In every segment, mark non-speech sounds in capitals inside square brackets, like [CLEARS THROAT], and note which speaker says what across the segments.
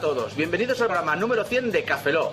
Speaker 1: todos. Bienvenidos al programa número 100 de Cafeló.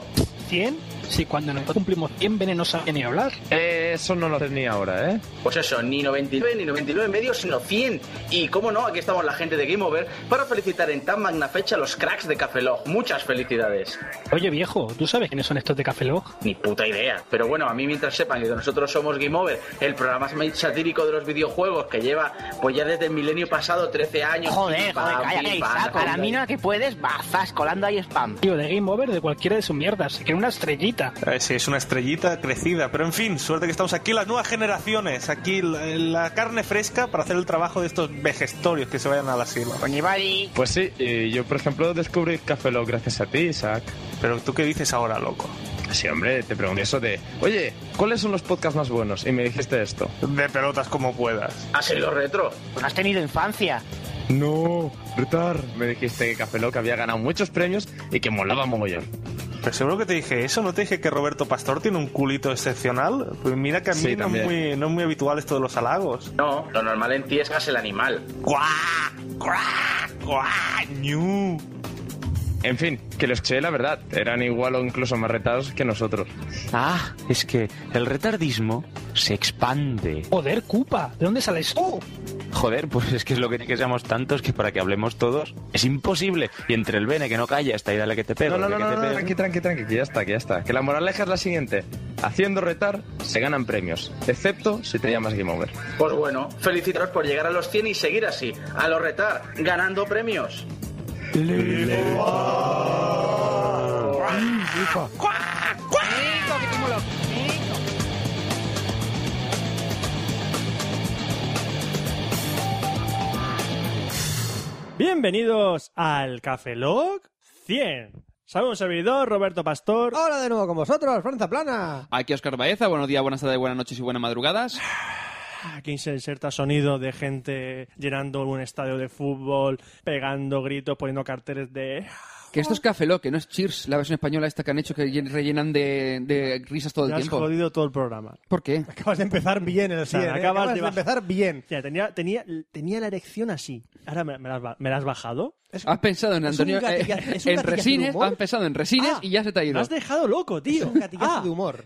Speaker 2: 100, si cuando nosotros cumplimos 100 venenosa ni hablar.
Speaker 3: Eh, eso no lo tenía ahora, ¿eh?
Speaker 1: Pues eso, ni 99 ni 99 medios, sino 100. Y cómo no, aquí estamos la gente de Game Over para felicitar en tan magna fecha a los cracks de Cafeló. Muchas felicidades.
Speaker 2: Oye viejo, ¿tú sabes quiénes son estos de Café Lock?
Speaker 1: Ni puta idea. Pero bueno, a mí mientras sepan que nosotros somos Game Over, el programa satírico de los videojuegos que lleva pues ya desde el milenio pasado 13 años.
Speaker 4: Joder, joder,
Speaker 1: Pim, pam,
Speaker 4: cállate,
Speaker 1: pim, pam,
Speaker 4: Isaac. A la
Speaker 1: pim,
Speaker 4: mina que puedes, bazas, colando ahí spam.
Speaker 2: Tío, de Game Over de cualquiera de sus mierdas. Se quiere una estrellita.
Speaker 5: Eh, sí, es una estrellita crecida. Pero en fin, suerte que estamos aquí las nuevas generaciones. Aquí la, la carne fresca para hacer el trabajo de estos vejestorios que se vayan al asilo.
Speaker 4: Coñibari.
Speaker 3: Pues sí, y yo por ejemplo descubrí Café Lock gracias a ti, Isaac.
Speaker 5: Pero tú qué dices ahora, loco.
Speaker 3: Sí, hombre, te pregunté eso de, oye, ¿cuáles son los podcasts más buenos? Y me dijiste esto.
Speaker 5: De pelotas como puedas.
Speaker 1: Ha sido retro.
Speaker 4: Pues no has tenido infancia.
Speaker 3: No, retar. Me dijiste que Café Lock había ganado muchos premios y que molaba mogollón.
Speaker 5: Pero seguro que te dije eso, ¿no te dije que Roberto Pastor tiene un culito excepcional? Pues mira que a mí
Speaker 3: Sí,
Speaker 5: no, es
Speaker 3: también.
Speaker 5: muy, no es muy habitual esto de los halagos.
Speaker 1: No, lo normal en ti es casi el animal.
Speaker 5: ¡Guau! ¡Guau! ¡Guau! ¡Ñu!
Speaker 3: En fin, que los escuché la verdad, eran igual o incluso más retados que nosotros.
Speaker 6: Ah, es que el retardismo se expande.
Speaker 2: Joder, Cupa, ¿de dónde sales tú?
Speaker 6: Joder, pues es que es lo que tiene que seamos tantos que para que hablemos todos es imposible. Y entre el bene que no calla, esta idea la que te pego,
Speaker 3: No,
Speaker 6: la
Speaker 3: no, no,
Speaker 6: que
Speaker 3: no,
Speaker 6: te
Speaker 3: no,
Speaker 6: pego.
Speaker 3: tranqui, tranqui, tranqui, que ya está, que ya está. Que la moraleja es la siguiente. Haciendo retar, se ganan premios, excepto si te llamas Game Over.
Speaker 1: Pues bueno, felicitaros por llegar a los 100 y seguir así, a lo retar, ganando premios.
Speaker 7: Bienvenidos al Café Log 100. Sabe un servidor, Roberto Pastor.
Speaker 8: Hola de nuevo con vosotros, Franza Plana.
Speaker 9: Aquí Oscar Baeza, buenos días, buenas tardes, buenas noches y buenas madrugadas.
Speaker 7: Aquí se inserta sonido de gente llenando un estadio de fútbol, pegando gritos, poniendo carteles de...
Speaker 9: Que esto es Café Lock, que no es Cheers, la versión española esta que han hecho que llen- rellenan de, de risas todo
Speaker 7: Me
Speaker 9: el
Speaker 7: has
Speaker 9: tiempo.
Speaker 7: jodido todo el programa.
Speaker 9: ¿Por qué?
Speaker 7: "Ah,
Speaker 8: Acabas de empezar bien el 100.
Speaker 7: sea, acabas
Speaker 8: ¿eh? Acabas
Speaker 7: de
Speaker 8: de,
Speaker 7: bajar.
Speaker 8: empezar bien.
Speaker 7: Ya, tenía, tenía, tenía la erección así. Ahora me, me la has ba- me la has bajado.
Speaker 9: Has pensado en
Speaker 8: es un
Speaker 9: Antonio
Speaker 8: gatilla-
Speaker 9: eh,
Speaker 8: es un
Speaker 9: en
Speaker 8: gatillazo de
Speaker 9: resines,
Speaker 8: humor.
Speaker 9: has pensado en resines
Speaker 7: Ah,
Speaker 9: y ya se te ha
Speaker 7: Me
Speaker 9: ido.
Speaker 7: has dejado loco, tío.
Speaker 8: Un gatillazo
Speaker 7: Ah,
Speaker 8: de humor.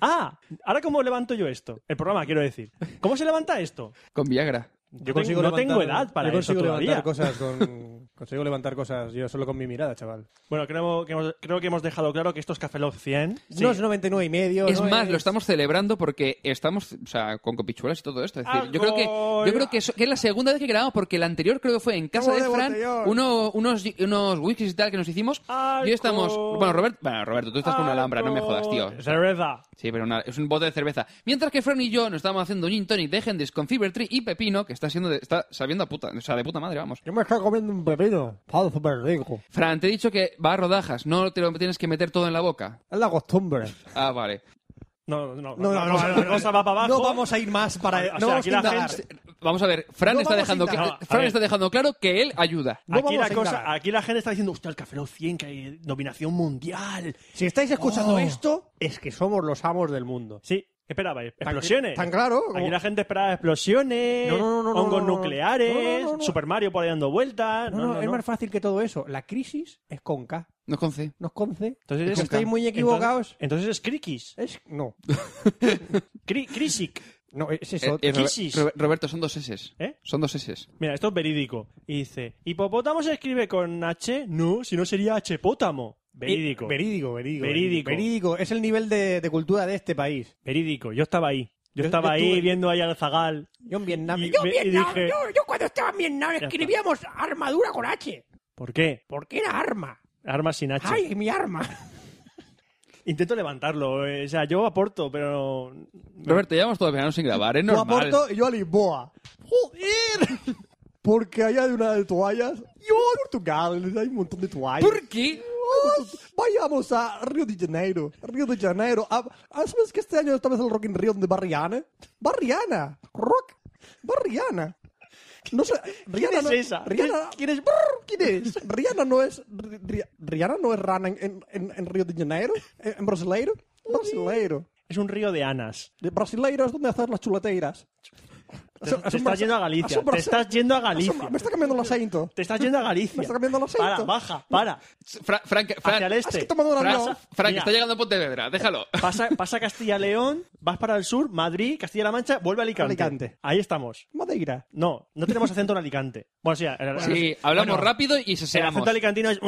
Speaker 7: ah, ahora cómo levanto yo esto. El programa, quiero decir. ¿Cómo se levanta esto?
Speaker 9: Con Viagra.
Speaker 7: Yo consigo no tengo edad para
Speaker 8: yo
Speaker 7: eso
Speaker 8: consigo
Speaker 7: todavía.
Speaker 8: levantar cosas con [LAUGHS] consigo levantar cosas yo solo con mi mirada, chaval.
Speaker 7: Bueno, creo que, hemos, creo que hemos dejado claro que esto es Café Lock 100. Sí.
Speaker 8: No es 99 y medio,
Speaker 9: Es
Speaker 8: no
Speaker 9: más,
Speaker 8: es-
Speaker 9: lo estamos celebrando porque estamos, o sea, con copichuelas y todo esto. Es decir, yo creo que,
Speaker 7: Algo-
Speaker 9: yo creo que, eso- que es la segunda vez que grabamos porque la anterior creo que fue en casa
Speaker 8: Estamos
Speaker 9: de
Speaker 8: de
Speaker 9: Fran,
Speaker 8: botellón.
Speaker 9: uno- unos, unos whiskies y tal que nos hicimos. Y hoy estamos,
Speaker 7: Alcohol.
Speaker 9: bueno, Roberto, bueno, Roberto, tú estás con una alhambra, no me jodas, tío.
Speaker 7: Cerveza.
Speaker 9: Sí, pero una- es un bote de cerveza. Mientras que Fran y yo nos estamos haciendo un gin tonic de Hendrix con Fever Tree y Pepino, que está siendo de- está sabiendo a puta, o sea, de puta madre, vamos.
Speaker 8: Yo me estoy comiendo un pepino. Está súper rico.
Speaker 9: Fran, te he dicho que va a rodajas, no te lo tienes que meter todo en la boca.
Speaker 8: Es la costumbre.
Speaker 9: Ah, vale.
Speaker 7: No, no, no.
Speaker 8: No, no,
Speaker 7: la
Speaker 8: no,
Speaker 7: cosa-
Speaker 8: no,
Speaker 7: la
Speaker 8: no.
Speaker 7: cosa va para abajo.
Speaker 8: No vamos a ir más para
Speaker 7: O sea,
Speaker 8: no vamos
Speaker 7: aquí
Speaker 8: a
Speaker 7: la
Speaker 8: indagar.
Speaker 7: gente-
Speaker 9: Vamos a ver, Fran,
Speaker 8: No vamos
Speaker 9: está,
Speaker 8: a
Speaker 9: dejando, que-
Speaker 8: indagar.
Speaker 9: Fran
Speaker 7: A
Speaker 9: está
Speaker 7: ver.
Speaker 9: dejando claro que él ayuda.
Speaker 8: No
Speaker 7: aquí,
Speaker 8: vamos
Speaker 7: la
Speaker 8: a
Speaker 7: cosa,
Speaker 8: indagar.
Speaker 7: aquí la gente está diciendo, hostia, el Café Lock 100, que hay dominación mundial.
Speaker 8: Si estáis escuchando
Speaker 7: Oh.
Speaker 8: esto, es que somos los amos del mundo.
Speaker 7: Sí, ¿qué esperabais? Explosiones.
Speaker 8: tan claro, como-
Speaker 7: Aquí la gente esperaba explosiones,
Speaker 8: No, no, no, no,
Speaker 7: hongos
Speaker 8: no, no.
Speaker 7: nucleares,
Speaker 8: No, no, no, no.
Speaker 7: Super Mario por ahí dando vueltas.
Speaker 8: No, no, es más fácil que todo eso. La crisis es con K,
Speaker 9: No con C.
Speaker 8: no es con C.
Speaker 7: Entonces
Speaker 8: Si
Speaker 7: es-
Speaker 8: estáis muy equivocados.
Speaker 7: Entonces, entonces es Crikis.
Speaker 8: Es no,
Speaker 7: [LAUGHS] Cri- Crisic.
Speaker 8: no es
Speaker 9: Eh,
Speaker 8: eso.
Speaker 9: eh, Robe-
Speaker 7: Kisses.
Speaker 9: Robe- Roberto, son dos S.
Speaker 7: ¿Eh?
Speaker 9: Son dos S.
Speaker 7: Mira, esto es verídico. Y dice, ¿hipopótamo se escribe con H? No, si no sería hpótamo. Verídico.
Speaker 8: Eh, Verídico, verídico.
Speaker 7: Verídico.
Speaker 8: Verídico. Es el nivel de, de cultura de este país.
Speaker 7: verídico. Yo estaba ahí. Yo estaba
Speaker 8: yo
Speaker 7: ahí
Speaker 8: estuve-
Speaker 7: viendo ahí al zagal.
Speaker 8: Yo en Vietnam.
Speaker 7: Y-
Speaker 8: yo, en
Speaker 7: y
Speaker 8: Vietnam
Speaker 7: dije-
Speaker 8: yo, yo cuando estaba en Vietnam
Speaker 7: está.
Speaker 8: escribíamos armadura con H.
Speaker 7: ¿Por qué?
Speaker 8: Porque era arma.
Speaker 7: Armas sin H.
Speaker 8: ¡Ay, mi arma!
Speaker 7: Intento levantarlo. eh, O sea, yo aporto, pero... no-
Speaker 9: Roberto, llevamos todo el verano sin grabar, es
Speaker 8: Yo
Speaker 9: normal.
Speaker 8: aporto y yo a Lisboa. ¡Joder! Porque allá de una de toallas. Yo a Portugal, hay un montón de toallas.
Speaker 9: ¿Por qué?
Speaker 8: Vayamos a Río de Janeiro. Río de Janeiro. A, a- ¿Sabes que este año estamos en el Rock in Rio de Barriana? Barriana. Rock. Barriana. No sé. Rihanna
Speaker 7: es
Speaker 8: no,
Speaker 7: esa?
Speaker 8: Rihanna, ¿Quién es? Brr, ¿Quién es? Rihanna no es. Ri- Ri- Rihanna no es rana en, en- en- en Río de Janeiro. En, en Brasileiro. Brasileiro.
Speaker 7: Es un río de anas.
Speaker 8: De Brasileiro es donde hacer las chuleteiras.
Speaker 7: Te, te estás yendo a Galicia. Te estás yendo a Galicia.
Speaker 3: Me está cambiando el acento.
Speaker 7: Te estás yendo a Galicia.
Speaker 3: Me está cambiando el acento.
Speaker 7: Para, baja, para.
Speaker 9: Fra- Frank, Frank,
Speaker 7: Hacia el
Speaker 3: Has que
Speaker 7: este.
Speaker 3: tomado una
Speaker 9: Frank,
Speaker 3: no.
Speaker 9: Frank,
Speaker 7: Mira.
Speaker 9: está llegando a Pontevedra, déjalo.
Speaker 7: Pasa, pasa Castilla-León, vas para el sur, Madrid, Castilla-La Mancha, vuelve a Alicante.
Speaker 3: Alicante.
Speaker 7: Ahí estamos.
Speaker 3: Madeira.
Speaker 7: No, no tenemos acento en Alicante. Bueno, sí, el- el-
Speaker 9: Sí, hablamos
Speaker 7: bueno,
Speaker 9: rápido y
Speaker 7: El
Speaker 9: seseamos.
Speaker 7: acento alicantino es...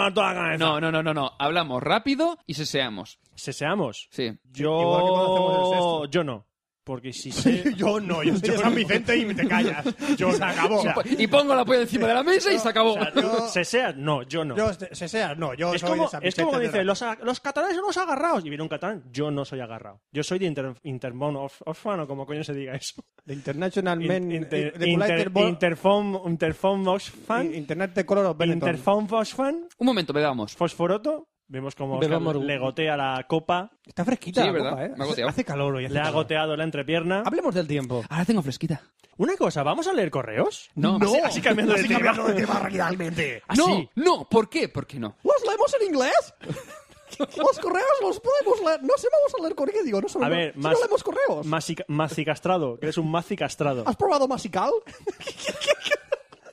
Speaker 7: No.
Speaker 9: No, no, no, no, no. Hablamos rápido y seseamos.
Speaker 7: Seseamos.
Speaker 9: Sí.
Speaker 3: Igual que cuando hacemos el
Speaker 7: Yo...
Speaker 3: sexto.
Speaker 7: Yo no. Porque si sé...
Speaker 3: Yo
Speaker 9: [LAUGHS]
Speaker 3: no, yo soy de San Vicente y te callas. Yo se acabó.
Speaker 7: O sea,
Speaker 9: Y pongo la polla encima de la mesa y se acabó.
Speaker 3: yo-
Speaker 7: Seseas, no, yo no.
Speaker 3: Yo, se sea, no, yo
Speaker 7: es
Speaker 3: soy
Speaker 7: como,
Speaker 3: de San
Speaker 7: es
Speaker 3: Vicente.
Speaker 7: como
Speaker 3: de
Speaker 7: dicen,
Speaker 3: verdad.
Speaker 7: los, a- los catalanes son los agarrados. Y viene un catalán, yo no soy agarrado. Yo soy de inter, Intermon of, Orfano, como coño se diga eso.
Speaker 3: The International Men... eh,
Speaker 7: Inter-
Speaker 3: the
Speaker 7: inter-
Speaker 3: United Bo-
Speaker 7: Interfon Interfon Oxfam,
Speaker 3: Internet de Color of Benetton.
Speaker 7: Interfon Oxfam,
Speaker 9: Un momento, veamos.
Speaker 7: Fosforoto. Vemos como Oscar
Speaker 3: Bebamos.
Speaker 7: le gotea la copa,
Speaker 3: Está fresquita
Speaker 9: Sí,
Speaker 3: la
Speaker 9: ¿verdad?
Speaker 3: copa, ¿eh?
Speaker 9: Me ha
Speaker 3: Hace,
Speaker 9: goteado.
Speaker 3: hace calor hoy. hace
Speaker 7: le ha
Speaker 3: calor.
Speaker 7: goteado la entrepierna.
Speaker 3: Hablemos del tiempo.
Speaker 9: Ahora tengo fresquita.
Speaker 7: Una cosa, ¿vamos a leer correos?
Speaker 9: No,
Speaker 7: así, así cambiando de
Speaker 3: [LAUGHS] Así
Speaker 7: tema.
Speaker 3: cambiando de tema [LAUGHS] realmente.
Speaker 7: Así.
Speaker 9: No, no, ¿por qué? ¿Por qué no?
Speaker 3: ¿Los leemos en inglés? [LAUGHS] Los correos los podemos leer. No sé, vamos a leer correos. Digo, no sabemos.
Speaker 7: A ver,
Speaker 3: si
Speaker 7: más-
Speaker 3: no leemos correos.
Speaker 7: Masica- macicastrado, que eres un macicastrado.
Speaker 3: ¿Has probado masical? [LAUGHS]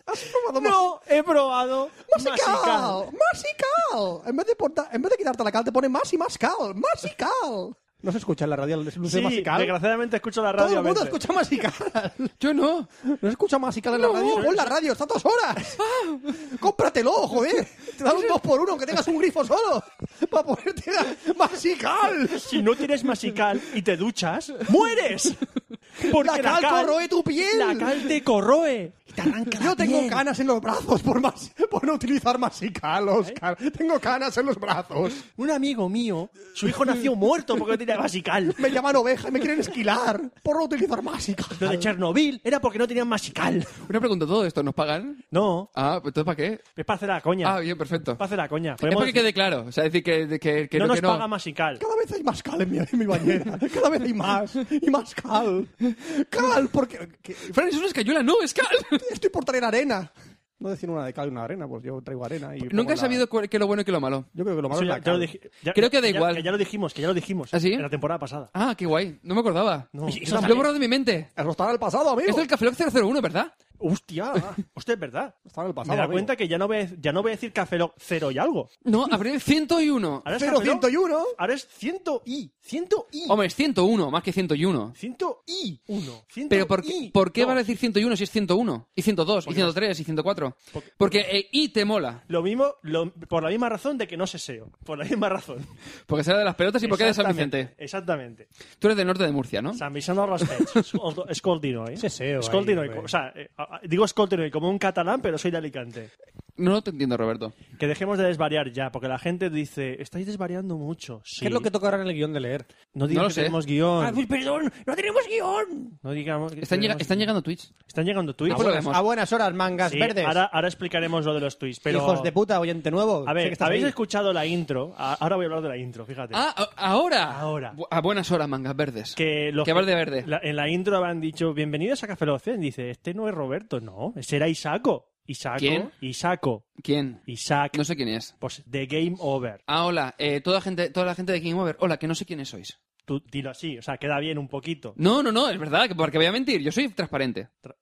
Speaker 3: ¿Has probado
Speaker 7: No, he probado masical.
Speaker 3: masical? Masical. En vez de porta- en vez de quitarte la cal te pone más y más cal. Masical. No se escucha en la radio el
Speaker 7: Sí,
Speaker 3: anuncio de masical.
Speaker 7: desgraciadamente escucho la radio.
Speaker 3: Todo el mundo
Speaker 7: a veces.
Speaker 3: escucha masical. [LAUGHS]
Speaker 9: Yo no.
Speaker 3: No se escucha masical en la radio. Pon la radio, está a
Speaker 7: [LAUGHS]
Speaker 3: dos horas. Cómpratelo, joder. Te dan un dos por uno, que tengas un grifo solo. Para ponerte la- masical.
Speaker 7: [LAUGHS] Si no tienes masical y te duchas, ¡mueres! Porque
Speaker 3: La cal corroe tu piel.
Speaker 7: La cal te corroe.
Speaker 3: Yo tengo canas en los brazos por, mas- por no utilizar masical, Oscar. Tengo canas en los brazos.
Speaker 7: Un amigo mío, su hijo nació muerto porque no tenía masical.
Speaker 3: Me llaman oveja y me quieren esquilar por no utilizar masical.
Speaker 7: Lo de Chernobyl era porque no tenían masical.
Speaker 9: Una pregunta, ¿todo esto nos pagan?
Speaker 7: No,
Speaker 9: Ah, pues entonces ¿para qué?
Speaker 7: es para hacer la coña.
Speaker 9: Ah, bien, perfecto.
Speaker 7: Para hacer la coña.
Speaker 9: Es
Speaker 7: Podemos
Speaker 9: para que quede claro. O sea, decir que, de- que, que
Speaker 7: no
Speaker 9: no,
Speaker 7: nos
Speaker 9: que no.
Speaker 7: paga masical.
Speaker 3: Cada vez hay más cal en mi, en mi bañera. Cada vez hay más. Y más cal. Cal, porque que-
Speaker 9: Fran, eso no es cayuela, no, es cal.
Speaker 3: estoy por traer arena. No decir una de cal y una de arena, pues yo traigo arena. Y pongo
Speaker 9: Nunca he
Speaker 3: la-
Speaker 9: sabido cuál- qué es lo bueno y qué es lo malo.
Speaker 3: Yo creo que lo malo
Speaker 7: Eso
Speaker 3: es
Speaker 7: ya-
Speaker 3: la
Speaker 7: ya lo
Speaker 3: cal.
Speaker 7: dije- ya-
Speaker 9: Creo que da
Speaker 7: ya-
Speaker 9: igual.
Speaker 7: ya lo dijimos, que ya lo dijimos.
Speaker 9: ¿Ah, sí?
Speaker 7: En la temporada pasada.
Speaker 9: Ah, qué guay. No me acordaba.
Speaker 7: No, yo
Speaker 9: lo he
Speaker 7: también.
Speaker 9: borrado de mi mente.
Speaker 3: Eso está en el pasado, amigo.
Speaker 9: Esto es el Café Lock 001, ¿verdad?
Speaker 3: Hostia.
Speaker 7: [LAUGHS] Hostia, es verdad.
Speaker 3: Está en el pasado.
Speaker 7: Me da
Speaker 3: amigo.
Speaker 7: cuenta que ya no voy a, ya no voy a decir Café Lock cero y algo.
Speaker 9: No, abrí el 101.
Speaker 7: Ahora es
Speaker 3: Cero,
Speaker 7: Café Lock-
Speaker 3: 101.
Speaker 7: Ahora es 100 y. 100 y.
Speaker 9: Hombre, es 101 más que 101.
Speaker 7: 100 y 1.
Speaker 9: Pero ¿por qué, ¿por qué van a decir 101 si es 101? Y 102, y 103, y 104. Porque eh, I te mola.
Speaker 7: Lo mismo, lo- por la misma razón de que no se SEO. Por la misma razón.
Speaker 9: Porque será de las pelotas y porque es de San
Speaker 7: Exactamente,
Speaker 9: Vicente.
Speaker 7: Exactamente.
Speaker 9: Tú eres del norte de Murcia, ¿no?
Speaker 7: San Vicente al raspeig.
Speaker 9: [LAUGHS]
Speaker 7: Escoltino, ¿eh?
Speaker 3: Se SEO ahí,
Speaker 7: Escoltino,
Speaker 3: hombre.
Speaker 7: o sea, eh, a- a- digo escoltino como un catalán, pero soy de Alicante.
Speaker 9: No te entiendo, Roberto.
Speaker 7: Que dejemos de desvariar ya, porque la gente dice, estáis desvariando mucho. Sí.
Speaker 3: toca ahora en el guión de leer?
Speaker 7: No digas
Speaker 9: No lo
Speaker 7: que
Speaker 9: sé. Ah,
Speaker 7: tenemos guión.
Speaker 3: Ah, pues perdón, no tenemos guión.
Speaker 7: no digamos que
Speaker 9: Están, llega-
Speaker 7: tenemos-
Speaker 9: están llegando tweets.
Speaker 7: Están llegando
Speaker 9: Ah,
Speaker 7: tweets.
Speaker 9: bueno, vemos.
Speaker 3: A buenas horas, mangas
Speaker 7: Sí,
Speaker 3: verdes.
Speaker 7: ahora, ahora explicaremos lo de los tweets, pero...
Speaker 3: Hijos de puta, oyente nuevo.
Speaker 7: A
Speaker 3: Sé que
Speaker 7: ver,
Speaker 3: estás
Speaker 7: ¿habéis
Speaker 3: ahí.
Speaker 7: escuchado la intro? A- Ahora voy a hablar de la intro, fíjate.
Speaker 9: Ah, a- ahora.
Speaker 7: Ahora.
Speaker 9: Bu- A buenas horas, mangas verdes.
Speaker 7: que los
Speaker 9: que vas de verde.
Speaker 7: la- en la intro han dicho, bienvenidos a Café Lock 100". Dice, este no es Roberto, no, ese era Isaco. Isaco,
Speaker 9: ¿Quién?
Speaker 7: Isaco,
Speaker 9: ¿Quién?
Speaker 7: Isaac,
Speaker 9: No sé quién es.
Speaker 7: pues The Game Over.
Speaker 9: Ah, hola. eh, toda, gente, toda la gente de King Over. Hola, que no sé quiénes sois.
Speaker 7: Tú dilo así, o sea, queda bien un poquito.
Speaker 9: No, no, no, es verdad, que- porque voy a mentir. Yo soy transparente.
Speaker 3: [LAUGHS]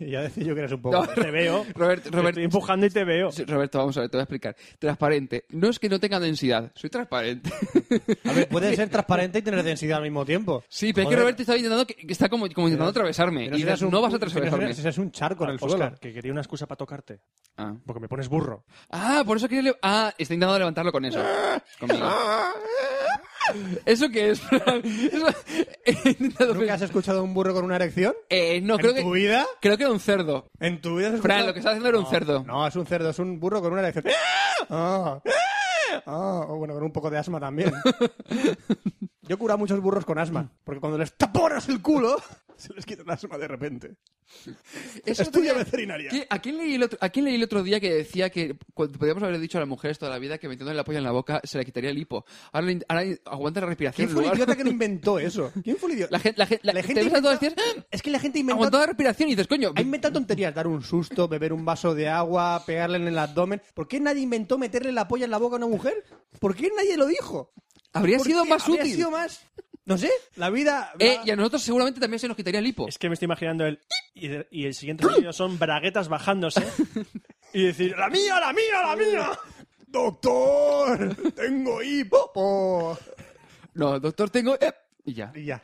Speaker 3: Ya decía yo que eres un poco.
Speaker 7: Te veo,
Speaker 9: [LAUGHS] Robert-
Speaker 7: te
Speaker 9: Robert-
Speaker 7: estoy empujando y te veo.
Speaker 9: Sí, Roberto, vamos a ver, te voy a explicar. Transparente. No es que no tenga densidad, soy transparente. [LAUGHS]
Speaker 3: A ver, puede ser transparente y tener densidad al mismo tiempo.
Speaker 9: Sí, pero es que
Speaker 3: Joder.
Speaker 9: Roberto estaba intentando que, que está como, como intentando atravesarme.
Speaker 3: Pero
Speaker 9: Y
Speaker 3: si eres
Speaker 9: dirás, no vas a
Speaker 3: pero si eres-
Speaker 9: atravesarme.
Speaker 3: si eres un charco en el
Speaker 7: Oscar,
Speaker 3: suelo.
Speaker 7: que quería una excusa para tocarte,
Speaker 9: Ah.
Speaker 7: porque me pones burro.
Speaker 9: Ah, por eso quería. le- Ah, está intentando levantarlo
Speaker 7: [LAUGHS]
Speaker 9: con eso. Conmigo. ¿Eso qué es? [LAUGHS] He intentado
Speaker 3: ¿Nunca has escuchado un burro con una erección?
Speaker 9: Eh, no,
Speaker 3: ¿En
Speaker 9: creo
Speaker 3: tu
Speaker 9: que.
Speaker 3: vida?
Speaker 9: Creo que era un cerdo.
Speaker 3: ¿En tu vida has
Speaker 9: Fran,
Speaker 3: escuchado?
Speaker 9: lo que estaba haciendo era un
Speaker 3: No,
Speaker 9: cerdo.
Speaker 3: No, es un cerdo, es un burro con una erección. Ah, ah, o bueno, con un poco de
Speaker 9: [LAUGHS]
Speaker 3: asma también. Yo he curado muchos burros con asma, porque cuando les taponas el culo, [LAUGHS] se les quita el asma de repente.
Speaker 9: Eso
Speaker 3: Estudia
Speaker 9: tenía-
Speaker 3: veterinaria.
Speaker 9: ¿Qui- ¿A quién, leí el otro, ¿A quién leí el otro día que decía que cu- podíamos haber dicho a las mujeres toda la vida que metiendo el apoyo en la boca se le quitaría el hipo? Ahora, le in- ahora in- aguanta la respiración.
Speaker 3: ¿Quién fue el
Speaker 9: lugar-
Speaker 3: idiota que no inventó eso? ¿Quién fue el idiota?
Speaker 9: La gente, la gente, la,
Speaker 3: La
Speaker 9: te
Speaker 3: gente
Speaker 9: ves a todas
Speaker 3: inventa-
Speaker 9: y dices,
Speaker 3: Es que la gente
Speaker 9: "Ah,
Speaker 3: inventó
Speaker 9: aguantó la respiración y dices, coño,
Speaker 3: Ha inventado tonterías, dar un susto, beber un vaso de agua, pegarle en el abdomen. ¿Por qué nadie inventó meterle la polla en la boca a una mujer? ¿Por qué nadie lo dijo?
Speaker 9: habría
Speaker 3: ¿Por
Speaker 9: sido
Speaker 3: qué
Speaker 9: más
Speaker 3: habría
Speaker 9: útil.
Speaker 3: sido más? No sé, la vida...
Speaker 9: Eh, y a nosotros seguramente también se nos quitaría el hipo.
Speaker 7: Es que me estoy imaginando el... Y, de- y el siguiente sonido son braguetas bajándose. y decir, "Ah". ¡la mía, la mía, la mía!
Speaker 3: ¡Doctor! ¡Tengo hipo! po".
Speaker 9: No, doctor, tengo... eh, y ya.
Speaker 3: Y ya.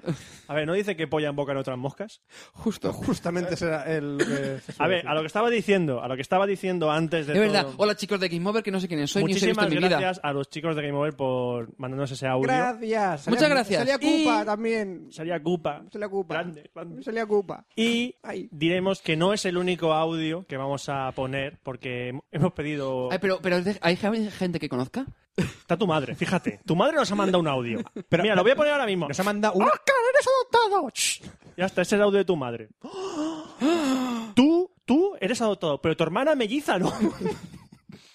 Speaker 7: A ver, ¿no dice que polla en boca en otras moscas?
Speaker 9: Justo.
Speaker 3: Justamente será el
Speaker 9: [LAUGHS]
Speaker 3: que... se
Speaker 7: A
Speaker 3: suele
Speaker 7: ver,
Speaker 3: decir.
Speaker 7: a lo que estaba diciendo, a lo que estaba diciendo antes de
Speaker 9: Es verdad.
Speaker 7: todo.
Speaker 9: Hola, chicos [LAUGHS] de Game Over, que no sé quiénes soy, ni os he visto
Speaker 7: Muchísimas
Speaker 9: en mi vida.
Speaker 7: gracias a los chicos de Game Over por mandándonos ese audio.
Speaker 3: Gracias.
Speaker 9: Muchas
Speaker 3: Salía-
Speaker 9: gracias.
Speaker 3: Salía Cupa
Speaker 9: Y-
Speaker 3: también.
Speaker 7: Sería Cupa.
Speaker 3: Salía Cupa.
Speaker 7: Grande, grande.
Speaker 3: Salía Cupa.
Speaker 7: Y
Speaker 3: Ay.
Speaker 7: diremos que no es el único audio que vamos a poner porque hem- hemos pedido...
Speaker 9: Ay, pero, pero de- ¿hay gente que conozca?
Speaker 7: Está tu madre, fíjate. Tu madre nos ha mandado un
Speaker 9: [LAUGHS]
Speaker 7: audio. Pero mira, lo voy a poner ahora mismo.
Speaker 3: Nos ha mandado
Speaker 7: Ah,
Speaker 3: un... ¡Oscar, eres adoptado! Shh.
Speaker 7: Ya está, ese es el audio de tu
Speaker 9: [GASPS]
Speaker 7: madre. Tú, tú eres adoptado, pero tu hermana melliza no.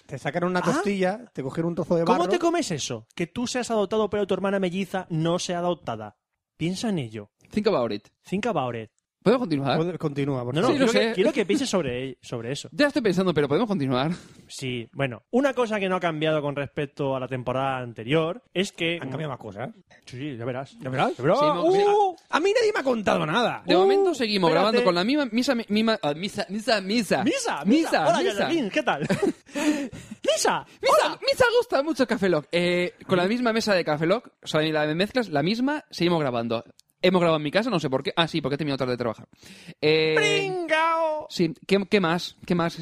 Speaker 3: Te sacaron una costilla, Ah. te cogieron un trozo de barro...
Speaker 7: ¿Cómo te comes eso? Que tú seas adoptado, pero tu hermana melliza no sea adoptada. Piensa en ello.
Speaker 9: Think about it.
Speaker 7: Think about it.
Speaker 9: ¿Podemos continuar?
Speaker 3: Pod- Continúa, por
Speaker 7: No, no,
Speaker 9: Sí, lo
Speaker 3: favor.
Speaker 7: quiero,
Speaker 9: sé.
Speaker 7: que, quiero que pienses sobre, e-, sobre eso.
Speaker 9: Ya estoy pensando, pero podemos continuar.
Speaker 7: Sí, bueno, una cosa que no ha cambiado con respecto a la temporada anterior es que...
Speaker 3: Han cambiado más cosas. ¿eh?
Speaker 7: Sí, sí, ya verás.
Speaker 3: ¿De verdad?
Speaker 9: Sí, no,
Speaker 8: uh,
Speaker 9: sí.
Speaker 3: a mí nadie me ha contado nada.
Speaker 9: De
Speaker 7: Uh,
Speaker 9: momento seguimos
Speaker 7: espérate.
Speaker 9: grabando con la misma misa, mi- mima- ah, misa, misa, misa.
Speaker 7: uh, ¡Misa!
Speaker 9: misa,
Speaker 7: ¡Hola,
Speaker 9: misa.
Speaker 7: Yolín, ¿Qué tal? ¡Misa!
Speaker 9: Misa, misa gusta mucho Café Lock. Eh, con la misma mesa de Café Lock, o sea, la de mezclas, la misma, seguimos grabando. Hemos grabado en mi casa, no sé por qué. Ah, sí, porque he terminado tarde de trabajar. Eh, Sí, ¿qué, qué más? ¿Qué más?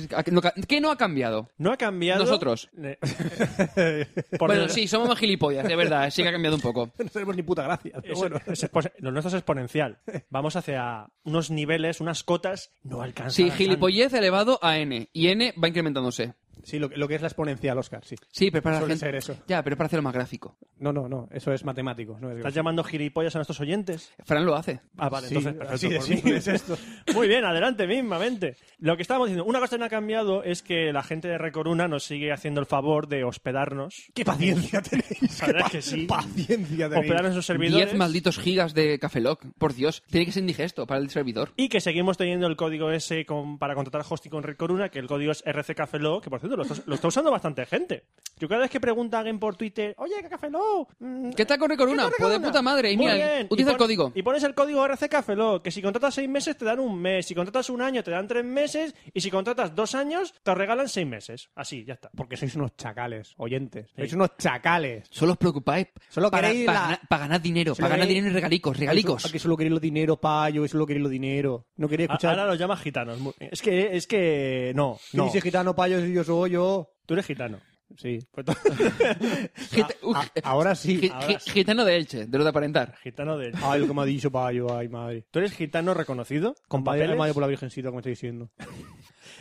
Speaker 9: ¿Qué no ha cambiado?
Speaker 7: No ha cambiado...
Speaker 9: Nosotros.
Speaker 7: Eh, [LAUGHS] por
Speaker 9: bueno,
Speaker 7: el-
Speaker 9: sí, somos más gilipollas, de
Speaker 7: [LAUGHS]
Speaker 9: verdad. Sí que ha cambiado un poco.
Speaker 3: [LAUGHS] No tenemos ni puta gracia. pero
Speaker 7: Es-
Speaker 3: bueno.
Speaker 7: es expo- lo nuestro es exponencial. Vamos hacia unos niveles, unas cotas, no alcanzan.
Speaker 9: Sí,
Speaker 7: alcanzan.
Speaker 9: gilipollez elevado a N. Y N va incrementándose.
Speaker 3: Sí, lo, que- lo que es la exponencial, Oscar, sí.
Speaker 9: Sí, pero para la
Speaker 3: Suele
Speaker 9: gente...
Speaker 3: ser eso.
Speaker 9: Ya, pero para hacerlo más gráfico.
Speaker 3: No, no, no. Eso es matemático. No es
Speaker 7: ¿Estás llamando gilipollas a nuestros oyentes?
Speaker 9: Fran lo hace.
Speaker 7: Ah, vale,
Speaker 3: Sí,
Speaker 7: entonces perfecto.
Speaker 3: así de
Speaker 7: por mí.
Speaker 3: simple es esto.
Speaker 7: [LAUGHS] Muy bien, adelante mismamente. Lo que estábamos diciendo, una cosa que no ha cambiado es que la gente de Recoruna nos sigue haciendo el favor de hospedarnos.
Speaker 3: ¡Qué paciencia tenéis!
Speaker 7: La
Speaker 3: ¡Qué
Speaker 7: verdad es que sí.
Speaker 3: paciencia tenéis!
Speaker 7: Hospedarnos en sus servidores.
Speaker 9: 10 malditos gigas de Café Lock. Por Dios, tiene que ser indigesto para el servidor.
Speaker 7: Y que seguimos teniendo el código ese con- para contratar hosting con Recoruna, que el código es RCCafeló, que por cierto lo está, lo está usando bastante gente. Yo cada vez que pregunta a alguien por Twitter, oye, ¿qué Cafeló? Mm,
Speaker 9: ¿Qué tal con Recoruna?
Speaker 7: ¿Qué tal,
Speaker 9: Pues de
Speaker 7: Recoruna?
Speaker 9: puta madre. Y
Speaker 7: Muy
Speaker 9: mira,
Speaker 7: bien.
Speaker 9: utiliza
Speaker 7: Y
Speaker 9: el
Speaker 7: pon-
Speaker 9: código.
Speaker 7: Y pones el código RCCafeló, que si contratas seis meses te dan un mes, si contratas un año te dan tres meses, y si contratas dos años te regalan seis meses. Así, ya está.
Speaker 3: Porque sois unos chacales, oyentes. Sois unos chacales.
Speaker 9: Solo os preocupáis
Speaker 3: Solo
Speaker 9: para,
Speaker 3: queréis
Speaker 9: para
Speaker 3: la-
Speaker 9: ganar- para ganar dinero,
Speaker 3: Solo
Speaker 9: para ganar
Speaker 3: queréis-
Speaker 9: dinero y regalicos,
Speaker 3: Ah,
Speaker 9: regalicos.
Speaker 3: Que solo queréis los dinero, payo, y solo queréis los dinero. No queréis
Speaker 7: A-
Speaker 3: escuchar...
Speaker 7: Ahora los llamas gitanos. Mu- Es que, es que no,
Speaker 3: ¿Quién
Speaker 7: no.
Speaker 3: dice gitano, payo, si yo soy yo?
Speaker 7: Tú eres gitano.
Speaker 3: Sí.
Speaker 7: Pues to-
Speaker 9: Gita- Uf,
Speaker 7: ah,
Speaker 3: A- [LAUGHS] ahora sí.
Speaker 9: gi-
Speaker 7: ahora
Speaker 9: gi-
Speaker 7: sí.
Speaker 9: Gitano de Elche, de lo de aparentar.
Speaker 7: gitano de...
Speaker 3: Ay, lo que me ha dicho payo, ay, madre.
Speaker 7: ¿Tú eres gitano reconocido? ¿Con
Speaker 3: Madre,
Speaker 7: papeles?
Speaker 3: madre por la virgencita, como estoy diciendo.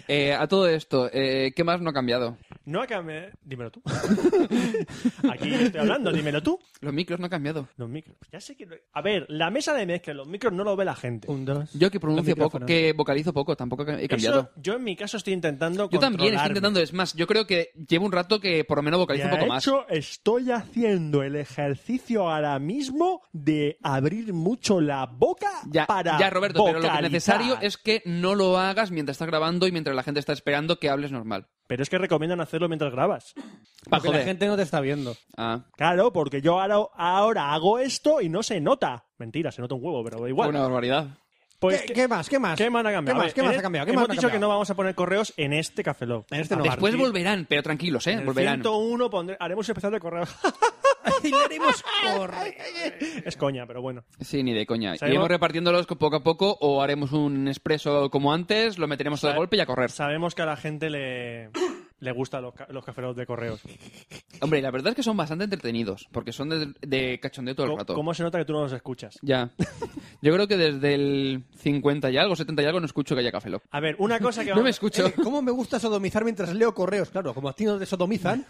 Speaker 9: Eh, a todo esto, eh, ¿qué más no ha cambiado?
Speaker 7: No eh. ha cambiado... Dímelo tú. Aquí yo estoy hablando, dímelo tú.
Speaker 9: Los micros no han cambiado.
Speaker 7: Los micros. Ya sé que... lo- A ver, la mesa de mezcla, los micros no lo ve la gente.
Speaker 3: Un, dos.
Speaker 9: Yo que pronuncio
Speaker 3: Los
Speaker 9: poco,
Speaker 3: micrófonos.
Speaker 9: que vocalizo poco, tampoco he cambiado.
Speaker 7: Eso, yo en mi caso estoy intentando
Speaker 9: yo también estoy
Speaker 7: controlarme.
Speaker 9: intentando, es más, yo creo que llevo un rato que por lo menos vocalizo un
Speaker 7: De
Speaker 9: poco más.
Speaker 7: hecho, estoy haciendo el ejercicio ahora mismo de abrir mucho la boca
Speaker 9: Ya,
Speaker 7: para
Speaker 9: ya, Roberto, pero lo que
Speaker 7: vocalizar.
Speaker 9: es necesario es que no lo hagas mientras estás grabando y mientras la gente está esperando que hables normal.
Speaker 7: Pero es que recomiendan hacerlo mientras grabas.
Speaker 9: Pa'
Speaker 3: Porque la
Speaker 9: joder.
Speaker 3: gente no te está viendo.
Speaker 9: Ah.
Speaker 7: Claro, porque yo ahora, ahora hago esto y no se nota. Mentira, se nota un huevo, pero da igual.
Speaker 9: Una barbaridad.
Speaker 7: pues
Speaker 3: ¿Qué,
Speaker 7: que-
Speaker 3: qué más? ¿Qué más?
Speaker 7: ¿qué más ha cambiado?
Speaker 3: ¿Qué
Speaker 7: A
Speaker 3: más,
Speaker 7: ver,
Speaker 3: qué más
Speaker 7: en- e-
Speaker 3: ha cambiado? ¿Qué
Speaker 7: hemos
Speaker 3: más ha
Speaker 7: dicho que no
Speaker 3: cambiado?
Speaker 7: vamos a poner correos en este Café Lock.
Speaker 3: En este no.
Speaker 9: Después
Speaker 7: partir-
Speaker 9: volverán, pero tranquilos, ¿eh?
Speaker 7: En el
Speaker 9: Volverán.
Speaker 7: 101 pondré-
Speaker 3: [LAUGHS]
Speaker 7: haremos un especial de
Speaker 8: [LAUGHS]
Speaker 7: correos.
Speaker 3: Y le haremos correr.
Speaker 7: es coña, pero bueno.
Speaker 9: Sí, ni de coña.
Speaker 7: Sabemos-
Speaker 9: Iremos repartiéndolos co- poco a poco o haremos un expreso como antes, lo meteremos todo de
Speaker 7: Sabe-
Speaker 9: golpe y a correr.
Speaker 7: Sabemos que a la gente le, le gustan los, ca- los Café Lock de correos.
Speaker 9: Hombre, la verdad es que son bastante entretenidos porque son de, de cachondeo todo el
Speaker 7: ¿Cómo,
Speaker 9: rato.
Speaker 7: cómo se nota que tú no los escuchas?
Speaker 9: Ya. Yo creo que desde el 50 y algo, 70 y algo, no escucho que haya Café Lock.
Speaker 7: A ver, una cosa que
Speaker 9: [LAUGHS] No
Speaker 7: vamos-
Speaker 9: me escucho.
Speaker 3: Eh, ¿Cómo me gusta sodomizar mientras leo correos? Claro, como a ti no
Speaker 9: [LAUGHS]
Speaker 3: te sodomizan.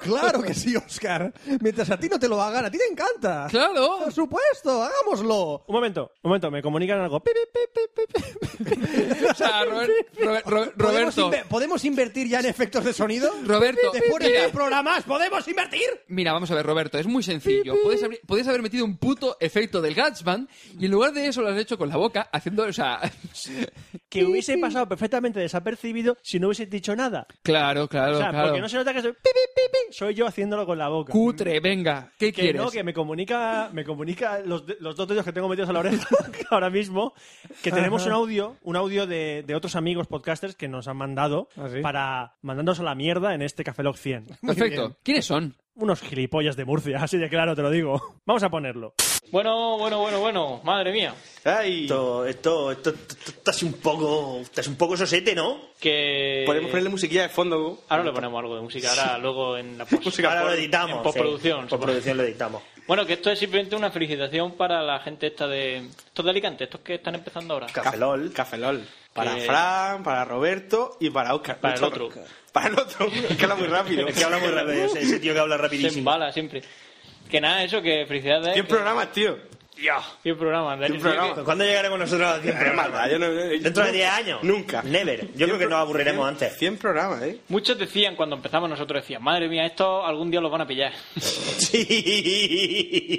Speaker 3: claro que sí, Oscar. Mientras a ti no te lo hagan, a ti te encanta.
Speaker 9: ¡Claro!
Speaker 3: Por supuesto, hagámoslo.
Speaker 7: Un momento, un momento, me comunican algo. Pi, pi, pi, pi, pi, pi.
Speaker 9: [LAUGHS] O sea, Robert- Robert- Robert-
Speaker 3: ¿Podemos,
Speaker 9: Roberto,
Speaker 3: inve- ¿Podemos invertir ya en efectos de sonido?
Speaker 9: Roberto,
Speaker 3: Después de
Speaker 9: mira. [LAUGHS]
Speaker 3: tres programas, ¿podemos invertir?
Speaker 9: Mira, vamos a ver, Roberto, es muy sencillo. Puedes haber, puedes haber metido un puto efecto del Gatsman y en lugar de eso lo has hecho con la boca, haciendo, o sea...
Speaker 7: que hubiese pasado perfectamente desapercibido si no hubiese dicho nada.
Speaker 9: claro, claro,
Speaker 7: o sea,
Speaker 9: claro.
Speaker 7: porque no se nota que soy pi, pi, pi, pi, soy yo haciéndolo con la boca.
Speaker 9: Cutre, venga. ¿Qué
Speaker 7: que
Speaker 9: quieres?
Speaker 7: no, que me comunica, me comunica los, de- los dos dedos que tengo metidos a la oreja [LAUGHS] ahora mismo, que tenemos un audio, un audio de, de otros amigos podcasters que nos han mandado
Speaker 3: ¿Ah, sí?
Speaker 7: para mandándonos a la mierda en este Café Lock 100.
Speaker 9: Perfecto. ¿Quiénes son?
Speaker 7: Unos gilipollas de Murcia, así de claro te lo digo. Vamos a ponerlo.
Speaker 2: Bueno, bueno, bueno, bueno. Madre mía.
Speaker 10: Esto, esto, esto, esto, esto estás un poco, estás un poco sosete, ¿no?
Speaker 2: Que...
Speaker 10: Eh, Podemos ponerle musiquilla de fondo.
Speaker 2: Ahora le ponemos algo de música, ahora luego en [LAUGHS] la
Speaker 10: [LAUGHS]
Speaker 2: post.
Speaker 10: Ahora lo editamos.
Speaker 2: En postproducción.
Speaker 10: Sí, postproducción lo
Speaker 2: [LAUGHS]
Speaker 10: editamos.
Speaker 2: Bueno, que esto es simplemente una felicitación para la gente esta de... Estos de Alicante, estos que están empezando ahora.
Speaker 10: Cafelol. Cafelol.
Speaker 2: Para
Speaker 10: Para
Speaker 2: Eh,
Speaker 10: Fran, para Roberto y para Oscar.
Speaker 2: Para el otro.
Speaker 10: Para el otro. Es que habla muy rápido. Es que habla muy rápido. yo sé, Ese tío que [LAUGHS] habla
Speaker 2: Se
Speaker 10: rapidísimo.
Speaker 2: embala siempre. Que nada, eso, que felicidades.
Speaker 10: ¿Quién
Speaker 2: que-
Speaker 10: programas, tío?
Speaker 2: Bien programa. Dani,
Speaker 10: ¿Quién programas? ¿Cuándo llegaremos nosotros a [LAUGHS] 100 programas? Dentro de 10 años. Nunca. Never. Yo creo que nos aburriremos antes.
Speaker 1: 100 programas, ¿eh?
Speaker 2: Muchos decían cuando empezamos, nosotros decían, madre mía, esto algún día los van a pillar.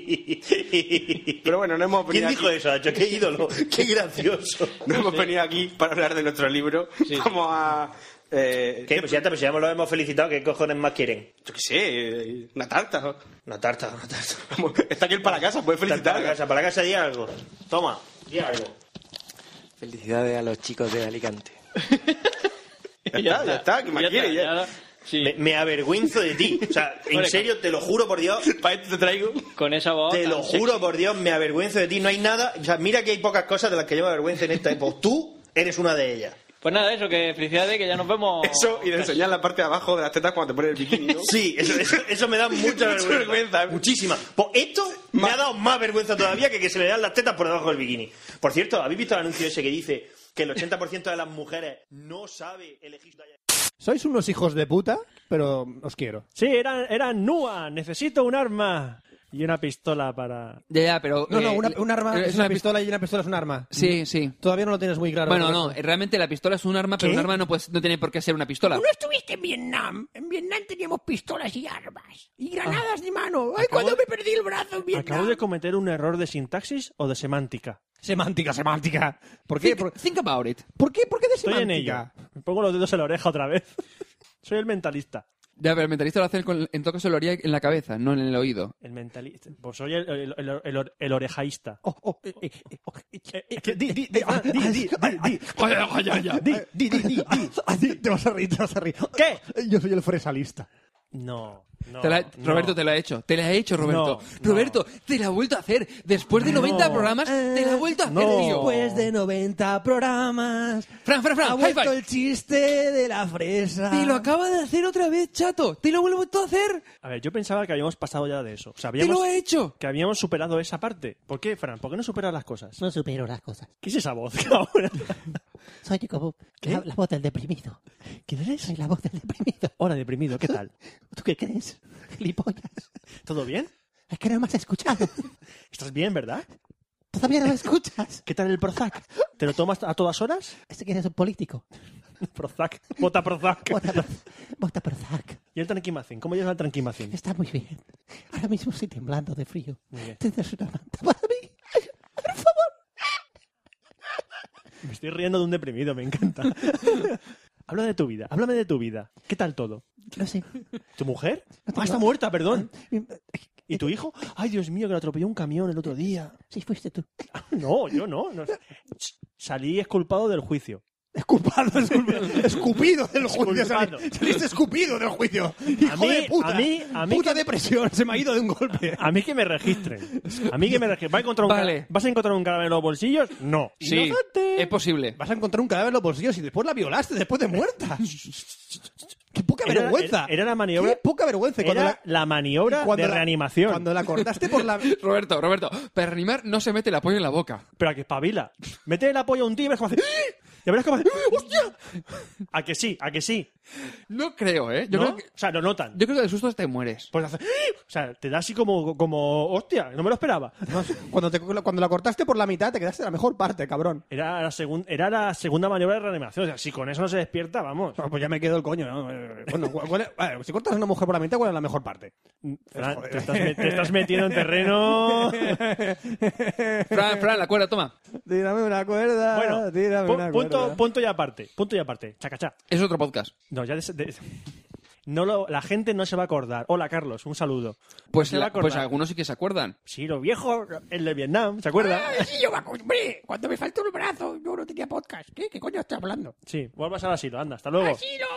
Speaker 10: Sí.
Speaker 1: Pero bueno, no hemos
Speaker 10: ¿Quién
Speaker 1: venido
Speaker 10: dijo
Speaker 1: aquí,
Speaker 10: eso, Nacho? ¡Qué ídolo! ¡Qué gracioso!
Speaker 1: no hemos venido aquí para hablar de nuestro libro.
Speaker 2: Sí.
Speaker 1: Vamos a... eh,
Speaker 10: ¿Qué? Pues ya está, pues ya lo hemos felicitado. ¿Qué cojones más quieren?
Speaker 1: yo qué sé, eh, una tarta. ¿no?
Speaker 10: Una tarta, una tarta.
Speaker 1: Vamos, Está aquí el para casa, puedes
Speaker 10: Tarta
Speaker 1: felicitar.
Speaker 10: para casa, para casa di algo. Toma, di algo.
Speaker 8: Felicidades a los chicos de Alicante.
Speaker 1: [LAUGHS] Ya está, ya está, ¿qué más quieres? Ya.
Speaker 2: está. Sí,
Speaker 10: Me, me avergüenzo de ti. O sea, en
Speaker 2: Hombre,
Speaker 10: serio, te lo juro por
Speaker 1: [LAUGHS]
Speaker 10: Dios. Para esto te traigo.
Speaker 2: con esa voz.
Speaker 10: Te
Speaker 2: tan
Speaker 10: lo
Speaker 2: sexy.
Speaker 10: juro por Dios, me avergüenzo de ti. No hay nada. O sea, mira que hay pocas cosas de las que yo me avergüenzo en esta época. Tú eres una de ellas.
Speaker 2: Pues nada, eso, que felicidades, que ya nos vemos.
Speaker 1: [LAUGHS] Eso y de enseñar la parte de abajo de las tetas cuando te pones el
Speaker 7: [LAUGHS]
Speaker 1: bikini, ¿no?
Speaker 10: Sí, eso, eso, eso
Speaker 1: [LAUGHS]
Speaker 3: [LAUGHS]
Speaker 10: me da mucha vergüenza.
Speaker 1: vergüenza.
Speaker 10: Muchísima. Pues esto me ha dado más vergüenza todavía que que se le dan las tetas por debajo del bikini. Por cierto, ¿habéis visto el anuncio ese que dice que el 80% de las mujeres no sabe elegir talla?
Speaker 3: Sois unos hijos de puta, pero os quiero.
Speaker 7: Sí, era, era Nua, necesito un arma y una pistola para...
Speaker 9: Ya, ya, pero...
Speaker 3: No,
Speaker 9: eh,
Speaker 3: no, una, un arma
Speaker 9: eh,
Speaker 3: es una pistola y una pistola es un arma.
Speaker 9: Sí, sí.
Speaker 3: Todavía no lo tienes muy claro.
Speaker 9: Bueno, no, eh, realmente la pistola es un arma, pero
Speaker 3: ¿Qué?
Speaker 9: un arma no, puede- no tiene por qué ser una pistola.
Speaker 8: estuviste en Vietnam. En Vietnam teníamos pistolas y armas. Y granadas de mano.
Speaker 7: Ay, cuando
Speaker 8: me perdí el brazo en
Speaker 7: Ah. Acabo de cometer un error de sintaxis o de semántica.
Speaker 3: Semántica, semántica. ¿Por qué?
Speaker 9: Think,
Speaker 3: ¿Por,
Speaker 9: think about it.
Speaker 3: por qué? ¿Por qué de
Speaker 7: Estoy en ello.
Speaker 3: semántica?
Speaker 7: Me pongo los dedos en la oreja otra vez. [LAUGHS] Soy el mentalista.
Speaker 9: Ya, pero el mentalista lo hace con, en todo caso lo haría en la cabeza, no en el oído.
Speaker 7: El mentalista. Pues soy el, el, el- el- el orejaísta.
Speaker 3: Oh, oh, eh, eh, eh, oh, eh, eh, eh, eh, di, di, di, ah, di, di, di,
Speaker 9: Calla, calla, ya.
Speaker 3: di, di, di, di, di. Ah, di, Te vas a reír, te vas a reír.
Speaker 7: ¿Qué?
Speaker 3: Yo soy el fresalista.
Speaker 7: No. no,
Speaker 9: Te la-
Speaker 7: no.
Speaker 9: Roberto te la ha hecho, te la ha hecho Roberto.
Speaker 7: No,
Speaker 9: Roberto, te la ha vuelto a hacer. Después de 90 programas, te la ha vuelto a hacer,
Speaker 7: no.
Speaker 9: tío.
Speaker 7: Después de
Speaker 3: 90 programas,
Speaker 9: Fran, Fran, Fran, high five.
Speaker 3: chiste de la fresa.
Speaker 9: Te lo acaba de hacer otra vez, chato. Te lo ha vuelto a hacer.
Speaker 7: A ver, yo pensaba que habíamos pasado ya de eso. O sea,
Speaker 9: Te
Speaker 7: habíamos,
Speaker 9: lo ha hecho.
Speaker 7: que habíamos superado esa parte. ¿Por qué, Fran? ¿Por qué no superas las cosas?
Speaker 8: No supero las cosas.
Speaker 7: ¿Qué es esa voz [LAUGHS] ahora?
Speaker 8: Soy como la, la voz del deprimido.
Speaker 7: ¿Quién eres?
Speaker 8: Soy la voz del deprimido.
Speaker 7: Hola, deprimido, ¿qué tal?
Speaker 8: [LAUGHS] ¿Tú qué crees? Gilipollas.
Speaker 7: ¿Todo bien?
Speaker 8: Es que no me has escuchado.
Speaker 7: [LAUGHS] ¿Estás bien, verdad?
Speaker 8: Todavía no me escuchas.
Speaker 7: [LAUGHS] ¿Qué tal el Prozac? ¿Te lo tomas a todas horas?
Speaker 8: Este que eres un político.
Speaker 7: [LAUGHS] Prozac. Vota Prozac.
Speaker 8: Vota por, vota por Zack.
Speaker 7: ¿Y el tranquimacin? ¿Cómo llevas el tranquimacin?
Speaker 8: Está muy bien. Ahora mismo estoy temblando de frío.
Speaker 7: Muy bien.
Speaker 8: ¿Tienes una manta para mí? Por favor.
Speaker 7: Me estoy riendo de un deprimido, me
Speaker 3: [LAUGHS]
Speaker 7: encanta. Habla de tu vida, háblame de tu vida. ¿Qué tal todo?
Speaker 8: No sé.
Speaker 7: ¿Tu mujer? Ah, está muerta,
Speaker 3: [LAUGHS]
Speaker 7: perdón. ¿Y tu hijo? [LAUGHS] Ay, Dios mío, que lo atropelló un camión el otro día.
Speaker 8: Si fuiste tú.
Speaker 7: No, yo no. no. Ch, Salí exculpado del juicio.
Speaker 3: Escupado,
Speaker 7: [LAUGHS]
Speaker 3: esculpido, escupido del juicio.
Speaker 7: Esculpado.
Speaker 3: sali- Saliste escupido del juicio. Hijo
Speaker 7: A mí-
Speaker 3: de puta.
Speaker 7: a mí- a mí
Speaker 3: puta
Speaker 7: que-
Speaker 3: depresión, se me ha ido de un golpe.
Speaker 7: A mí que me registren. A mí que me registren. ¿Vas a encontrar un,
Speaker 9: Vale.
Speaker 7: cara- ¿vas a encontrar un cadáver en los bolsillos? No.
Speaker 9: Sí,
Speaker 7: Inocente.
Speaker 9: es posible.
Speaker 3: Vas a encontrar un cadáver en los bolsillos y después la violaste después
Speaker 7: [LAUGHS]
Speaker 3: de muerta. ¡Qué poca
Speaker 7: Era-
Speaker 3: vergüenza!
Speaker 7: era- era la maniobra-
Speaker 3: ¡Qué poca [LAUGHS] vergüenza! Y
Speaker 7: Era la, maniobra
Speaker 3: cuando
Speaker 7: de
Speaker 3: la-
Speaker 7: reanimación.
Speaker 3: Cuando la cortaste
Speaker 9: [LAUGHS]
Speaker 3: por la...
Speaker 9: Roberto, Roberto, para reanimar no se mete el apoyo en la boca.
Speaker 7: Pero a que espabila. Mete el apoyo a un tío y verás cómo hace. ¡Ah! Y verás cómo hace. ¡Ah! ¡Hostia! A que sí, a que sí.
Speaker 9: No creo, ¿eh? Yo,
Speaker 7: ¿No?
Speaker 9: creo, que,
Speaker 7: O sea, lo notan.
Speaker 9: yo creo que de susto te mueres.
Speaker 7: Pues hace. ¡Ah! O sea, te da así como, como. ¡Hostia! No me lo esperaba.
Speaker 3: No, cuando, te- cuando la cortaste por la mitad te quedaste en la mejor parte, cabrón.
Speaker 7: Era la, segun- era la segunda maniobra de reanimación. O sea, si con eso no se despierta, vamos.
Speaker 3: No, pues ya me quedo el coño, ¿no? Eh,
Speaker 7: [LAUGHS]
Speaker 3: Bueno, cu- cuál es- vale, si cortas a una mujer por la mitad, ¿cuál es la mejor parte?
Speaker 7: Fran, te, estás, me- te estás metiendo en terreno.
Speaker 9: [LAUGHS] Fran, Fran, la cuerda, toma.
Speaker 3: [LAUGHS] Tírame una cuerda,
Speaker 7: Bueno,
Speaker 3: Ah, tírame
Speaker 7: pu-
Speaker 3: una
Speaker 7: punto,
Speaker 3: cuerda.
Speaker 7: punto y aparte. Punto y aparte. Chacachá.
Speaker 9: Es otro podcast.
Speaker 7: No, ya. des- de- no lo- la gente no se va a acordar. Hola, Carlos, un saludo. No
Speaker 9: Pues,
Speaker 7: se va a
Speaker 9: la- pues
Speaker 7: acordar.
Speaker 9: algunos sí que se acuerdan.
Speaker 7: Sí, lo viejo, el de Vietnam, ¿se acuerda?
Speaker 8: Ay, sí, yo me acostumbré. Cuando me faltó el brazo, yo no tenía podcast. ¿Qué, ¿Qué coño estás hablando?
Speaker 7: Sí, vuelvas al asilo, anda, hasta luego.
Speaker 8: ¡Asilo!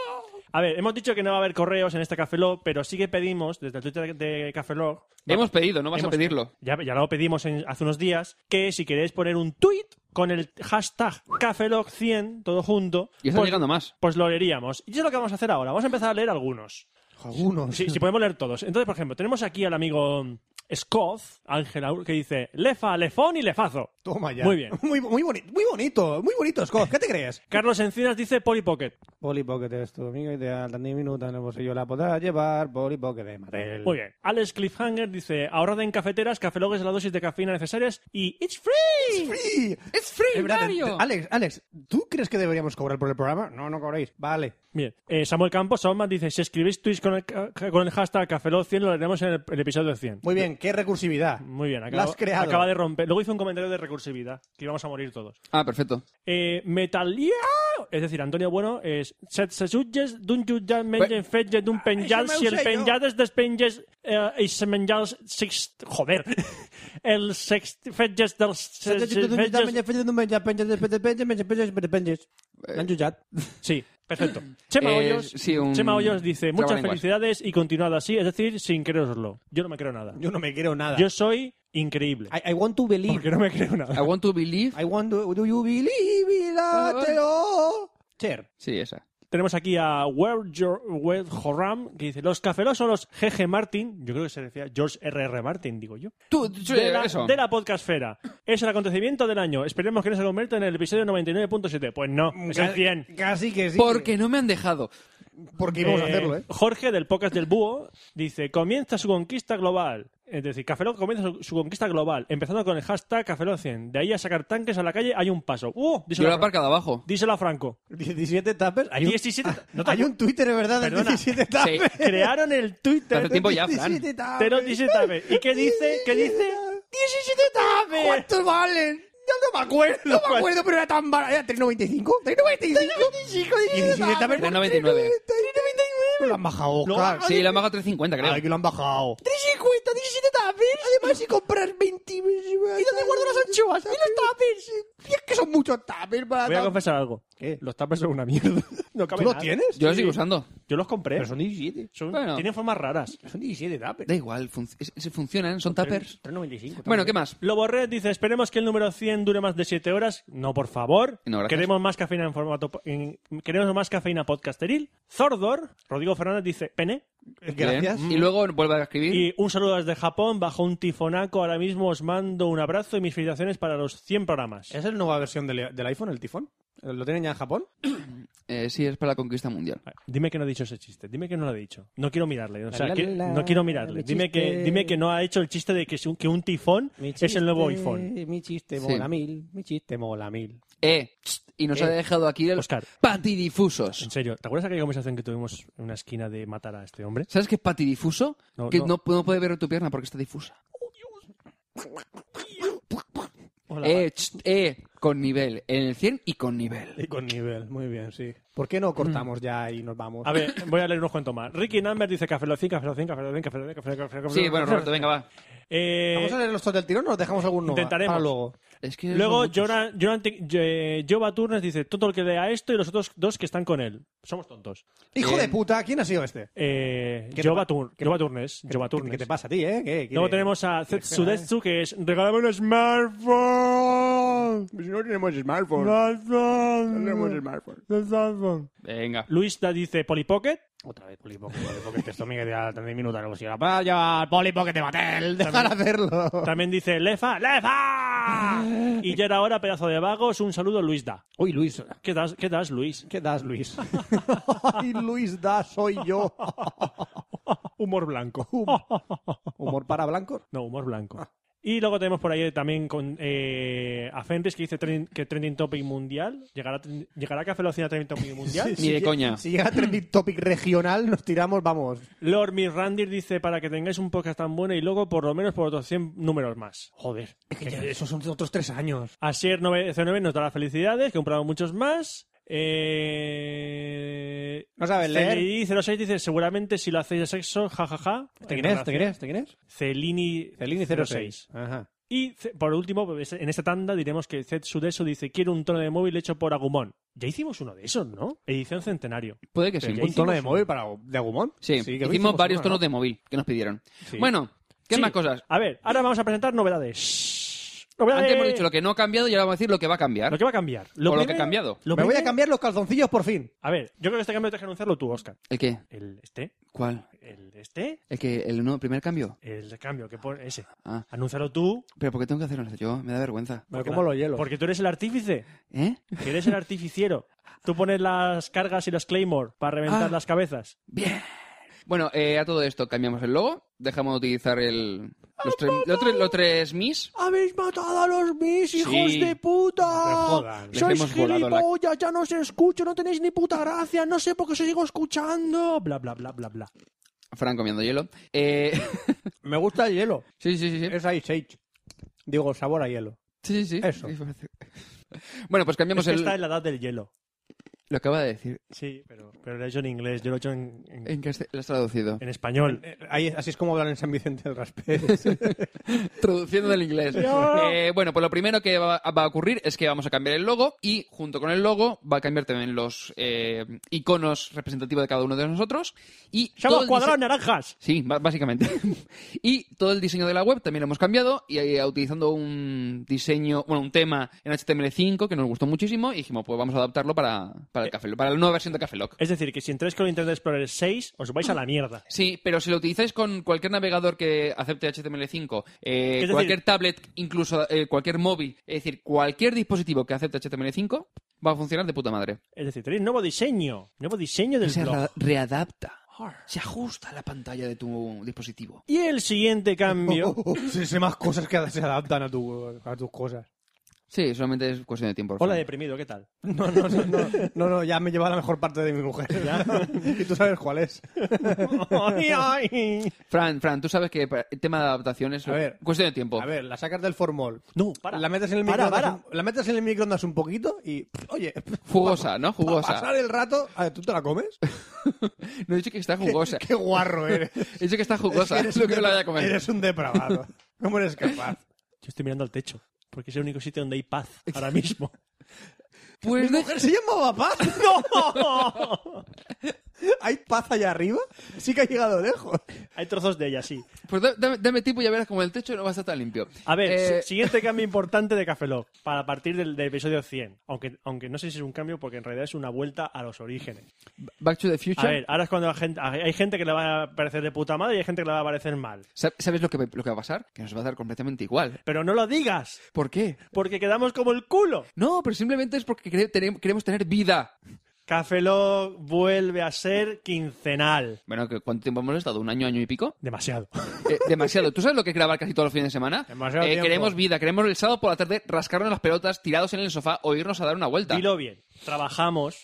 Speaker 7: A ver, hemos dicho que no va a haber correos en este Café Lock, pero sí que pedimos desde el Twitter de Café Lock.
Speaker 9: Hemos pedido, no vas a
Speaker 7: Hemos-
Speaker 9: pedirlo.
Speaker 7: Ya, ya lo pedimos en- hace unos días, que si queréis poner un tweet con el hashtag CafeLock100, todo junto.
Speaker 9: Y están llegando más.
Speaker 7: Pues lo leeríamos. Y eso es lo que vamos a hacer ahora. Vamos a empezar a leer algunos.
Speaker 3: Algunos.
Speaker 7: Sí, sí, podemos leer todos. Entonces, por ejemplo, tenemos aquí al amigo mm, Scott, Ángel Aur, que dice Lefa, Lefón y Lefazo.
Speaker 3: Toma ya. [LAUGHS]
Speaker 7: Muy bien.
Speaker 3: Muy, muy, boni- muy bonito, muy bonito, Scott. ¿Qué te crees?
Speaker 7: Carlos Encinas dice Polly Pocket.
Speaker 3: Polly Pocket es tu amigo ideal, tan diminuta en el bolsillo la podrás llevar. Polly Pocket de Mattel.
Speaker 7: Muy bien. Alex Cliffhanger dice ahorrad en cafeteras, cafelogues, la dosis de cafeína necesarias y it's free.
Speaker 3: ¡Free!
Speaker 9: ¡Es free,
Speaker 3: Es verdad, te-
Speaker 9: Mario!
Speaker 3: te- Alex, Alex, ¿tú crees que deberíamos cobrar por el programa? No, no cobréis. Vale.
Speaker 7: Bien. Eh, Samuel Campos, Saúl dice si escribís tweets con el, ca- con el hashtag CafeLock100 lo leeremos en el, el episodio 100.
Speaker 3: Muy bien, qué recursividad.
Speaker 7: Muy bien,
Speaker 3: La
Speaker 7: acaba,
Speaker 3: has creado.
Speaker 7: acaba de romper. Luego hizo un comentario de recursividad, que íbamos a morir todos.
Speaker 9: Ah, perfecto.
Speaker 7: Eh, Metalia, es decir, Antonio Bueno, es set se sutges d'un jutjat mengen fets d'un penjat
Speaker 3: Pues, me ho
Speaker 7: si el
Speaker 3: sé
Speaker 7: penjat es despenges eh, i se menja els sex... Joder! [LAUGHS] Els sex... fetges dels... se- se- fetges-
Speaker 3: Han jutjat.
Speaker 7: Eh, Sí,
Speaker 3: [LAUGHS]
Speaker 7: perfecto. Chema
Speaker 9: Eh,
Speaker 7: Hoyos,
Speaker 9: sí, un
Speaker 7: Chema Hoyos dice, muchas
Speaker 9: trabalenguas".
Speaker 7: felicidades y continuad así, es decir, sin creéroslo. Yo no me creo nada.
Speaker 3: Yo no me creo nada.
Speaker 7: Yo soy increíble.
Speaker 3: I, I want to believe.
Speaker 7: Porque no me creo nada.
Speaker 9: I want to believe.
Speaker 3: I want to... Do you believe in that? Oh. Cher.
Speaker 9: Sí, esa.
Speaker 7: Tenemos aquí a Where Your- Where Joram, que dice, los cafelos son los GG Martin, yo creo que se decía George R.R. Martin, digo yo,
Speaker 9: Tú, sí,
Speaker 7: de la,
Speaker 9: eso.
Speaker 7: de la podcastfera. Es el acontecimiento del año. Esperemos que no se convierta en el episodio 99.7. Pues no, es el 100.
Speaker 3: Casi que sí.
Speaker 9: Porque no me han dejado.
Speaker 3: Porque íbamos a
Speaker 7: Eh,
Speaker 3: hacerlo, ¿eh?
Speaker 7: Jorge del Podcast del Búho dice, comienza su conquista global. Es decir, Cafeloc comienza su, su conquista global, empezando con el hashtag Cafeloc 100. De ahí a sacar tanques a la calle hay un paso. ¡Uh!
Speaker 9: Yo
Speaker 7: Díselo,
Speaker 9: lo he
Speaker 7: a, Fra-
Speaker 9: aparcado abajo.
Speaker 7: díselo a Franco.
Speaker 3: 17 tapes. Hay un,
Speaker 7: 17
Speaker 3: Ah,
Speaker 7: no te
Speaker 3: hay un Twitter, de verdad, de
Speaker 7: Perdona.
Speaker 3: 17 tapes.
Speaker 9: Sí.
Speaker 7: [LAUGHS]
Speaker 3: [LAUGHS]
Speaker 7: Crearon el Twitter.
Speaker 9: Eh, Hace tiempo
Speaker 7: [LAUGHS]
Speaker 9: ya, Fran.
Speaker 3: 17 tapes.
Speaker 7: Pero 17 tapes. ¿Y qué dice? ¿Qué dice?
Speaker 3: 17 tapes. ¿Cuántos valen? Yo no me acuerdo. No me acuerdo, pero era tan barato. ¿Era 3.95? 3.95. 17 tapes.
Speaker 9: 3.99.
Speaker 3: 3.99. Lo han bajado, Oscar.
Speaker 9: Sí, le han bajado 350, creo.
Speaker 3: Ay, que lo han bajado. 3.50, 17 tapes. Además, si compras 20... ¿Y dónde guardo las anchoas? ¿Y los tapes? Y es que son muchos tapes para...
Speaker 7: Voy a
Speaker 3: tan-
Speaker 7: confesar algo.
Speaker 3: ¿Qué?
Speaker 7: Los tapers son una mierda. No cabe
Speaker 3: ¿Tú lo
Speaker 7: nada.
Speaker 3: tienes?
Speaker 9: Yo lo sigo usando.
Speaker 7: Yo los compré.
Speaker 3: Pero son 17.
Speaker 7: Son-
Speaker 9: Bueno.
Speaker 7: Tienen formas raras.
Speaker 3: Son 17 tapes.
Speaker 9: Da igual, func- es- es- funcionan, son tappers.
Speaker 3: 3.95.
Speaker 9: Bueno, ¿qué más?
Speaker 7: Loborred dice, esperemos que el número 100 dure más de 7 horas. No, por favor.
Speaker 9: No, gracias.
Speaker 7: Queremos más cafeína en formato... po- en- queremos más cafeína podcasteril. Zordor, Rodrigo Fernández dice, pene.
Speaker 3: Gracias.
Speaker 9: Bien. Y luego vuelve a escribir.
Speaker 7: Y un saludo desde Japón, bajo un tifonaco. Ahora mismo os mando un abrazo y mis felicitaciones para los 100 programas.
Speaker 3: ¿Esa es la nueva versión del, del iPhone, el tifón? ¿Lo tienen ya en Japón?
Speaker 9: Eh, sí, es para la conquista mundial.
Speaker 7: Dime que no ha dicho ese chiste. Dime que no lo ha dicho. No quiero mirarle. O sea,
Speaker 3: La, la,
Speaker 7: que-
Speaker 3: la,
Speaker 7: no quiero mirarle.
Speaker 3: mi
Speaker 7: Dime
Speaker 3: chiste.
Speaker 7: que, dime que no ha hecho el chiste de que, es un- que un tifón es el nuevo iPhone.
Speaker 3: Mi chiste
Speaker 9: Sí.
Speaker 3: mola mil, mi chiste mola mil.
Speaker 9: Eh, tst, y nos
Speaker 7: ¿Qué?
Speaker 9: ha dejado aquí el
Speaker 7: Oscar.
Speaker 9: patidifusos.
Speaker 7: En serio, ¿te acuerdas aquella conversación que tuvimos en una esquina de matar a este hombre?
Speaker 9: ¿Sabes qué es patidifuso?
Speaker 7: No,
Speaker 9: que
Speaker 7: no.
Speaker 9: no. no puede ver tu pierna porque está difusa.
Speaker 7: Hola,
Speaker 9: Eh, tst, eh, con nivel. En el 100 y con nivel.
Speaker 3: Y con nivel, muy bien, sí. ¿Por
Speaker 7: Mm.
Speaker 3: qué no
Speaker 7: pues
Speaker 3: cortamos ya y nos vamos?
Speaker 7: A ver, voy a leer unos cuentos más. Ricky Number dice Café Lock 100, Café Lock 100, Café Lock 100, Café Lock 100, Café Lock 100, Café Lock 100.
Speaker 9: Sí, bueno, Roberto, venga, va.
Speaker 7: Eh,
Speaker 3: ¿Vamos a leer los dos del tirón o nos dejamos alguno
Speaker 7: intentaremos.
Speaker 3: para luego?
Speaker 9: Es que
Speaker 7: Luego,
Speaker 9: son muchos.
Speaker 7: Joran, Joran Tic- eh, Jova Turnes dice: Todo el que lea esto y los otros dos que están con él. Somos tontos.
Speaker 3: ¡Hijo
Speaker 9: Bien.
Speaker 3: de puta! ¿Quién ha sido este?
Speaker 7: Eh,
Speaker 3: ¿Qué te
Speaker 7: Jova
Speaker 3: pa-
Speaker 7: Tur-
Speaker 3: qué- [LAUGHS]
Speaker 7: Jova Turnes. Jova
Speaker 3: ¿Qué,
Speaker 7: Turnes.
Speaker 3: qué te pasa a ti, eh? ¿Qué- qué-
Speaker 7: Luego tenemos
Speaker 3: [LAUGHS]
Speaker 7: a Zetsudetsu, que es regálame un smartphone.
Speaker 3: Pues no tenemos smartphone.
Speaker 7: Smartphone.
Speaker 3: smartphone.
Speaker 7: Smartphone.
Speaker 9: Venga.
Speaker 7: Luis da dice Polly Pocket.
Speaker 3: Otra vez Polipocket, Polipocket. Esto me queda 30 minutos. No, si la para llevar Polipocket de Mattel. Dejar hacerlo.
Speaker 7: También dice Lefa.
Speaker 3: [LAUGHS]
Speaker 7: ¡Lefa! y ya era hora, pedazo de vagos. Un saludo, Luis da.
Speaker 3: Uy, Luis.
Speaker 7: ¿Qué das, qué das Luis?
Speaker 3: ¿Qué das, Luis? Ay, Luis da, soy yo.
Speaker 7: Humor blanco. [LAUGHS]
Speaker 3: Humor para blancos. Ah.
Speaker 7: No, humor blanco. Y luego tenemos por ahí también con, eh, a Fenris que dice tren- que Trending Topic Mundial. ¿Llegará, tren- ¿llegará Café Lock 100 a Trending Topic Mundial?
Speaker 9: Ni de
Speaker 3: llega-
Speaker 9: coña.
Speaker 7: [CLEARS THROAT]
Speaker 3: Si llega a trending topic regional, nos tiramos, vamos.
Speaker 7: Lord Mirrandir dice para que tengáis un podcast tan bueno y luego por lo menos por otros 100 números más. Joder.
Speaker 3: esos son otros tres años.
Speaker 7: Asier909 nos dará felicidades, que compramos muchos más. Eh...
Speaker 3: No sabes leer.
Speaker 7: Celini 06 dice, seguramente si lo hacéis de sexo, jajaja.
Speaker 3: ¿Te crees? ¿Te crees? ¿Te crees?
Speaker 7: Celini,
Speaker 3: Celini
Speaker 7: 06.
Speaker 3: 06. Ajá.
Speaker 7: Y ce- por último, pues, en esta tanda diremos que Zed Sudeso dice, quiero un tono de móvil hecho por Agumon. Ya hicimos uno de esos, ¿no? Edición centenario.
Speaker 9: Puede que sí.
Speaker 7: Ya
Speaker 9: ¿Un tono de
Speaker 7: hicimos
Speaker 9: móvil
Speaker 3: para de Agumon?
Speaker 9: Sí,
Speaker 7: Sí, que
Speaker 9: hicimos,
Speaker 7: hicimos
Speaker 9: varios
Speaker 7: uno,
Speaker 9: tonos
Speaker 7: ¿no?
Speaker 9: de móvil que nos pidieron.
Speaker 7: Sí.
Speaker 9: Bueno, ¿qué
Speaker 7: Sí.
Speaker 9: más cosas?
Speaker 7: A ver, ahora vamos a presentar novedades. Novedades.
Speaker 9: Antes hemos dicho lo que no ha cambiado y ahora vamos a decir lo que va a cambiar. Lo
Speaker 7: que va a cambiar.
Speaker 9: Lo, o lo que ha
Speaker 7: primero-
Speaker 9: cambiado.
Speaker 7: lo
Speaker 3: Me voy a
Speaker 7: primero-
Speaker 3: cambiar los calzoncillos por fin.
Speaker 7: A ver, yo creo que este cambio tienes que anunciarlo tú, Oscar.
Speaker 9: ¿El qué?
Speaker 7: El este,
Speaker 9: ¿Cuál?
Speaker 7: el este,
Speaker 9: ¿El, que, el nuevo primer cambio?
Speaker 7: el cambio que pone ese.
Speaker 9: Ah.
Speaker 7: Anúncialo tú.
Speaker 9: ¿Pero por qué tengo que hacerlo yo? Me da vergüenza.
Speaker 7: porque la- Porque tú eres el artífice.
Speaker 9: ¿Eh?
Speaker 7: Que eres el artificiero. Tú pones las cargas y los Claymore para reventar
Speaker 9: Ah.
Speaker 7: las cabezas.
Speaker 9: Bueno, eh, a todo esto cambiamos el logo, dejamos de utilizar el
Speaker 7: Ah,
Speaker 9: los, tres- los tres- los tres mis.
Speaker 8: ¡Habéis matado a los mis hijos
Speaker 9: Sí.
Speaker 8: de
Speaker 9: No
Speaker 8: puta!
Speaker 9: me jodan. Les
Speaker 8: ¡Sois
Speaker 9: hemos volado la-
Speaker 8: gilipollas! ¡Ya no os escucho! ¡No tenéis ni puta gracia! ¡No sé por qué os sigo escuchando!
Speaker 7: Bla, bla, bla, bla, bla.
Speaker 9: Fran comiendo hielo. Eh, [LAUGHS]
Speaker 3: Me gusta el hielo.
Speaker 9: Sí, sí, sí.
Speaker 3: Es Ice Age. Digo, sabor a hielo.
Speaker 9: Sí, sí, sí.
Speaker 3: Eso.
Speaker 9: bueno, pues cambiamos
Speaker 7: Es que
Speaker 9: el.
Speaker 7: está en la edad del hielo.
Speaker 9: Lo acaba de decir.
Speaker 7: Sí, pero, pero lo he hecho en inglés. Yo lo he hecho en, en-
Speaker 9: ¿En qué has- lo has traducido?
Speaker 7: en español.
Speaker 3: Eh, ahí- así es como hablan en San Vicente del Raspé.
Speaker 9: [LAUGHS] Traduciendo del inglés.
Speaker 3: Yo.
Speaker 9: Eh, bueno, pues lo primero que va, va a ocurrir es que vamos a cambiar el logo y junto con el logo va a cambiar también los eh, iconos representativos de cada uno de nosotros. Y todo
Speaker 7: ¡Somos
Speaker 9: el dise-
Speaker 7: cuadrados naranjas!
Speaker 9: Sí, ba- básicamente. [LAUGHS] y todo el diseño de la web también lo hemos cambiado y eh, utilizando un diseño, bueno, un tema en HTML5 que nos gustó muchísimo y dijimos, pues vamos a adaptarlo para, para el Café Lock, para la nueva versión de Café Lock.
Speaker 7: Eh, Es decir, que si entráis con Internet Explorer 6, os vais a la mierda.
Speaker 9: Sí, pero si lo utilizáis con cualquier navegador que acepte HTML5, eh,
Speaker 7: Es decir-
Speaker 9: cualquier tablet, incluso eh, cualquier móvil, es decir, cualquier dispositivo que acepte HTML5, va a funcionar de puta madre.
Speaker 7: Es decir, tenéis nuevo diseño. Nuevo diseño del
Speaker 9: Se
Speaker 7: blog.
Speaker 9: ra- readapta, se ajusta a la pantalla de tu dispositivo.
Speaker 7: Y el siguiente
Speaker 9: [LAUGHS]
Speaker 7: cambio.
Speaker 3: Sí, sé más cosas que se adaptan a, tu- a tus cosas.
Speaker 9: Sí, solamente es cuestión de tiempo.
Speaker 7: Hola, deprimido, ¿qué tal?
Speaker 3: No, no, no, no, no, no, ya me lleva la mejor parte
Speaker 7: [LAUGHS]
Speaker 3: de mi mujer. [LAUGHS] y tú sabes cuál es.
Speaker 7: Ay, ay.
Speaker 9: Fran, Fran, tú sabes que para- el tema de adaptación es
Speaker 3: A ver.
Speaker 9: cuestión de tiempo.
Speaker 3: A ver, la sacas del formol.
Speaker 7: No, para.
Speaker 3: La metes en el
Speaker 7: Para,
Speaker 3: microondas,
Speaker 7: para.
Speaker 3: un- la metes en el microondas un poquito y, pff, oye,
Speaker 9: [LAUGHS] Jugosa, ¿no?
Speaker 3: para
Speaker 9: Jugosa.
Speaker 3: pasar el rato, a ver, ¿tú te la comes?
Speaker 9: [LAUGHS] No he dicho que está jugosa.
Speaker 3: [LAUGHS] Qué guarro eres.
Speaker 9: [LAUGHS] He dicho que está
Speaker 3: [LAUGHS]
Speaker 9: jugosa.
Speaker 3: eres,
Speaker 9: lo
Speaker 3: un
Speaker 9: que no la
Speaker 3: depra-
Speaker 9: voy a comer.
Speaker 3: eres un depravado. ¿Cómo eres capaz?
Speaker 7: Yo estoy mirando al techo. Porque es el único sitio donde hay
Speaker 9: [LAUGHS]
Speaker 7: paz ahora mismo.
Speaker 9: Pues
Speaker 3: ¿Mi
Speaker 9: de-
Speaker 3: mujer se llamaba
Speaker 8: [LAUGHS]
Speaker 3: Paz?
Speaker 7: ¡No!
Speaker 3: ¿Hay paz allá arriba? Sí que ha llegado lejos.
Speaker 7: Hay trozos de ella, sí.
Speaker 9: pues da- dame, dame tiempo y ya verás como el techo no va a estar tan limpio.
Speaker 7: A ver,
Speaker 9: Eh,
Speaker 7: si-
Speaker 9: [LAUGHS]
Speaker 7: siguiente cambio importante de Café Lock, para partir del, del episodio 100. Aunque, aunque no sé si es un cambio porque en realidad es una vuelta a los orígenes.
Speaker 9: Back to the
Speaker 7: A
Speaker 9: Future.
Speaker 7: ver, ahora es cuando la gente, hay gente que le va a parecer de puta madre y hay gente que le va a parecer mal.
Speaker 9: ¿Sab- ¿Sabes lo que, va- lo que va a pasar? Que nos va a dar completamente igual.
Speaker 7: Pero no lo digas,
Speaker 9: ¿Por qué?
Speaker 7: porque quedamos como el culo.
Speaker 9: No, pero simplemente es porque cre- tenem- queremos tener vida.
Speaker 7: Café Lock vuelve a ser quincenal.
Speaker 9: Bueno, ¿qué- ¿cuánto tiempo hemos estado? ¿Un año, año y pico?
Speaker 7: Demasiado.
Speaker 9: Eh, demasiado. ¿Tú sabes lo que es grabar casi todos los fines de semana?
Speaker 3: Demasiado
Speaker 9: Eh,
Speaker 3: tiempo.
Speaker 9: queremos vida. Queremos el sábado por la tarde rascarnos las pelotas tirados en el sofá o irnos a dar una vuelta.
Speaker 7: Dilo bien. Trabajamos,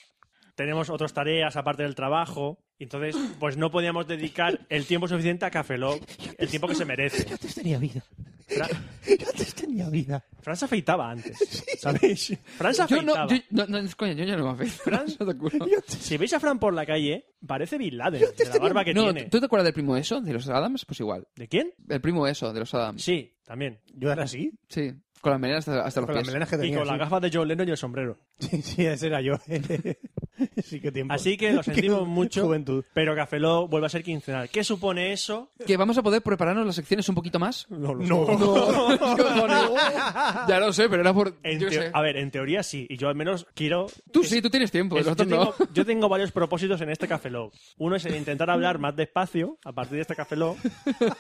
Speaker 7: tenemos otras tareas aparte del trabajo. y Entonces, pues no podíamos dedicar el tiempo suficiente a Café Lock, el tiempo que se merece.
Speaker 8: Yo antes tenía vida.
Speaker 7: Fra-
Speaker 8: Yo antes tenía vida.
Speaker 7: Fran se afeitaba antes, ¿sabéis? Fran se
Speaker 9: Yo no,
Speaker 7: afeitaba.
Speaker 9: yo, no, no, es coña, [LAUGHS] yo ya no me afeito. Eso te juro.
Speaker 8: Yo antes...
Speaker 7: Si veis a Fran por la calle, parece Bin Laden, de la barba que
Speaker 9: [LAUGHS] No,
Speaker 7: tiene.
Speaker 9: ¿tú te acuerdas del primo eso, de los Adams? Pues igual.
Speaker 7: ¿De quién?
Speaker 9: El primo eso, de los Adams.
Speaker 7: Sí, también.
Speaker 3: ¿Yo era así?
Speaker 9: Sí, con las melenas hasta, hasta los
Speaker 3: Con las
Speaker 9: pies.
Speaker 3: melenas que
Speaker 7: Y
Speaker 3: tenía.
Speaker 7: con las
Speaker 3: sí.
Speaker 7: gafas de John Lennon y el
Speaker 3: [LAUGHS]
Speaker 7: sombrero.
Speaker 3: Sí, sí, ese era yo. [LAUGHS] sí, qué tiempo.
Speaker 7: Así
Speaker 3: [LAUGHS]
Speaker 7: que lo sentimos
Speaker 3: Qué
Speaker 7: mucho.
Speaker 3: Juventud.
Speaker 7: Pero Café Lock vuelve a ser quincenal. ¿Qué supone eso?
Speaker 9: Que vamos a poder prepararnos las secciones un poquito más.
Speaker 7: No lo
Speaker 3: No.
Speaker 7: [LAUGHS]
Speaker 9: Qué bonito. [LAUGHS] ya lo sé, pero era por.
Speaker 7: En
Speaker 9: yo qué
Speaker 7: teo-
Speaker 9: sé.
Speaker 7: A ver, en teoría sí. Y yo al menos quiero...
Speaker 9: Tú
Speaker 7: es-
Speaker 9: sí, tú tienes tiempo,
Speaker 7: es- yo,
Speaker 9: nosotros
Speaker 7: tengo,
Speaker 9: no.
Speaker 7: yo tengo varios propósitos en este Café Lock. Uno es el intentar hablar más despacio a partir de este Café Lock.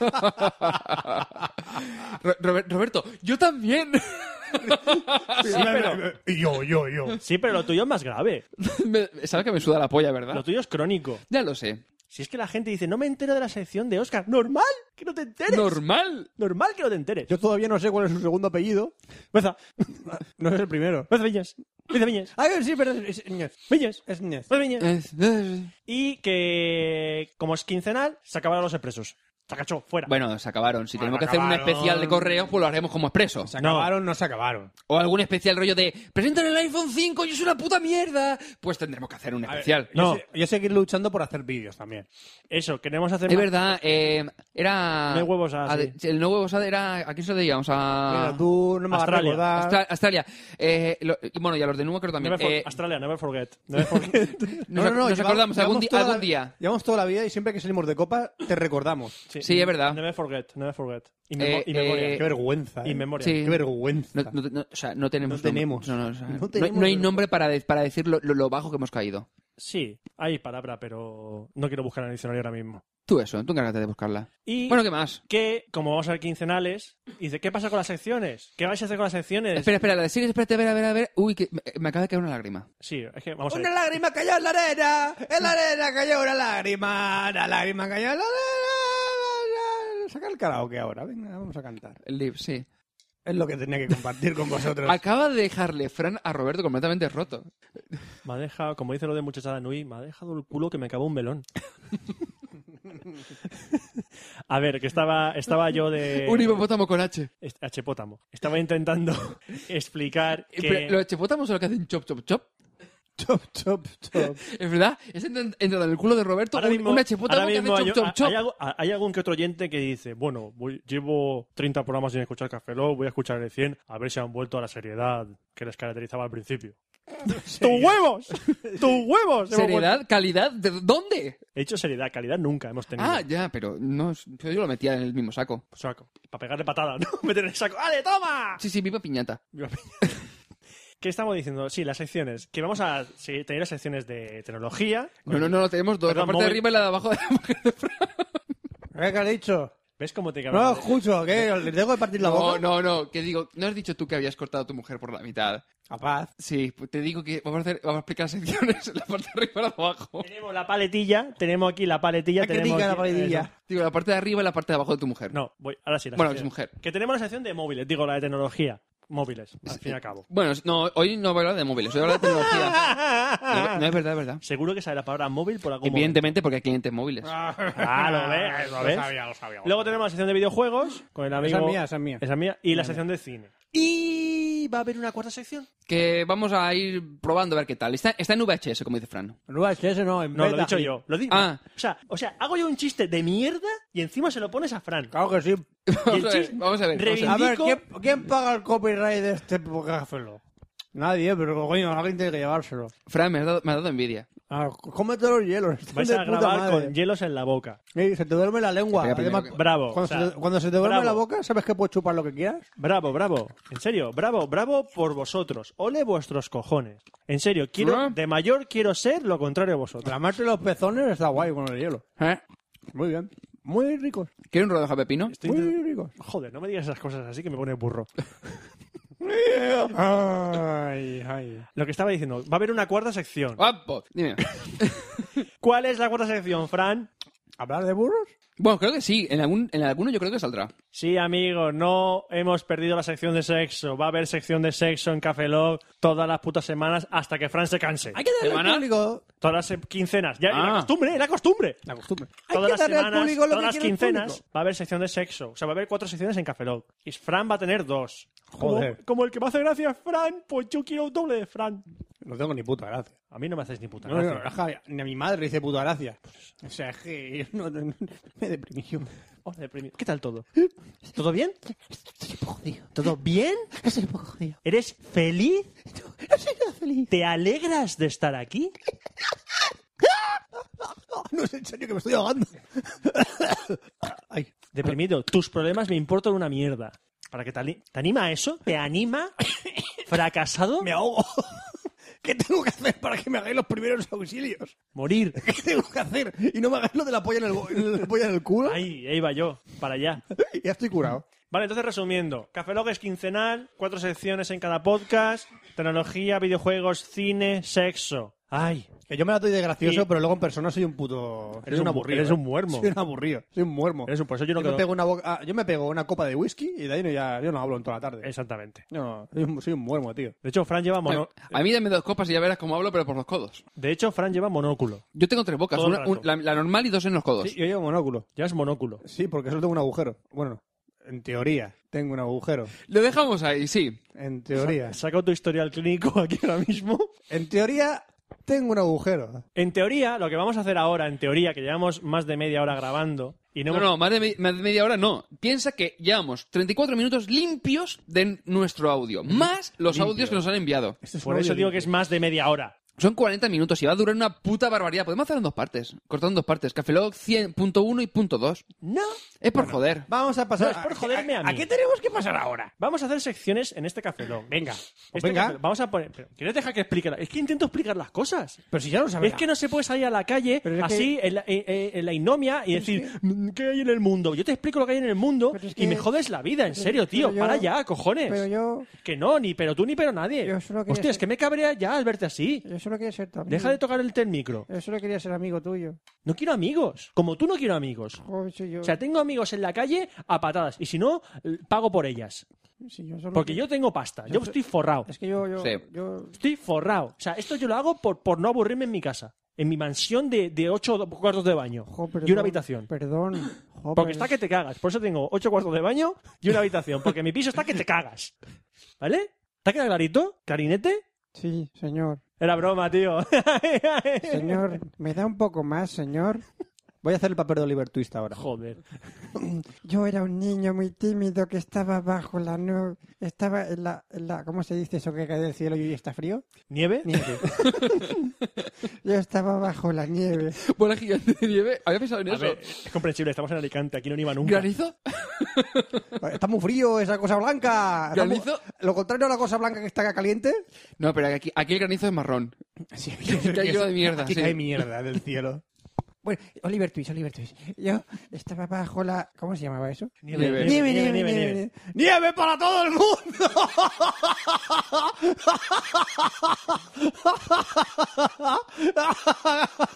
Speaker 9: [LAUGHS] Ro- Robert- Roberto, yo también. [LAUGHS]
Speaker 3: Y yo, yo, yo.
Speaker 7: Sí, pero lo tuyo es más grave.
Speaker 9: Me- Sabes que me suda la polla,
Speaker 7: Lo
Speaker 9: ¿verdad?
Speaker 7: tuyo es crónico.
Speaker 9: Ya lo sé.
Speaker 7: Si es que la gente dice, no me entero de la sección de Oscar. Normal que no te enteres.
Speaker 9: Normal.
Speaker 7: Normal que no te enteres.
Speaker 3: Yo todavía no sé cuál es su segundo apellido.
Speaker 7: Beza,
Speaker 3: [LAUGHS] No es el primero.
Speaker 7: Beza Viñas. Beza Viñas.
Speaker 3: Ah, sí, pero es, es Ñez.
Speaker 7: Viñas.
Speaker 3: Es Ñez.
Speaker 7: Beza Viñas.
Speaker 9: Eh, eh,
Speaker 7: Y que, como es quincenal, se acabarán los expresos. Sacacho, fuera.
Speaker 9: Bueno, se acabaron. Si tenemos que hacer un
Speaker 7: acabaron.
Speaker 9: especial de correos, pues lo haremos como expreso.
Speaker 3: Se acabaron, no se acabaron.
Speaker 9: O algún especial rollo de presentan el iPhone 5 y es una puta mierda. Pues tendremos que hacer un especial.
Speaker 3: No. Yo, seguir luchando por hacer vídeos también.
Speaker 7: Eso, queremos hacer
Speaker 9: Es
Speaker 7: más-
Speaker 9: verdad, eh, era.
Speaker 7: No hay huevos A,
Speaker 9: a-
Speaker 7: sí.
Speaker 9: El no huevos A era. ¿A quién se lo decíamos? A.
Speaker 3: Mira, tú no me vas a
Speaker 7: Australia.
Speaker 3: recordar.
Speaker 9: Austra- Australia. Eh, lo- y bueno, y a los de Nua creo también.
Speaker 7: Never for-
Speaker 9: Eh,
Speaker 7: Australia, never forget. Never
Speaker 9: [LAUGHS]
Speaker 7: forget.
Speaker 9: nos, ac- nos
Speaker 3: llevamos-
Speaker 9: acordamos algún,
Speaker 3: llevamos
Speaker 9: di-
Speaker 3: toda
Speaker 9: algún
Speaker 3: la-
Speaker 9: día.
Speaker 3: Llevamos toda la vida y siempre que salimos de copa te recordamos.
Speaker 9: Sí, es verdad.
Speaker 7: Never forget, never forget. Y, memo-
Speaker 9: Eh,
Speaker 7: y memoria.
Speaker 9: eh,
Speaker 3: Qué vergüenza.
Speaker 7: y
Speaker 3: eh.
Speaker 7: memoria.
Speaker 9: sí.
Speaker 3: Qué vergüenza.
Speaker 9: No, no- no- o sea, no tenemos.
Speaker 3: No tenemos.
Speaker 9: nombre. No, no, o sea,
Speaker 3: No
Speaker 9: no-
Speaker 3: tenemos
Speaker 9: no hay
Speaker 3: nombre.
Speaker 9: nombre para, de- para decir lo, lo- lo bajo que hemos caído.
Speaker 7: Sí, hay palabra, pero no quiero buscar en el diccionario ahora mismo.
Speaker 9: Tú eso, tú encárgate de buscarla.
Speaker 7: Y
Speaker 9: Bueno, ¿qué más?
Speaker 7: que, como vamos a ver quincenales, dice, ¿qué pasa con las secciones? ¿Qué vais a hacer con las secciones?
Speaker 9: Espera, espera, la de series, espérate, a ver, a ver, a ver. Uy, que me, me acaba de caer una lágrima.
Speaker 7: Sí, es que vamos a
Speaker 3: Una
Speaker 7: ver.
Speaker 3: lágrima cayó en la arena, en la arena cayó una lágrima, una lágrima cayó en la arena. Eh, Saca el karaoke ahora, venga, vamos a cantar.
Speaker 9: El lip, sí. Ah,
Speaker 3: Es lo que tenía que compartir con
Speaker 9: [LAUGHS]
Speaker 3: vosotros.
Speaker 9: Acaba de dejarle Fran a Roberto completamente roto.
Speaker 7: Me ha dejado, como dice lo de muchachada Nui, me ha dejado el culo que me acabó un
Speaker 9: [LAUGHS]
Speaker 7: melón. a ver, que estaba, estaba yo de...
Speaker 9: Un hipopótamo con H.
Speaker 7: Est- a Chepótamo. Estaba intentando explicar
Speaker 9: Eh,
Speaker 7: que...
Speaker 9: pero ¿Los chepótamos son los que hacen chop, chop, chop?
Speaker 3: Chop, chop, chop.
Speaker 9: [LAUGHS] Es verdad, es entrar en el culo de Roberto
Speaker 7: Ahora
Speaker 9: un-
Speaker 7: mismo,
Speaker 9: una chepota
Speaker 7: ahora
Speaker 9: que hace
Speaker 7: mismo hay,
Speaker 9: chop, chop,
Speaker 7: hay-
Speaker 9: chop.
Speaker 7: hay algo- hay algún que otro oyente que dice, bueno, voy- llevo 30 programas sin escuchar Café Lock, voy a escuchar el 100, a ver si han vuelto a la seriedad que les caracterizaba al principio. ¡Tus
Speaker 3: [LAUGHS]
Speaker 7: huevos! ¡Tus huevos! Hemos vuelto-
Speaker 9: ¿Seriedad? ¿Calidad? ¿De dónde?
Speaker 7: He hecho seriedad, calidad nunca hemos tenido.
Speaker 9: Ah, ya, pero no, es- yo lo metía en el mismo saco.
Speaker 7: Para pegarle patada, [LAUGHS] ¿no? Meter el saco. ¡Ale, toma!
Speaker 9: Sí, sí, viva piñata.
Speaker 7: ¿Qué estamos diciendo? Sí, las secciones. Que vamos a sí, tener las secciones de tecnología.
Speaker 9: No, no, no, no, tenemos dos.
Speaker 7: Perdón,
Speaker 9: la parte de
Speaker 7: móvil.
Speaker 9: arriba y la de abajo de la mujer de Fran.
Speaker 3: ¿Qué has dicho?
Speaker 7: ¿Ves cómo te
Speaker 3: No,
Speaker 7: cabrón?
Speaker 3: escucho, ¿qué? ¿Le tengo que partir la
Speaker 9: No,
Speaker 3: boca?
Speaker 9: no, no, que digo, no has dicho tú que habías cortado a tu mujer por la mitad.
Speaker 3: Capaz.
Speaker 9: Sí, pues te digo que vamos a, hacer, vamos a explicar secciones en la parte de arriba y la de
Speaker 7: [LAUGHS]
Speaker 9: abajo.
Speaker 7: tenemos la paletilla, tenemos aquí la paletilla.
Speaker 3: Hay que
Speaker 7: tenemos
Speaker 3: diga la
Speaker 7: aquí- eso.
Speaker 3: paredilla.
Speaker 9: Digo, la parte de arriba y la parte de abajo de tu mujer.
Speaker 7: No, voy, ahora sí. la
Speaker 9: Bueno,
Speaker 7: sección.
Speaker 9: es mujer.
Speaker 7: Que tenemos la sección de móviles, digo, la de tecnología. Móviles, al fin y al cabo.
Speaker 9: Bueno, no, hoy no voy a hablar de móviles, hoy voy a hablar de tecnología. No, no, es verdad, es verdad.
Speaker 7: Seguro que sale la palabra móvil por algún
Speaker 9: Evidentemente porque hay clientes móviles.
Speaker 7: móvil. Ah, lo ves, lo ves.
Speaker 3: lo sabía.
Speaker 7: Luego tenemos la sección de videojuegos con el [LAUGHS] amigo.
Speaker 3: Esa es mía, esa es mía.
Speaker 7: Esa es mía. Y la sección de cine. Y va a haber una cuarta sección.
Speaker 9: Que vamos a ir probando a ver qué tal. Está, está en VHS, como dice Fran.
Speaker 3: No, es que ese no, en
Speaker 7: No, lo he
Speaker 3: beta.
Speaker 7: dicho yo. Lo digo.
Speaker 9: Ah.
Speaker 7: O, sea, o sea, hago yo un chiste de mierda y encima se lo pones a Fran.
Speaker 3: Claro que sí.
Speaker 9: Vamos a ver,
Speaker 7: chiste-
Speaker 9: vamos a ver. vamos a ver.
Speaker 3: A ver,
Speaker 7: Indico-
Speaker 3: ¿quién, quién paga el copyright de este cafelo? Nadie, pero coño, alguien tiene que llevárselo.
Speaker 9: Fran, me has dado, me has dado envidia.
Speaker 3: Ah, cómete los hielos. están
Speaker 7: Vais
Speaker 3: de
Speaker 7: a
Speaker 3: puta
Speaker 7: grabar
Speaker 3: madre.
Speaker 7: con hielos en la boca.
Speaker 3: Ey, se te duerme la lengua.
Speaker 9: Espera, primero
Speaker 3: Además,
Speaker 9: que-
Speaker 7: Bravo.
Speaker 3: Cuando,
Speaker 7: o sea,
Speaker 3: se te, cuando se te duerme
Speaker 7: bravo.
Speaker 3: la boca, ¿sabes que puedes chupar lo que quieras?
Speaker 7: Bravo, bravo. En serio, bravo, bravo por vosotros. Ole vuestros cojones. En serio, quiero,
Speaker 9: Bravo.
Speaker 7: de mayor quiero ser lo contrario a vosotros.
Speaker 3: Lamarse los pezones está guay con el hielo.
Speaker 9: ¿Eh?
Speaker 3: Muy bien. Muy ricos.
Speaker 9: ¿Quieres un rodaja de pepino?
Speaker 7: Estoy
Speaker 3: Muy
Speaker 7: intent-
Speaker 3: ricos.
Speaker 7: Joder, no me digas esas cosas así que me pone burro.
Speaker 3: Ay, ay.
Speaker 7: Lo que estaba diciendo, va a haber una cuarta sección.
Speaker 9: Guapo. Dime.
Speaker 7: [LAUGHS] ¿Cuál es la cuarta sección, Fran?
Speaker 3: ¿Hablar de burros?
Speaker 9: bueno, creo que sí. En, algún, en alguno yo creo que saldrá.
Speaker 7: Sí, amigos, no hemos perdido la sección de sexo. Va a haber sección de sexo en Café Lock todas las putas semanas hasta que Fran se canse.
Speaker 3: Hay que darle al
Speaker 9: ¿Semanal?
Speaker 3: público.
Speaker 7: Todas las se- quincenas. Ya,
Speaker 9: Ah.
Speaker 7: la costumbre, la costumbre.
Speaker 3: La costumbre. Hay
Speaker 7: Todas
Speaker 3: que
Speaker 7: las
Speaker 3: darle al
Speaker 7: semanas,
Speaker 3: público lo
Speaker 7: todas
Speaker 3: que
Speaker 7: las
Speaker 3: quiere el
Speaker 7: quincenas
Speaker 3: público.
Speaker 7: va a haber sección de sexo. O sea, va a haber cuatro secciones en Café Lock. Y Fran va a tener dos.
Speaker 3: Joder.
Speaker 7: Como, como el que me hace gracia es Fran, pues yo quiero un doble de Fran.
Speaker 3: No tengo ni puta gracia.
Speaker 7: A mí no me haces ni puta
Speaker 3: No,
Speaker 7: gracia.
Speaker 3: no, no, Javi, ni a mi madre dice puta gracia. O sea, es que yo no, no- me deprimí. yo.
Speaker 7: Oh, deprimido. ¿Qué tal
Speaker 3: [LAUGHS]
Speaker 7: todo? ¿Todo bien?
Speaker 8: Estoy un poco jodido.
Speaker 7: ¿Todo [LAUGHS] bien?
Speaker 8: Estoy un poco jodido.
Speaker 7: ¿Eres feliz?
Speaker 8: No soy nada feliz.
Speaker 7: ¿Te alegras de estar aquí?
Speaker 3: Ah, [LAUGHS] No es en serio que me estoy
Speaker 7: [COUGHS]
Speaker 3: ahogando. Ay,
Speaker 7: Deprimido, tus problemas me importan una mierda. ¿Para qué te, ani- te anima a eso? ¿Te anima? [COUGHS] ¿Fracasado?
Speaker 3: me ahogo. ¿Qué tengo que hacer para que me hagáis los primeros auxilios?
Speaker 7: Morir.
Speaker 3: ¿Qué tengo que hacer? Y no me hagáis lo de la polla en el, bo- en el- polla en el culo.
Speaker 7: Ahí, ahí va yo, para allá.
Speaker 3: Ya estoy curado.
Speaker 7: Vale, entonces resumiendo. Café Log es quincenal, cuatro secciones en cada podcast, tecnología, videojuegos, cine, sexo. Ay.
Speaker 3: Que yo me la doy de gracioso,
Speaker 7: Y-
Speaker 3: pero luego en persona soy un puto.
Speaker 7: Eres un aburrido,
Speaker 3: Eres
Speaker 7: ¿eh?
Speaker 3: un muermo.
Speaker 7: Soy un
Speaker 3: aburrido. Soy un muermo.
Speaker 7: Eres un- por eso yo no
Speaker 3: yo, me
Speaker 7: quedo-
Speaker 3: pego una boca- ah, yo me pego una copa de whisky y de ahí no, ya, yo no hablo en toda la tarde.
Speaker 7: Exactamente.
Speaker 3: No, soy un, soy un muermo, tío.
Speaker 7: De hecho, Fran lleva mono...
Speaker 9: A mí dame dos copas y ya verás cómo hablo, pero por los codos.
Speaker 7: De hecho, Fran lleva monóculo.
Speaker 9: Yo tengo tres bocas,
Speaker 7: Todo el
Speaker 9: una-
Speaker 7: rato.
Speaker 9: un- la, la normal y dos en los codos.
Speaker 3: Sí, yo llevo monóculo.
Speaker 7: Ya es monóculo.
Speaker 3: Sí, porque solo tengo un agujero. Bueno, en teoría, tengo un agujero.
Speaker 9: Lo dejamos ahí, sí.
Speaker 3: En teoría.
Speaker 7: Sa- Saca tu historial clínico [LAUGHS] aquí ahora mismo.
Speaker 3: En teoría, tengo un agujero.
Speaker 7: En teoría, lo que vamos a hacer ahora, en teoría, que llevamos más de media hora grabando y no,
Speaker 9: No,
Speaker 7: hemos-
Speaker 9: no, más de, me- más de media hora no. Piensa que llevamos 34 minutos limpios de nuestro audio, más los
Speaker 7: Limpio.
Speaker 9: audios que nos han enviado.
Speaker 3: Este es
Speaker 7: Por
Speaker 3: un
Speaker 7: eso
Speaker 3: audio
Speaker 7: digo que es más de media hora.
Speaker 9: Son 40 minutos y va a durar una puta barbaridad. Podemos hacer en dos partes, cortando en dos partes. Cafelog 100.1 y punto 2.
Speaker 7: No.
Speaker 9: Es por joder.
Speaker 3: Vamos a pasar.
Speaker 7: No, es por joderme a mí.
Speaker 3: qué tenemos que pasar ahora?
Speaker 7: Vamos a hacer secciones en este café. Lock. Venga.
Speaker 9: Pues
Speaker 7: Este
Speaker 3: venga.
Speaker 7: Café Lock, vamos a poner. pero, ¿Quieres dejar que explique? la- Es que intento explicar las cosas.
Speaker 3: Pero si Pues ya lo sabemos.
Speaker 7: Es que no se puede salir a la calle
Speaker 3: Pero es
Speaker 7: así en, la, en- en- en la ignomia y decir "Mm, ¿qué hay en el mundo? Yo te explico lo que hay en el mundo
Speaker 3: Pero es
Speaker 7: y
Speaker 3: que-
Speaker 7: me jodes la vida, en serio, tío.
Speaker 3: pero yo-
Speaker 7: para ya, cojones.
Speaker 3: Pero yo,
Speaker 7: Que no, ni pero tú ni pero nadie.
Speaker 3: Yo solo quería
Speaker 7: Hostia, es
Speaker 3: ser-
Speaker 7: que me cabrea ya al verte así.
Speaker 3: yo solo quería ser tu amigo.
Speaker 7: Deja de tocar el tel micro.
Speaker 3: Yo solo quería ser amigo tuyo.
Speaker 7: No quiero amigos. Como tú no quiero amigos.
Speaker 3: Joder, si yo,
Speaker 7: O sea, tengo amigos en la calle a patadas. Y si no, l- pago por ellas.
Speaker 3: si yo solo
Speaker 7: Porque
Speaker 3: quería-
Speaker 7: yo tengo pasta. Yo
Speaker 3: Yo-
Speaker 7: estoy forrado.
Speaker 3: Es que yo, yo,
Speaker 9: Sí.
Speaker 3: yo-
Speaker 7: Estoy forrado. O sea, esto yo lo hago por, por no aburrirme en mi casa. En mi mansión de, de ocho do- cuartos de baño.
Speaker 3: jo, Oh, perdón,
Speaker 7: y una habitación.
Speaker 3: Perdón. Jo,
Speaker 7: Porque
Speaker 3: pero-
Speaker 7: está que te cagas. Por eso tengo ocho cuartos de baño y una habitación. Porque mi piso está que te cagas. ¿Vale? ¿Te ha quedado clarito? ¿Clarinete?
Speaker 3: Sí, señor.
Speaker 7: Era broma, tío.
Speaker 3: [LAUGHS] Señor, ¿me da un poco más, señor? Voy a hacer el papel de Oliver Twist ahora.
Speaker 7: Joder.
Speaker 3: Yo era un niño muy tímido que estaba bajo la nube. Estaba en la, en la- ¿Cómo se dice eso que cae del cielo y hoy está frío?
Speaker 7: ¿Nieve?
Speaker 3: Nieve. Yo estaba bajo la nieve.
Speaker 9: Bola gigante de nieve. Había pensado en
Speaker 7: A
Speaker 9: eso.
Speaker 7: ver, es comprensible, estamos en Alicante, aquí no iba nunca.
Speaker 9: ¿Granizo?
Speaker 3: Está muy frío esa cosa blanca. Está muy-
Speaker 9: ¿Granizo?
Speaker 3: Lo contrario a la cosa blanca que está acá caliente.
Speaker 9: No, pero aquí, aquí el granizo es [LAUGHS] marrón.
Speaker 3: Sí,
Speaker 9: cayó de mierda,
Speaker 3: Aquí
Speaker 9: sí.
Speaker 3: cae mierda del
Speaker 9: [LAUGHS]
Speaker 3: cielo. Bueno, Oliver Twist, Oliver Twist. Yo estaba bajo la... ¿Cómo se llamaba eso?
Speaker 9: Nieve.
Speaker 3: Nieve, nieve, nieve, nieve. Nieve, para todo el mundo.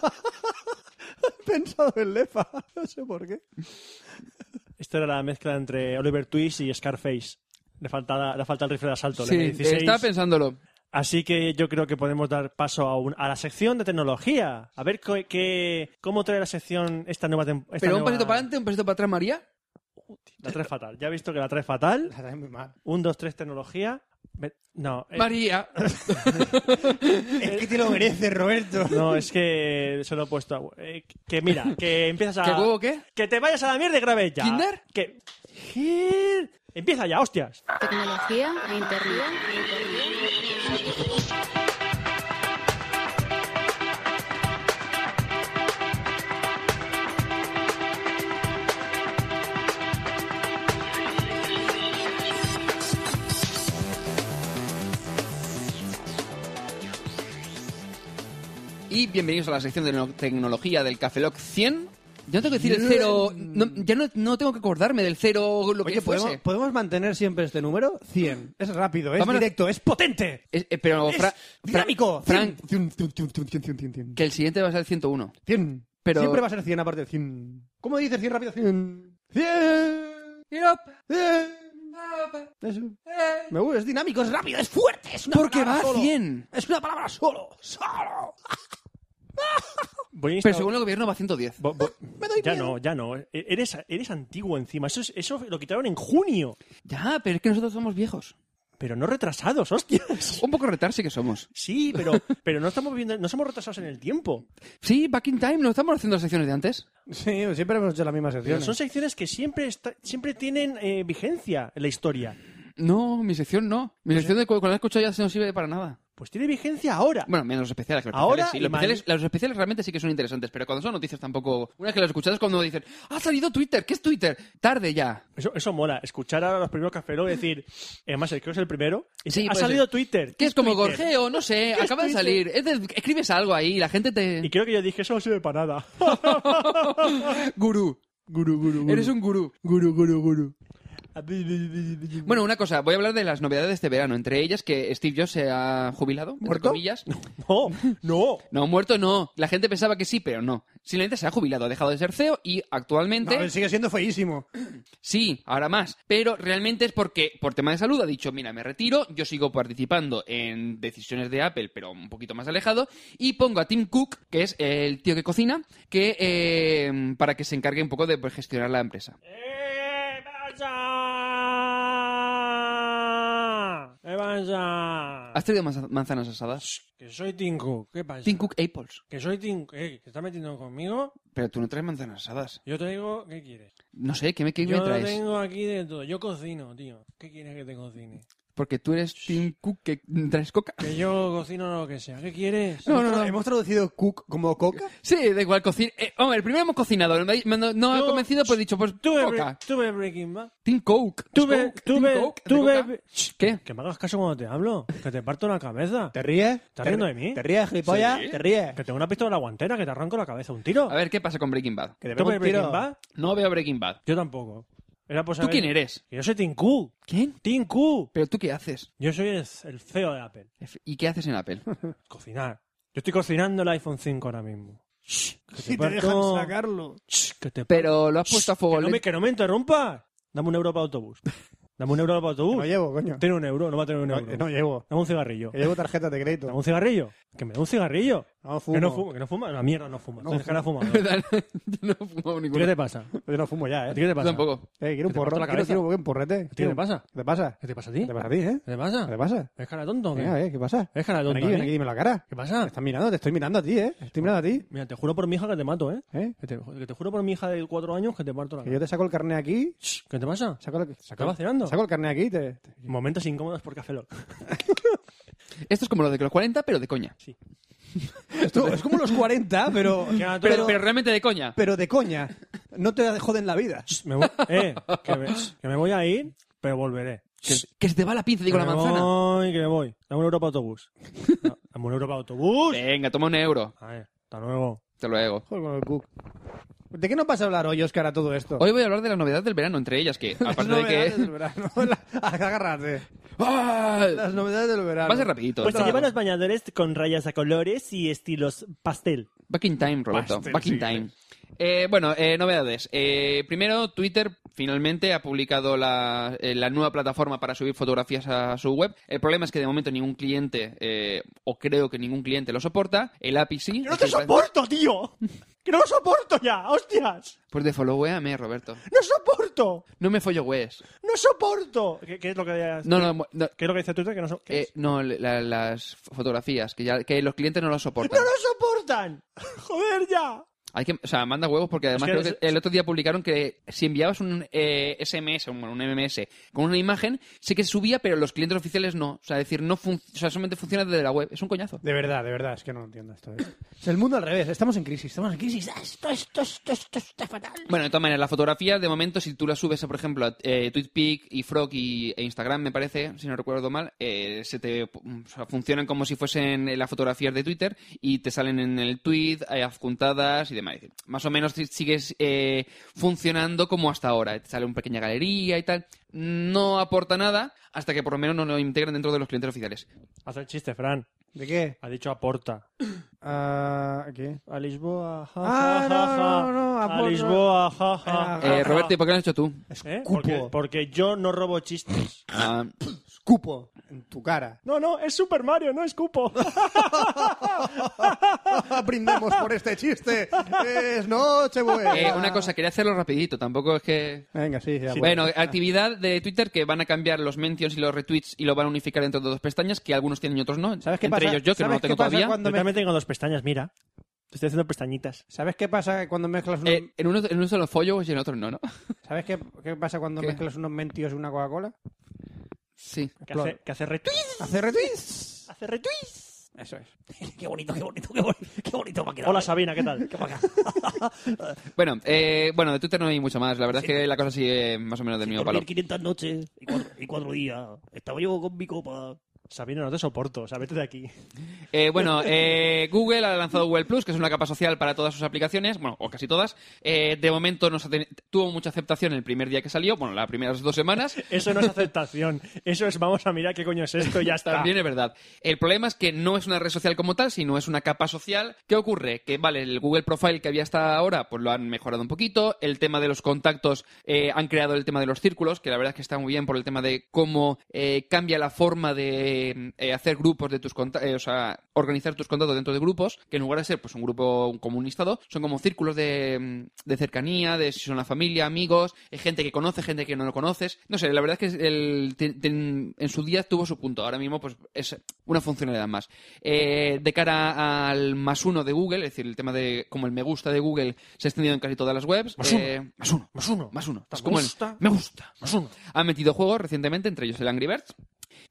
Speaker 3: He pensado en Lefa, no sé por qué.
Speaker 7: Esto era la mezcla entre Oliver Twist y Scarface. Le falta, le falta el rifle de asalto. el
Speaker 9: Sí,
Speaker 7: M16.
Speaker 9: estaba pensándolo.
Speaker 7: Así que yo creo que podemos dar paso a, un- a la sección de tecnología. A ver qué, qué- cómo trae la sección esta nueva temporada.
Speaker 9: Pero un pasito para adelante, un pasito para atrás, María.
Speaker 7: La trae fatal. Ya he visto que la trae fatal.
Speaker 3: La trae muy mal.
Speaker 7: Un, dos, tres, tecnología. Ve- No, eh, [LAUGHS]
Speaker 9: María.
Speaker 3: Es que te lo mereces, Roberto.
Speaker 7: no, es que se lo he puesto. a- eh, que mira, que empiezas a.
Speaker 9: ¿Qué huevo qué?
Speaker 7: Que te vayas a la mierda y grabes ya.
Speaker 9: ¿Kinder?
Speaker 7: Que. Gil. Empieza ya, hostias.
Speaker 11: Tecnología, e internet,
Speaker 9: Y bienvenidos a la sección de no- tecnología del Cafeloc 100. Ya no eh, tengo que decir el cero. no- ya no, no tengo que acordarme del cero lo que
Speaker 3: Oye, ¿podemos,
Speaker 9: fuese.
Speaker 3: podemos mantener siempre este número? 100. Es rápido, es
Speaker 9: Vámonos.
Speaker 3: directo, es potente.
Speaker 9: Es- eh, pero, Fra- Fra-
Speaker 3: Dinámico.
Speaker 9: Frank,
Speaker 3: 100, 100, 100, 100, 100, 100, 100.
Speaker 9: que el siguiente va a ser el 101.
Speaker 3: 100.
Speaker 9: Pero-
Speaker 3: Siempre va a ser 100 aparte de 100. ¿Cómo dices 100 rápido? 100. 100. 100. Eso.
Speaker 7: Eh.
Speaker 3: Me gusta, es dinámico, es rápido, es fuerte. Es una
Speaker 9: Porque va
Speaker 3: palabra
Speaker 9: a
Speaker 3: solo.
Speaker 9: 100.
Speaker 3: Es una palabra solo.
Speaker 7: [LAUGHS]
Speaker 3: Solo.
Speaker 7: Voy a
Speaker 9: Pero
Speaker 7: instaurar-
Speaker 9: según el gobierno va a 110.
Speaker 7: Bo-
Speaker 9: [LAUGHS]
Speaker 7: bo-
Speaker 3: Me doy
Speaker 7: ya
Speaker 3: miedo.
Speaker 7: no, ya no. E- Eres, eres antiguo encima. Eso, es- eso lo quitaron en junio.
Speaker 9: Ya, pero es que nosotros somos viejos.
Speaker 7: Pero no retrasados, hostias.
Speaker 9: Un poco retar sí que somos.
Speaker 7: Sí, pero, pero no estamos viviendo, no somos retrasados en el tiempo.
Speaker 9: Sí, back in time, no estamos haciendo las secciones de antes.
Speaker 3: Sí, siempre hemos hecho la misma
Speaker 7: Pero
Speaker 3: sección.
Speaker 7: son secciones que siempre, está- siempre tienen eh, vigencia en la historia.
Speaker 9: No, mi sección no. Mi sección de cu- cuando la escucho ya no sirve para nada.
Speaker 7: Pues tiene vigencia ahora.
Speaker 9: Bueno, menos los especiales. que Los
Speaker 7: Ahora
Speaker 9: especiales, sí, los,
Speaker 7: y
Speaker 9: especiales,
Speaker 7: mañana.
Speaker 9: los especiales realmente sí que son interesantes, pero cuando son noticias tampoco. Una vez que las escuchas, cuando dicen, "Ah, ha salido Twitter, ¿qué es Twitter? Tarde ya.
Speaker 7: Eso, eso mola. Escuchar a los primeros cafés y decir, además, el que es el primero. y
Speaker 9: Sí,
Speaker 7: dice, ha
Speaker 9: puede
Speaker 7: salido
Speaker 9: ser.
Speaker 7: Twitter.
Speaker 9: Que es como
Speaker 7: Twitter?".
Speaker 9: gorjeo, no sé,
Speaker 7: ¿Qué es
Speaker 9: acaba de
Speaker 7: Twitter?
Speaker 9: salir. eh. Es de- escribes algo ahí y la gente
Speaker 7: Y
Speaker 9: te. [LAUGHS]
Speaker 7: creo que yo dije, eso no sirve para nada.
Speaker 9: gurú. Gurú, gurú, Eres un gurú.
Speaker 7: Guru, guru,
Speaker 9: Bueno, una cosa, voy a hablar de las novedades de este verano. Entre ellas que Steve Jobs se ha jubilado, entre
Speaker 7: ¿Muerto?
Speaker 9: comillas.
Speaker 7: [LAUGHS] No, no.
Speaker 9: No, muerto no. La gente pensaba que sí, pero no. Simplemente se ha jubilado, ha dejado de ser CEO y actualmente...
Speaker 3: No, él sigue siendo feísimo.
Speaker 9: Sí, ahora más. Pero realmente es porque, por tema de salud, ha dicho, mira, me retiro, yo sigo participando en decisiones de Apple, pero un poquito más alejado, y pongo a Tim Cook, que es el tío que cocina, que eh, para que se encargue un poco de pues, gestionar la empresa.
Speaker 7: [LAUGHS] Eh. ¿Qué pasa?
Speaker 9: ¿Has traído manza- manzanas asadas?
Speaker 7: Que soy Tim Cook. ¿Qué pasa?
Speaker 9: Tim Cook Apples.
Speaker 7: Que soy Tim ¿Eh? ¿Te estás metiendo conmigo?
Speaker 9: Pero tú no traes manzanas asadas.
Speaker 7: Yo te digo, ¿qué quieres?
Speaker 9: No sé, ¿qué me, qué me
Speaker 7: Yo
Speaker 9: traes?
Speaker 7: tengo aquí de todo. Yo cocino, tío. ¿Qué quieres que te cocine?
Speaker 9: Porque tú eres Tim Cook que traes coca.
Speaker 7: Que yo cocino lo que sea. ¿Qué quieres?
Speaker 9: No, no, no.
Speaker 3: ¿Hemos traducido cook como coca?
Speaker 9: Sí, da igual, cocina. eh, hombre, el primero hemos cocinado. me- me- no no ha convencido, pues he dicho, pues
Speaker 7: Tuve,
Speaker 9: coca.
Speaker 7: bre- tuve Breaking Bad.
Speaker 9: Tim Cook.
Speaker 7: Tuve,
Speaker 9: Coke, Tim
Speaker 7: tuve,
Speaker 9: Coke, ¿de
Speaker 7: tuve.
Speaker 9: coca? ¿Qué?
Speaker 7: Que me hagas caso cuando te hablo. Que te parto la cabeza.
Speaker 3: ¿Te ríes?
Speaker 7: ¿Estás riendo de mí?
Speaker 3: ¿Te ríes, gilipollas?
Speaker 9: Sí.
Speaker 3: ¿Te ríes?
Speaker 7: Que tengo una pistola en la guantera que te arranco la cabeza. ¿Un tiro?
Speaker 9: A ver, ¿qué pasa con Breaking Bad?
Speaker 3: Que te
Speaker 7: ¿Tú
Speaker 3: pego
Speaker 7: ves
Speaker 3: un tiro.
Speaker 7: Breaking Bad?
Speaker 9: No veo Breaking Bad.
Speaker 7: Yo tampoco. Era por
Speaker 9: ¿Tú
Speaker 7: saber-
Speaker 9: quién eres?
Speaker 7: Que Yo soy Tim Cook.
Speaker 9: ¿Quién?
Speaker 7: Tim Cook.
Speaker 9: ¿Pero tú qué haces?
Speaker 7: Yo soy el el CEO de Apple.
Speaker 9: ¿Y qué haces en Apple? [LAUGHS]
Speaker 7: Cocinar. Yo estoy cocinando el iPhone 5 ahora mismo.
Speaker 3: Si te
Speaker 7: parto-
Speaker 3: dejan sacarlo.
Speaker 7: Shh, que te
Speaker 9: Pero lo has puesto a fuego
Speaker 7: que no, me,
Speaker 9: lento.
Speaker 7: que no me interrumpas. Dame un euro para autobús. Dame un euro para autobús.
Speaker 3: No llevo, coño.
Speaker 7: Tiene un euro, no va a tener un
Speaker 3: No,
Speaker 7: euro.
Speaker 3: no llevo.
Speaker 7: Dame un cigarrillo.
Speaker 3: Que llevo tarjeta de crédito.
Speaker 7: Dame un cigarrillo. Que me dé un cigarrillo.
Speaker 3: No fumo.
Speaker 7: Que no fuma, que no fuma. La mierda no fuma.
Speaker 3: No
Speaker 7: Te dejará fumar.
Speaker 9: [LAUGHS] Yo no he fumado
Speaker 7: ¿Qué
Speaker 9: ninguno.
Speaker 7: te pasa? ¿A
Speaker 3: Yo no fumo ya,
Speaker 7: ti
Speaker 3: ¿eh?
Speaker 7: qué te pasa?
Speaker 9: Tampoco.
Speaker 3: Eh, quiero un
Speaker 7: te
Speaker 3: porro.
Speaker 7: parto la
Speaker 3: Quiero,
Speaker 7: cabeza?
Speaker 3: quiero un porrete.
Speaker 7: te pasa?
Speaker 3: ¿Qué te pasa?
Speaker 7: ¿Qué te pasa a
Speaker 3: ¿Qué
Speaker 7: ti?
Speaker 3: te pasa a ti, eh?
Speaker 7: ¿Qué te pasa?
Speaker 3: ¿Qué te pasa?
Speaker 7: ¿Es cara tonto o qué?
Speaker 3: Venga, eh, ¿qué pasa?
Speaker 7: ¿Es cara
Speaker 3: Ven
Speaker 7: tonta,
Speaker 3: aquí, ven
Speaker 7: ¿eh?
Speaker 3: aquí, dime la cara.
Speaker 7: ¿Qué pasa?
Speaker 3: Estás mirando, te estoy mirando a ti, ¿eh? Estoy mirando a ti.
Speaker 7: Mira, te juro por mi hija que te mato, ¿eh?
Speaker 3: ¿eh?
Speaker 7: Que te, que te juro por mi hija de cuatro años que te parto la
Speaker 3: Que
Speaker 7: cara.
Speaker 3: yo te saco el carné aquí.
Speaker 7: ¿Qué te pasa?
Speaker 3: Saco el, saco,
Speaker 7: ¿Estás vacilando?
Speaker 3: saco el carné aquí y te, te-
Speaker 7: Momentos incómodos por Café Lock.
Speaker 9: Esto es como lo de los 40, pero de coña.
Speaker 3: [LAUGHS] Esto es como los 40, pero,
Speaker 7: [LAUGHS] Ya,
Speaker 9: Pero,
Speaker 3: pero,
Speaker 9: pero realmente de coña.
Speaker 3: pero de coña. No te joden la vida.
Speaker 7: Me voy- eh, que me, que me voy a ir, pero volveré.
Speaker 9: Que, que se te va la pinza, digo,
Speaker 7: que
Speaker 9: la
Speaker 7: me
Speaker 9: manzana.
Speaker 7: Voy, que me voy. Dame un euro para autobús. Da- Dame un euro para autobús.
Speaker 9: Venga, toma un euro.
Speaker 7: A ver, hasta luego.
Speaker 9: Te lo hago.
Speaker 3: Joder, con el cook. ¿De qué nos vas a hablar hoy, Oscar, a todo esto?
Speaker 9: Hoy voy a hablar de las novedades del verano, entre ellas
Speaker 3: [LAUGHS]
Speaker 9: que,
Speaker 3: Las
Speaker 9: aparte de
Speaker 3: novedades del
Speaker 9: que...
Speaker 3: verano. [LAUGHS] La- Agárrate.
Speaker 9: ¡Ah!
Speaker 3: Las novedades del verano.
Speaker 9: Va a ser rapidito.
Speaker 3: Pues te lleva
Speaker 7: los bañadores con rayas a colores y estilos pastel.
Speaker 9: Back in time, Roberto.
Speaker 3: Pastel,
Speaker 9: Back in
Speaker 3: sí.
Speaker 9: time. Eh, bueno, eh, novedades. Eh, primero, Twitter finalmente ha publicado la, eh, la nueva plataforma para subir fotografías a su web. El problema es que de momento ningún cliente, eh, o creo que ningún cliente lo soporta. El API sí.
Speaker 7: ¡Que no
Speaker 9: Es
Speaker 7: te
Speaker 9: que el-
Speaker 7: soporto, tío! ¡Que no lo soporto ya! ¡Hostias!
Speaker 9: Pues de followeame, Roberto.
Speaker 7: ¡No soporto!
Speaker 9: No me follo wees.
Speaker 7: ¡No soporto! ¿Qué, qué es lo que
Speaker 9: No, no, no,
Speaker 7: ¿Qué es lo que dice Twitter? Que no, so- que
Speaker 9: eh, no, la- las fotografías, que ya que los clientes no lo soportan.
Speaker 7: ¡No lo soportan! ¡Joder ya!
Speaker 9: Hay que, o sea, manda huevos porque
Speaker 7: Es
Speaker 9: además
Speaker 7: que
Speaker 9: creo
Speaker 7: es-
Speaker 9: que el otro día publicaron que si enviabas un eh, SMS, un, un MMS con una imagen, sí que subía, pero los clientes oficiales no. O sea, es decir, no fun- o sea, solamente funciona desde la web. Es un coñazo.
Speaker 3: De verdad, de verdad, es que no entiendo esto. ¿eh? Es el mundo al revés, estamos en crisis, estamos en crisis.
Speaker 8: Esto, esto, esto, esto está fatal.
Speaker 9: Bueno, de todas maneras, la fotografía, de momento, si tú la subes, por ejemplo, a eh, TweetPic y Frog y, e Instagram, me parece, si no recuerdo mal, eh, se te, o sea, funcionan como si fuesen eh, las fotografías de Twitter y te salen en el tweet, eh, adjuntadas y demás. Es decir, Más o menos si- sigues eh, funcionando como hasta ahora. Te sale una pequeña galería y tal. No aporta nada hasta que por lo menos no lo integren dentro de los clientes oficiales.
Speaker 7: Haz el chiste, Fran.
Speaker 3: ¿De qué?
Speaker 7: Ha dicho aporta.
Speaker 3: Ah, ¿Qué?
Speaker 7: A Lisboa, ja,
Speaker 3: Ah,
Speaker 7: ja,
Speaker 3: no,
Speaker 7: ja,
Speaker 3: no, no,
Speaker 7: ja.
Speaker 3: aporta.
Speaker 7: A Lisboa, ja, ja,
Speaker 3: Ah,
Speaker 9: Eh,
Speaker 7: ja,
Speaker 9: Roberto, ¿y por qué lo has hecho tú?
Speaker 7: ja. ¿Eh? Porque, porque yo no robo chistes.
Speaker 9: Ah,
Speaker 3: Escupo en tu cara.
Speaker 7: No, no, es Super Mario, no es cupo.
Speaker 3: [LAUGHS] Brindemos por este chiste. Es noche buena.
Speaker 9: eh, una cosa, quería hacerlo rapidito. Tampoco es que...
Speaker 3: Venga, sí, ya.
Speaker 9: Bueno, actividad de Twitter que van a cambiar los mentions y los retweets y lo van a unificar dentro de dos pestañas, que algunos tienen y otros no.
Speaker 3: ¿Sabes qué
Speaker 9: Entre
Speaker 3: pasa?
Speaker 9: ellos yo, que no
Speaker 3: ¿Sabes
Speaker 9: lo tengo
Speaker 3: qué pasa
Speaker 9: todavía.
Speaker 3: cuando
Speaker 7: Yo
Speaker 3: me-
Speaker 7: también tengo dos pestañas, mira. Te estoy haciendo pestañitas.
Speaker 3: ¿Sabes qué pasa cuando mezclas unos...
Speaker 9: Eh, en, uno, en uno solo follo y en otro no, ¿no?
Speaker 3: ¿Sabes qué, qué pasa cuando
Speaker 9: ¿Qué?
Speaker 3: mezclas unos mentios y una Coca-Cola?
Speaker 9: Sí.
Speaker 7: Que hace, que hace retweets.
Speaker 3: Hace retweets.
Speaker 7: Hace retweets.
Speaker 3: Eso es.
Speaker 8: [LAUGHS] Qué bonito, qué bonito, qué bonito, qué bonito me ha quedado. eh.
Speaker 7: Hola Sabina, ¿qué
Speaker 8: [LAUGHS]
Speaker 7: tal?
Speaker 9: Bueno, eh, bueno, de Twitter no hay mucho más. La verdad es que la cosa sigue más o menos del mismo palo.
Speaker 8: 500 noches y cuatro, y cuatro días. Estaba yo con mi copa
Speaker 7: Sabino, no te soporto. O sea, vete de aquí.
Speaker 9: Eh, bueno, eh, Google ha lanzado Google Plus, que es una capa social para todas sus aplicaciones, bueno, o casi todas. Eh, de momento nos ha teni- tuvo mucha aceptación el primer día que salió, bueno, las primeras dos
Speaker 3: [LAUGHS]
Speaker 9: semanas.
Speaker 7: Eso no es aceptación. Eso es vamos a mirar qué coño es esto y ya está.
Speaker 9: También es verdad. El problema es que no es una red social como tal, sino es una capa social. ¿Qué ocurre? Que, vale, el Google Profile que había hasta ahora, pues lo han mejorado un poquito. El tema de los contactos, eh, han creado el tema de los círculos, que la verdad es que está muy bien por el tema de cómo eh, cambia la forma de eh, hacer grupos de tus contactos, o sea, organizar tus contactos dentro de grupos, que en lugar de ser pues un grupo un común listado, son como círculos de, mm, de cercanía, de si son la familia, amigos, eh, gente que conoce, gente que no lo conoces. No sé, la verdad es que el, ten- ten- en su día tuvo su punto. Ahora mismo, pues es una funcionalidad más. Eh, de cara al más uno de Google, es decir, el tema de como el me gusta de Google se ha extendido en casi todas las webs. eh,
Speaker 7: Más uno,
Speaker 8: Eh,
Speaker 9: más uno,
Speaker 7: más uno,
Speaker 9: más uno. Es
Speaker 7: Me
Speaker 9: como el
Speaker 7: gusta.
Speaker 9: me gusta, más uno. [LAUGHS] Han metido juegos recientemente, entre ellos el Angry Birds.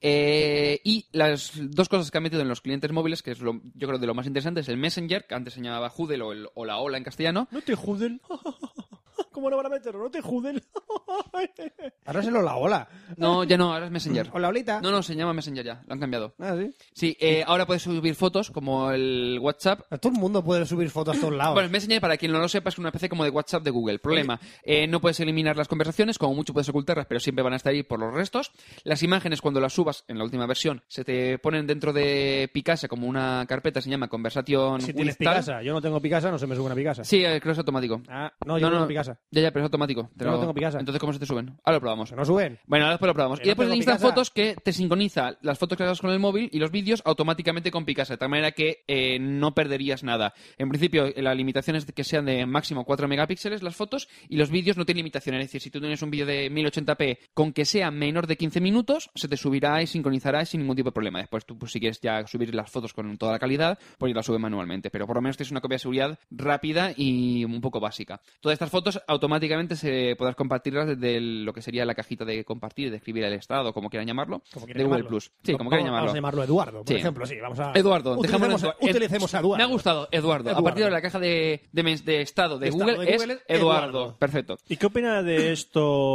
Speaker 9: Eh, y las dos cosas que han metido en los clientes móviles, que es lo, yo creo de lo más interesante, es el Messenger, que antes se llamaba Judel o, el- o la Ola en castellano.
Speaker 7: No te juden. [LAUGHS] ¿Cómo no van a meterlo? No te juden. [LAUGHS]
Speaker 9: Ahora es el Ola Ola. No, ya no, ahora es Messenger. Hola Olita. No, no, se llama Messenger ya, lo han cambiado.
Speaker 3: Ah, sí.
Speaker 9: Sí, eh, ahora puedes subir fotos como el WhatsApp.
Speaker 3: Todo el mundo puede subir fotos a todos lados.
Speaker 9: Bueno, el Messenger, para quien no lo sepa, es una especie como de WhatsApp de Google. Problema, eh, no puedes eliminar las conversaciones, como mucho puedes ocultarlas, pero siempre van a estar ahí por los restos. Las imágenes, cuando las subas en la última versión, se te ponen dentro de Picasa como una carpeta, se llama Conversation
Speaker 3: si tienes
Speaker 9: with tal.
Speaker 3: Picasa, yo no tengo Picasa, no se me sube una Picasa.
Speaker 9: Sí, eh, creo que es automático.
Speaker 3: Ah, no, yo no tengo Picasa.
Speaker 9: Ya, ya, pero es automático. Te
Speaker 3: Yo no
Speaker 9: lo-
Speaker 3: tengo Picasa.
Speaker 9: Entonces, ¿cómo se te suben? Ahora lo probamos.
Speaker 3: ¿No suben?
Speaker 9: Bueno, ahora después lo probamos.
Speaker 3: Que
Speaker 9: Y
Speaker 3: no
Speaker 9: después
Speaker 3: tengo
Speaker 9: le instan
Speaker 3: Picasa.
Speaker 9: fotos que te sincroniza las fotos que hagas con el móvil y los vídeos automáticamente con Picasa, de tal manera que eh, no perderías nada. En principio, eh, la limitación es que sean de máximo 4 megapíxeles las fotos y los vídeos no tienen limitación. Es decir, si tú tienes un vídeo de 1080p con que sea menor de 15 minutos, se te subirá y sincronizará sin ningún tipo de problema. Después tú, pues, si quieres ya subir las fotos con toda la calidad, pues ya las subes manualmente. Pero por lo menos tienes una copia de seguridad rápida y un poco básica. Todas estas fotos automáticamente se podrás compartirlas desde el- lo que sería la cajita de compartir, de escribir el estado, como quieran llamarlo, de
Speaker 3: quieran
Speaker 9: Google
Speaker 3: llamarlo.
Speaker 9: Plus. Sí, como
Speaker 3: Vamos-
Speaker 9: quieran llamarlo.
Speaker 3: vamos a llamarlo Eduardo, por ejemplo, sí, vamos a-
Speaker 9: Eduardo,
Speaker 3: Utilicemos
Speaker 9: dejémonos- eh,
Speaker 3: a- utilicemos a Eduardo.
Speaker 9: Me ha gustado, Eduardo. A
Speaker 3: Eduardo.
Speaker 9: partir de la caja de, de mens- de estado de,
Speaker 3: De estado
Speaker 9: Google,
Speaker 3: de Google
Speaker 9: es
Speaker 3: es
Speaker 9: Eduardo.
Speaker 3: Eduardo.
Speaker 9: Perfecto.
Speaker 7: ¿Y qué opina de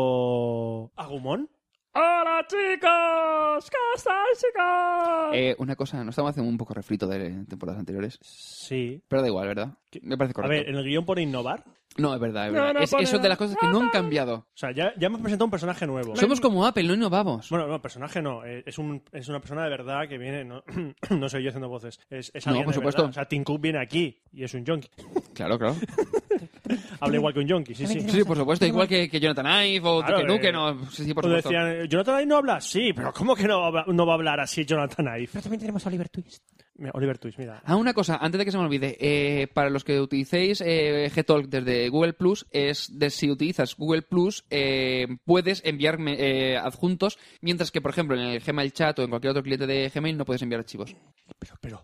Speaker 7: esto Agumon? ¡Hola, chicos! ¿Cómo estáis, chicos?
Speaker 9: Eh, una cosa, ¿no estamos haciendo un poco refrito de temporadas anteriores?
Speaker 7: Sí.
Speaker 9: Pero da igual, ¿verdad? Me parece
Speaker 7: A
Speaker 9: correcto.
Speaker 7: ver, en el guión pone innovar.
Speaker 9: No, es verdad, es
Speaker 7: No,
Speaker 9: verdad.
Speaker 7: no,
Speaker 9: Es-
Speaker 7: pone
Speaker 9: eso es de las cosas que no han cambiado.
Speaker 7: O sea, ya, ya hemos presentado un personaje nuevo.
Speaker 9: Somos como Apple, no innovamos.
Speaker 7: Bueno, no, personaje no. eh, Es, un, es una persona de verdad que viene. No, [CLEARS THROAT] no soy yo haciendo voces. Es, es
Speaker 9: No,
Speaker 7: alguien
Speaker 9: por
Speaker 7: de
Speaker 9: supuesto.
Speaker 7: verdad. O sea, Tim Cook viene aquí y es un yonki.
Speaker 9: Claro, claro.
Speaker 7: Habla igual que un yonki, sí, sí.
Speaker 9: Sí, por supuesto. Igual que, que Jonathan Ive o
Speaker 7: Claro,
Speaker 9: que Duque,
Speaker 7: eh,
Speaker 9: no. Sí, sí, por
Speaker 7: O
Speaker 9: supuesto.
Speaker 7: decían, ¿Jonathan Ive no habla? Sí, pero ¿cómo que no, va- no va a hablar así Jonathan Ive? Pero también tenemos a Oliver Twist. Oliver Twist, mira.
Speaker 9: Ah, una cosa, antes de que se me olvide, eh, para los que utilicéis eh, Gtalk desde Google Plus, es de si utilizas Google Plus, eh, puedes enviarme eh, adjuntos, mientras que, por ejemplo, en el Gmail Chat o en cualquier otro cliente de Gmail no puedes enviar archivos.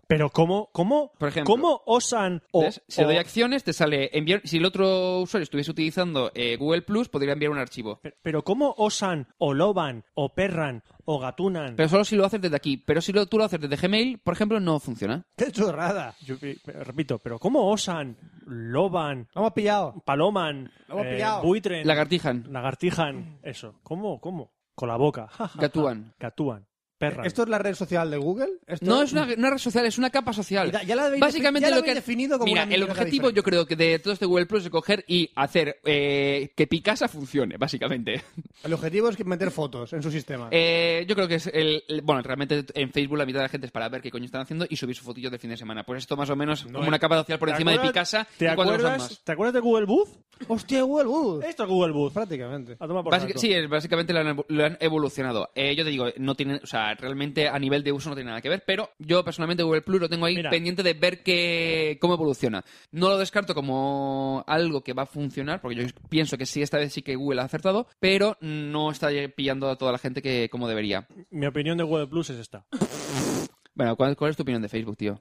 Speaker 7: Pero ¿cómo, cómo,
Speaker 9: Por ejemplo,
Speaker 7: cómo osan o,
Speaker 9: ¿Ves? si
Speaker 7: o-
Speaker 9: doy acciones, te sale enviar. Si el otro usuario estuviese utilizando eh, Google Plus, podría enviar un archivo.
Speaker 7: pero cómo osan o loban o perran o gatunan?
Speaker 9: Pero solo si lo haces desde aquí. Pero si lo- tú lo haces desde Gmail, por ejemplo, no funciona.
Speaker 7: ¡Qué chorrada! Yo, eh, repito, pero ¿cómo osan, loban,
Speaker 3: lo hemos pillado,
Speaker 7: paloman,
Speaker 3: Lo hemos
Speaker 7: eh,
Speaker 3: pillado.
Speaker 7: buitren,
Speaker 9: Lagartijan,
Speaker 7: lagartijan, eso? ¿Cómo, cómo? Con la boca.
Speaker 9: gatúan.
Speaker 7: Gatúan, perran.
Speaker 3: ¿Esto es la red social de Google? ¿Esto-
Speaker 9: No es una, una red social, es una capa social.
Speaker 3: Ya- ya la habéis
Speaker 9: Básicamente
Speaker 3: defini- ya la
Speaker 9: lo que
Speaker 3: habéis definido como
Speaker 9: mira,
Speaker 3: una
Speaker 9: el
Speaker 3: mierda
Speaker 9: objetivo yo creo que de todo este Google Plus es coger y hacer eh, que Picasa funcione, básicamente.
Speaker 3: El objetivo es que meter fotos en su sistema.
Speaker 9: Eh, yo creo que es el, el- bueno, realmente en Facebook la mitad de la gente es para ver qué coño están haciendo y subir su fotillo de fin de semana. Pues esto más o menos como una capa social por
Speaker 7: ¿Te
Speaker 9: encima de
Speaker 7: acuerdas-
Speaker 9: Picasa
Speaker 7: ¿Te
Speaker 9: y cuando lo usan
Speaker 7: acuerdas,
Speaker 9: más.
Speaker 7: ¿Te acuerdas de Google Booth?
Speaker 3: Hostia, Google Booth.
Speaker 7: Esto es Google Booth.
Speaker 3: Prácticamente.
Speaker 7: A tomar por
Speaker 9: Básica-
Speaker 7: saco.
Speaker 9: sí, es- básicamente lo han, evo- lo han evolucionado. Eh, yo te digo, no tiene, o sea, realmente a nivel de uso no tiene nada que ver, pero yo personalmente Google Plus lo tengo ahí
Speaker 7: Mira.
Speaker 9: pendiente de ver que, cómo evoluciona. No lo descarto como algo que va a funcionar, porque yo pienso que sí, esta vez sí que Google ha acertado, pero no está pillando a toda la gente que como debería.
Speaker 7: Mi opinión de Google Plus es esta.
Speaker 9: Bueno, ¿cuál, cuál es tu opinión de Facebook, tío?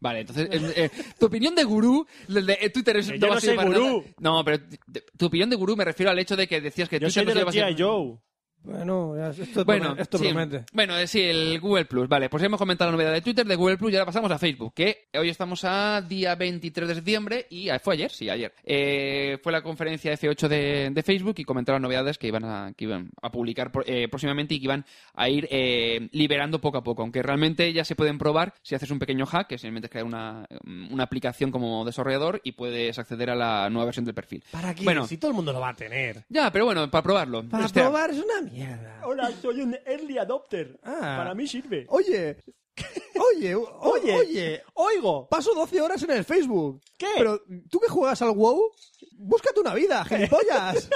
Speaker 9: Vale, entonces, eh, eh, tu opinión de gurú, del de eh, Twitter es...
Speaker 7: Que yo
Speaker 9: va a
Speaker 7: no
Speaker 9: servir
Speaker 7: soy
Speaker 9: para
Speaker 7: gurú.
Speaker 9: nada. No, pero t- t- tu opinión de gurú me refiero al hecho de que decías que
Speaker 7: Yo
Speaker 9: Twitter
Speaker 7: soy
Speaker 9: no
Speaker 7: de
Speaker 9: se iba
Speaker 7: la
Speaker 9: a ser-
Speaker 7: tía Joe.
Speaker 3: Bueno, ya- esto,
Speaker 9: Bueno,
Speaker 3: promete- esto
Speaker 9: sí.
Speaker 3: promete.
Speaker 9: Bueno, eh, sí, el Google Plus. Vale, pues ya hemos comentado la novedad de Twitter, de Google Plus, y ahora pasamos a Facebook, que hoy estamos a día 23 de septiembre y ah, fue ayer, sí, ayer. Eh, fue la conferencia F8 de, de Facebook y comentaron las novedades que iban a, que iban a publicar por- eh, próximamente y que iban a ir eh, liberando poco a poco, aunque realmente ya se pueden probar si haces un pequeño hack, que simplemente es crear una, mm, una aplicación como desarrollador y puedes acceder a la nueva versión del perfil.
Speaker 3: ¿Para qué?
Speaker 9: Bueno,
Speaker 3: Si todo el mundo lo va a tener.
Speaker 9: ya, pero bueno, para probarlo.
Speaker 3: Para
Speaker 9: Hostia.
Speaker 3: probar es una mierda.
Speaker 7: Hola, soy un early adopter.
Speaker 3: Ah.
Speaker 7: Para mí sirve.
Speaker 3: Oye, oye, o- oye, oigo. Paso 12 horas en el Facebook. ¿Qué? Pero tú que juegas al WoW, búscate una
Speaker 7: [LAUGHS]
Speaker 3: vida, gilipollas.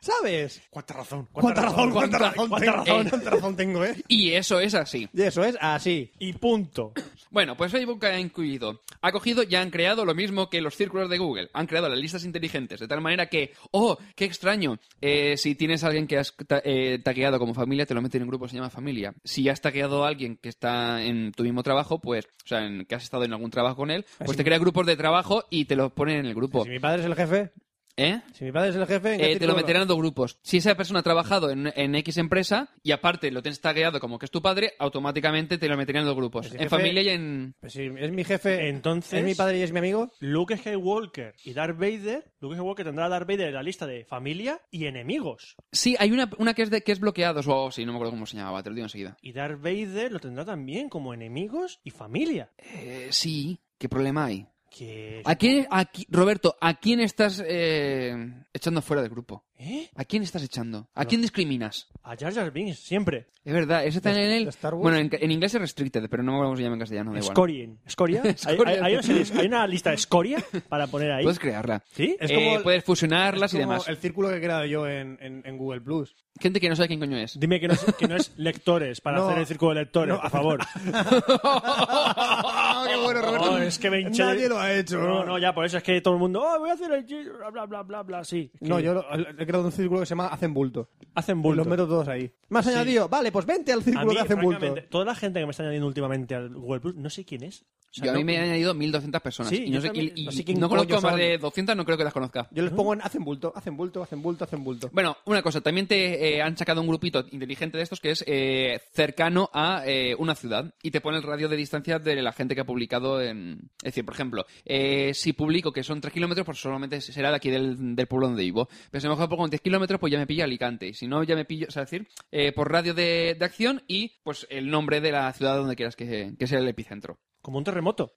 Speaker 3: ¿Sabes?
Speaker 12: Cuánta razón.
Speaker 3: Cuánta razón, cuánta razón,
Speaker 9: cuánta
Speaker 3: tengo,
Speaker 9: razón.
Speaker 3: cuánta razón tengo, eh.
Speaker 9: Y eso es así.
Speaker 3: Y eso es así.
Speaker 7: Y punto.
Speaker 9: Bueno, pues Facebook ha incluido, ha cogido y han creado lo mismo que los círculos de Google. Han creado las listas inteligentes, de tal manera que, oh, qué extraño, eh, si tienes a alguien que has ta- eh, tagueado como familia, te lo meten en un grupo que se llama familia. Si has tagueado a alguien que está en tu mismo trabajo, pues, o sea, en- que has estado en algún trabajo con él, pues
Speaker 3: Así
Speaker 9: te
Speaker 3: que-
Speaker 9: crea grupos de trabajo y te los ponen en el grupo.
Speaker 3: Si mi padre es el jefe,
Speaker 9: ¿Eh?
Speaker 3: si mi padre es el jefe, ¿en qué
Speaker 9: Eh, te lo
Speaker 3: círculo?
Speaker 9: meterán en dos grupos. Si esa persona ha trabajado en, en X empresa y aparte lo tienes tagueado como que es tu padre, automáticamente te lo meterán en dos grupos.
Speaker 3: Pues
Speaker 9: en
Speaker 3: el jefe-
Speaker 9: familia y en...
Speaker 3: Pues si es mi jefe,
Speaker 7: Entonces-
Speaker 3: es mi padre y es mi amigo.
Speaker 7: Luke Skywalker y Darth Vader. Luke Skywalker tendrá a Darth Vader en la lista de familia y enemigos.
Speaker 9: Sí, hay una, una que es de que es bloqueados o algo así, no me acuerdo cómo se llamaba, te lo digo enseguida.
Speaker 7: Y Darth Vader lo tendrá también como enemigos y familia.
Speaker 9: Eh, sí, ¿qué problema hay?
Speaker 7: Que...
Speaker 9: ¿A quién, a qui- Roberto, ¿a quién estás eh, echando fuera del grupo?
Speaker 7: ¿Eh?
Speaker 9: ¿A quién estás echando? ¿A quién discriminas?
Speaker 7: A Jar Jar Binks, siempre.
Speaker 9: Es verdad, ese está en el...
Speaker 3: de Star Wars?
Speaker 9: Bueno, en, en inglés es restricted, pero no me acuerdo cómo se llama en castellano, da igual.
Speaker 7: Pues Scorien. ¿Escoria?
Speaker 9: [LAUGHS]
Speaker 7: ¿Hay, hay- hay una serie- hay una lista de escoria para poner ahí?
Speaker 9: Puedes crearla.
Speaker 7: ¿Sí?
Speaker 3: Es
Speaker 9: Eh,
Speaker 3: como el-
Speaker 9: puedes fusionarlas
Speaker 3: Es
Speaker 9: y
Speaker 3: como
Speaker 9: demás.
Speaker 3: el círculo que he creado yo en, en- en Google Plus.
Speaker 9: Gente que no sabe quién coño es.
Speaker 7: Dime que no es, que no es lectores, para
Speaker 3: No.
Speaker 7: hacer el círculo de lectores,
Speaker 3: No.
Speaker 7: por favor.
Speaker 3: [LAUGHS]
Speaker 7: Ah,
Speaker 3: ¡Qué
Speaker 7: [LAUGHS]
Speaker 3: bueno, [LAUGHS]
Speaker 7: No, Oh, es que me hinché
Speaker 3: Nadie
Speaker 7: de-
Speaker 3: lo ha hecho.
Speaker 7: No, no, ya, por eso es que todo el mundo, oh, voy a hacer el chiste", bla, bla, bla, bla, bla, sí. Es que
Speaker 3: No, yo lo- he creado un círculo que se llama Hacen Bulto.
Speaker 7: Hacen
Speaker 3: Y
Speaker 7: bulto.
Speaker 3: Los meto todos ahí. Más añadido, vale, pues vente al
Speaker 7: A
Speaker 3: círculo
Speaker 7: mí,
Speaker 3: de Hacen Bulto.
Speaker 7: francamente, toda la gente que me está añadiendo últimamente al Google Plus, no sé quién es. O sea,
Speaker 9: Yo a
Speaker 7: no-
Speaker 9: mí me han añadido 1.200 personas.
Speaker 7: Sí,
Speaker 9: y no,
Speaker 7: yo
Speaker 9: sé,
Speaker 7: también,
Speaker 9: y- y
Speaker 7: no sé quién
Speaker 9: no conozco
Speaker 3: coño
Speaker 9: a más
Speaker 3: son.
Speaker 9: de 200, no creo que las conozca.
Speaker 3: Yo les pongo en Hacen Bulto, Hacen Bulto, Hacen Bulto, Hacen Bulto.
Speaker 9: Bueno, una cosa, también te eh, han sacado un grupito inteligente de estos que es eh, cercano a eh, una ciudad y te pone el radio de distancia de la gente que ha publicado en... Es decir, por ejemplo, eh, si publico que son 3 kilómetros, pues solamente será de aquí del, del pueblo donde vivo. Pero si a lo mejor pongo en 3 kilómetros, pues ya me pilla Alicante. Y si no, ya me pillo, o sea, es decir, eh, por radio de, de acción y pues el nombre de la ciudad donde quieras que, que sea el epicentro.
Speaker 7: Como un terremoto.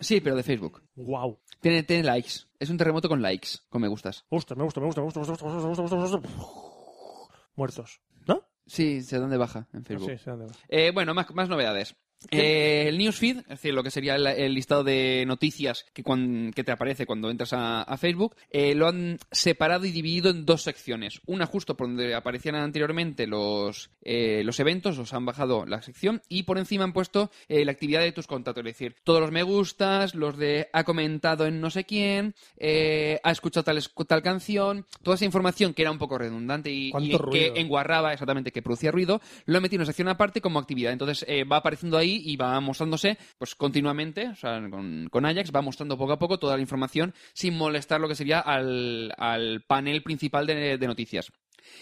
Speaker 9: Sí, pero de Facebook.
Speaker 7: Wow.
Speaker 9: Tiene, tiene likes. Es un terremoto con likes, con me gustas.
Speaker 7: Gusta, me gusta, me gusta, me gusta, me gusta, me gusta, me gusta, me gusta, me gusta, me gusta. Muertos. ¿No?
Speaker 9: Sí, se dan de baja en
Speaker 3: No
Speaker 9: Facebook.
Speaker 3: sé, sé dónde va.
Speaker 9: Eh, bueno, más, más novedades. Eh, el newsfeed, es decir, lo que sería el, el listado de noticias que, cuan- que te aparece cuando entras a, a Facebook, eh, lo han separado y dividido en dos secciones. Una justo por donde aparecían anteriormente los, eh, los eventos, los han bajado la sección y por encima han puesto eh, la actividad de tus contactos, es decir, todos los me gustas, los de ha comentado en no sé quién, eh, ha escuchado tal, esc- tal canción, toda esa información que era un poco redundante y,
Speaker 3: ¿Cuánto
Speaker 9: y en-
Speaker 3: ruido?
Speaker 9: que enguarraba exactamente, que producía ruido, lo he metido en una sección aparte como actividad. Entonces eh, va apareciendo ahí y va mostrándose pues continuamente, o sea, con, con Ajax, va mostrando poco a poco toda la información sin molestar lo que sería al, al panel principal de- de noticias.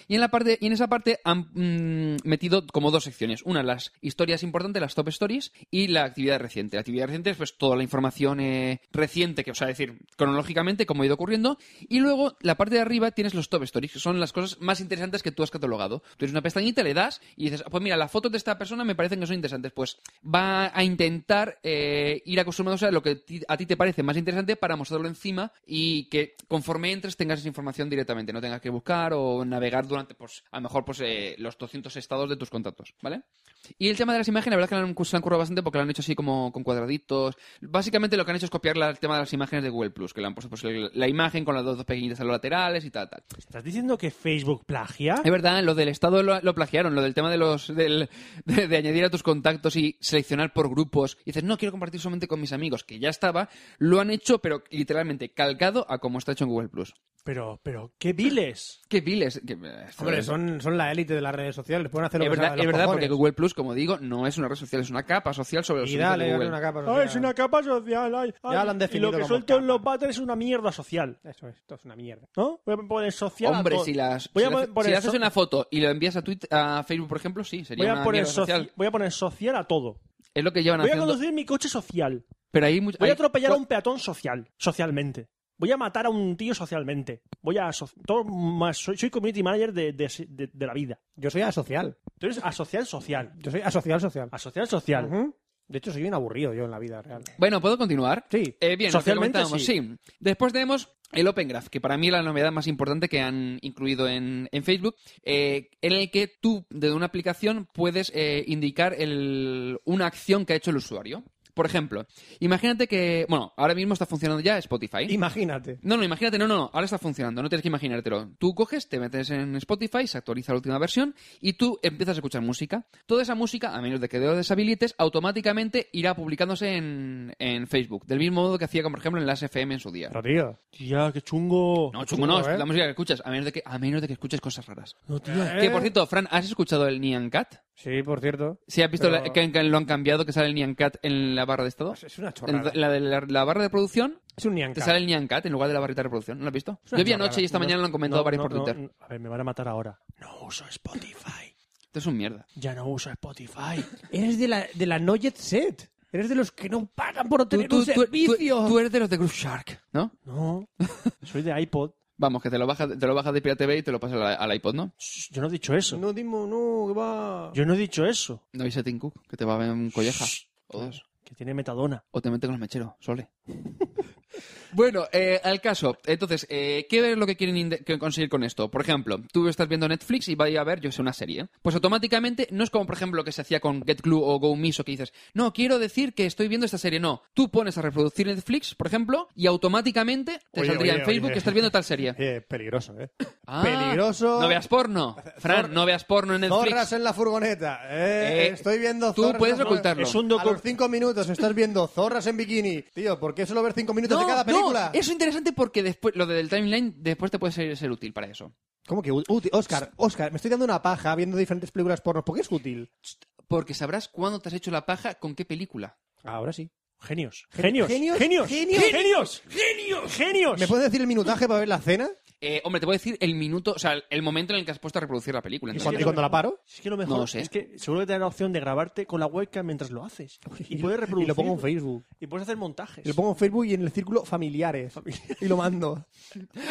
Speaker 9: Y en, la parte, y en esa parte han mm, metido como dos secciones. Una, las historias importantes, las top stories, y la actividad reciente. La actividad reciente es pues toda la información eh, reciente, que os sea, decir cronológicamente cómo ha ido ocurriendo. Y luego, la parte de arriba tienes los top stories, que son las cosas más interesantes que tú has catalogado. Tú tienes una pestañita, le das y dices, pues mira, las fotos de esta persona me parecen que son interesantes. Pues va a intentar eh, ir acostumbrándose a lo que ti- a ti te parece más interesante para mostrarlo encima y que conforme entres tengas esa información directamente, no tengas que buscar o navegar durante, pues, a lo mejor, pues, eh, los 200 estados de tus contactos, ¿vale? Y el tema de las imágenes, la verdad es que lo han, se lo han currado bastante porque lo han hecho así como con cuadraditos. Básicamente lo que han hecho es copiar la- el tema de las imágenes de Google Plus, que le han puesto pues, el- la imagen con las dos, dos pequeñitas a los laterales y tal, tal.
Speaker 7: ¿Estás diciendo que Facebook plagia?
Speaker 9: Es verdad, lo del estado lo, lo plagiaron, lo del tema de los del- de, de añadir a tus contactos y seleccionar por grupos. Y dices, no, quiero compartir solamente con mis amigos, que ya estaba, lo han hecho, pero literalmente calcado a como está hecho en Google Plus.
Speaker 7: Pero, pero, qué viles.
Speaker 9: Qué viles. que- eh,
Speaker 3: Hombre, son, son la élite de las redes sociales. Pueden hacer lo
Speaker 9: Es
Speaker 3: que les
Speaker 9: verdad,
Speaker 3: salga de
Speaker 9: es
Speaker 3: los
Speaker 9: verdad porque
Speaker 3: cojones.
Speaker 9: Google Plus, como digo, no es una red social, es una capa social sobre los
Speaker 3: Y
Speaker 9: servicios
Speaker 3: dale,
Speaker 9: de
Speaker 3: dale
Speaker 9: Google.
Speaker 3: una capa.
Speaker 7: Ay, Ah, es una capa social. Ay, ay,
Speaker 3: Ya la han definido
Speaker 7: y lo que
Speaker 3: como
Speaker 7: suelto en los váteres es una mierda social.
Speaker 3: Eso es, esto es una mierda.
Speaker 7: ¿No? Voy a poner social. a
Speaker 9: Hombre,
Speaker 7: todo.
Speaker 9: si las
Speaker 7: Voy
Speaker 9: si
Speaker 7: a
Speaker 9: le hace-
Speaker 7: poner
Speaker 9: si le haces
Speaker 7: so-
Speaker 9: una foto y la envías a Twitter, a Facebook, por ejemplo, sí, sería
Speaker 7: voy a
Speaker 9: una
Speaker 7: poner
Speaker 9: mierda
Speaker 7: soci-
Speaker 9: social.
Speaker 7: Voy a poner social a todo.
Speaker 9: Es lo que llevan
Speaker 7: Voy a
Speaker 9: haciendo.
Speaker 7: conducir mi coche social.
Speaker 9: Pero hay mucho-
Speaker 7: Voy a
Speaker 9: hay-
Speaker 7: atropellar a un peatón social, socialmente. Voy a matar a un tío socialmente. Voy a aso- todo más soy, soy community manager de, de- de- de la vida.
Speaker 3: Yo soy asocial.
Speaker 7: Tú eres asocial social.
Speaker 3: Yo soy asocial social.
Speaker 7: Asocial social.
Speaker 3: Ujú. De hecho, soy un aburrido yo en la vida real.
Speaker 9: Bueno, ¿puedo continuar?
Speaker 3: Sí.
Speaker 9: Eh, bien,
Speaker 3: Socialmente,
Speaker 9: lo que comentábamos,
Speaker 3: sí.
Speaker 9: sí. Después tenemos el Open Graph, que para mí es la novedad más importante que han incluido en, en Facebook, eh, en el que tú, desde una aplicación, puedes eh, indicar el- una acción que ha hecho el usuario. Por ejemplo, imagínate que, bueno, ahora mismo está funcionando ya Spotify.
Speaker 3: Imagínate.
Speaker 9: No, no, imagínate, no, no, no, ahora está funcionando, no tienes que imaginártelo. Tú coges, te metes en Spotify, se actualiza la última versión y tú empiezas a escuchar música. Toda esa música, a menos de que lo deshabilites, automáticamente irá publicándose en, en Facebook, del mismo modo que hacía, como por ejemplo, en las FM en su día.
Speaker 3: Pero, tío.
Speaker 7: Tía, qué chungo.
Speaker 9: No, chungo no,
Speaker 7: Chungo,
Speaker 9: es
Speaker 7: ¿eh?
Speaker 9: la música que escuchas, a menos de que, a menos de que escuches cosas raras.
Speaker 7: No, tía.
Speaker 9: Que por cierto, Fran, ¿has escuchado el Nyan Cat?
Speaker 3: eh. Sí, por cierto.
Speaker 9: ¿Sí has visto
Speaker 3: Pero- Pues
Speaker 9: la- que, que lo han cambiado, que sale el Nyan Cat en la barra de estado?
Speaker 3: Es una chorrada.
Speaker 9: En la, de la, la barra de producción,
Speaker 3: Es un
Speaker 9: te
Speaker 3: nianca.
Speaker 9: sale el Nyan Cat en lugar de la barrita de reproducción. ¿No lo has visto?
Speaker 3: Es
Speaker 9: Yo
Speaker 3: una
Speaker 9: vi
Speaker 3: chorrada.
Speaker 9: anoche y esta
Speaker 3: No,
Speaker 9: mañana lo han comentado
Speaker 7: No,
Speaker 9: varios
Speaker 7: no,
Speaker 9: por
Speaker 7: no,
Speaker 9: Twitter.
Speaker 7: no. a ver, me van a matar ahora. No uso Spotify.
Speaker 9: Esto es un mierda.
Speaker 7: Ya no uso Spotify.
Speaker 3: Eres de la, de la No Jet Set. Eres de los que no pagan por
Speaker 9: Tú,
Speaker 3: tener
Speaker 9: tú-
Speaker 3: un
Speaker 9: tú-
Speaker 3: servicio.
Speaker 9: tú- tú eres de los de Groove Shark, ¿no?
Speaker 7: No. Soy de iPod.
Speaker 9: [LAUGHS] Vamos, que te lo bajas, te lo bajas de Pirate y te lo pasas al, al iPod, ¿no?
Speaker 7: Shh, Yo no he dicho eso.
Speaker 3: No, Dimo, no, que va.
Speaker 7: Yo no he dicho eso.
Speaker 9: No veis a Tim Cook, que te va a ver un colleja. O dos.
Speaker 7: Que tiene metadona.
Speaker 9: O te mete con los mecheros, sole. bueno, eh, al caso. Entonces, eh, ¿qué es lo que quieren inde- que conseguir con esto? Por ejemplo, tú estás viendo Netflix y vais a ver, yo sé, una serie. Pues automáticamente, no es como, por ejemplo, lo que se hacía con Get Clue o Go Miso, que dices, no, quiero decir que estoy viendo esta serie. No, tú pones a reproducir Netflix, por ejemplo, y automáticamente te
Speaker 3: Oye,
Speaker 9: saldría
Speaker 3: oye,
Speaker 9: en Facebook
Speaker 3: oye.
Speaker 9: que estás viendo tal
Speaker 3: [LAUGHS]
Speaker 9: serie.
Speaker 3: Eh, peligroso, ¿eh?
Speaker 9: Ah,
Speaker 3: Peligroso.
Speaker 9: No veas porno. Fran, no veas porno en Netflix.
Speaker 3: Zorras en la furgoneta.
Speaker 9: Eh,
Speaker 3: Eh, estoy viendo
Speaker 9: tú
Speaker 3: zorras.
Speaker 9: puedes
Speaker 3: en la furgoneta.
Speaker 9: ocultarlo. Es
Speaker 7: un docu-
Speaker 3: A los cinco minutos estás viendo zorras en bikini. Tío, ¿por qué solo ver cinco minutos de cada película?
Speaker 9: eso es interesante porque después lo del timeline después te puede ser, ser útil para eso.
Speaker 3: ¿Cómo que útil? Oscar, Oscar, me estoy dando una paja viendo diferentes películas pornos. ¿Por qué es útil?
Speaker 9: Porque sabrás cuándo te has hecho la paja con qué película.
Speaker 3: Ahora sí.
Speaker 7: Genios.
Speaker 3: Gen-
Speaker 7: Genios. Genios. Genios.
Speaker 3: Genios.
Speaker 7: Genios. Genios. Genios.
Speaker 3: ¿Me puedes decir el minutaje para ver la cena?
Speaker 9: Eh, hombre, te puedo decir el minuto, o sea, el- el momento en el que has puesto a reproducir la película.
Speaker 3: ¿Y
Speaker 9: entonces.
Speaker 3: cuando, y cuando la paro?
Speaker 7: Es que lo mejor
Speaker 9: No lo sé.
Speaker 7: es que seguro que te dan la opción de grabarte con la webcam mientras lo haces.
Speaker 3: [LAUGHS]
Speaker 7: Y, puedes reproducir.
Speaker 3: Y lo pongo en Facebook.
Speaker 7: Y puedes hacer montajes.
Speaker 3: Y lo pongo en Facebook y en el círculo familiares. Y lo mando.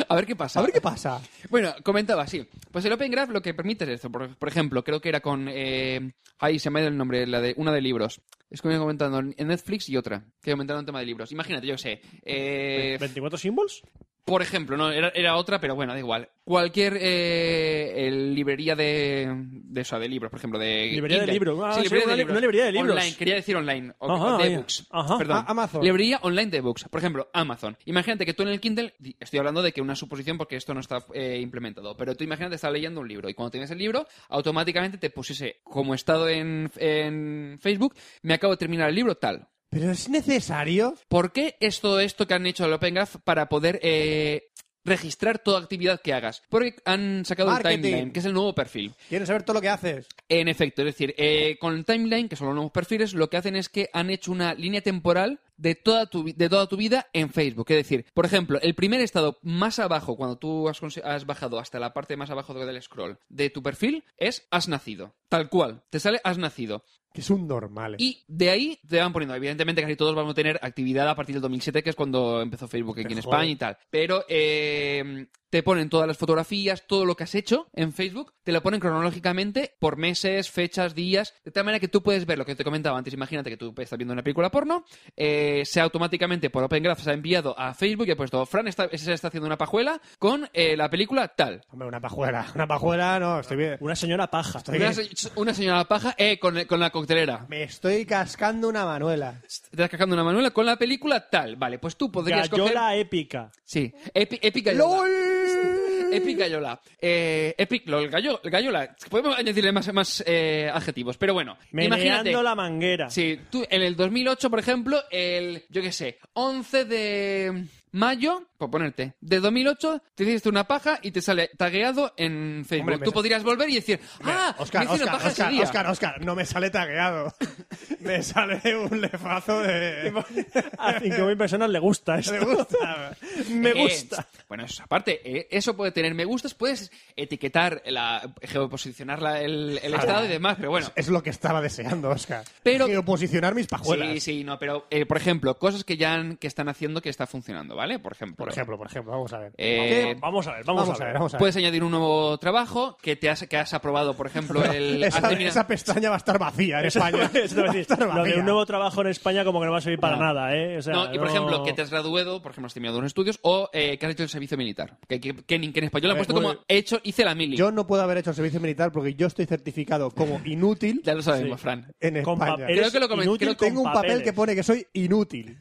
Speaker 9: A ver qué pasa.
Speaker 3: A ver qué pasa.
Speaker 9: Bueno, comentaba, sí. Pues el Open Graph lo que permite es esto. Por, por ejemplo, creo que era con... eh, ahí se me ha ido el nombre, la de una de libros. Es que me iba comentando en Netflix y otra, que comentaron un tema de libros. Imagínate, yo qué sé. eh,
Speaker 7: ¿24 symbols?
Speaker 9: Por ejemplo, no, era, era otra, pero bueno, da
Speaker 3: [LAUGHS]
Speaker 9: igual. Cualquier eh, el librería de, de, o sea, de libros, por ejemplo, de
Speaker 7: Librería de
Speaker 9: Kindle.
Speaker 7: libros. Ah,
Speaker 9: Sí,
Speaker 7: sí,
Speaker 9: librería
Speaker 7: una
Speaker 9: de
Speaker 7: li-
Speaker 9: libros.
Speaker 7: una librería de libros.
Speaker 9: Online, quería decir online, o,
Speaker 7: Ajá,
Speaker 9: o de
Speaker 7: vaya.
Speaker 9: books.
Speaker 7: Ajá.
Speaker 9: Perdón.
Speaker 3: Ah, Amazon.
Speaker 9: Librería online de books. Por ejemplo, Amazon. Imagínate que tú en el Kindle, di- estoy hablando de que una suposición porque esto no está eh, implementado, pero tú imagínate estás leyendo un libro y cuando tienes el libro, automáticamente te pusiese como estado en, en Facebook, me acabo de terminar el libro, tal.
Speaker 3: ¿Pero es necesario?
Speaker 9: ¿Por qué es todo esto que han hecho al Open Graph para poder eh, registrar toda actividad que hagas? Porque han sacado
Speaker 3: Marketing.
Speaker 9: el timeline, que es el nuevo perfil.
Speaker 3: ¿Quieres saber todo lo que haces?
Speaker 9: En efecto, es decir, eh, con el timeline, que son los nuevos perfiles, lo que hacen es que han hecho una línea temporal de toda tu, vi- de toda tu vida en Facebook. Es decir, por ejemplo, el primer estado más abajo, cuando tú has, conse- has bajado hasta la parte más abajo del scroll de tu perfil, es has nacido. Tal cual, te sale has nacido.
Speaker 3: Que es un normal.
Speaker 9: Y de ahí te van poniendo. Evidentemente, casi todos vamos a tener actividad a partir del 2007, que es cuando empezó Facebook aquí en
Speaker 3: Joder.
Speaker 9: España y tal. Pero eh, te ponen todas las fotografías, todo lo que has hecho en Facebook, te lo ponen cronológicamente por meses, fechas, días, de tal manera que tú puedes ver lo que te comentaba antes. Imagínate que tú estás viendo una película porno, eh, se ha automáticamente por Open Graph se ha enviado a Facebook y ha puesto Fran está, se está haciendo una pajuela con eh, la película tal.
Speaker 3: Hombre, una pajuela. Una pajuela, no, estoy bien.
Speaker 7: Una señora paja.
Speaker 3: Estoy
Speaker 9: Una,
Speaker 3: bien.
Speaker 9: se- una señora paja eh, con, con la coctelera.
Speaker 3: Me estoy cascando una manuela.
Speaker 9: Te estás cagando una manuela con la película tal. Vale, pues tú podrías coger...
Speaker 7: Gallola épica.
Speaker 9: Sí, Epi- Epic Gallola. Epic Gallola. Eh, Epic LOL, Gallo- Gallola. Podemos añadirle más, más eh, adjetivos, pero bueno.
Speaker 7: Meneando
Speaker 9: imagínate.
Speaker 7: la manguera.
Speaker 9: Sí, tú en el 2008, por ejemplo, el, yo qué sé, 11 de... Mayo, por ponerte, de 2008, te hiciste una paja y te sale tagueado en Facebook.
Speaker 3: Hombre, me
Speaker 9: Tú
Speaker 3: sa-
Speaker 9: podrías volver y decir, ¡ah!
Speaker 3: Oscar,
Speaker 9: me hice una
Speaker 3: Oscar,
Speaker 9: paja ese
Speaker 3: Oscar,
Speaker 9: día".
Speaker 3: Oscar, Oscar, no me sale tagueado. [LAUGHS] me sale un lefazo de...
Speaker 7: A 5.000 personas le gusta esto.
Speaker 3: Me
Speaker 7: [LAUGHS]
Speaker 3: eh,
Speaker 9: [LAUGHS] Eh,
Speaker 3: gusta. Me gusta.
Speaker 9: bueno, eso aparte, eh, eso puede tener me gustas, puedes etiquetar, la, geoposicionar la- el, el
Speaker 3: Claro.
Speaker 9: estado y demás, pero bueno.
Speaker 3: Es lo que estaba deseando, Oscar.
Speaker 9: Pero-
Speaker 3: Quiero posicionar mis pajuelas.
Speaker 9: Sí, sí, no, pero eh, por ejemplo, cosas que ya han- que están haciendo que está funcionando, ¿vale? Por ejemplo.
Speaker 3: Por ejemplo, por ejemplo, vamos a ver.
Speaker 9: Eh,
Speaker 7: Vamos a ver, vamos,
Speaker 3: Vamos a ver, vamos a ver.
Speaker 9: Puedes añadir un nuevo trabajo que te has, que has aprobado, por
Speaker 3: [LAUGHS]
Speaker 9: ejemplo, el. has
Speaker 3: esa,
Speaker 9: terminado-
Speaker 3: esa pestaña va a estar vacía
Speaker 7: [LAUGHS]
Speaker 3: en
Speaker 7: Eso-
Speaker 3: España.
Speaker 7: eso te iba a
Speaker 3: Va a
Speaker 7: decir,
Speaker 3: estar
Speaker 7: lo de
Speaker 3: vacía.
Speaker 7: un nuevo trabajo en España como que no va a servir para
Speaker 9: No.
Speaker 7: nada, ¿eh? O sea,
Speaker 9: No, y por
Speaker 7: no-
Speaker 9: ejemplo, que te has graduado, por ejemplo, has terminado unos estudios, o eh, que has hecho el servicio militar. Que, que- que en, que en español lo han
Speaker 3: A ver,
Speaker 9: puesto
Speaker 3: muy
Speaker 9: como
Speaker 3: bien.
Speaker 9: he hecho, hice la mili.
Speaker 3: Yo no puedo haber hecho el servicio militar porque yo estoy
Speaker 9: [LAUGHS]
Speaker 3: certificado como inútil
Speaker 9: Ya lo sabemos, Fran.
Speaker 3: en
Speaker 7: Con
Speaker 3: España.
Speaker 7: papeles
Speaker 9: Creo que lo comen-
Speaker 7: inútil
Speaker 9: creo que-
Speaker 7: con
Speaker 3: Tengo un papel
Speaker 7: papeles.
Speaker 3: que pone que soy
Speaker 9: [LAUGHS]
Speaker 3: inútil.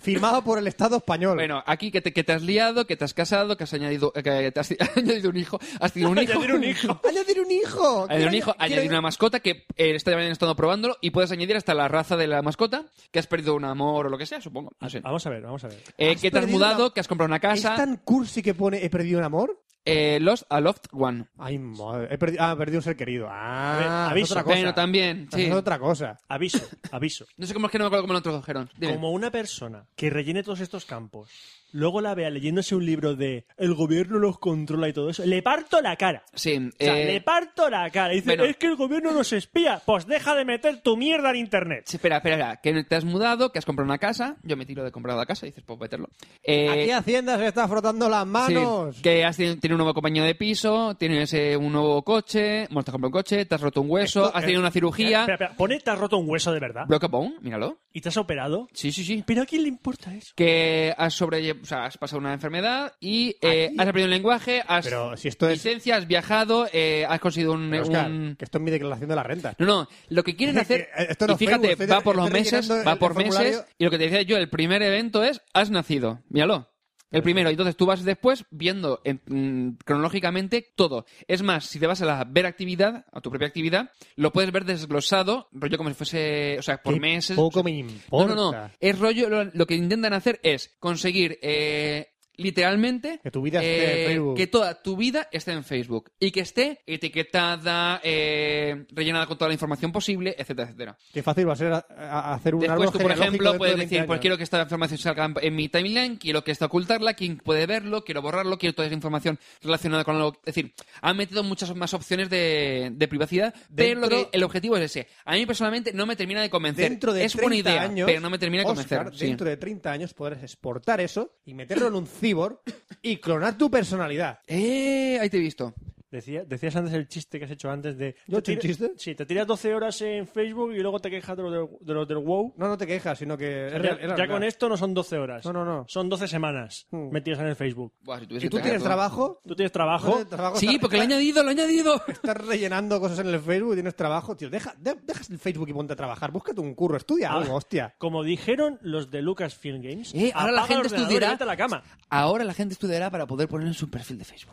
Speaker 3: Firmado por el Estado español.
Speaker 9: Bueno, aquí que te, que te has liado, que te has casado, que has añadido, eh, que te has [LAUGHS] añadido un hijo, has tenido un hijo.
Speaker 7: [LAUGHS] Añadir un hijo.
Speaker 3: ¡Añadir un hijo!
Speaker 9: [LAUGHS] Añadir un hijo,
Speaker 3: Quiero-
Speaker 9: añadir una mascota que eh, esta mañana han estado probándolo y puedes añadir hasta la raza de la mascota, que has perdido un amor o lo que sea, supongo. No sé.
Speaker 7: Vamos a ver, vamos a ver.
Speaker 9: Eh,
Speaker 3: ¿Has
Speaker 9: que te has
Speaker 3: perdido
Speaker 9: mudado,
Speaker 3: una-
Speaker 9: que has comprado una
Speaker 3: ¿Es
Speaker 9: casa.
Speaker 3: tan cursi que pone he perdido un amor?
Speaker 9: Eh, Lost a Loved One.
Speaker 3: Ay, madre. He perdido, ah, he perdido un ser querido. Ah,
Speaker 7: A ver, aviso.
Speaker 3: eso es otra cosa.
Speaker 9: Bueno, también,
Speaker 3: Eso
Speaker 9: sí.
Speaker 3: es otra cosa. [LAUGHS]
Speaker 7: Aviso, aviso.
Speaker 9: No sé cómo es que no me acuerdo cómo lo otro Gerón. Dime.
Speaker 7: Como una persona que rellene todos estos campos, luego la vea leyéndose un libro de el gobierno los controla y todo eso, le parto la cara.
Speaker 9: Sí,
Speaker 7: O sea,
Speaker 9: eh,
Speaker 7: le parto la cara. Y Dice,
Speaker 9: bueno.
Speaker 7: es que el gobierno nos espía. Pues deja de meter tu mierda en internet.
Speaker 9: sí, espera, espera, espera, que te has mudado, que has comprado una casa. Yo me tiro de comprado la casa y dices, pues meterlo. Eh,
Speaker 3: Aquí Hacienda se está frotando las
Speaker 9: sí,
Speaker 3: manos.
Speaker 9: que has tenido, tiene un nuevo compañero de piso, tienes eh, un nuevo coche, bueno, te has comprado un coche, te has roto un hueso,
Speaker 3: Esto-
Speaker 9: has tenido una
Speaker 7: Espera,
Speaker 9: cirugía.
Speaker 7: espera, espera. Pone, te has roto un hueso de verdad.
Speaker 9: Broke a bone, míralo.
Speaker 7: ¿Y te has operado?
Speaker 9: Sí, sí, sí.
Speaker 7: Pero ¿a quién le importa eso?
Speaker 9: Que has sobrelle- o sea, has pasado una enfermedad y eh, has aprendido un lenguaje, has
Speaker 3: Pero si esto es-
Speaker 9: licencia, has viajado, eh, has conseguido un,
Speaker 3: Pero, Oscar,
Speaker 9: un-
Speaker 3: que esto es mi declaración de la renta.
Speaker 9: No, no, lo que quieren hacer.
Speaker 3: Eh, esto no
Speaker 9: y
Speaker 3: es
Speaker 9: fíjate,
Speaker 3: Facebook, estoy-
Speaker 9: va por los
Speaker 3: estoy
Speaker 9: meses,
Speaker 3: rellenando
Speaker 9: va
Speaker 3: el
Speaker 9: por meses.
Speaker 3: formulario.
Speaker 9: Y lo que te decía yo, el primer evento es has nacido. Míralo. El primero, y entonces tú vas después viendo en- mm, cronológicamente todo. Es más, si te vas a la ver actividad, a tu propia actividad, lo puedes ver desglosado, rollo como si fuese, o sea, por
Speaker 3: Qué
Speaker 9: meses.
Speaker 3: poco
Speaker 9: o sea,
Speaker 3: me importa.
Speaker 9: No, no, no. Es rollo, lo, lo que intentan hacer es conseguir, eh, literalmente, eh,
Speaker 3: Que tu vida esté en Facebook.
Speaker 9: que toda tu vida esté en Facebook y que esté etiquetada, eh, rellenada con toda la información posible, etcétera, etcétera.
Speaker 3: Qué fácil va a ser a- a- hacer un árbol
Speaker 9: Después tú, por
Speaker 3: genealógico
Speaker 9: ejemplo,
Speaker 3: dentro
Speaker 9: puedes
Speaker 3: de 20
Speaker 9: decir, pues
Speaker 3: años.
Speaker 9: quiero que esta información salga en- en mi timeline, quiero que esta ocultarla, quién puede verlo, quiero borrarlo, quiero toda esa información relacionada con lo... Es decir, han metido muchas más opciones de, de privacidad, pero lo
Speaker 3: Dentro-
Speaker 9: que- el objetivo es ese. A mí personalmente no me termina de convencer.
Speaker 3: Dentro de
Speaker 9: es buena
Speaker 3: 30
Speaker 9: idea,
Speaker 3: años,
Speaker 9: pero no me termina de convencer.
Speaker 3: Oscar,
Speaker 9: sí.
Speaker 3: dentro de 30 años podrás exportar eso y meterlo en un cibor y clonar tu personalidad.
Speaker 9: Eh, ahí te he visto.
Speaker 7: Decía- decías antes el chiste que has hecho antes de...
Speaker 3: ¿Yo he
Speaker 7: te
Speaker 3: hecho un
Speaker 7: tira-
Speaker 3: chiste?
Speaker 7: Sí, te tiras 12 horas en Facebook y luego te quejas de los del, de los del WoW.
Speaker 3: No, no te quejas, sino que... es
Speaker 7: Ya,
Speaker 3: real- es
Speaker 7: ya
Speaker 3: real.
Speaker 7: con esto no son 12 horas.
Speaker 3: No, no, no.
Speaker 7: Son 12 semanas
Speaker 3: Hmm.
Speaker 7: metidas en el Facebook.
Speaker 9: Buah, Ah, si tuviese
Speaker 3: Si tú
Speaker 9: que
Speaker 3: tienes
Speaker 9: cagar todo.
Speaker 3: trabajo...
Speaker 7: Tú tienes trabajo.
Speaker 3: tienes trabajo,
Speaker 9: Sí,
Speaker 3: estás-
Speaker 9: porque lo he añadido, lo he añadido.
Speaker 3: Estás rellenando cosas en el Facebook, tienes trabajo, tío. Deja, de- dejas el Facebook y ponte a trabajar. Búscate un curro, estudia algo, hostia.
Speaker 7: Como dijeron los de Lucasfilm Games,
Speaker 9: Eh, ahora la
Speaker 7: apaga el
Speaker 9: gente
Speaker 7: ordenador y
Speaker 9: estudiará.
Speaker 7: vete a la cama.
Speaker 9: Ahora la gente estudiará para poder poner en su perfil de Facebook.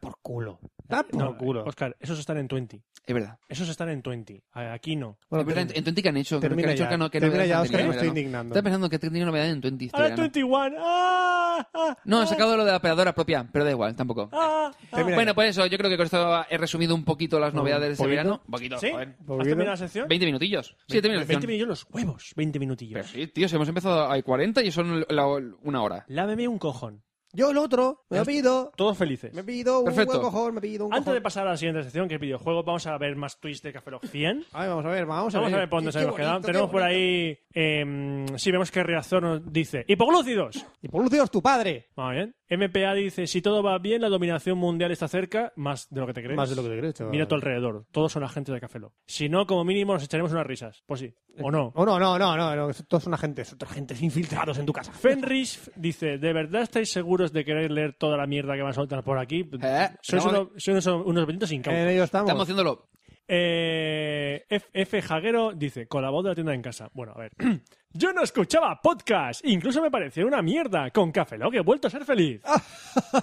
Speaker 3: Por culo. Da Ah, por
Speaker 7: No,
Speaker 3: culo.
Speaker 7: Oscar, esos están en 20.
Speaker 9: Es verdad.
Speaker 7: Esos están en 20. A- Aquí no.
Speaker 9: Es verdad, en en Twenty que han hecho,
Speaker 3: termina
Speaker 9: que han hecho
Speaker 3: ya.
Speaker 9: que no, que
Speaker 3: Termina
Speaker 9: novedades
Speaker 3: ya,
Speaker 9: han
Speaker 3: Oscar,
Speaker 9: tenido,
Speaker 3: me estoy
Speaker 9: ¿verdad?
Speaker 3: indignando.
Speaker 9: Estaba pensando que tenía novedad en 20.
Speaker 7: Ahora
Speaker 9: este verano.
Speaker 7: 21. ¡Ah! ¡Ah!
Speaker 9: No,
Speaker 7: ¡Ah!
Speaker 9: han sacado lo de la operadora propia, pero da igual, tampoco.
Speaker 7: ¡Ah! ¡Ah!
Speaker 3: Termina
Speaker 9: Bueno,
Speaker 3: ya.
Speaker 9: pues eso, yo creo que con esto he resumido un poquito las novedades de este
Speaker 3: poquito.
Speaker 9: verano. Un poquito,
Speaker 7: ¿Sí?
Speaker 9: joder.
Speaker 7: ¿Has terminado la sección?
Speaker 9: 20 minutillos. Sí,
Speaker 7: 20
Speaker 9: 20 minutillos.
Speaker 7: minutillos los huevos. 20 minutillos.
Speaker 9: Pero sí, tíos, hemos empezado a 40 y son la- una hora.
Speaker 7: Láveme un cojón.
Speaker 3: Yo el otro, me
Speaker 7: Ya
Speaker 3: lo pido.
Speaker 7: Todos felices.
Speaker 3: Me pido un
Speaker 9: Perfecto.
Speaker 3: buen cojón, me pido un
Speaker 7: Antes
Speaker 3: cojón.
Speaker 7: de pasar a la siguiente sección, que es videojuegos, vamos a ver más tweets de Café Lock 100.
Speaker 3: A ver, vamos a ver, vamos a
Speaker 7: Vamos
Speaker 3: ver.
Speaker 7: a ver por dónde
Speaker 3: Qué-
Speaker 7: se
Speaker 3: qué
Speaker 7: nos quedan.
Speaker 3: bonito,
Speaker 7: Tenemos
Speaker 3: qué
Speaker 7: por
Speaker 3: bonito.
Speaker 7: ahí. em, sí, vemos que Reazor nos dice:
Speaker 3: [LAUGHS]
Speaker 7: ¡Hipoglúcidos!
Speaker 3: Y por Lucio es tu padre.
Speaker 7: Muy bien. MPA dice: Si todo va bien, la dominación mundial está cerca, más de lo que te crees.
Speaker 3: Más de lo que te crees, chaval.
Speaker 7: Mira a tu alrededor. Todos son agentes de Café Lock. Si no, como mínimo nos echaremos unas risas. Pues sí. ¿O no?
Speaker 3: Oh, no, no, no, no, no, eso- todos son agentes, son agentes infiltrados en tu casa.
Speaker 7: Fenris dice, ¿de verdad estáis seguros de querer leer toda la mierda que van a soltar por aquí?
Speaker 9: Eh,
Speaker 7: Sois
Speaker 9: estamos-
Speaker 7: unos, sois unos, unos benditos incautos.
Speaker 3: En ello estamos.
Speaker 9: Estamos haciéndolo.
Speaker 7: Eh, FF Jaguero dice, con la voz de la tienda en casa. Bueno, a ver. [CLEARS THROAT] Yo no escuchaba podcast, incluso me parecía una mierda. Con Café Log he vuelto a ser feliz.
Speaker 3: [LAUGHS]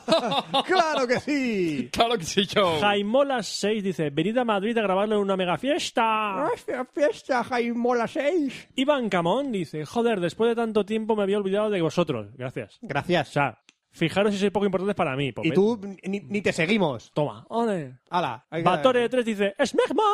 Speaker 3: ¡Claro que sí!
Speaker 9: ¡Claro que sí, yo!
Speaker 7: Jaimolas 6 dice, venid a Madrid a grabarle una mega fiesta.
Speaker 3: ¡Hostia, fiesta, Jaimola 6!
Speaker 7: Iván Camón dice, joder, después de tanto tiempo me había olvidado de vosotros. Gracias.
Speaker 3: Gracias.
Speaker 7: O sea, fijaros si sois poco importantes para mí. pues
Speaker 3: Y
Speaker 7: ve-
Speaker 3: tú ni, ni te seguimos.
Speaker 7: Toma. Ole.
Speaker 3: ¡Hala! ahí-
Speaker 7: Batore 3 dice, "Ah". ¡Smegma!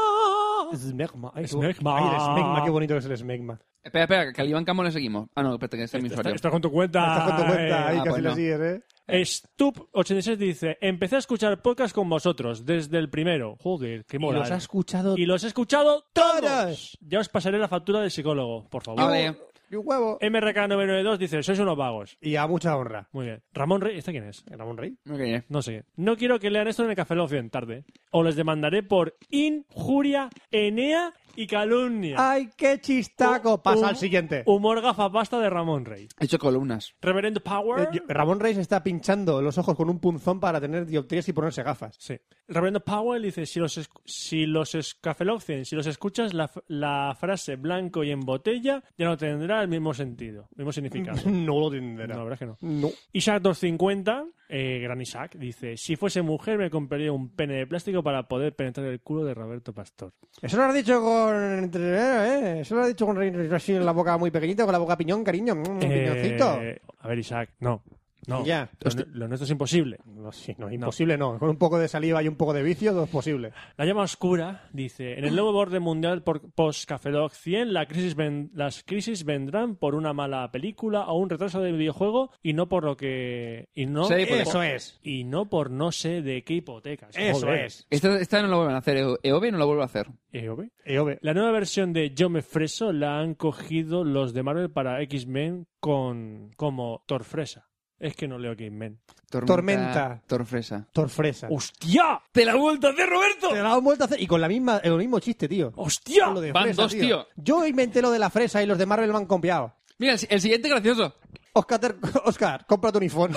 Speaker 3: Smegma. Ay, tú-
Speaker 7: Smegma.
Speaker 3: Ay, el Smegma, qué bonito que es el Smegma.
Speaker 9: Espera, espera, que al Iván Camón le seguimos. Ah, no, espérate, que es el mismo usuario.
Speaker 7: Estás Este con tu cuenta.
Speaker 3: Estás con tu cuenta, ahí
Speaker 9: Ah,
Speaker 3: casi
Speaker 9: pues
Speaker 3: le
Speaker 9: no.
Speaker 3: sigues, ¿eh?
Speaker 7: Stup86 dice, empecé a escuchar podcast con vosotros desde el primero. Joder, qué mola.
Speaker 3: los ha escuchado
Speaker 7: Y los he escuchado
Speaker 3: todos.
Speaker 7: Ya os pasaré la factura del psicólogo, por favor.
Speaker 9: Vale.
Speaker 3: ¡Y un huevo!
Speaker 7: MRK992 dice, sois unos vagos.
Speaker 3: Y a mucha honra.
Speaker 7: Muy bien. Ramón Rey, ¿este quién es?
Speaker 3: ¿Ramón Rey?
Speaker 9: Ok.
Speaker 7: No sé. No quiero que lean esto en el Café Lock bien tarde. O les demandaré por injuria, enea y calumnia.
Speaker 3: ¡Ay, qué chistaco! Pasa
Speaker 7: Hum-
Speaker 3: al siguiente.
Speaker 7: Humor gafapasta de Ramón Rey.
Speaker 9: He hecho columnas.
Speaker 7: Reverendo
Speaker 3: Eh,
Speaker 7: Power.
Speaker 3: yo- Ramón Rey se está pinchando los ojos con un punzón para tener dioptrías y ponerse gafas.
Speaker 7: Sí. El Reverendo Powell dice, si los, escu- si los es- Café Lock 100, si los escuchas la, f- la frase blanco y en botella, ya no tendrá el mismo sentido, mismo significado.
Speaker 3: [LAUGHS] No lo tendrá.
Speaker 7: No, la verdad es que no.
Speaker 3: No.
Speaker 7: Isaac 250, eh, gran Isaac, dice, si fuese mujer me compraría un pene de plástico para poder penetrar el culo de Roberto Pastor.
Speaker 3: Eso lo has dicho con... eh, eh, Eso lo has dicho con Rey Rey así en la boca muy pequeñita, con la boca piñón, cariño. Mm, piñoncito.
Speaker 7: Eh, a ver, Isaac, no. No,
Speaker 3: Ya.
Speaker 7: Lo, lo nuestro es imposible.
Speaker 3: No, sí, no, imposible no. Con un poco de saliva y un poco de vicio, todo es posible.
Speaker 7: La llama oscura dice, en el nuevo borde mundial por post Cafeloc 100 la crisis ven- las crisis vendrán por una mala película o un retraso de videojuego y no por lo que y no
Speaker 9: Sí, por-
Speaker 3: Eso es.
Speaker 7: y no por no sé de qué hipotecas.
Speaker 3: Eso
Speaker 7: Joder.
Speaker 3: es.
Speaker 9: Esta, esta no la vuelven a hacer. EO- EOB no la vuelvo a hacer.
Speaker 7: Eh, ¿ok?
Speaker 3: EOB.
Speaker 7: La nueva versión de Yo me freso la han cogido los de Marvel para X-Men con como Torfresa. Es que no leo X-Men.
Speaker 3: Tormenta.
Speaker 9: Torfresa.
Speaker 3: Torfresa.
Speaker 7: ¡Hostia! ¡Te la vuelta de Roberto!
Speaker 3: Te la han vuelto a hacer. Y con la misma, el mismo chiste, tío.
Speaker 7: ¡Hostia!
Speaker 3: Con lo de
Speaker 9: Van
Speaker 3: fresa,
Speaker 9: dos, tío.
Speaker 3: Yo inventé lo de la fresa y los de Marvel me han copiado.
Speaker 9: Mira, el, si- el siguiente gracioso.
Speaker 3: Oscar, te- [LAUGHS] Oscar, compra
Speaker 9: [LAUGHS]
Speaker 3: tu uniforme.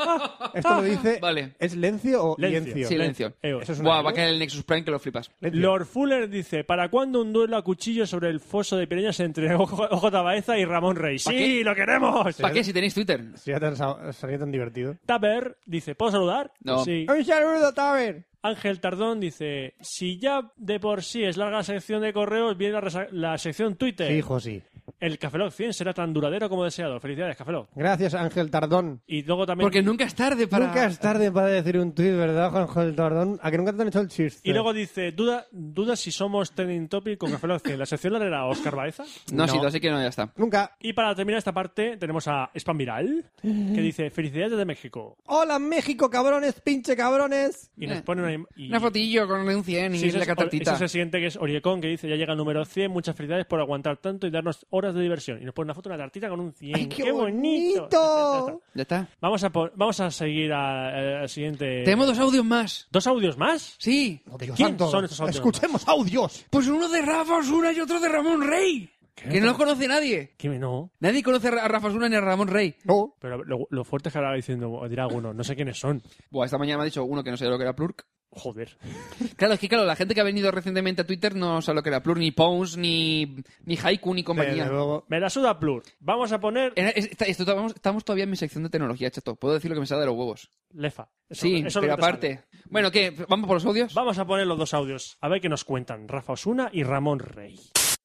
Speaker 3: [LAUGHS] Esto lo dice.
Speaker 9: Vale.
Speaker 3: ¿Es Lencio o
Speaker 7: Lencio.
Speaker 3: Liencio?
Speaker 9: Silencio.
Speaker 7: Eos.
Speaker 3: Eso es una
Speaker 9: Buah, va
Speaker 3: mierda.
Speaker 9: a caer el Nexus Prime que lo flipas.
Speaker 3: Lencio.
Speaker 7: Lord Fuller dice, ¿para cuándo un duelo a cuchillo sobre el foso de Pireñas entre [LAUGHS] Ojo Ojo Tabaeza y Ramón Rey? ¡Sí,
Speaker 9: qué?
Speaker 7: lo queremos!
Speaker 9: ¿Para qué si tenéis Twitter?
Speaker 3: Sería tan, sa- sería tan divertido.
Speaker 7: Taber dice, ¿puedo saludar?
Speaker 9: No.
Speaker 7: Sí.
Speaker 3: ¡Un saludo, Taber!
Speaker 7: Ángel Tardón dice, si ya de por sí es larga la sección de correos, viene la, resa- la sección Twitter.
Speaker 3: Sí, hijo, sí.
Speaker 7: El Cafeloc 100 será tan duradero como deseado. Felicidades, Cafeloc.
Speaker 3: Gracias, Ángel Tardón.
Speaker 7: Y luego también...
Speaker 9: Porque nunca es tarde para...
Speaker 3: Nunca es tarde para decir un tuit, ¿verdad, Ángel Tardón? A que nunca te han hecho el chiste.
Speaker 7: Y luego dice, duda, duda si somos trending topic con Cafeloc 100. La sección la era Oscar Baeza.
Speaker 9: No, sí,
Speaker 3: No.
Speaker 9: así que no, ya está.
Speaker 3: Nunca.
Speaker 7: Y para terminar esta parte tenemos a Spam Viral, que dice, felicidades desde México.
Speaker 3: ¡Hola, México, cabrones, pinche cabrones!
Speaker 7: Y
Speaker 9: Eh.
Speaker 7: nos pone una... im- y-
Speaker 9: Una fotillo con un 100 y
Speaker 7: Sí, ese
Speaker 9: la
Speaker 7: es- ese
Speaker 9: catatita.
Speaker 7: es el siguiente que es Oriecon, que dice, ya llega el número 100, muchas felicidades por aguantar tanto y darnos horas de diversión. Y nos pone una foto de una tartita con un 100.
Speaker 3: ¡Ay, qué
Speaker 7: bonito! [LAUGHS]
Speaker 3: bonito!
Speaker 9: Ya está.
Speaker 7: vamos, a por- vamos a seguir a- a- al siguiente...
Speaker 9: Tenemos dos audios más.
Speaker 7: ¿Dos audios más?
Speaker 9: Sí.
Speaker 3: ¡Oh, Dios
Speaker 7: quién
Speaker 3: santo!
Speaker 7: son estos audios?
Speaker 3: ¡Escuchemos audios!
Speaker 9: Pues uno de Rafa Osuna y otro de Ramón Rey. Que no los conoce nadie.
Speaker 7: Que no.
Speaker 9: Nadie conoce a Rafa Osuna ni a Ramón Rey.
Speaker 3: No.
Speaker 7: Pero lo, lo fuerte es que ahora diciendo, dirá alguno, no sé quiénes son.
Speaker 9: [LAUGHS] Buah, esta mañana me ha dicho uno que no sabía lo que era Plurk.
Speaker 7: Joder.
Speaker 9: Claro, es que claro, la gente que ha venido recientemente a Twitter no sabe lo que era Plurk, ni Pons, ni, ni Haiku, ni compañía.
Speaker 3: Desde luego.
Speaker 7: Me la suda Plur. Vamos a poner
Speaker 9: Era- es- está- esto- estamos, estamos todavía en mi sección de tecnología, chato. Puedo decir lo que me sale de los huevos.
Speaker 7: Lefa. Eso-
Speaker 9: sí,
Speaker 7: eso
Speaker 9: pero
Speaker 7: no te sale.
Speaker 9: aparte. Bueno, ¿qué? ¿Vamos por los audios?
Speaker 7: Vamos a poner los dos audios. A ver qué nos cuentan Rafa Osuna y Ramón Rey.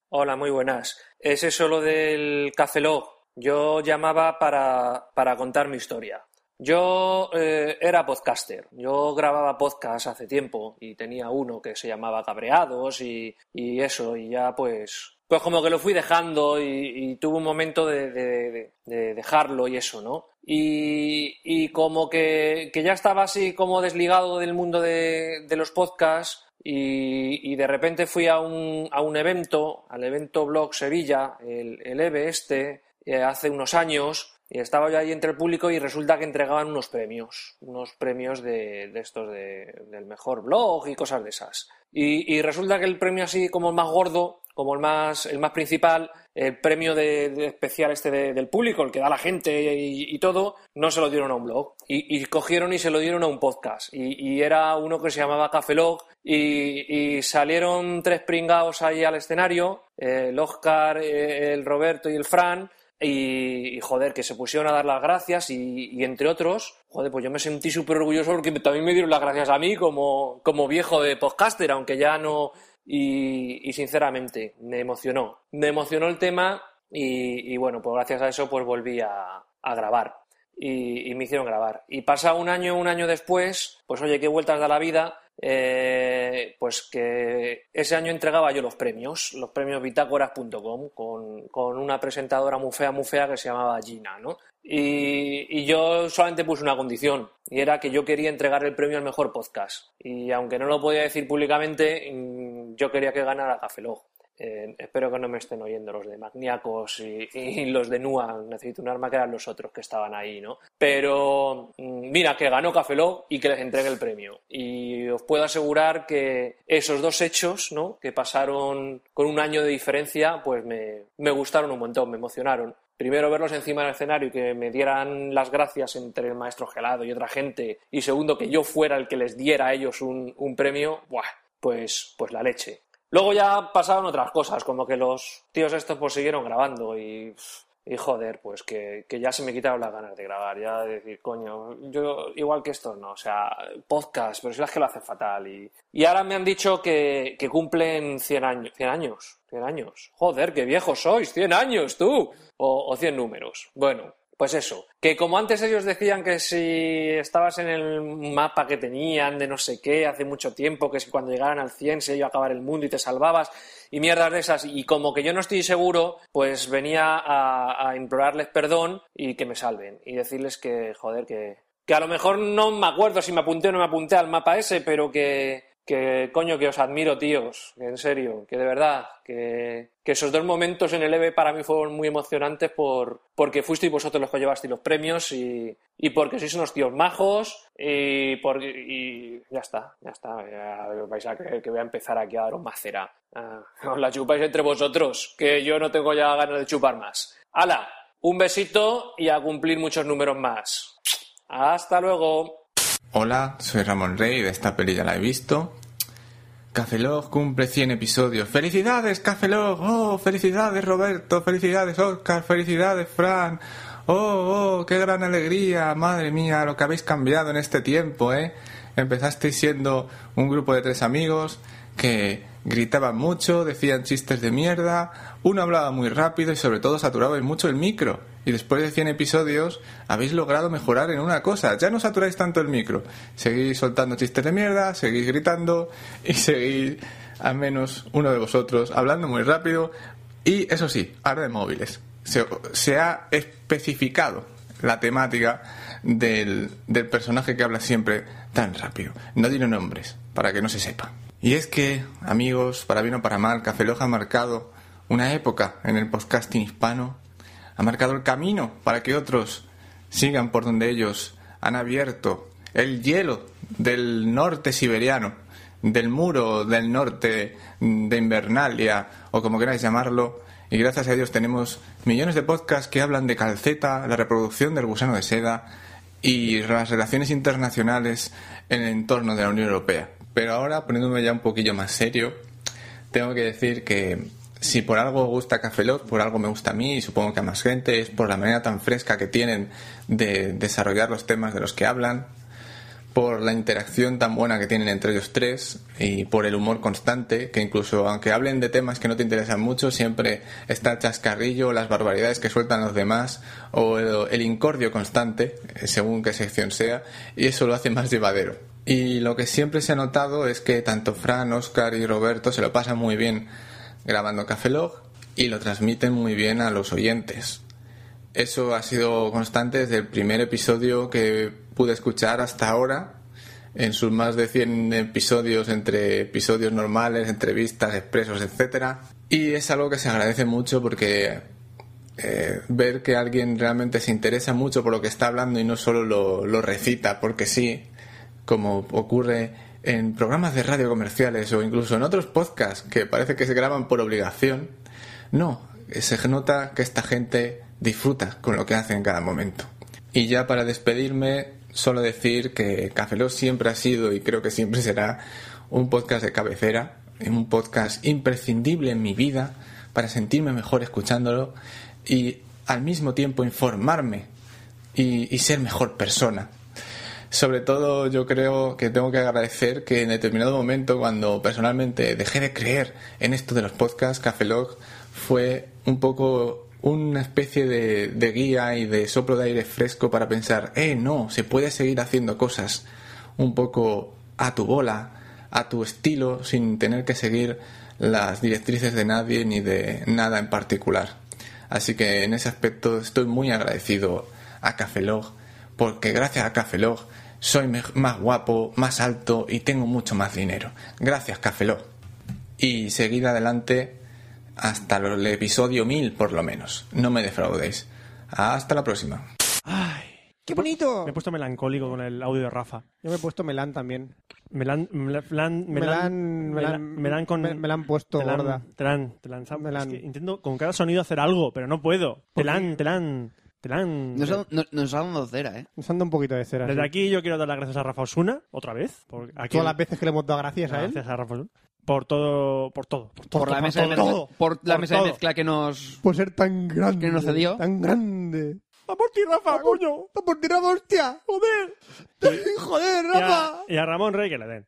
Speaker 13: Hola, muy buenas. Es eso lo del Café Lock. Yo llamaba para, para contar mi historia. Yo eh, era podcaster. Yo grababa podcast hace tiempo y tenía uno que se llamaba Cabreados y, y eso, y ya pues. Pues como que lo fui dejando y, y tuve un momento de, de- de- de dejarlo y eso, ¿no? Y, y como que, que ya estaba así como desligado del mundo de, de los podcasts y, y de repente fui a un, a un evento, al evento Blog Sevilla, el, el EVE este, eh, hace unos años, y estaba yo ahí entre el público y resulta que entregaban unos premios, unos premios de, de estos de- del mejor blog y cosas de esas. Y, y resulta que el premio así como el más gordo, como el más, el más principal, el premio de, de especial este de- del público, el que da la gente y, y todo, no se lo dieron a un blog. Y, y cogieron y se lo dieron a un podcast. Y, y era uno que se llamaba Cafelog Y, y salieron tres pringados ahí al escenario, eh, el Oscar, eh, el Roberto y el Fran, y, y, joder, que se pusieron a dar las gracias y, y entre otros, joder, pues yo me sentí súper orgulloso porque también me dieron las gracias a mí como, como viejo de podcaster, aunque ya no... Y, y sinceramente, me emocionó. Me emocionó el tema y, y bueno, pues gracias a eso pues volví a, a grabar y, y me hicieron grabar. Y pasa un año, un año después, pues oye, qué vueltas da la vida, eh, pues que ese año entregaba yo los premios, los premios bitácoras.com, con, con una presentadora muy fea, muy fea que se llamaba Gina, ¿no? Y, y yo solamente puse una condición, y era que yo quería entregar el premio al mejor podcast. Y aunque no lo podía decir públicamente, mm, yo quería que ganara Café Log. Eh, espero que no me estén oyendo los de Magniacos y, y los de Nua. Necesito un arma que eran los otros que estaban ahí, ¿no? Pero mm, mira, que ganó Cafeló y que les entregue el premio. Y os puedo asegurar que esos dos hechos, ¿no? Que pasaron con un año de diferencia, pues me, me gustaron un montón, me emocionaron primero verlos encima del escenario y que me dieran las gracias entre el maestro Gelado y otra gente, y segundo que yo fuera el que les diera a ellos un, un premio, ¡buah! Pues, pues la leche. Luego ya pasaron otras cosas, como que los tíos estos pues siguieron grabando y, y joder, pues que, que ya se me quitaron las ganas de grabar, ya de decir, coño, yo igual que estos no, o sea, podcast, pero si las que lo hacen fatal y, y ahora me han dicho que, que cumplen 100 años, 100 años, 100 años, joder, qué viejos sois, 100 años tú, o, o 100 números, bueno. Pues eso, que como antes ellos decían que si estabas en el mapa que tenían de no sé qué hace mucho tiempo, que si cuando llegaran al 100 se iba a acabar el mundo y te salvabas y mierdas de esas, y como que yo no estoy seguro, pues venía a, a implorarles perdón y que me salven y decirles que, joder, que, que a lo mejor no me acuerdo si me apunté o no me apunté al mapa ese, pero que, que coño, que os admiro, tíos, que en serio, que de verdad, que, que esos dos momentos en el EVE para mí fueron muy emocionantes por, porque fuisteis vosotros los que llevasteis los premios y, y porque sois unos tíos majos y, porque, y ya está, ya está, ya vais a creer que voy a empezar aquí a daros macera. Ah, [LAUGHS] os la chupáis entre vosotros, que yo no tengo ya ganas de chupar más. ¡Hala! Un besito y a cumplir muchos números más. ¡Hasta luego!
Speaker 5: Hola, soy Ramón Rey, de esta peli ya la he visto. Cafelog cumple 100 episodios. ¡Felicidades, Cafelog! ¡Oh, felicidades, Roberto! ¡Felicidades, Oscar! ¡Felicidades, Fran! ¡Oh, oh, qué gran alegría! ¡Madre mía, lo que habéis cambiado en este tiempo, eh! Empezasteis siendo un grupo de tres amigos que gritaban mucho, decían chistes de mierda, uno hablaba muy rápido y sobre todo saturabais mucho el micro. Y después de 100 episodios habéis logrado mejorar en una cosa, ya no saturáis tanto el micro, seguís soltando chistes de mierda, seguís gritando y [LAUGHS] seguís, al menos uno de vosotros, hablando muy rápido y eso sí, ahora de móviles. Se, se ha especificado la temática del, del personaje que habla siempre tan rápido. No diré nombres, para que no se sepa. Y es que, amigos, para bien o para mal, Café Loja ha marcado una época en el podcasting hispano, ha marcado el camino para que otros sigan por donde ellos han abierto el hielo del norte siberiano, del muro del norte de Invernalia, o como queráis llamarlo, y gracias a ellos tenemos millones de podcasts que hablan de calceta, la reproducción del gusano de seda y las relaciones internacionales en el entorno de la Unión Europea. Pero ahora, poniéndome ya un poquillo más serio, tengo que decir que si por algo gusta Cafelot, por algo me gusta a mí y supongo que a más gente, es por la manera tan fresca que tienen de desarrollar los temas de los que hablan, por la interacción tan buena que tienen entre ellos tres y por el humor constante, que incluso aunque hablen de temas que no te interesan mucho, siempre está el chascarrillo, las barbaridades que sueltan los demás o el incordio constante, eh, según qué sección sea, y eso lo hace más llevadero. Y lo que siempre se ha notado es que tanto Fran, Oscar y Roberto se lo pasan muy bien grabando Cafelog y lo transmiten muy bien a los oyentes. Eso ha sido constante desde el primer episodio que pude escuchar hasta ahora, en sus más de 100 episodios entre episodios normales, entrevistas, expresos, etc. Y es algo que se agradece mucho porque eh, ver que alguien realmente se interesa mucho por lo que está hablando y no solo lo, lo recita, porque sí, como ocurre en programas de radio comerciales o incluso en otros podcasts que parece que se graban por obligación. No, se nota que esta gente disfruta con lo que hace en cada momento. Y ya para despedirme, solo decir que Cafeló siempre ha sido y creo que siempre será un podcast de cabecera, un podcast imprescindible en mi vida para sentirme mejor escuchándolo y al mismo tiempo informarme y, y ser mejor persona. Sobre todo yo creo que tengo que agradecer que en determinado momento cuando personalmente dejé de creer en esto de los podcasts, Cafelog fue un poco una especie de, de guía y de soplo de aire fresco para pensar, eh, no, se puede seguir haciendo cosas un poco a tu bola, a tu estilo, sin tener que seguir las directrices de nadie ni de nada en particular. Así que en ese aspecto estoy muy agradecido a Cafelog, porque gracias a Cafelog soy mej- más guapo, más alto y tengo mucho más dinero. Gracias Cafelog. Y seguid adelante hasta lo- el episodio 1000 por lo menos. No me defraudéis. Hasta la próxima.
Speaker 3: ¡Qué bonito!
Speaker 7: Me he puesto melancólico con el audio de Rafa.
Speaker 3: Yo me he puesto melán también.
Speaker 7: Melán, mela- flan-
Speaker 3: Me la
Speaker 7: melán,
Speaker 3: han- me la han-
Speaker 7: melán, melán con...
Speaker 3: me- me la han puesto
Speaker 7: telán,
Speaker 3: gorda.
Speaker 7: Telán, telán, ¿sabes? Es que intento con cada sonido hacer algo, pero no puedo. Telán, telán, telán.
Speaker 3: Nos ha-
Speaker 9: nos, ha dado cera, ¿eh?
Speaker 3: Nos anda un poquito de cera.
Speaker 7: Desde
Speaker 3: sí.
Speaker 7: aquí yo quiero dar las gracias a Rafa Osuna, otra vez. Por, a quien-
Speaker 3: Todas las veces que le hemos dado gracias a él.
Speaker 7: Gracias a Rafa Osuna. Por todo, por todo. Por,
Speaker 9: Por la mesa de mezcla, por la mesa de mezcla que nos...
Speaker 3: Por ser tan grande.
Speaker 9: Que no cedió.
Speaker 3: Tan grande.
Speaker 7: ¡Va por ti, Rafa, coño!
Speaker 3: ¡Va por ti, Rafa, hostia! ¡Joder! [LAUGHS] ¡Joder,
Speaker 7: Y
Speaker 3: Rafa!
Speaker 7: a, y a Ramón Rey que le den.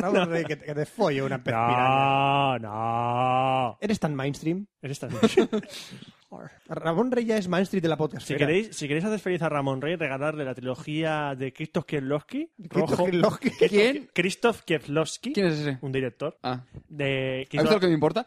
Speaker 3: Raúl Rey, que, te- que te folle una pez
Speaker 7: No, Ah, no.
Speaker 3: ¿Eres tan mainstream?
Speaker 7: Eres
Speaker 9: [LAUGHS]
Speaker 7: tan
Speaker 3: Ramón Rey ya es mainstream de la podcast.
Speaker 7: Si queréis, si queréis hacer feliz a Ramón Rey, regalarle la trilogía de Krzysztof Kieslowski. rojo.
Speaker 9: ¿Quién?
Speaker 7: Krzysztof Kieslowski.
Speaker 9: ¿Quién es ese?
Speaker 7: Un director.
Speaker 9: Ah.
Speaker 7: De, que,
Speaker 9: ¿Has visto
Speaker 7: hizo,
Speaker 9: lo que me importa?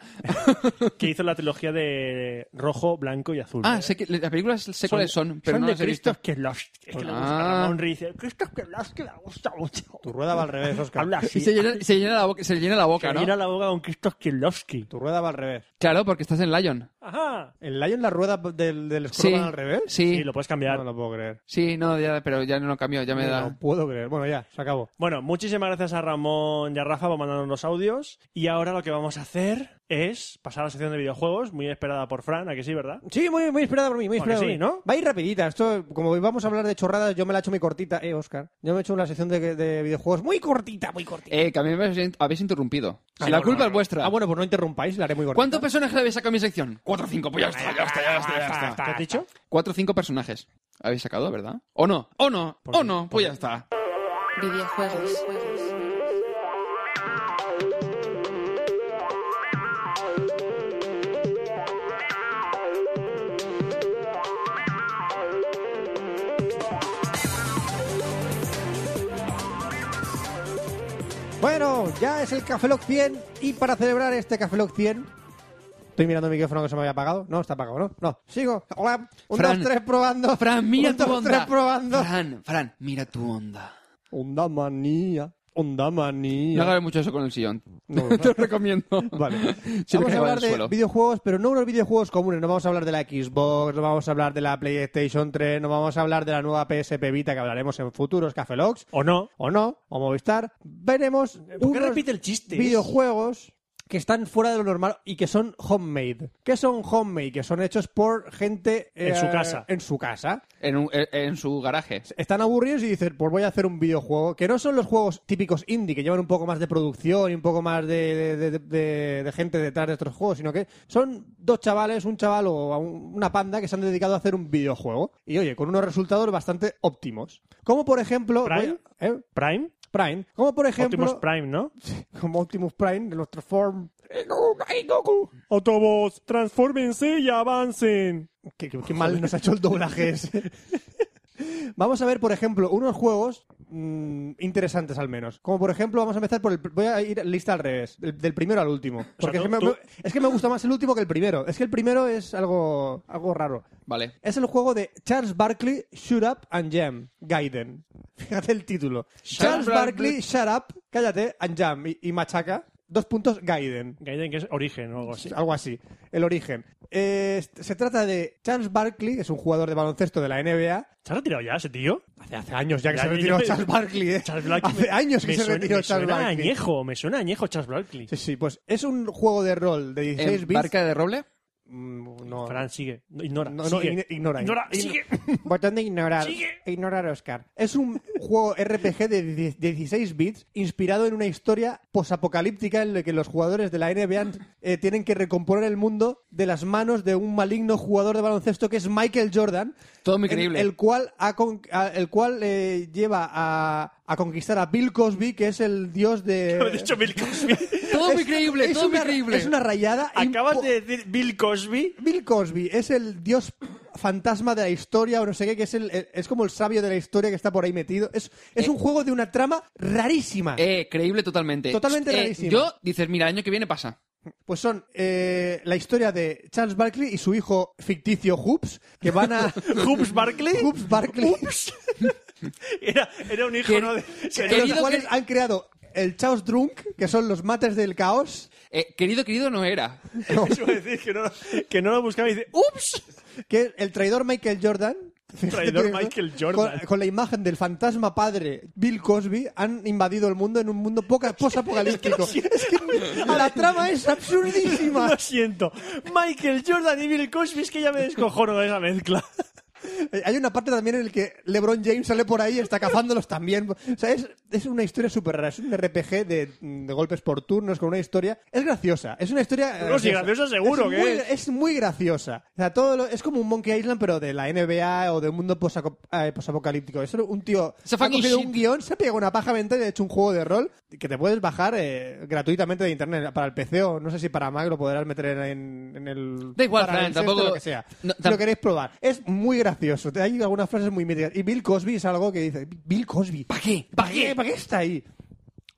Speaker 7: [LAUGHS] que hizo la trilogía de rojo, blanco y azul.
Speaker 9: Ah, sé que, las películas sé cuáles son, pero no
Speaker 7: de
Speaker 9: las he visto.
Speaker 7: Krzysztof Kieslowski. Es que le
Speaker 9: Ah.
Speaker 7: gusta a Ramón Rey. Dice, Krzysztof Kieslowski le gusta mucho.
Speaker 3: Tu rueda va al revés, Oscar.
Speaker 7: Habla
Speaker 3: [LAUGHS]
Speaker 7: así.
Speaker 9: Y se llena, se llena la boca, se llena la boca,
Speaker 7: Se
Speaker 9: ¿no?
Speaker 7: llena la boca con Krzysztof Kieslowski.
Speaker 3: Tu rueda va al revés.
Speaker 9: Claro, porque estás en Lion.
Speaker 7: Ajá.
Speaker 3: ¿El Lion la rueda del, del
Speaker 9: Sí.
Speaker 3: Scroll va al revés?
Speaker 9: Sí.
Speaker 7: Sí, lo puedes cambiar.
Speaker 3: No lo puedo creer.
Speaker 9: Sí, no, ya, pero ya no lo cambió, ya me da...
Speaker 3: No puedo creer. Bueno, ya, se acabó.
Speaker 7: Bueno, muchísimas gracias a Ramón y a Rafa por mandarnos los audios. Y ahora lo que vamos a hacer es pasar a la sección de videojuegos, muy esperada por Fran, ¿a que sí, verdad?
Speaker 3: Sí, muy, muy esperada por mí, muy
Speaker 7: ¿A que
Speaker 3: esperada. por
Speaker 7: sí,
Speaker 3: mí.
Speaker 7: no?
Speaker 3: Va a ir rapidita. Esto, como vamos a hablar de chorradas, yo me la he hecho muy cortita, eh, Oscar. Yo me he hecho una sección de, de videojuegos muy cortita, muy cortita.
Speaker 9: Eh, que a mí me habéis- habéis interrumpido. Si la
Speaker 3: no,
Speaker 9: culpa
Speaker 3: no,
Speaker 9: es vuestra.
Speaker 3: Ah, bueno, pues no interrumpáis, la haré muy cortita.
Speaker 9: ¿Cuántos personajes habéis sacado en mi sección? Cuatro o cinco, pues ya está, ya está, ya está, ya está.
Speaker 7: ¿Te has dicho?
Speaker 9: Cuatro o cinco personajes habéis sacado, ¿verdad? ¿O no? ¿O no? ¿O no? Pues ya está.
Speaker 11: Videojuegos.
Speaker 3: Bueno, ya es el Café Lock 100 y para celebrar este Café Lock 100... Estoy mirando el micrófono que se me había apagado. No, está apagado, ¿no? No, sigo. Hola, un,
Speaker 9: Fran.
Speaker 3: dos, tres, probando.
Speaker 9: Fran, mira
Speaker 3: un,
Speaker 9: tu
Speaker 3: dos,
Speaker 9: onda.
Speaker 3: tres, probando.
Speaker 9: Fran, Fran, mira tu onda.
Speaker 3: Onda manía, onda manía.
Speaker 9: No hagas mucho eso con el sillón. [LAUGHS]
Speaker 3: No,
Speaker 9: Te lo recomiendo. [LAUGHS]
Speaker 3: Vale. [LAUGHS]
Speaker 9: Si no
Speaker 3: vamos a
Speaker 9: caigo
Speaker 3: hablar
Speaker 9: al
Speaker 3: de
Speaker 9: suelo.
Speaker 3: videojuegos, pero no unos videojuegos comunes. No vamos a hablar de la Xbox, no vamos a hablar de la PlayStation 3, no vamos a hablar de la nueva PSP Vita que hablaremos en futuros Café Logs,
Speaker 7: ¿O no?
Speaker 3: o no, o Movistar. Veremos
Speaker 7: ¿Por qué
Speaker 3: unos
Speaker 7: repite el chiste?
Speaker 3: videojuegos que están fuera de lo normal y que son homemade. ¿Qué son homemade? Que son hechos por gente... eh,
Speaker 7: En su casa.
Speaker 9: Eh,
Speaker 3: En su casa.
Speaker 9: En, un- eh, en su garaje.
Speaker 3: Están aburridos y dicen, pues voy a hacer un videojuego. Que no son los juegos típicos indie, que llevan un poco más de producción y un poco más de, de- de- de- de gente detrás de estos juegos, sino que son dos chavales, un chaval o a un- una panda que se han dedicado a hacer un videojuego. Y oye, con unos resultados bastante óptimos. Como por ejemplo...
Speaker 7: ¿Prime?
Speaker 3: voy a- ¿eh?
Speaker 7: ¿Prime?
Speaker 3: Prime. Como por ejemplo...
Speaker 7: Optimus Prime,
Speaker 3: [LAUGHS]
Speaker 7: ¿no?
Speaker 3: Como Optimus Prime de los Transform...
Speaker 7: Oh, Autobots, transfórmense y avancen.
Speaker 3: Qué, qué- qué mal nos ha hecho el doblaje ese. Vamos a ver, por ejemplo, unos juegos mm, interesantes al menos. Como por ejemplo, vamos a empezar por el... pr- Voy a ir lista al revés, del, del primero al último. Porque
Speaker 7: tú-
Speaker 3: es, que me,
Speaker 7: tú-
Speaker 3: me- es que me gusta más el último que el primero. Es que el primero es algo, algo raro.
Speaker 9: Vale.
Speaker 3: Es el juego de Charles Barkley, Shut Up and Jam, Gaiden. Fíjate el título. Charles Barkley, Shut Up, Cállate and Jam y, y Machaca. Dos puntos, Gaiden
Speaker 7: Gaiden, que es origen o algo así.
Speaker 3: algo así, el origen. Eh, est- se trata de Charles Barkley, es un jugador de baloncesto de la NBA.
Speaker 7: ¿Se ha retirado ya ese tío?
Speaker 3: Hace, hace años ya que
Speaker 7: Ya,
Speaker 3: se
Speaker 7: ya,
Speaker 3: retiró
Speaker 7: ya.
Speaker 3: Charles Barkley, eh.
Speaker 7: Charles Barkley
Speaker 3: Hace
Speaker 7: me-
Speaker 3: años que
Speaker 7: me
Speaker 3: se
Speaker 7: suena-
Speaker 3: retiró
Speaker 7: me
Speaker 3: Charles
Speaker 7: suena
Speaker 3: Barkley.
Speaker 7: añejo, me suena añejo Charles Barkley.
Speaker 3: Sí, sí, pues es un juego de rol de 16
Speaker 9: ¿En
Speaker 3: bits.
Speaker 9: barca de roble?
Speaker 3: Mm, No.
Speaker 7: Fran, sigue. No, Ignora.
Speaker 3: No, no,
Speaker 7: sigue.
Speaker 3: ign- ignora.
Speaker 7: Ignora,
Speaker 3: Ign-
Speaker 7: sigue. [LAUGHS]
Speaker 3: [LAUGHS] Botón de ignorar. E
Speaker 7: Sigue.
Speaker 3: Ignorar Oscar. Es un juego RPG de die- 16 bits inspirado en una historia posapocalíptica en la que los jugadores de la NBA han- eh, tienen que recomponer el mundo de las manos de un maligno jugador de baloncesto que es Michael Jordan.
Speaker 9: Todo muy
Speaker 3: en-
Speaker 9: creíble.
Speaker 3: El cual, ha con- a- el cual eh, lleva a, a conquistar a Bill Cosby, que es el
Speaker 7: [LAUGHS]
Speaker 3: dios de...
Speaker 8: Lo he dicho Bill Cosby.
Speaker 9: Todo muy creíble, todo muy
Speaker 3: una-
Speaker 9: creíble.
Speaker 3: Es una rayada.
Speaker 8: Acabas
Speaker 3: impo-
Speaker 8: de decir Bill Cosby.
Speaker 3: Bill Cosby es el dios fantasma de la historia o no sé qué, que es, el, es como el sabio de la historia que está por ahí metido. Es, es un juego de una trama rarísima.
Speaker 9: Eh, creíble totalmente.
Speaker 3: Totalmente
Speaker 9: Eh,
Speaker 3: rarísimo.
Speaker 9: Yo, dices, mira, el año que viene pasa.
Speaker 3: Pues son eh, la historia de Charles Barkley y su hijo ficticio Hoops, que van a...
Speaker 8: [LAUGHS] ¿Hoops Barkley?
Speaker 3: Hoops Barkley.
Speaker 8: Era, era un [LAUGHS] hijo, ¿no? De,
Speaker 3: Los cuales han creado el Chaos Drunk, que son los mates del caos.
Speaker 9: Eh, querido, querido no era.
Speaker 8: Eso es decir, que no, que no lo buscaba y dice, ¡ups!
Speaker 3: que el traidor Michael Jordan. [LAUGHS]
Speaker 8: Traidor Michael Jordan.
Speaker 3: Con, con la imagen del fantasma padre Bill Cosby han invadido el mundo en un mundo
Speaker 8: [LAUGHS]
Speaker 3: poca, post-apocalíptico. es que la trama es absurdísima.
Speaker 8: Lo siento. Michael Jordan y Bill Cosby es que ya me descojono de esa mezcla.
Speaker 3: Eh, Hay una parte también en la que LeBron James sale por ahí y está cazándolos también. O sea, es, es una historia súper rara. Es un RPG de, de golpes por turnos con una historia. Es graciosa. Es una historia. eh,
Speaker 8: No, sí, graciosa seguro
Speaker 3: es
Speaker 8: que
Speaker 3: muy,
Speaker 8: es.
Speaker 3: muy graciosa. O sea, todo lo- es como un Monkey Island, pero de la NBA o del mundo posaco- eh, posapocalíptico. Es un tío.
Speaker 9: Se
Speaker 3: Se ha
Speaker 9: fucking
Speaker 3: cogido
Speaker 9: shit.
Speaker 3: un guión, se ha pegado una paja mental y ha hecho un juego de rol que te puedes bajar eh, gratuitamente de internet para el PC o no sé si para Mac lo podrás meter en, en el.
Speaker 9: Da igual,
Speaker 3: para
Speaker 9: Fran,
Speaker 3: el sexto,
Speaker 9: tampoco-
Speaker 3: Lo que sea.
Speaker 9: No,
Speaker 3: Si
Speaker 9: tam-
Speaker 3: lo queréis probar. Es muy gracioso. Te- Hay algunas frases muy míticas. Y Bill Cosby es algo que dice: ¿Bill Cosby? ¿Para qué? ¿Para qué? ¿Para qué está ahí?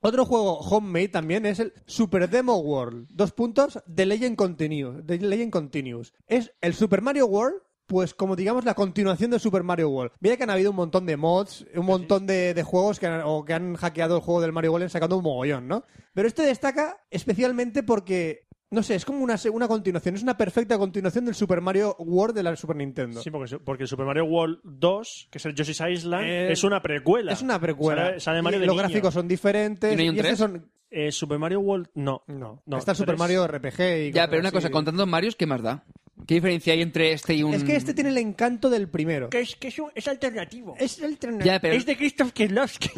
Speaker 3: Otro juego homemade también es el Super Demo World. Dos puntos, The Legend Continues. The Legend Continues. Es el Super Mario World, pues como digamos la continuación de Super Mario World. Mira que han habido un montón de mods, un montón de, de juegos que han, o que han hackeado el juego del Mario World sacando un mogollón, ¿no? Pero este destaca especialmente porque... No sé, es como una, se- una continuación, es una perfecta continuación del Super Mario World de la Super Nintendo.
Speaker 7: Sí, porque, porque Super Mario World 2, que es el Yoshi's Island,
Speaker 3: Eh,
Speaker 7: es una precuela.
Speaker 3: es una precuela.
Speaker 7: Sale, sale Mario
Speaker 3: Y
Speaker 7: de
Speaker 3: los
Speaker 7: niño.
Speaker 3: gráficos son diferentes.
Speaker 9: ¿Y no hay un
Speaker 3: este
Speaker 9: tres?
Speaker 3: son-
Speaker 7: Eh, Super Mario World, no.
Speaker 3: No,
Speaker 7: no
Speaker 3: está Super
Speaker 7: tres.
Speaker 3: Mario RPG y
Speaker 9: Ya, pero una
Speaker 3: así.
Speaker 9: cosa, con tantos Marios, ¿qué más da? ¿Qué diferencia hay entre este y un...?
Speaker 3: Es que este tiene el encanto del primero.
Speaker 8: Que es, que es, un- es alternativo.
Speaker 3: Es alternativo.
Speaker 9: Ya, pero-
Speaker 8: Es de Krzysztof
Speaker 3: [LAUGHS]
Speaker 8: Kieslowski.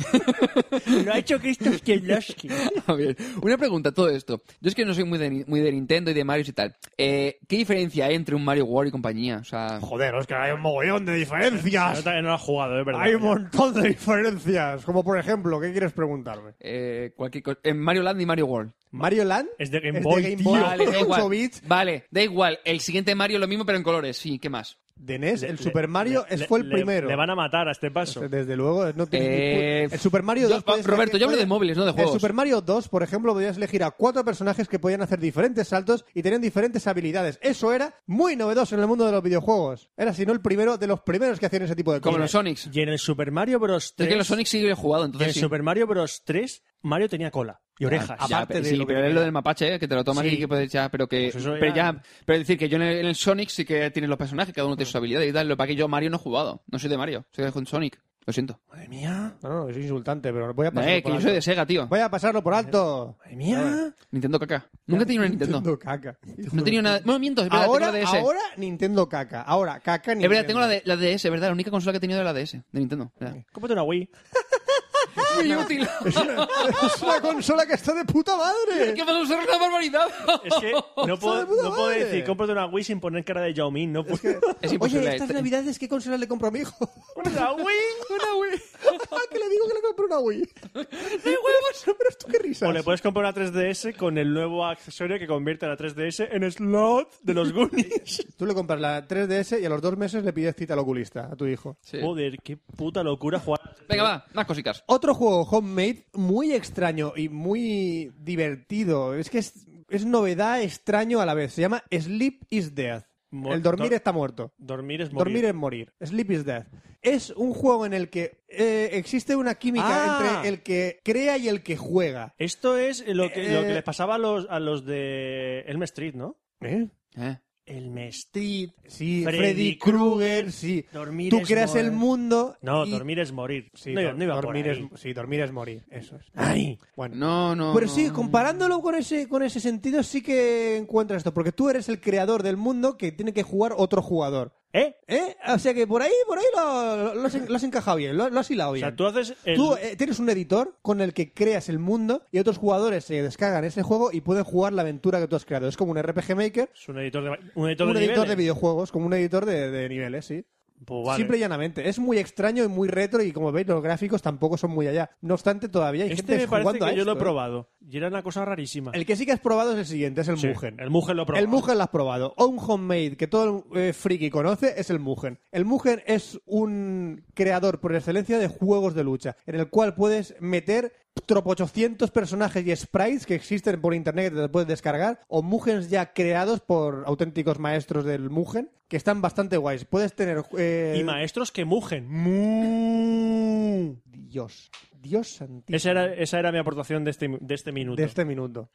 Speaker 8: lo ha hecho Krzysztof Kieslowski.
Speaker 9: [LAUGHS] A ver, una pregunta, todo esto. Yo es que no soy muy de, ni- muy de Nintendo y de Marios y tal. Eh, ¿Qué diferencia hay entre un Mario World y compañía? O sea...
Speaker 3: Joder, Oscar, hay un mogollón de
Speaker 7: Yo
Speaker 3: diferencias.
Speaker 7: también no lo he jugado, es verdad.
Speaker 3: Hay un montón de diferencias. Como por ejemplo, ¿qué quieres preguntarme?
Speaker 9: eh, cualquier cosa. En Mario Land y Mario World.
Speaker 3: ¿Mario Land?
Speaker 7: Es de Game
Speaker 3: Es
Speaker 7: Boy,
Speaker 3: de Game
Speaker 7: tío.
Speaker 3: Boy.
Speaker 9: Vale, da
Speaker 3: 8
Speaker 9: igual.
Speaker 3: bits.
Speaker 9: Vale, da igual. El siguiente Mario lo mismo, pero en colores. Sí, ¿qué más?
Speaker 3: De NES, el
Speaker 7: Le-
Speaker 3: Super Mario
Speaker 7: le-
Speaker 3: es- fue el
Speaker 7: le-
Speaker 3: primero.
Speaker 7: Le van a matar a este paso.
Speaker 3: Desde luego, no tiene
Speaker 9: Eh,
Speaker 3: ningún- El Super Mario
Speaker 9: yo-
Speaker 3: 2. puedes
Speaker 9: Roberto,
Speaker 3: elegir-
Speaker 9: yo hablo de móviles, no de juegos.
Speaker 3: El Super Mario 2, por ejemplo, podías elegir a cuatro personajes que podían hacer diferentes saltos y tenían diferentes habilidades. Eso era muy novedoso en el mundo de los videojuegos. Era, si no, el primero de los primeros que hacían ese tipo de cosas.
Speaker 9: Como los Sonics.
Speaker 7: Y en el Super Mario Bros. 3.
Speaker 9: Es que los Sonic sí lo he
Speaker 7: y
Speaker 9: jugado,
Speaker 7: en
Speaker 9: entonces sí. Ah,
Speaker 7: Super Mario Bros. 3, Mario tenía cola y orejas.
Speaker 9: Ya, pero sí, pero es lo
Speaker 7: [LAUGHS]
Speaker 9: del mapache, ¿eh? que te lo tomas
Speaker 7: Sí.
Speaker 9: y que puedes ya, pero que...
Speaker 7: Pues eso
Speaker 9: pero,
Speaker 7: ya-
Speaker 9: ya- pero decir que yo en el, en el Sonic sí que tienes los personajes, cada uno tiene su habilidad y tal, lo que pasa es que yo Mario no he jugado, no soy de Mario, soy de Sonic, lo siento.
Speaker 7: Madre mía.
Speaker 3: No, no, es insultante, pero voy a pasarlo
Speaker 9: Eh, que
Speaker 3: por
Speaker 9: yo
Speaker 3: alto.
Speaker 9: soy de Sega, tío.
Speaker 3: Voy a pasarlo por alto.
Speaker 7: Madre mía.
Speaker 9: Nintendo caca. Nunca he tenido una Nintendo.
Speaker 3: Nintendo caca.
Speaker 9: No he tenido una... Bueno, miento, es verdad,
Speaker 3: Ahora,
Speaker 9: tengo la DS.
Speaker 3: ahora Nintendo caca. Ahora caca Nintendo.
Speaker 9: Es verdad, tengo la, de, la DS, es ¿verdad? La única consola que he tenido es la DS, de Nintendo. ¿verdad?
Speaker 7: Cómprate una Wii.
Speaker 9: Muy útil.
Speaker 3: [LAUGHS] Es una, es una consola que está de puta madre.
Speaker 9: ¿Qué vas a usar una barbaridad?
Speaker 7: Es que no puedo,
Speaker 3: de puta
Speaker 7: no puedo
Speaker 3: madre.
Speaker 7: decir, cómprate una Wii sin poner cara de Yao Ming. No puedo.
Speaker 9: [LAUGHS] Es imposible.
Speaker 3: Oye, estas
Speaker 9: Te-
Speaker 3: navidades, ¿qué consola le compro a mi hijo?
Speaker 7: ¡Una Wii!
Speaker 3: [LAUGHS] Una Wii. Ah, que le digo que le compro una Wii. ¡De huevos! Pero tú qué risas.
Speaker 7: O le puedes comprar una 3DS con el nuevo accesorio que convierte a la 3DS en slot de los Goonies.
Speaker 3: [LAUGHS] Tú le compras la 3DS y a los dos meses le pides cita al oculista a tu hijo.
Speaker 9: Sí.
Speaker 7: Joder, qué puta locura jugar.
Speaker 9: Venga, va, más cositas.
Speaker 3: Otro juego homemade muy extraño y muy divertido. Es que es, es novedad, extraño a la vez. Se llama Sleep is Death.
Speaker 7: Mu-
Speaker 3: El dormir
Speaker 7: dor-
Speaker 3: está muerto.
Speaker 7: Dormir es morir.
Speaker 3: Dormir es morir. Sleep is death. Es un juego en el que eh, existe una química
Speaker 7: Ah.
Speaker 3: entre el que crea y el que juega.
Speaker 7: Esto es lo que, lo que
Speaker 3: Eh,
Speaker 7: les pasaba a los, a los de Elm Street, ¿no?
Speaker 9: Eh.
Speaker 3: El Street, sí,
Speaker 7: Freddy
Speaker 3: Freddy, Krueger, sí.
Speaker 7: Dormir
Speaker 3: Tú
Speaker 7: es
Speaker 3: creas
Speaker 7: morir.
Speaker 3: el mundo.
Speaker 7: No,
Speaker 3: y-
Speaker 7: dormir es morir.
Speaker 3: Sí,
Speaker 7: No iba-
Speaker 3: dor-
Speaker 7: no iba por
Speaker 3: dormir
Speaker 7: ahí.
Speaker 3: es, sí, dormir es morir, eso es. Ay, bueno.
Speaker 9: No, no.
Speaker 3: Pero
Speaker 9: no.
Speaker 3: sí, comparándolo con ese, con ese sentido, sí que encuentras esto, porque tú eres el creador del mundo que tiene que jugar otro jugador.
Speaker 7: ¿Eh?
Speaker 3: ¿Eh? O sea que por ahí, por ahí lo, lo has, en- lo has encajado bien, lo, lo has hilado
Speaker 7: O
Speaker 3: bien.
Speaker 7: sea, tú haces el-
Speaker 3: Tú, eh, tienes un editor con el que creas el mundo y otros jugadores se descargan ese juego y pueden jugar la aventura que tú has creado. Es como un RPG Maker,
Speaker 7: Es un editor de, un editor
Speaker 3: eh, un
Speaker 7: de,
Speaker 3: editor de
Speaker 7: niveles.
Speaker 3: videojuegos, como un editor de, de niveles, sí.
Speaker 7: Pues vale.
Speaker 3: Simple y llanamente. Es muy extraño y muy retro y como veis los gráficos tampoco son muy allá. No obstante, todavía hay
Speaker 7: Este
Speaker 3: gente
Speaker 7: me parece
Speaker 3: jugando a
Speaker 7: que yo lo he
Speaker 3: esto, ¿eh?
Speaker 7: probado. Y era una cosa rarísima.
Speaker 3: El que sí que has probado es el siguiente, es el
Speaker 7: Sí,
Speaker 3: Mugen.
Speaker 7: el Mugen lo he probado.
Speaker 3: El Mugen lo has probado. O un homemade que todo el eh, friki conoce es el Mugen. El Mugen es un creador por excelencia de juegos de lucha, en el cual puedes meter tropo 800 personajes y sprites que existen por internet que te puedes descargar o Mugens ya creados por auténticos maestros del Mugen que están bastante guays. Puedes tener... eh,
Speaker 7: Y maestros que mugen. Mu.
Speaker 3: Dios. Dios santísimo.
Speaker 7: Esa era, esa era mi aportación de este, de este minuto.
Speaker 3: De
Speaker 7: [LAUGHS]
Speaker 3: este minuto.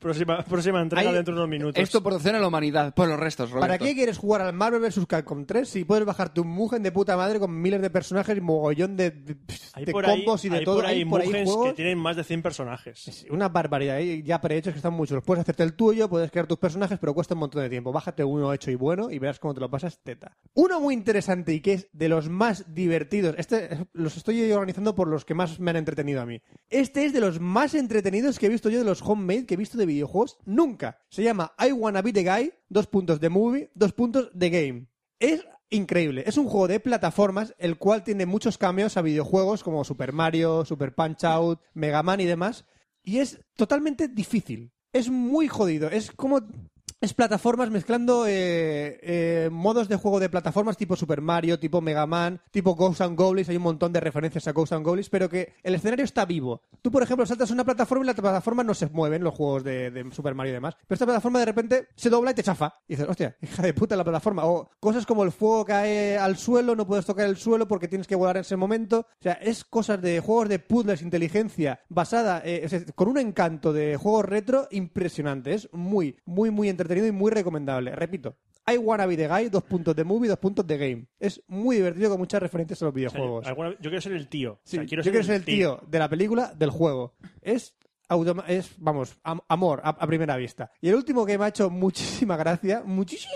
Speaker 7: próxima, próxima entrega
Speaker 3: Hay-
Speaker 7: dentro de unos minutos.
Speaker 9: Esto proporciona la humanidad por Pues los restos, Roberto.
Speaker 3: ¿Para qué quieres jugar al Marvel vs. Capcom 3 si puedes bajarte un Mugen de puta madre con miles de personajes y mogollón de, de,
Speaker 7: Hay
Speaker 3: de
Speaker 7: por ahí-
Speaker 3: combos y de
Speaker 7: hay
Speaker 3: todo?
Speaker 7: Por ahí
Speaker 3: Hay por ahí
Speaker 7: mugens que
Speaker 3: juegos-
Speaker 7: tienen más de 100 personajes.
Speaker 3: Una barbaridad. Hay ya prehechos que están muchos. Los Puedes hacerte el tuyo, puedes crear tus personajes, pero cuesta un montón de tiempo. Bájate uno hecho y bueno y verás cómo te lo pasas teta. Uno muy interesante y que es de los más divertidos. Este eh, los estoy organizando por los que más me han entretenido a mí. Este es de los más entretenidos que he visto yo de los homemade que he visto de videojuegos nunca. Se llama I Wanna Be the Guy, dos puntos de movie, dos puntos de game. Es increíble. Es un juego de plataformas el cual tiene muchos cambios a videojuegos como Super Mario, Super Punch Out, Mega Man y demás. Y es totalmente difícil. Es muy jodido. Es como. Es plataformas mezclando eh, eh, modos de juego de plataformas tipo Super Mario, tipo Mega Man, tipo Ghost and Goblins. Hay un montón de referencias a Ghost and Goblins, pero que el escenario está vivo. Tú, por ejemplo, saltas una plataforma y la plataforma no se mueve en los juegos de, de Super Mario y demás. Pero esta plataforma de repente se dobla y te chafa. Y dices, hostia, hija de puta la plataforma. O cosas como el fuego cae al suelo, no puedes tocar el suelo porque tienes que volar en ese momento. O sea, es cosas de juegos de puzzles, inteligencia, basada, eh, es- es- con un encanto de juegos retro impresionante. Es muy, muy, muy entretenido y muy recomendable. Repito. I wanna be the guy, dos puntos de movie, dos puntos de game. Es muy divertido con muchas referencias a los
Speaker 7: O sea,
Speaker 3: videojuegos.
Speaker 7: alguna- yo quiero ser el tío. O
Speaker 3: Sí,
Speaker 7: sea, quiero
Speaker 3: yo
Speaker 7: ser
Speaker 3: quiero ser el tío de la película, del juego. Es, automa- es vamos, am- amor a, a primera vista. Y el último que me ha hecho muchísima gracia, muchísima,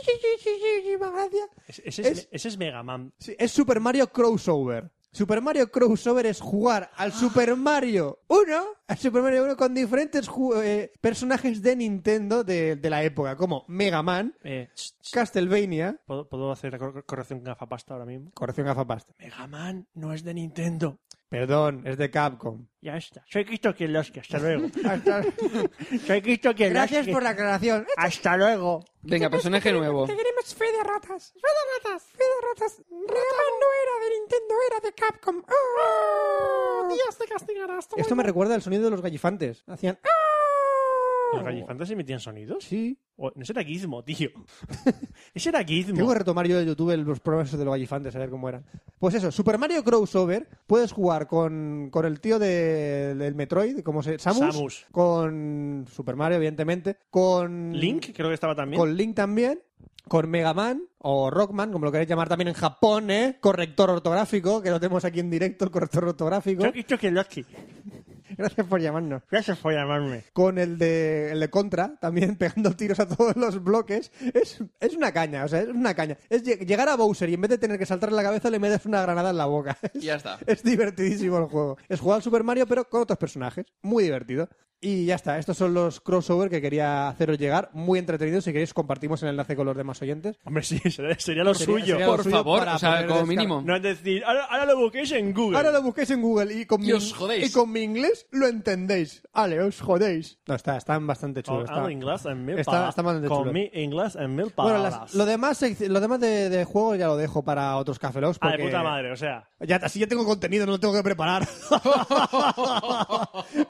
Speaker 3: gracia,
Speaker 7: Ese ese es, ese es Mega Man.
Speaker 3: sí, es Super Mario Crossover. Super Mario Crossover es jugar al Super Mario 1, al Super Mario 1 con diferentes ju- eh, personajes de Nintendo de, de la época, como Mega Man,
Speaker 7: Eh,
Speaker 3: Castlevania,
Speaker 7: ¿puedo, puedo hacer la cor- corrección gafapasta ahora mismo?
Speaker 3: corrección gafapasta.
Speaker 7: Mega Man no es de Nintendo.
Speaker 3: Perdón, es de Capcom.
Speaker 7: Ya está. Soy Cristo Kieloski. Hasta
Speaker 3: [LAUGHS]
Speaker 7: luego.
Speaker 3: Hasta-
Speaker 7: [LAUGHS] Soy Cristo Kieloski.
Speaker 3: Gracias por la aclaración.
Speaker 7: Hasta luego.
Speaker 9: Venga, personaje nuevo.
Speaker 8: queremos fe de ratas. Fe de ratas. Fe de ratas. Rayman no era de Nintendo, era de Capcom. ¡Oh! Dios te castigará. Hasta
Speaker 3: Esto me recuerda al sonido de los gallifantes. Hacían
Speaker 7: ¿Los gallifantes emitían sonidos?
Speaker 3: Sí.
Speaker 7: no será Gizmo, tío. Ese era Gizmo.
Speaker 3: Tengo que retomar yo de YouTube los programas esos de los gallifantes, a ver cómo eran. Pues eso, Super Mario Crossover, puedes jugar con, con el tío de- del Metroid, como se Samus,
Speaker 7: Samus.
Speaker 3: con Super Mario, evidentemente, con
Speaker 7: Link, creo que estaba también.
Speaker 3: con Link también, con Mega Man o Rockman, como lo queréis llamar también en Japón, ¿eh? Corrector ortográfico, que lo tenemos aquí en directo, el corrector ortográfico.
Speaker 7: Soy Cristo Kieloski.
Speaker 3: Gracias por llamarnos.
Speaker 7: Gracias por llamarme.
Speaker 3: con el de, el de Contra, también [LAUGHS] pegando tiros a todos los bloques. Es, es una caña, o sea, es una caña. Es lle- llegar a Bowser y en vez de tener que saltar la cabeza le metes una granada en la boca. [LAUGHS]
Speaker 9: Y ya está.
Speaker 3: Es divertidísimo el juego. Es jugar al Super Mario, pero con otros personajes. Muy divertido. Y ya está, estos son los crossover que quería haceros llegar. Muy entretenidos. Si queréis, compartimos el enlace con los demás oyentes.
Speaker 7: Hombre, sí, [LAUGHS] sería, sería lo
Speaker 3: Sería-
Speaker 7: suyo.
Speaker 3: sería lo Por suyo favor, para o sea, poder como descargar. mínimo.
Speaker 7: No es decir, ahora, ahora lo busquéis en Google.
Speaker 3: Ahora lo busquéis en Google y con,
Speaker 9: Y os
Speaker 3: mi,
Speaker 9: jodéis.
Speaker 3: y con mi inglés lo entendéis. Ale, os jodéis. No, está, están bastante
Speaker 7: Con
Speaker 3: chulos. está-
Speaker 7: al Oh, inglés en mil
Speaker 3: está-
Speaker 7: palabras.
Speaker 3: está bastante
Speaker 7: Con
Speaker 3: chulo.
Speaker 7: mi inglés en mil
Speaker 3: Bueno,
Speaker 7: palabras.
Speaker 3: las- lo demás, sec- lo demás de, de juego ya lo dejo para otros cafelos.
Speaker 7: Ah, de
Speaker 3: Porque...
Speaker 7: puta madre, o sea.
Speaker 3: Ya, así ya tengo contenido, no lo tengo
Speaker 9: [LAUGHS]
Speaker 3: que preparar.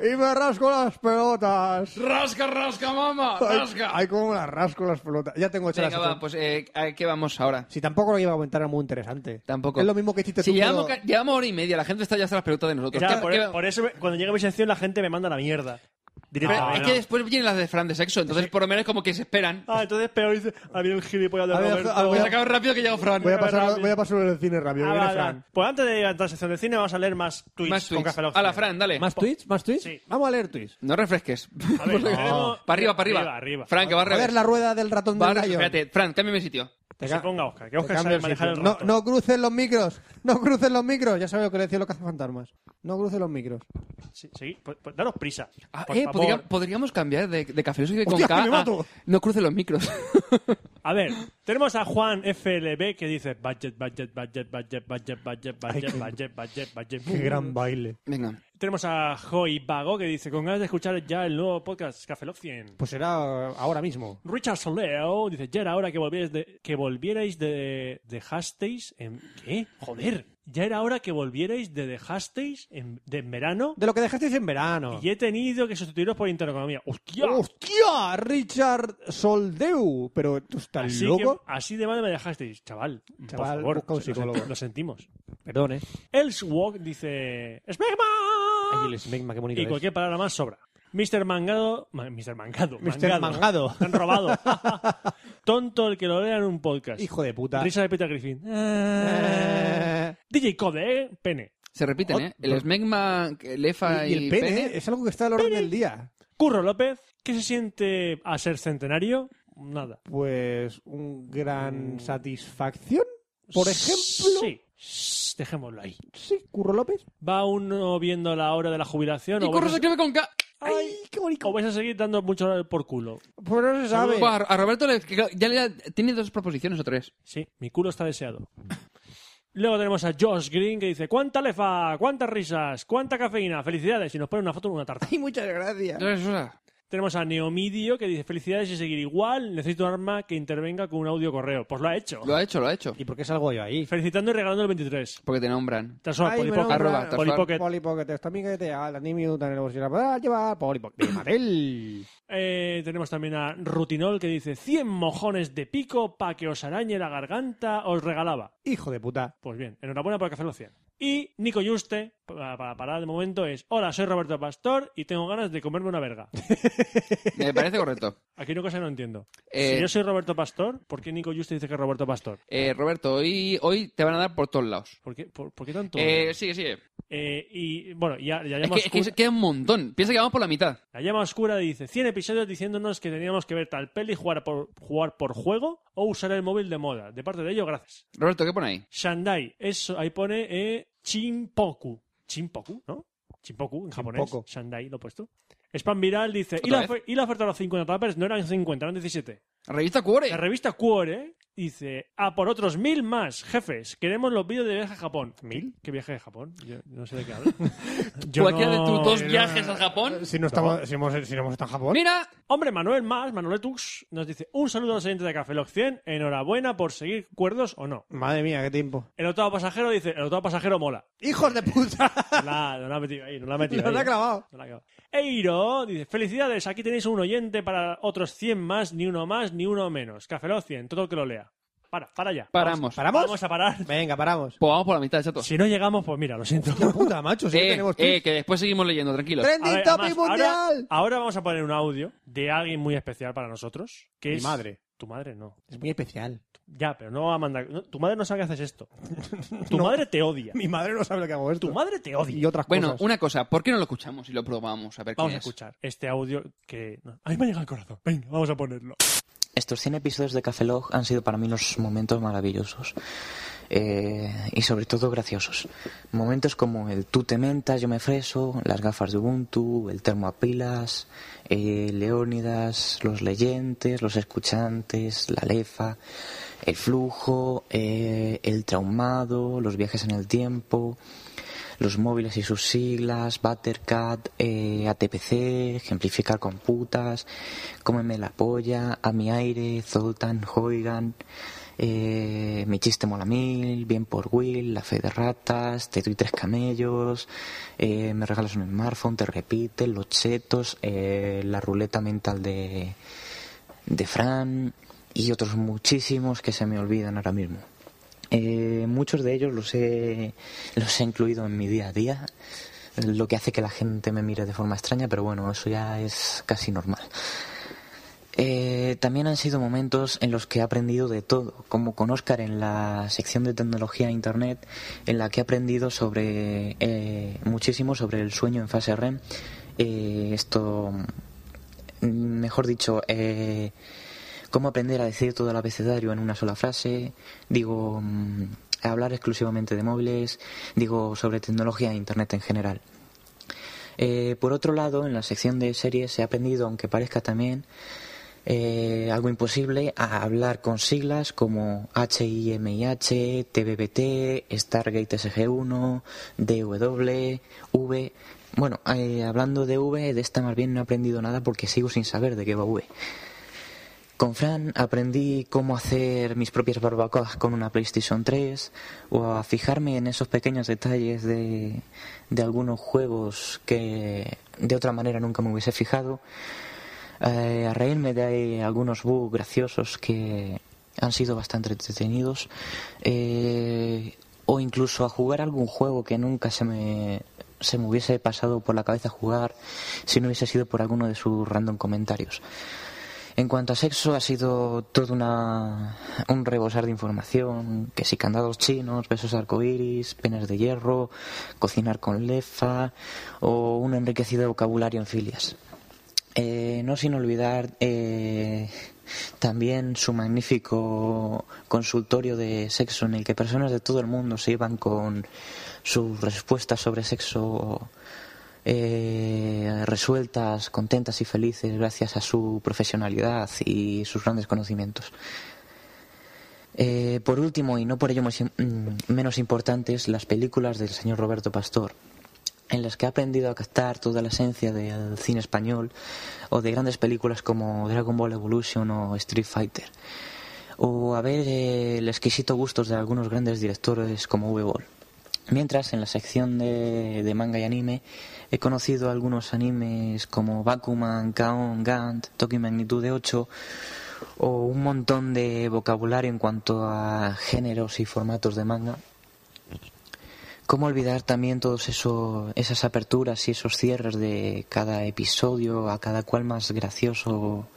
Speaker 3: y me rasco las pelotas.
Speaker 9: Rasca, rasca, mamá.
Speaker 3: Ay,
Speaker 9: Rasca.
Speaker 3: Ay, cómo me las rasco las pelotas. Ya tengo hechas
Speaker 9: Venga,
Speaker 3: las
Speaker 9: va, pues eh, ¿a qué vamos ahora?
Speaker 3: Si tampoco lo iba a comentar, era muy interesante.
Speaker 9: Tampoco.
Speaker 3: Es lo mismo que hiciste
Speaker 9: Si
Speaker 3: tú.
Speaker 9: llevamos,
Speaker 3: pero-
Speaker 9: ca- llevamos hora y media, la gente está ya hasta las preguntas de nosotros.
Speaker 7: Ya,
Speaker 9: ¿Qué-
Speaker 7: por,
Speaker 9: qué-
Speaker 7: por eso me- cuando llega mi sección la gente me manda la mierda.
Speaker 9: Pero es que después vienen las de Fran de sexo, entonces por lo menos como que se esperan.
Speaker 7: Ah, entonces peor dice, a mí el gilipollas de
Speaker 9: A ver,
Speaker 7: Roberto.
Speaker 9: a ver, voy a- Sacaos rápido que llega Fran.
Speaker 3: Voy a, pasar, voy a pasarlo en el cine rápido.
Speaker 7: Ah,
Speaker 3: Viene
Speaker 7: vale,
Speaker 3: Fran.
Speaker 7: vale. Pues antes de ir a la sección de cine, vamos a leer más tweets,
Speaker 9: Más
Speaker 7: con
Speaker 9: tweets.
Speaker 7: Café Lock.
Speaker 9: Hala, Fran, dale.
Speaker 7: ¿Más
Speaker 3: tweets? ¿Más tweets? Vamos a leer tweets.
Speaker 9: No refresques. [LAUGHS]
Speaker 7: A ver, tenemos-
Speaker 9: Para arriba, para arriba.
Speaker 7: Arriba, arriba.
Speaker 9: Fran, que va al
Speaker 3: A ver
Speaker 9: revés.
Speaker 3: la rueda del ratón
Speaker 9: Va
Speaker 3: del
Speaker 9: al revés.
Speaker 3: gallo.
Speaker 9: Espérate, Fran, cámbiame sitio.
Speaker 3: Te
Speaker 7: Que se
Speaker 3: ca-
Speaker 7: ponga Oscar, que
Speaker 3: Te
Speaker 7: Oscar
Speaker 3: cambio
Speaker 7: sabe
Speaker 3: el
Speaker 7: manejar el
Speaker 3: sitio. no,
Speaker 7: ratón.
Speaker 3: no cruces los micros. No cruces los micros. Ya sabes lo que le decía los cazafantasmas. No cruces los micros.
Speaker 7: Sí, sí, pues, pues daros prisa.
Speaker 9: Ah,
Speaker 7: por
Speaker 9: eh,
Speaker 7: favor.
Speaker 9: podría- podríamos cambiar de, de café. Lock y con
Speaker 7: Hostia,
Speaker 9: K
Speaker 7: que me
Speaker 9: a-
Speaker 7: mato.
Speaker 9: no cruce los [LAUGHS] micros.
Speaker 7: A ver, tenemos a Juan FLB que dice budget, budget, budget, budget, budget, budget, budget, budget, budget, budget.
Speaker 3: Qué gran baile.
Speaker 9: Venga.
Speaker 7: Tenemos a Joy Vago que dice con ganas de escuchar ya el nuevo podcast Café Lock 100.
Speaker 3: Pues será ahora mismo.
Speaker 7: Richard Soleo dice, ya era hora que volvierais de, que volvierais de dejasteis en... ¿Qué? Joder. Ya era hora que volvierais de dejasteis en, de en verano
Speaker 3: De lo que dejasteis en verano.
Speaker 7: y he tenido que sustituiros por intereconomía. ¡Hostia!
Speaker 3: ¡Hostia! Richard Soldeu. Pero tú estás
Speaker 7: Así,
Speaker 3: loco.
Speaker 7: que- así de mal me dejasteis, chaval.
Speaker 3: Chaval,
Speaker 7: por
Speaker 3: busca un
Speaker 7: favor, lo
Speaker 3: psicólogo.
Speaker 7: sent- Lo sentimos.
Speaker 3: Perdón, eh.
Speaker 7: Elswalk dice... ¡Smegma!
Speaker 3: Ay, el smegma, qué bonito.
Speaker 7: Y
Speaker 3: es.
Speaker 7: cualquier palabra más sobra. Mr. Mangado... Ma- Mr. Mangado.
Speaker 3: Mr. Mangado.
Speaker 7: Te han robado. [LAUGHS] Tonto el que lo lea en un podcast.
Speaker 3: Hijo de puta.
Speaker 7: Risa de Peter
Speaker 3: [LAUGHS]
Speaker 7: Griffin.
Speaker 3: Eh.
Speaker 7: DJ Code, ¿eh? Pene.
Speaker 9: Se repiten, ¿eh? El smegma, el EFA
Speaker 3: Ah, Y
Speaker 9: y,
Speaker 3: el pene, es algo que está al orden del día.
Speaker 7: Curro López, ¿qué se siente a ser centenario? Nada. Mm.
Speaker 3: Pues un gran satisfacción. Por ejemplo,
Speaker 7: Sí. Shh, Dejémoslo ahí.
Speaker 3: sí, Curro López.
Speaker 7: ¿Va uno viendo la hora de la jubilación?
Speaker 9: Y
Speaker 7: o vais
Speaker 9: corro
Speaker 7: a-
Speaker 9: se escribe con K.
Speaker 3: ¡Ay, qué bonito!
Speaker 7: ¿O vais a seguir dando mucho por culo?
Speaker 3: Pues no se sabe.
Speaker 9: Buah, A Roberto le, ya, le- ya tiene dos proposiciones o tres.
Speaker 7: Sí, mi culo está deseado. Luego tenemos a Josh Green que dice: ¿Cuánta lefa? ¿Cuántas risas? ¿Cuánta cafeína? Felicidades. Y nos pone una foto en una tarta.
Speaker 3: ¡Ay, muchas gracias!
Speaker 9: Entonces, o sea,
Speaker 7: Tenemos a Neomidio que dice: Felicidades y seguir igual. Necesito un arma que intervenga con un audio correo. Pues lo ha hecho.
Speaker 9: Lo ha hecho, lo ha hecho.
Speaker 3: ¿Y por qué salgo yo ahí?
Speaker 7: Felicitando y regalando el 23.
Speaker 9: Porque te nombran.
Speaker 7: Tasuas,
Speaker 3: Ay,
Speaker 7: Polipocket.
Speaker 3: bueno,
Speaker 9: Arroba,
Speaker 3: claro.
Speaker 9: Tasuar.
Speaker 7: Polipocket.
Speaker 3: Polipocket, esta amiga te a la ni minuta en el bolsillo la podrás llevar. Polipocket de Mattel.
Speaker 7: Eh, tenemos también a Rutinol que dice: 100 mojones de pico pa' que os arañe la garganta, os regalaba.
Speaker 3: Hijo de puta.
Speaker 7: Pues bien, enhorabuena por el Café Lock 100. Y Nico Yuste, para, para parar de momento, es: Hola, soy Roberto Pastor y tengo ganas de comerme una
Speaker 3: [LAUGHS]
Speaker 7: verga.
Speaker 9: Me parece correcto.
Speaker 7: Aquí una cosa que no entiendo.
Speaker 9: Eh,
Speaker 7: Si yo soy Roberto Pastor, ¿por qué Nico Yuste dice que es Roberto Pastor?
Speaker 9: eh, Roberto, hoy, hoy te van a dar por todos lados.
Speaker 7: ¿Por qué, por, por qué tanto?
Speaker 9: Eh, sigue, sigue.
Speaker 7: Eh, y bueno, ya, ya
Speaker 9: Es
Speaker 7: llama
Speaker 9: que, es que
Speaker 7: oscura,
Speaker 9: queda un montón. Piensa que vamos por la mitad.
Speaker 7: la llama oscura dice 100 episodios diciéndonos que teníamos que ver tal peli, jugar por, jugar por juego o usar el móvil de moda. De parte de ello, gracias.
Speaker 9: Roberto, ¿qué pone ahí?
Speaker 7: Shandai, eso, ahí pone eh, Chimpoku. Chimpoku, ¿no? Chimpoku en japonés.
Speaker 3: Chimpoku.
Speaker 7: Shandai, lo he puesto. Spam Viral dice, ¿y
Speaker 9: ¿Otra
Speaker 7: la,
Speaker 9: vez?
Speaker 7: ofe- y la oferta de los 50 tappers no eran 50, eran 17.
Speaker 9: Revista Cuore.
Speaker 7: La revista Cuore dice, a por otros mil más, jefes, queremos los vídeos de viaje a Japón. ¿Mil? ¿Qué viaje a Japón? Yo no sé de qué hablo. Yo
Speaker 9: Cualquiera de
Speaker 7: no-
Speaker 9: tus dos viajes al Japón.
Speaker 3: Si no estamos, si hemos, si no hemos estado en Japón.
Speaker 9: Mira,
Speaker 7: Hombre, Manuel Más, Manueletux, nos dice, un saludo a los oyentes de Café Lock 100, enhorabuena por seguir cuerdos o no.
Speaker 3: Madre mía, qué tiempo.
Speaker 7: El octavo pasajero dice, el octavo pasajero mola.
Speaker 3: ¡Hijos de puta!
Speaker 7: No la, no la ha metido ahí,
Speaker 3: [LAUGHS]
Speaker 7: no la ha metido
Speaker 3: Nos
Speaker 7: ahí.
Speaker 3: la ha clavado.
Speaker 7: No la ha clavado. Eiro dice, felicidades, aquí tenéis un oyente para otros 100 más, ni uno más, ni uno menos. Café Lock 100, todo el que lo lea. Para, para ya.
Speaker 9: Paramos.
Speaker 3: ¿Paramos?
Speaker 7: Vamos a parar.
Speaker 3: Venga, paramos.
Speaker 9: Pues vamos por la mitad, chato.
Speaker 7: Si no llegamos, pues mira, lo siento.
Speaker 3: ¡Qué puta, macho! Si no
Speaker 9: Eh,
Speaker 3: tenemos
Speaker 9: eh,
Speaker 3: tweets.
Speaker 9: que después seguimos leyendo, tranquilos.
Speaker 7: A
Speaker 3: ¡Trending
Speaker 7: ver,
Speaker 3: Topic
Speaker 7: además, ahora,
Speaker 3: Mundial!
Speaker 7: ahora vamos a poner un audio de alguien muy especial para nosotros. Que
Speaker 3: Mi
Speaker 7: es...
Speaker 3: madre.
Speaker 7: Tu madre no.
Speaker 3: Es muy especial.
Speaker 7: Ya, pero no va a mandar. no, tu madre no sabe que haces
Speaker 3: [LAUGHS]
Speaker 7: esto. Tu madre te odia.
Speaker 3: Mi madre no sabe lo que hago esto.
Speaker 7: Tu madre te odia.
Speaker 3: Y otras
Speaker 9: Bueno,
Speaker 3: cosas.
Speaker 9: una cosa, ¿por qué no lo escuchamos y lo probamos? A ver
Speaker 7: Vamos
Speaker 9: quién
Speaker 7: a
Speaker 9: es?
Speaker 7: escuchar este audio que. no, A mí me ha llegado el corazón. Venga, vamos a ponerlo.
Speaker 4: Estos 100 episodios de Café Log han sido para mí unos momentos maravillosos eh, y sobre todo graciosos. Momentos como el tú te mentas, yo me freso, las gafas de Ubuntu, el termo a pilas, eh, Leónidas, los leyentes, los escuchantes, la lefa, el flujo, eh, el traumado, los viajes en el tiempo, los móviles y sus siglas, Buttercat, eh, ATPC, ejemplificar con putas, cómeme la polla, a mi aire, Zoltan, Hoigan, eh, mi chiste mola mil, bien por Will, la fe de ratas, te doy tres camellos, eh, me regalas un smartphone, te repite, los chetos, eh, la ruleta mental de, de Fran y otros muchísimos que se me olvidan ahora mismo. Eh, muchos de ellos los he, los he incluido en mi día a día, lo que hace que la gente me mire de forma extraña, pero bueno, eso ya es casi normal. Eh, también han sido momentos en los que he aprendido de todo, como con Oscar en la sección de tecnología e internet, en la que he aprendido sobre eh, muchísimo sobre el sueño en fase REM. Eh, esto, mm, mejor dicho, eh, cómo aprender a decir todo el abecedario en una sola frase, digo, mm, hablar exclusivamente de móviles, digo, sobre tecnología e internet en general. Eh, por otro lado, en la sección de series he aprendido, aunque parezca también eh, algo imposible, a hablar con siglas como HIMIH, TBBT, Stargate SG1, DW, V. Bueno, eh, hablando de V, de esta más bien no he aprendido nada porque sigo sin saber de qué va V. Con Fran aprendí cómo hacer mis propias barbacoas con una PlayStation 3 o a fijarme en esos pequeños detalles de, de algunos juegos que de otra manera nunca me hubiese fijado, eh, a reírme de algunos bugs graciosos que han sido bastante entretenidos eh, o incluso a jugar algún juego que nunca se me, se me hubiese pasado por la cabeza jugar si no hubiese sido por alguno de sus random comentarios. En cuanto a sexo, ha sido todo una, un rebosar de información, que si candados chinos, besos arcoíris, penas de hierro, cocinar con lefa o un enriquecido vocabulario en filias. Eh, no sin olvidar eh, también su magnífico consultorio de sexo en el que personas de todo el mundo se iban con sus respuestas sobre sexo eh, resueltas, contentas y felices gracias a su profesionalidad y sus grandes conocimientos. Eh, por último, y no por ello más im- mm, menos importantes, las películas del señor Roberto Pastor, en las que ha aprendido a captar toda la esencia del cine español o de grandes películas como Dragon Ball Evolution o Street Fighter, o a ver eh, el exquisito gustos de algunos grandes directores como V-Ball. Mientras, en la sección de, de manga y anime, he conocido algunos animes como Bakuman, Kaon, Gant, Toki Magnitude 8 o un montón de vocabulario en cuanto a géneros y formatos de manga. ¿Cómo olvidar también todas esas aperturas y esos cierres de cada episodio, a cada cual más gracioso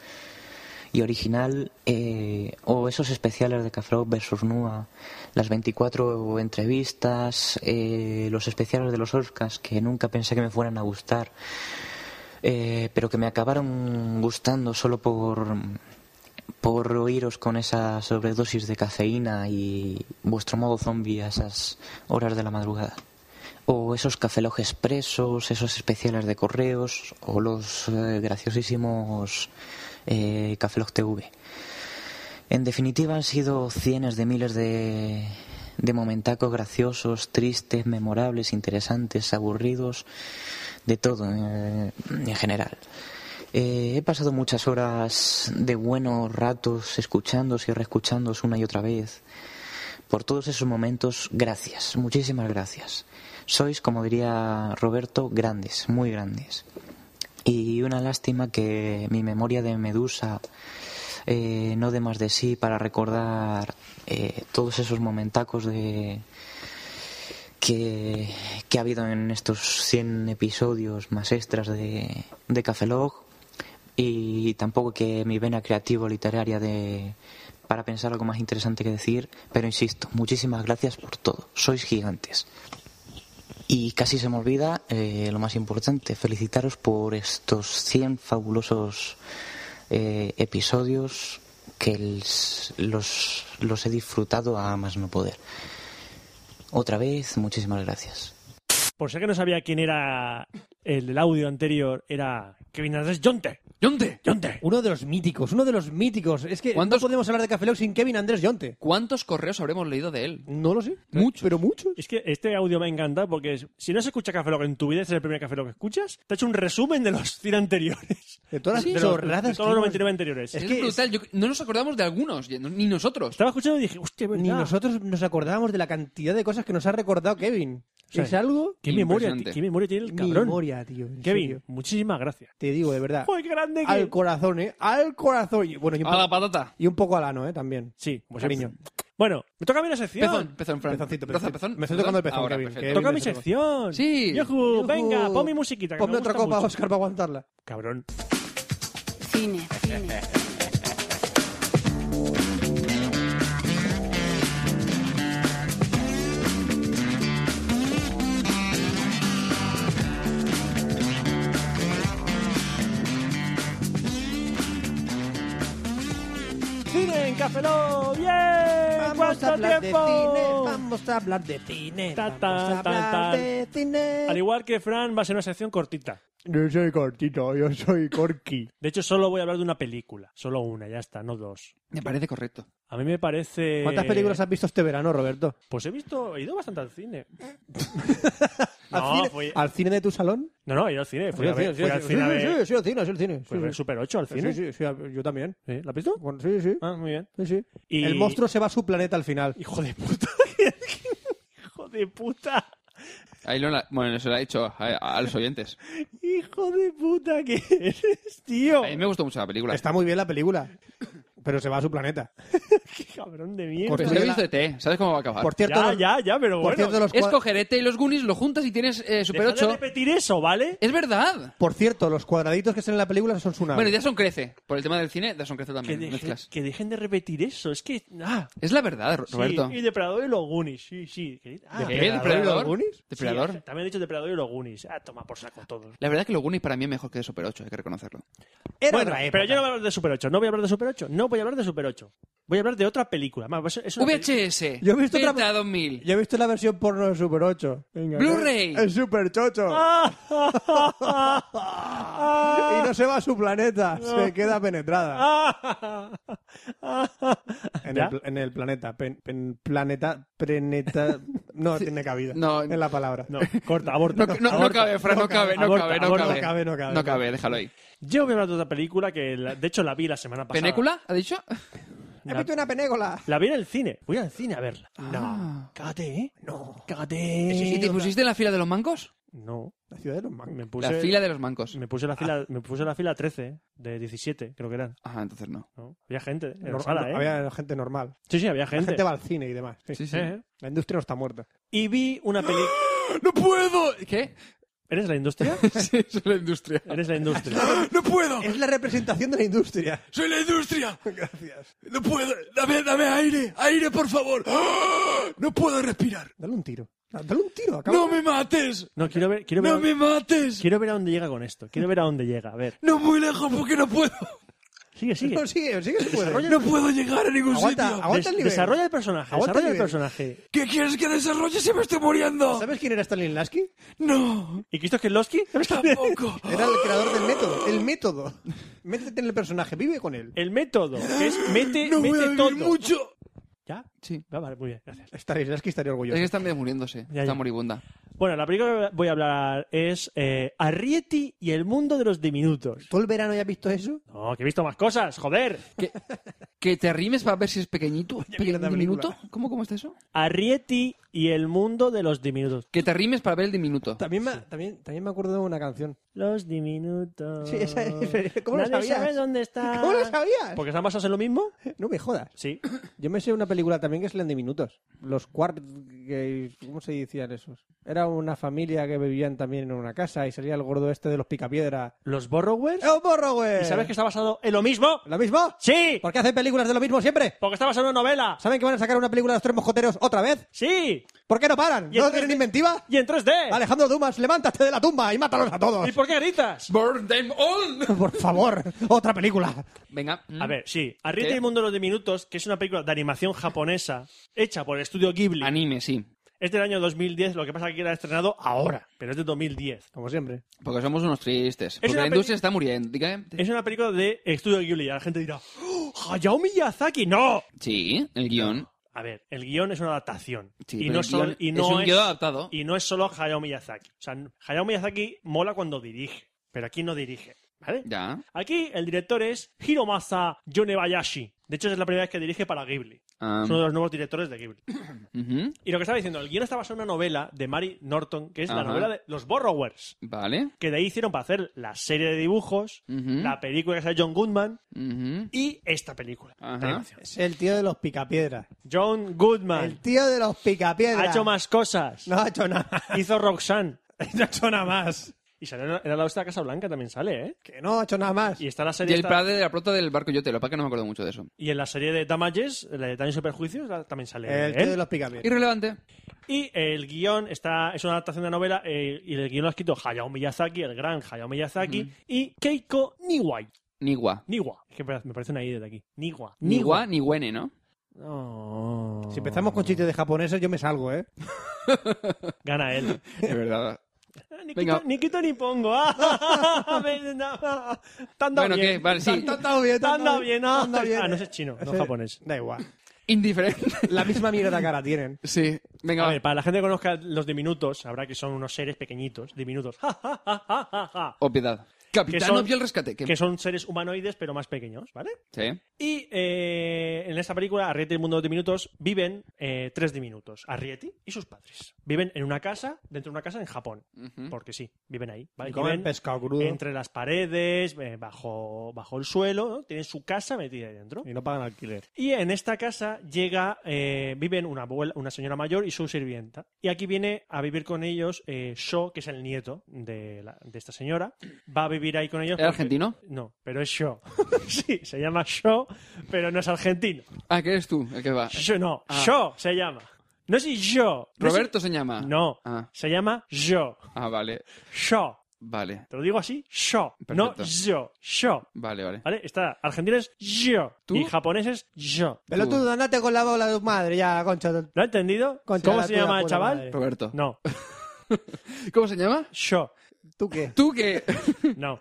Speaker 4: y original, eh, o esos especiales de Café Lock versus Nua, las 24 entrevistas, eh, los especiales de los Oscars que nunca pensé que me fueran a gustar, eh, pero que me acabaron gustando solo por, por oíros con esa sobredosis de cafeína y vuestro modo zombie a esas horas de la madrugada. O esos cafelojes presos, esos especiales de correos, o los eh, graciosísimos eh, Cafelog TV. En definitiva, han sido cientos de miles de, de momentacos graciosos, tristes, memorables, interesantes, aburridos, de todo eh, en general. Eh, he pasado muchas horas de buenos ratos escuchándos y reescuchándos una y otra vez. Por todos esos momentos, gracias, muchísimas gracias. Sois, como diría Roberto, grandes, muy grandes. Y una lástima que mi memoria de Medusa eh, no dé más de sí para recordar eh, todos esos momentacos de que, que ha habido en estos 100 episodios más extras de, de Café Log y tampoco que mi vena creativa literaria de para pensar algo más interesante que decir, pero insisto, muchísimas gracias por todo, sois gigantes. Y casi se me olvida eh, lo más importante, felicitaros por estos 100 fabulosos eh, episodios que el- los, los he disfrutado a más no poder. Otra vez, muchísimas gracias.
Speaker 7: Por si alguien no sabía quién era el del audio anterior, era Kevin Andrés Jonte. ¡Jonte! ¡Jonte!
Speaker 14: Uno de los míticos, uno de los míticos. Es que ¿Cuántos... no podemos hablar de Café Lock sin Kevin Andrés Yonte.
Speaker 9: ¿Cuántos correos habremos leído de él?
Speaker 14: No lo sé. eh,
Speaker 7: Muchos.
Speaker 14: Pero muchos.
Speaker 7: Es que este audio me ha encantado porque es- si no se escucha Café Lock en tu vida, este es el primer Café Lock que escuchas, te ha hecho un resumen de los 100 anteriores.
Speaker 14: De todas las
Speaker 7: de los-
Speaker 14: chorradas
Speaker 7: de
Speaker 14: que
Speaker 7: todos los
Speaker 14: hemos-
Speaker 7: 99 anteriores.
Speaker 9: Es, brutal, yo- no nos acordamos de algunos, ni nosotros.
Speaker 7: Estaba escuchando y dije, hostia,
Speaker 3: pues,
Speaker 7: ¿verdad?
Speaker 14: Ni nosotros nos acordábamos de la cantidad de cosas que nos ha recordado Kevin.
Speaker 7: O
Speaker 14: [LAUGHS]
Speaker 7: sea,
Speaker 14: es algo...
Speaker 7: ¿Qué memoria, ti- qué memoria tiene el cabrón?
Speaker 14: Memoria, tío. en
Speaker 7: Kevin,
Speaker 14: serio.
Speaker 7: muchísimas gracias.
Speaker 14: Te digo, de verdad.
Speaker 7: ¡Joder, qué grande que-
Speaker 14: Al corazón, ¿eh? Al corazón. Y, bueno, y un
Speaker 9: A
Speaker 14: poco-
Speaker 9: la patata.
Speaker 14: Y un poco al ano, ¿eh? También.
Speaker 7: Sí, pues
Speaker 14: cariño.
Speaker 7: Bueno, me toca a mí la sección.
Speaker 9: Pezón, pezón, Fran. Pezoncito, pezoncito. Pezón,
Speaker 7: Me estoy
Speaker 9: pezón.
Speaker 7: tocando el pezón,
Speaker 9: Ahora,
Speaker 7: Kevin.
Speaker 9: perfecto.
Speaker 7: que Toca mi sección.
Speaker 9: Sí.
Speaker 7: Yujú, venga, pon mi musiquita. que
Speaker 3: Ponme
Speaker 7: me
Speaker 3: otra
Speaker 7: gusta
Speaker 3: copa,
Speaker 7: mucho.
Speaker 3: Oscar, para aguantarla.
Speaker 7: Cabrón.
Speaker 11: Cine, cine.
Speaker 7: ¡Cine en Cafeló! ¡Bien!
Speaker 14: Vamos a
Speaker 7: ¿Cuánto
Speaker 14: hablar
Speaker 7: tiempo?
Speaker 14: de cine, vamos a hablar de cine,
Speaker 7: Ta, ta,
Speaker 14: vamos a
Speaker 7: ta,
Speaker 14: hablar
Speaker 7: ta.
Speaker 14: de cine.
Speaker 7: Al igual que Fran, va a ser una sección cortita.
Speaker 3: Yo soy cortito, yo soy corky.
Speaker 7: De hecho, solo voy a hablar de una película. Solo una, ya está, no dos.
Speaker 9: Me parece correcto.
Speaker 7: A mí me parece...
Speaker 3: ¿Cuántas películas has visto este verano, Roberto?
Speaker 7: Eh, Pues he visto... He ido bastante al
Speaker 9: [LAUGHS]
Speaker 7: cine.
Speaker 3: ¿Al, cine,
Speaker 7: fui-
Speaker 9: Ah.
Speaker 3: ¿Al cine de tu salón?
Speaker 7: No, no, he ido al cine. Fui
Speaker 3: Sí,
Speaker 7: a ver-
Speaker 3: sí,
Speaker 7: fui al
Speaker 3: sí,
Speaker 7: cine a
Speaker 3: sí,
Speaker 7: ver-
Speaker 3: Sí, sí, al cine, sí, al cine.
Speaker 7: Fui a
Speaker 3: sí,
Speaker 7: ver
Speaker 3: sí.
Speaker 7: Super 8 al cine.
Speaker 3: Sí, sí, sí, yo también.
Speaker 7: ¿Eh? ¿La has visto?
Speaker 3: Bueno, sí, sí.
Speaker 7: Ah, muy bien.
Speaker 3: Sí, sí.
Speaker 7: Y-
Speaker 3: El monstruo se va a su planeta al final.
Speaker 7: Hijo de puta. ¡Hijo de puta!
Speaker 9: Ahí lo, bueno, se lo ha dicho a, a los oyentes.
Speaker 7: ¡Hijo de puta que eres, tío!
Speaker 9: A mí me gustó mucho la película.
Speaker 3: Está muy bien la película, pero se va a su planeta.
Speaker 7: [LAUGHS] ¡Qué cabrón de mierda!
Speaker 9: Pero
Speaker 3: Construye
Speaker 9: si he
Speaker 3: la-
Speaker 9: visto ET, ¿sabes cómo va a acabar?
Speaker 3: [LAUGHS] Por cierto,
Speaker 7: Ya,
Speaker 3: los-
Speaker 7: ya, ya, pero
Speaker 3: por
Speaker 7: bueno.
Speaker 3: cierto, los
Speaker 9: es
Speaker 3: cuad-
Speaker 9: coger ET y los Goonies, lo juntas y tienes eh, Super
Speaker 7: Deja
Speaker 9: 8.
Speaker 7: de repetir eso, ¿vale?
Speaker 9: Es verdad.
Speaker 3: Por cierto, los cuadraditos que salen en la película son su nave.
Speaker 9: Bueno, y Dawson crece. Por el tema del cine, Dawson crece
Speaker 7: Que,
Speaker 9: también.
Speaker 7: deje-
Speaker 9: Mezclas.
Speaker 7: que dejen de repetir eso. Es que... ¡Ah!
Speaker 9: Es la verdad, Ro-
Speaker 7: Sí,
Speaker 9: Roberto.
Speaker 7: y Depredador y los Goonies, sí, sí. ¿Qué? Ah,
Speaker 9: ¿Qué? ¿Depredador y los Goonies?
Speaker 7: Sí,
Speaker 9: Depredador.
Speaker 7: también he dicho Depredador y los Goonies. Ah, toma por saco todos.
Speaker 9: La verdad es que los Goonies para mí es mejor que Super 8, hay que reconocerlo.
Speaker 3: Era
Speaker 7: Bueno,
Speaker 3: otra época.
Speaker 7: pero yo no voy a hablar de Super 8. No voy a hablar de Super 8. No voy a hablar de Super 8. Voy a hablar de otra película. Más, va a ser- es una peli-
Speaker 9: VHS.
Speaker 3: Yo he visto otra-
Speaker 9: Beta 2000.
Speaker 3: Yo he visto la versión porno de Super 8. Venga,
Speaker 9: Blu-ray.
Speaker 3: El
Speaker 7: [LAUGHS]
Speaker 3: Super Chocho. y no se va a su [LAUGHS] planeta, se queda penetrada.
Speaker 7: Ah.
Speaker 3: [LAUGHS] En,
Speaker 7: ¿Ya?
Speaker 3: el, pl- en el planeta. pen- pen- planeta. Planeta.
Speaker 9: [LAUGHS]
Speaker 3: No tiene cabida.
Speaker 9: No.
Speaker 3: en la palabra. [LAUGHS]
Speaker 7: No, corta, aborta.
Speaker 9: No, no- no
Speaker 7: Aborta.
Speaker 9: cabe, Fran, no cabe, no
Speaker 7: aborta,
Speaker 9: cabe, no
Speaker 7: aborta.
Speaker 9: cabe.
Speaker 3: No cabe, no cabe.
Speaker 9: No cabe, déjalo ahí.
Speaker 7: Yo voy a hablar de otra película que, la- de hecho, la vi la semana pasada.
Speaker 9: ¿Penécula?
Speaker 7: [LAUGHS]
Speaker 9: ¿Ha dicho?
Speaker 3: He
Speaker 7: La,
Speaker 3: visto una Ah. penégola.
Speaker 7: la vi en el cine. Voy al cine a verla. No. Cágate, ¿eh? No. Cágate.
Speaker 9: ¿Y te pusiste en la fila de los mancos?
Speaker 7: No.
Speaker 3: La ciudad de los mancos.
Speaker 7: Me
Speaker 9: La
Speaker 7: puse,
Speaker 9: fila de los mancos. Ah.
Speaker 7: me puse la fila, me puse la fila 13, de 17, creo que eran.
Speaker 9: Ajá, entonces no.
Speaker 7: ¿no? Había gente en la
Speaker 3: Nor-
Speaker 7: sala, ¿eh?
Speaker 3: Había gente normal.
Speaker 7: Sí, sí, había
Speaker 3: La
Speaker 7: gente.
Speaker 3: gente va al cine y demás. Sí.
Speaker 9: Sí, sí.
Speaker 7: Eh, eh.
Speaker 3: La industria no está muerta.
Speaker 7: Y vi una película...
Speaker 9: ¡Ah! ¡No puedo! ¿Qué?
Speaker 7: ¿Eres la industria?
Speaker 9: [LAUGHS] Sí, soy la industria.
Speaker 7: Eres la industria.
Speaker 9: [GASPS] ¡No puedo!
Speaker 3: Es la representación de la industria.
Speaker 9: ¡Soy la industria!
Speaker 3: [LAUGHS] Gracias.
Speaker 9: ¡No puedo! ¡Dame, dame aire! ¡Aire, por favor! ¡Ah! ¡No puedo respirar!
Speaker 3: Dale un tiro. Dale un tiro. acaba-
Speaker 9: me mates!
Speaker 7: No, quiero ver, quiero ver, a-
Speaker 9: mates!
Speaker 7: quiero ver a dónde llega con esto. Quiero ver a dónde llega. A ver.
Speaker 9: ¡No muy lejos porque no puedo!
Speaker 7: Sigue, sigue.
Speaker 3: No, sigue, sigue. se puede.
Speaker 9: ¡No puedo llegar a ningún
Speaker 3: Aguanta, aguanta
Speaker 7: Des-
Speaker 3: el nivel.
Speaker 7: desarrolla el personaje.
Speaker 3: Aguanta
Speaker 7: desarrolla
Speaker 3: el
Speaker 7: el
Speaker 3: nivel.
Speaker 7: personaje.
Speaker 9: ¿Qué quieres que desarrolle si me estoy muriendo?
Speaker 3: ¿Sabes quién era Stalin Lasky?
Speaker 9: ¡No!
Speaker 7: ¿Y Christoph Kieslowski?
Speaker 9: [LAUGHS] ¡Tampoco!
Speaker 3: Era el creador del método. El método. Métete en el personaje, vive con él.
Speaker 7: El método. que es mete, mete todo. ¿Ya?
Speaker 9: Sí.
Speaker 7: Va, vale, muy bien, gracias.
Speaker 3: Stalin Lasky estaría
Speaker 9: Es
Speaker 3: orgulloso.
Speaker 9: que están medio muriéndose.
Speaker 7: Ya, ya.
Speaker 9: Está moribunda.
Speaker 7: Bueno, la película que voy a hablar es eh, Arrietty y el mundo de los diminutos.
Speaker 3: ¿Todo el verano ya has visto eso?
Speaker 7: No, que he visto más cosas, joder.
Speaker 9: ¿Que te rimes para ver si es pequeñito?
Speaker 3: mierda
Speaker 9: ¿Pequeño
Speaker 3: película.
Speaker 9: diminuto? ¿Cómo, ¿Cómo está eso?
Speaker 7: Arrietty y el mundo de los diminutos.
Speaker 9: Que te rimes para ver el diminuto.
Speaker 3: También me, también, también me acuerdo de una canción.
Speaker 7: Los diminutos.
Speaker 3: Sí, esa es- [LAUGHS] ¿cómo lo
Speaker 7: Nadie
Speaker 3: sabías?
Speaker 7: sabe dónde está.
Speaker 3: ¿Cómo lo sabías?
Speaker 7: ¿Porque están basados en lo mismo?
Speaker 3: [LAUGHS] No me jodas.
Speaker 7: Sí.
Speaker 3: [CLEARS THROAT] Yo me sé una película también que es en diminutos. Los Quart... que- ¿Cómo se decían esos? Era una familia que vivían también en una casa y salía el gordo este de los picapiedra.
Speaker 7: ¿Los Borrowers?
Speaker 3: ¡Eh, un morro, güey!
Speaker 7: ¿Y sabes que está basado en lo mismo?
Speaker 3: ¿Lo mismo?
Speaker 7: ¡Sí!
Speaker 3: ¿Por qué hacen películas de lo mismo siempre?
Speaker 7: Porque está basado en una novela.
Speaker 3: ¿Saben que van a sacar una película de los tres moscoteros otra vez?
Speaker 7: ¡Sí!
Speaker 3: ¿Por qué no
Speaker 7: Y
Speaker 3: paran? ¿No
Speaker 7: entonces-
Speaker 3: tienen inventiva?
Speaker 7: ¡Y en 3D!
Speaker 3: Alejandro Dumas, levántate de la tumba y mátalos a todos.
Speaker 7: ¿Y por qué gritas?
Speaker 9: ¡Burn them all!
Speaker 3: [LAUGHS] Por favor, otra película.
Speaker 9: Venga. mm.
Speaker 7: A ver, sí. Arriete
Speaker 9: ¿Qué?
Speaker 7: el mundo de los diminutos, que es una película de animación japonesa hecha por el estudio Ghibli.
Speaker 9: Anime, sí.
Speaker 7: es del año 2010, lo que pasa es que era estrenado ahora, pero es de 2010.
Speaker 3: Como siempre.
Speaker 9: Porque somos unos tristes. Porque
Speaker 7: una
Speaker 9: la
Speaker 7: peli-
Speaker 9: industria está muriendo. eh. Dígame.
Speaker 7: Es una película de estudio Ghibli. Y la gente dirá, ¡Oh, ¡Hayao Miyazaki! ¡No!
Speaker 9: Sí, el guión.
Speaker 7: A ver, el guión es una adaptación.
Speaker 9: Sí,
Speaker 7: y,
Speaker 9: pero
Speaker 7: no
Speaker 9: el
Speaker 7: sol-
Speaker 9: guión
Speaker 7: y
Speaker 9: es
Speaker 7: no
Speaker 9: un guión adaptado.
Speaker 7: Y no es solo Hayao Miyazaki. O sea, Hayao Miyazaki mola cuando dirige, pero aquí no dirige. ¿Vale?
Speaker 9: Ya.
Speaker 7: Aquí el director es Hiromasa Yonebayashi. De hecho, es la primera vez que dirige para Ghibli.
Speaker 9: Ah.
Speaker 7: Es uno de los nuevos directores de Ghibli.
Speaker 9: Ujú.
Speaker 7: Y lo que estaba diciendo, el guion está basado en una novela de Mary Norton, que es la
Speaker 9: Ajá.
Speaker 7: novela de Los Borrowers.
Speaker 9: Vale.
Speaker 7: Que de ahí hicieron para hacer la serie de dibujos,
Speaker 9: Ujú.
Speaker 7: la película que sale John Goodman
Speaker 9: Ujú.
Speaker 7: y esta película.
Speaker 14: Ah,
Speaker 7: de animación.
Speaker 14: Es el tío de los picapiedras.
Speaker 7: John Goodman.
Speaker 14: El tío de los picapiedras.
Speaker 7: Ha hecho más cosas.
Speaker 14: No ha hecho nada.
Speaker 7: Hizo Roxanne.
Speaker 14: [LAUGHS]
Speaker 7: no ha hecho nada más. Y salió en la- en la de la Casa Blanca también sale, ¿eh?
Speaker 14: Que no ha hecho nada más.
Speaker 7: Y está la
Speaker 9: Y
Speaker 7: serie
Speaker 9: el
Speaker 7: esta-
Speaker 9: padre de la prota del barco yote, lo para que no me acuerdo mucho de eso.
Speaker 7: y en la serie de Damages, la de Daños y Perjuicios, la- también sale
Speaker 9: El
Speaker 7: él.
Speaker 9: tío de los picapiedras. Irrelevante.
Speaker 7: Y el guión está, es una adaptación de novela eh, y el guión lo ha escrito Hayao Miyazaki, el gran Hayao Miyazaki, y Keiko Niwai.
Speaker 9: Niwa.
Speaker 7: Niwa. Es que me parece una idea de aquí. Niwa.
Speaker 9: Niwa, Niwene, ¿no?
Speaker 7: No.
Speaker 14: Si empezamos con chistes de japoneses, yo me salgo, ¿eh?
Speaker 7: [LAUGHS] Gana él.
Speaker 9: Es verdad.
Speaker 7: Nikito, Nikito Eh, ni pongo.
Speaker 8: [LAUGHS]
Speaker 7: Ah, [LAUGHS] me- ah, te han dado
Speaker 9: Bueno,
Speaker 7: bien.
Speaker 9: ¿qué? Vale, sí.
Speaker 7: Te han
Speaker 14: dado bien.
Speaker 7: te han dado bien. ah.
Speaker 14: Anda bien.
Speaker 7: Ah, no, ese es chino, no
Speaker 14: Ese-
Speaker 7: japonés.
Speaker 14: Da igual.
Speaker 9: Indiferente.
Speaker 14: [LAUGHS] La misma mierda cara tienen.
Speaker 9: Sí. Venga,
Speaker 7: a
Speaker 9: va.
Speaker 7: ver, para la gente que conozca los diminutos, sabrá que son unos seres pequeñitos, diminutos. Ja, ja, ja, ja, ja, ja.
Speaker 9: Obviedad. Capitán
Speaker 7: Que son-
Speaker 9: obvio el rescate. que-
Speaker 7: Que son seres humanoides, pero más pequeños, ¿vale?
Speaker 9: Sí.
Speaker 7: Y eh, en esta película, Arrietty y el mundo de los diminutos viven eh, tres diminutos. Arrietty y sus padres. Viven en una casa, dentro de una casa en Japón. Porque sí, viven ahí. ¿vale?
Speaker 14: Y comen
Speaker 7: Viven
Speaker 14: pescado crudo.
Speaker 7: Entre las paredes, eh, bajo, bajo el suelo, ¿no? Tienen su casa metida ahí dentro.
Speaker 14: Y no pagan alquiler.
Speaker 7: Y en esta casa llega, eh, viven una abuela, una señora mayor y su sirvienta. Y aquí viene a vivir con ellos eh, Sho, que es el nieto de, la- de esta señora. Va a vivir ahí con ellos.
Speaker 9: ¿Era argentino?
Speaker 7: No, pero es Sho. [LAUGHS] sí, se llama Sho, pero no es argentino.
Speaker 9: Ah, que eres tú el que va.
Speaker 7: Yo no,
Speaker 9: Ah.
Speaker 7: Sho se llama. No es yo. no es-
Speaker 9: Roberto se llama.
Speaker 7: No,
Speaker 9: Ah,
Speaker 7: se llama yo.
Speaker 9: ah, vale.
Speaker 7: Sho.
Speaker 9: Vale.
Speaker 7: Te lo digo así, Sho.
Speaker 9: Perfecto.
Speaker 7: No yo, Sho.
Speaker 9: Vale, vale.
Speaker 7: ¿Vale? Está, argentino es yo. Y japonés es yo.
Speaker 14: Pelotudo, andate con la bola de tu madre, ya, concha. del-
Speaker 7: ¿Lo ha entendido?
Speaker 14: Concha
Speaker 7: ¿Cómo
Speaker 14: la
Speaker 7: se
Speaker 14: tuya,
Speaker 7: llama el
Speaker 14: puta
Speaker 7: chaval?
Speaker 14: madre.
Speaker 9: Roberto.
Speaker 7: No,
Speaker 9: ¿Cómo se llama?
Speaker 7: yo.
Speaker 14: ¿Tú qué?
Speaker 9: ¿Tú qué?
Speaker 7: [LAUGHS] No.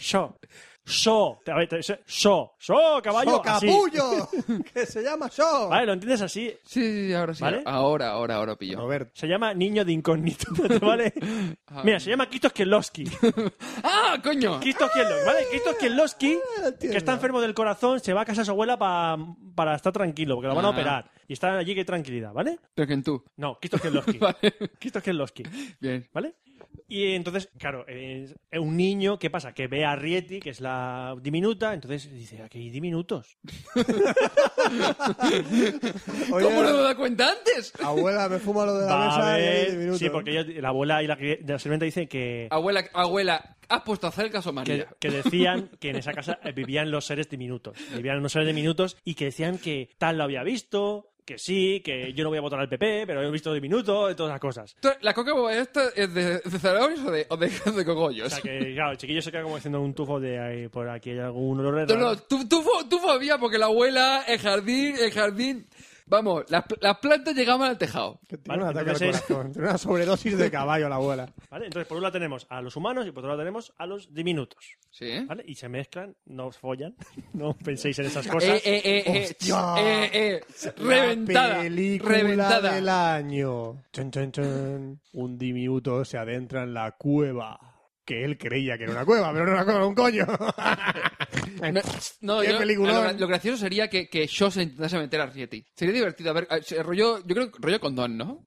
Speaker 7: Yo. Yo. A ver, te- yo. Yo, caballo.
Speaker 14: ¡So,
Speaker 7: así.
Speaker 14: capullo!
Speaker 7: [LAUGHS]
Speaker 14: que se llama yo.
Speaker 7: Vale, ¿lo entiendes así?
Speaker 9: Sí, sí, sí, ahora sí.
Speaker 7: ¿Vale?
Speaker 9: Ahora, ahora, ahora pillo.
Speaker 14: Roberto.
Speaker 7: Se llama niño de incógnito, [LAUGHS]
Speaker 9: [LAUGHS]
Speaker 7: ¿vale? Mira, se llama Kistos Kielowski.
Speaker 9: ¡Ah, coño!
Speaker 7: Kistos Kielowski, ¿vale? Kistos [LAUGHS] Kielowski, que está enfermo del corazón, se va a casa de su abuela pa- para estar tranquilo, porque lo van a
Speaker 9: Ah.
Speaker 7: operar. Y está allí que tranquilidad, ¿vale?
Speaker 9: Pero que en tú.
Speaker 7: No, Kistos Kielowski.
Speaker 9: [LAUGHS] Vale.
Speaker 7: Kistos Kielowski.
Speaker 9: Bien.
Speaker 7: ¿Vale? Y entonces, claro, es es un niño, ¿qué pasa? Que ve a Rieti, que es la diminuta, entonces dice, aquí hay
Speaker 9: [LAUGHS]
Speaker 7: diminutos.
Speaker 14: Oye,
Speaker 9: ¿Cómo no me he dado cuenta antes?
Speaker 14: Abuela, me fumo lo de la
Speaker 7: Va
Speaker 14: mesa
Speaker 7: a
Speaker 14: y ahí
Speaker 7: ver-
Speaker 14: de minuto.
Speaker 7: Sí, porque ella- la abuela y la, cri- la sirvienta dicen que,
Speaker 9: Abuela, abuela, has puesto a hacer el caso María.
Speaker 7: que, que
Speaker 9: [LAUGHS]
Speaker 7: decían que en esa casa eh, vivían los seres diminutos. Vivían unos seres diminutos y que decían que tal lo había visto, que sí, que yo no voy a votar al PP, pero he visto diminuto, y todas las cosas.
Speaker 9: Esto- ¿La coca boba esta es de, de zanahorias o de, o de, de
Speaker 7: O
Speaker 9: cogollos?
Speaker 7: sea que, claro, el chiquillo se queda como haciendo un tufo de "Ay, por aquí hay algún olor
Speaker 9: No,
Speaker 7: raro".
Speaker 9: no, tú, tú, fo- tú fobia porque la abuela, el jardín, el jardín... Vamos, las, pl- las plantas llegaban al tejado.
Speaker 14: Tiene un
Speaker 7: Vale,
Speaker 14: ataque al
Speaker 7: entonces-
Speaker 14: corazón. Tiene una
Speaker 9: [LAUGHS]
Speaker 14: sobredosis de caballo la abuela.
Speaker 7: ¿Vale? Entonces, por un lado tenemos a los humanos y por otro lado tenemos a los diminutos.
Speaker 9: Sí.
Speaker 7: ¿Vale? Y se mezclan, no os follan, [LAUGHS] [LAUGHS] no penséis en esas
Speaker 9: Eh,
Speaker 7: cosas.
Speaker 9: eh, eh, eh,
Speaker 14: Hostia.
Speaker 9: eh, eh,
Speaker 14: La
Speaker 9: reventada,
Speaker 14: película
Speaker 9: reventada.
Speaker 14: del año. Chun, chun, chun. Un diminuto se adentra en la cueva. Que él creía que era una cueva, pero no era una cueva, un coño.
Speaker 9: [LAUGHS] No, no,
Speaker 14: Qué
Speaker 9: yo-
Speaker 14: peliculón.
Speaker 9: lo, lo gracioso sería que, que yo se intentase meter a Rieti. Sería divertido. A ver, eh, se- rollo, yo creo que rollo condón, ¿no?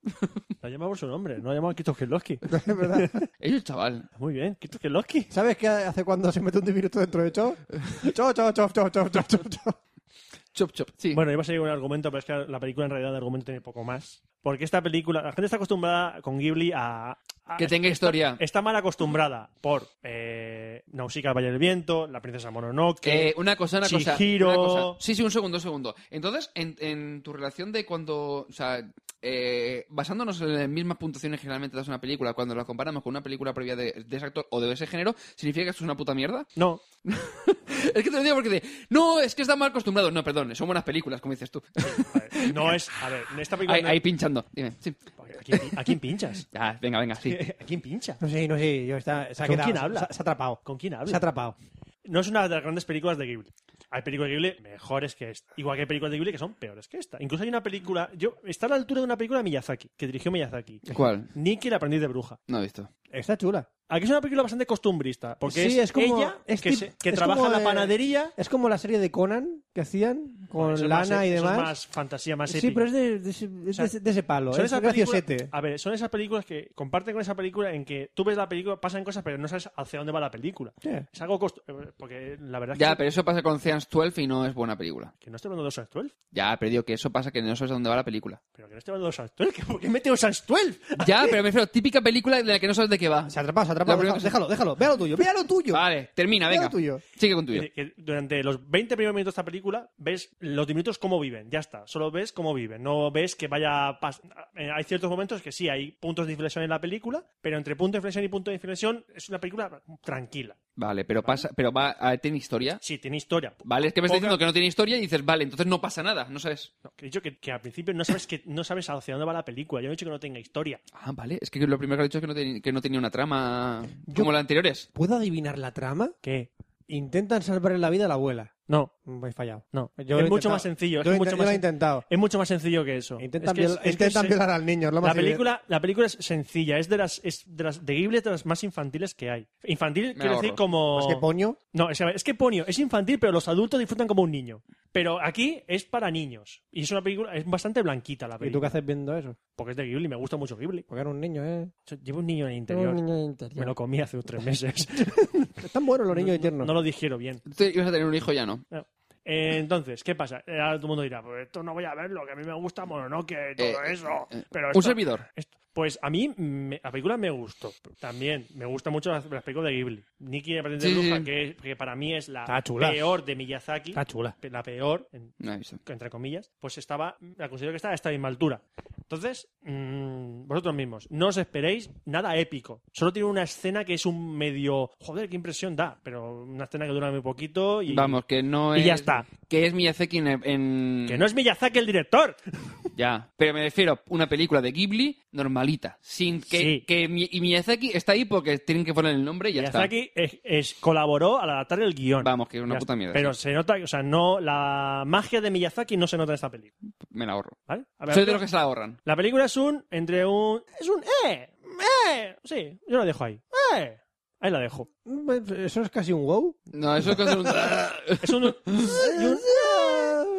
Speaker 7: La llama por su nombre, no la llama Kito
Speaker 9: [LAUGHS]
Speaker 7: Kielowski.
Speaker 14: Es
Speaker 7: [LAUGHS]
Speaker 14: verdad.
Speaker 9: Ellos, chaval.
Speaker 7: Muy bien, Kito
Speaker 9: [LAUGHS]
Speaker 7: Kielowski.
Speaker 14: ¿Sabes qué hace cuando se mete un diminuto dentro de Cho? Cho, Cho, Cho, Cho, Cho, Cho, Cho, Cho.
Speaker 9: Chop, chop. Sí.
Speaker 7: Bueno, iba a seguir un argumento, pero es que la película en realidad de argumento tiene poco más. Porque esta película, la gente está acostumbrada con Ghibli a... a-
Speaker 9: que tenga historia.
Speaker 7: Está mal acostumbrada por eh, Nausicaa del Valle del Viento, La Princesa Mononoke,
Speaker 9: Eh, una cosa, una cosa,
Speaker 7: Chihiro.
Speaker 9: una cosa. Sí, sí, un segundo, un segundo. Entonces, en, en tu relación de cuando. O sea, eh, basándonos en las mismas puntuaciones que generalmente das a una película, cuando la comparamos con una película previa de, de ese actor o de ese género, ¿significa que esto es una puta mierda?
Speaker 7: No,
Speaker 9: [LAUGHS] Es que te lo digo porque de. No, es que está mal acostumbrado. No, perdón, son buenas películas, como dices tú.
Speaker 7: no es... A ver, en esta película...
Speaker 9: ahí,
Speaker 7: no-
Speaker 9: ahí pinchando. Dime, sí.
Speaker 7: ¿A quién, pi- a quién pinchas?
Speaker 9: [LAUGHS] Ya, venga,
Speaker 14: [LAUGHS]
Speaker 7: [LAUGHS]
Speaker 9: venga, sí.
Speaker 7: ¿A quién pincha?
Speaker 14: No sé, no sé. Yo está, se ha
Speaker 7: ¿Con
Speaker 14: quedado-
Speaker 7: quién habla?
Speaker 14: Se, se ha atrapado.
Speaker 7: ¿Con quién habla?
Speaker 14: Se ha atrapado.
Speaker 7: No es una de las grandes películas de Ghibli. Hay películas de Ghibli mejores que esta. Igual que hay películas de Ghibli que son peores que esta. Incluso hay una película... yo Está a la altura de una película de Miyazaki, que dirigió Miyazaki.
Speaker 9: ¿Cuál?
Speaker 7: Nicky el aprendiz de bruja.
Speaker 9: No he visto.
Speaker 3: Está chula.
Speaker 7: Aquí es una película bastante costumbrista, porque
Speaker 3: Sí,
Speaker 7: es,
Speaker 3: como-
Speaker 7: ella
Speaker 3: es
Speaker 7: que,
Speaker 3: tip-
Speaker 7: se- que
Speaker 3: es
Speaker 7: trabaja
Speaker 3: como
Speaker 7: en la
Speaker 3: de-
Speaker 7: panadería.
Speaker 3: Es como la serie de Conan que hacían con
Speaker 7: Eso es más-
Speaker 14: e-
Speaker 7: e-
Speaker 3: lana y
Speaker 7: eso es
Speaker 3: demás.
Speaker 7: más fantasía, más
Speaker 3: Sí,
Speaker 7: épica.
Speaker 3: pero es de, de ese- es
Speaker 7: O sea,
Speaker 3: de ese- de ese palo.
Speaker 7: son
Speaker 3: Es
Speaker 7: esas películas-
Speaker 3: graciosete.
Speaker 7: A ver, son esas películas que comparten con esa película en que tú ves la película, pasan cosas, pero no sabes hacia dónde va la película.
Speaker 9: Yeah.
Speaker 7: Es algo costo- eh, Porque la verdad es
Speaker 9: Ya,
Speaker 7: que,
Speaker 9: pero eso pasa con Ocean's 12 y no es buena película.
Speaker 7: que no estoy hablando de Ocean's 12.
Speaker 9: Ya, pero digo que eso pasa que no sabes a dónde va la película.
Speaker 7: Pero que no estoy hablando de Ocean's 12. que- [LAUGHS] ¿Por qué mete Ocean's 12?
Speaker 9: Ya, pero me refiero, típica película de la que no sabes de qué va.
Speaker 3: Se atrapado, se atrapado. Déjalo, déjalo, déjalo. Ve a lo tuyo, ve a lo tuyo.
Speaker 9: Vale, termina,
Speaker 3: Ve a
Speaker 9: venga.
Speaker 3: lo tuyo.
Speaker 9: Sigue con tuyo.
Speaker 7: Es decir, que durante los 20 primeros minutos de esta película ves los diminutos cómo viven, ya está. Solo ves cómo viven, no ves que vaya... a pas- eh, Hay ciertos momentos que sí, hay puntos de inflexión en la película, pero entre punto de inflexión y punto de inflexión es una película tranquila.
Speaker 9: Vale, pero pasa, pero va, a- ¿tiene historia?
Speaker 7: Sí, tiene historia.
Speaker 9: Vale, es que me
Speaker 7: Poca-
Speaker 9: estás diciendo que no tiene historia y dices, vale, entonces no pasa nada, no sabes.
Speaker 7: No, que he dicho que, que al principio no sabes, que, no sabes hacia dónde va la película, yo no he dicho que no tenga historia.
Speaker 9: Ah, vale, es que lo primero que has dicho es que no, ten- que no tenía una trama como la anterior es.
Speaker 3: ¿Puedo adivinar la trama?
Speaker 7: ¿Qué?
Speaker 3: Intentan salvarle la vida a la abuela.
Speaker 7: No,
Speaker 3: Me he fallado.
Speaker 7: no.
Speaker 3: Yo
Speaker 7: es
Speaker 3: lo he
Speaker 7: mucho
Speaker 3: intentado.
Speaker 7: más sencillo. Es
Speaker 3: Yo he
Speaker 7: mucho
Speaker 3: inte- yo
Speaker 7: más
Speaker 3: lo he
Speaker 7: sen-
Speaker 3: intentado.
Speaker 7: Es mucho más sencillo que eso.
Speaker 3: Intentan
Speaker 7: Es que es-
Speaker 3: viola-
Speaker 7: es que
Speaker 3: intentan
Speaker 7: se-
Speaker 3: violar al niño, es lo más
Speaker 7: la
Speaker 3: evidente.
Speaker 7: película, la película es sencilla. Es de las, es de las de Ghibli es de las más infantiles que hay. Infantil quiero
Speaker 3: ahorro.
Speaker 7: decir como.
Speaker 3: ¿Más que Ponyo?
Speaker 7: No, es, es que Ponyo es infantil, pero los adultos disfrutan como un niño. Pero aquí es para niños. Y es una película, es bastante blanquita la
Speaker 3: ¿Y tú qué
Speaker 7: película.
Speaker 3: haces viendo eso?
Speaker 7: Porque es de Ghibli, me gusta mucho Ghibli.
Speaker 3: Porque era un niño, ¿eh?
Speaker 7: Yo Llevo un niño en el interior.
Speaker 3: Un niño en el interior.
Speaker 7: Me lo comí hace tres meses.
Speaker 3: Están buenos los niños
Speaker 7: no,
Speaker 3: internos.
Speaker 7: lo dijeron bien.
Speaker 9: Entonces ibas a tener un hijo ya, ¿no?
Speaker 7: Eh, Entonces, ¿qué pasa? Eh, Ahora todo el mundo dirá, pues esto no voy a verlo, que a mí me gusta Mononoke, todo
Speaker 9: Eh,
Speaker 7: eso.
Speaker 9: eh,
Speaker 7: pero
Speaker 9: un
Speaker 7: esto-
Speaker 9: servidor.
Speaker 7: esto- pues a mí me- la película me gustó. También me gusta mucho las, las películas de Ghibli. Nikki aprende
Speaker 9: Sí, sí.
Speaker 7: bruja, que, que para mí es la
Speaker 3: Está chula.
Speaker 7: peor de Miyazaki.
Speaker 3: Está chula.
Speaker 7: La peor, en-
Speaker 9: No he visto.
Speaker 7: entre comillas, pues estaba, la considero que está a esta misma altura. Entonces, mm, vosotros mismos, no os esperéis nada épico. Solo tiene una escena que es un medio, joder, qué impresión da, pero una escena que dura muy poquito y...
Speaker 9: Vamos, que no
Speaker 7: y
Speaker 9: es.
Speaker 7: ya está.
Speaker 9: Que es Miyazaki en. en-
Speaker 7: Que no es Miyazaki el director.
Speaker 9: Ya, pero me refiero a una película de Ghibli normalita. sin Que,
Speaker 7: Sí.
Speaker 9: que Mi- y Miyazaki está ahí porque tienen que poner el nombre y ya está.
Speaker 7: Miyazaki es- es- colaboró al adaptar el guión.
Speaker 9: Vamos, que es una
Speaker 7: Ya
Speaker 9: puta
Speaker 7: está.
Speaker 9: mierda.
Speaker 7: Pero
Speaker 9: sí.
Speaker 7: se nota, o sea, no, la magia de Miyazaki no se nota en esta película.
Speaker 9: Me la ahorro.
Speaker 7: ¿Vale? A ver,
Speaker 9: Soy de
Speaker 7: pero-
Speaker 9: los que se la ahorran.
Speaker 7: La película es un, entre un, es un, eh, eh, sí, yo la dejo ahí, eh, ahí la dejo.
Speaker 3: Eso es casi un wow.
Speaker 9: No, Ah, eso es cosa de un-
Speaker 7: Es un,
Speaker 9: [LAUGHS]
Speaker 7: y un-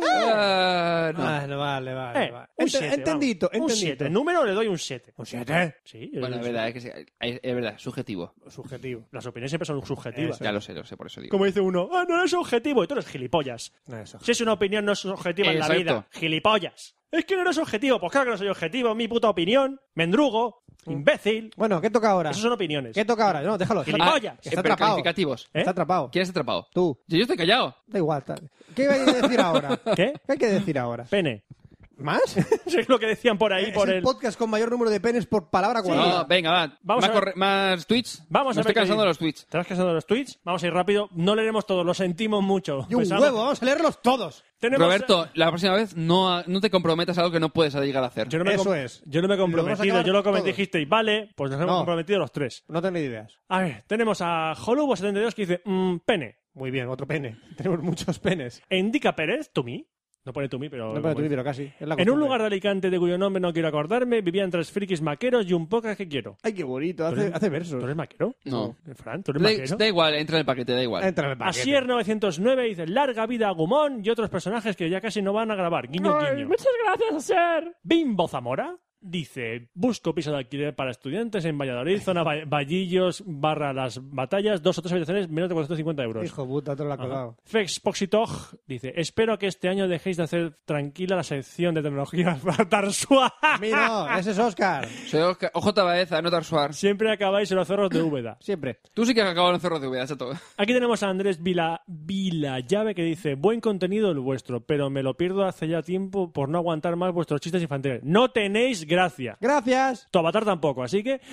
Speaker 9: Ah, no.
Speaker 3: Vale, vale, vale.
Speaker 7: Eh,
Speaker 3: vale.
Speaker 7: un
Speaker 3: Ente-
Speaker 7: 7.
Speaker 3: entendito,
Speaker 7: Un
Speaker 3: entendito.
Speaker 7: 7. Número le doy un 7.
Speaker 3: ¿Un 7?
Speaker 7: Sí.
Speaker 9: Bueno,
Speaker 7: eh,
Speaker 9: es verdad, es que sí, es, es verdad, subjetivo.
Speaker 3: Subjetivo.
Speaker 7: Las opiniones siempre son subjetivas.
Speaker 9: Ya lo sé, lo sé, por eso digo.
Speaker 7: Como dice uno, ah, no es objetivo. Y tú eres gilipollas.
Speaker 3: No, eso.
Speaker 7: Si es una opinión, no es objetiva en la
Speaker 9: Exacto.
Speaker 7: vida. Gilipollas. Es que no eres objetivo. Pues claro que no soy objetivo. Mi puta opinión. Mendrugo. Imbécil.
Speaker 3: Mm. Bueno, ¿qué toca ahora?
Speaker 7: Esas son opiniones.
Speaker 3: ¿Qué toca ahora? No, déjalo. Está,
Speaker 7: Gilipollas.
Speaker 9: Ah,
Speaker 3: está
Speaker 9: eh, pero
Speaker 3: atrapado.
Speaker 9: calificativos.
Speaker 7: ¿Eh?
Speaker 3: Está atrapado.
Speaker 9: ¿Quién has atrapado?
Speaker 3: Tú.
Speaker 9: Yo, yo estoy callado.
Speaker 3: Da igual. está- ¿Qué hay que decir ahora?
Speaker 7: [LAUGHS] ¿Qué?
Speaker 3: ¿Qué hay que decir ahora?
Speaker 7: Pene. [LAUGHS]
Speaker 3: ¿Más?
Speaker 7: Eso es lo que decían por ahí,
Speaker 3: Es
Speaker 7: por
Speaker 3: el
Speaker 7: el...
Speaker 3: podcast con mayor número de penes por palabra cuadrada.
Speaker 9: No, venga, va.
Speaker 7: Vamos
Speaker 9: más,
Speaker 7: a ver.
Speaker 9: corre- más tweets.
Speaker 7: Vamos
Speaker 9: Me
Speaker 7: a ver
Speaker 9: estoy
Speaker 7: qué
Speaker 9: cansando de
Speaker 7: dice.
Speaker 9: los tweets.
Speaker 7: ¿Te has cansado de los tweets? Vamos a ir rápido. No leeremos todos. Lo sentimos mucho.
Speaker 3: Y un
Speaker 7: Pensamos-
Speaker 3: huevo, vamos a leerlos todos.
Speaker 7: pues Tenemos-
Speaker 9: Roberto, la próxima vez no, no te comprometas a algo que no puedes llegar a hacer.
Speaker 7: Yo no me
Speaker 3: Eso
Speaker 7: com-
Speaker 3: es.
Speaker 7: Yo no me he
Speaker 3: Lo vamos a
Speaker 7: comprometido.
Speaker 3: acabar
Speaker 7: Yo lo que me
Speaker 3: todos.
Speaker 7: dijisteis, vale, pues nos hemos
Speaker 3: No.
Speaker 7: comprometido los tres.
Speaker 3: No tenéis ideas.
Speaker 7: A ver, tenemos a Holubo72 que dice, mm, pene.
Speaker 3: Muy bien, otro pene. [LAUGHS] Tenemos muchos penes.
Speaker 7: Endica Pérez, to me. No pone to me, pero...
Speaker 3: No para tu pero casi. Es la
Speaker 7: En un
Speaker 3: costumbre.
Speaker 7: lugar de Alicante de cuyo nombre no quiero acordarme, vivían tres frikis maqueros y un poca que quiero.
Speaker 3: Ay, qué bonito.
Speaker 7: ¿Tú
Speaker 3: Hace,
Speaker 7: eres-
Speaker 3: hace
Speaker 7: ¿Tú
Speaker 3: versos.
Speaker 7: eres maquero?
Speaker 9: No.
Speaker 7: Fran, ¿tú eres
Speaker 9: Da,
Speaker 7: maquero?
Speaker 9: da igual, entra en el paquete, da igual.
Speaker 3: Entra en el paquete.
Speaker 7: Asier909 dice, larga vida a Gumón y otros personajes que ya casi no van a grabar. Guiño, guiño.
Speaker 8: muchas gracias, Asier.
Speaker 7: Bimbo Zamora dice, busco piso de alquiler para estudiantes en Valladolid, zona
Speaker 8: [LAUGHS]
Speaker 7: Va- Vallillos barra las batallas, dos o tres habitaciones, menos de 450 euros.
Speaker 3: Hijo puta, te lo ha colado.
Speaker 7: Fexpoxitog dice, espero que este año dejéis de hacer tranquila la sección de tecnología para Tarsua. [LAUGHS]
Speaker 3: A mí no, ese es Oscar.
Speaker 9: [LAUGHS] Soy Oscar- OJ Baeza, no Tarsuar.
Speaker 7: Siempre acabáis en los zorros de
Speaker 9: [LAUGHS]
Speaker 7: Úbeda.
Speaker 3: Siempre.
Speaker 9: Tú sí que has acabado en los cerros de Úbeda, chato.
Speaker 7: [LAUGHS] Aquí tenemos a Andrés Vila, Vila Llave que dice, buen contenido el vuestro, pero me lo pierdo hace ya tiempo por no aguantar más vuestros chistes infantiles. No tenéis gracia.
Speaker 3: Gracias.
Speaker 7: Tu avatar tampoco, así que. [LAUGHS]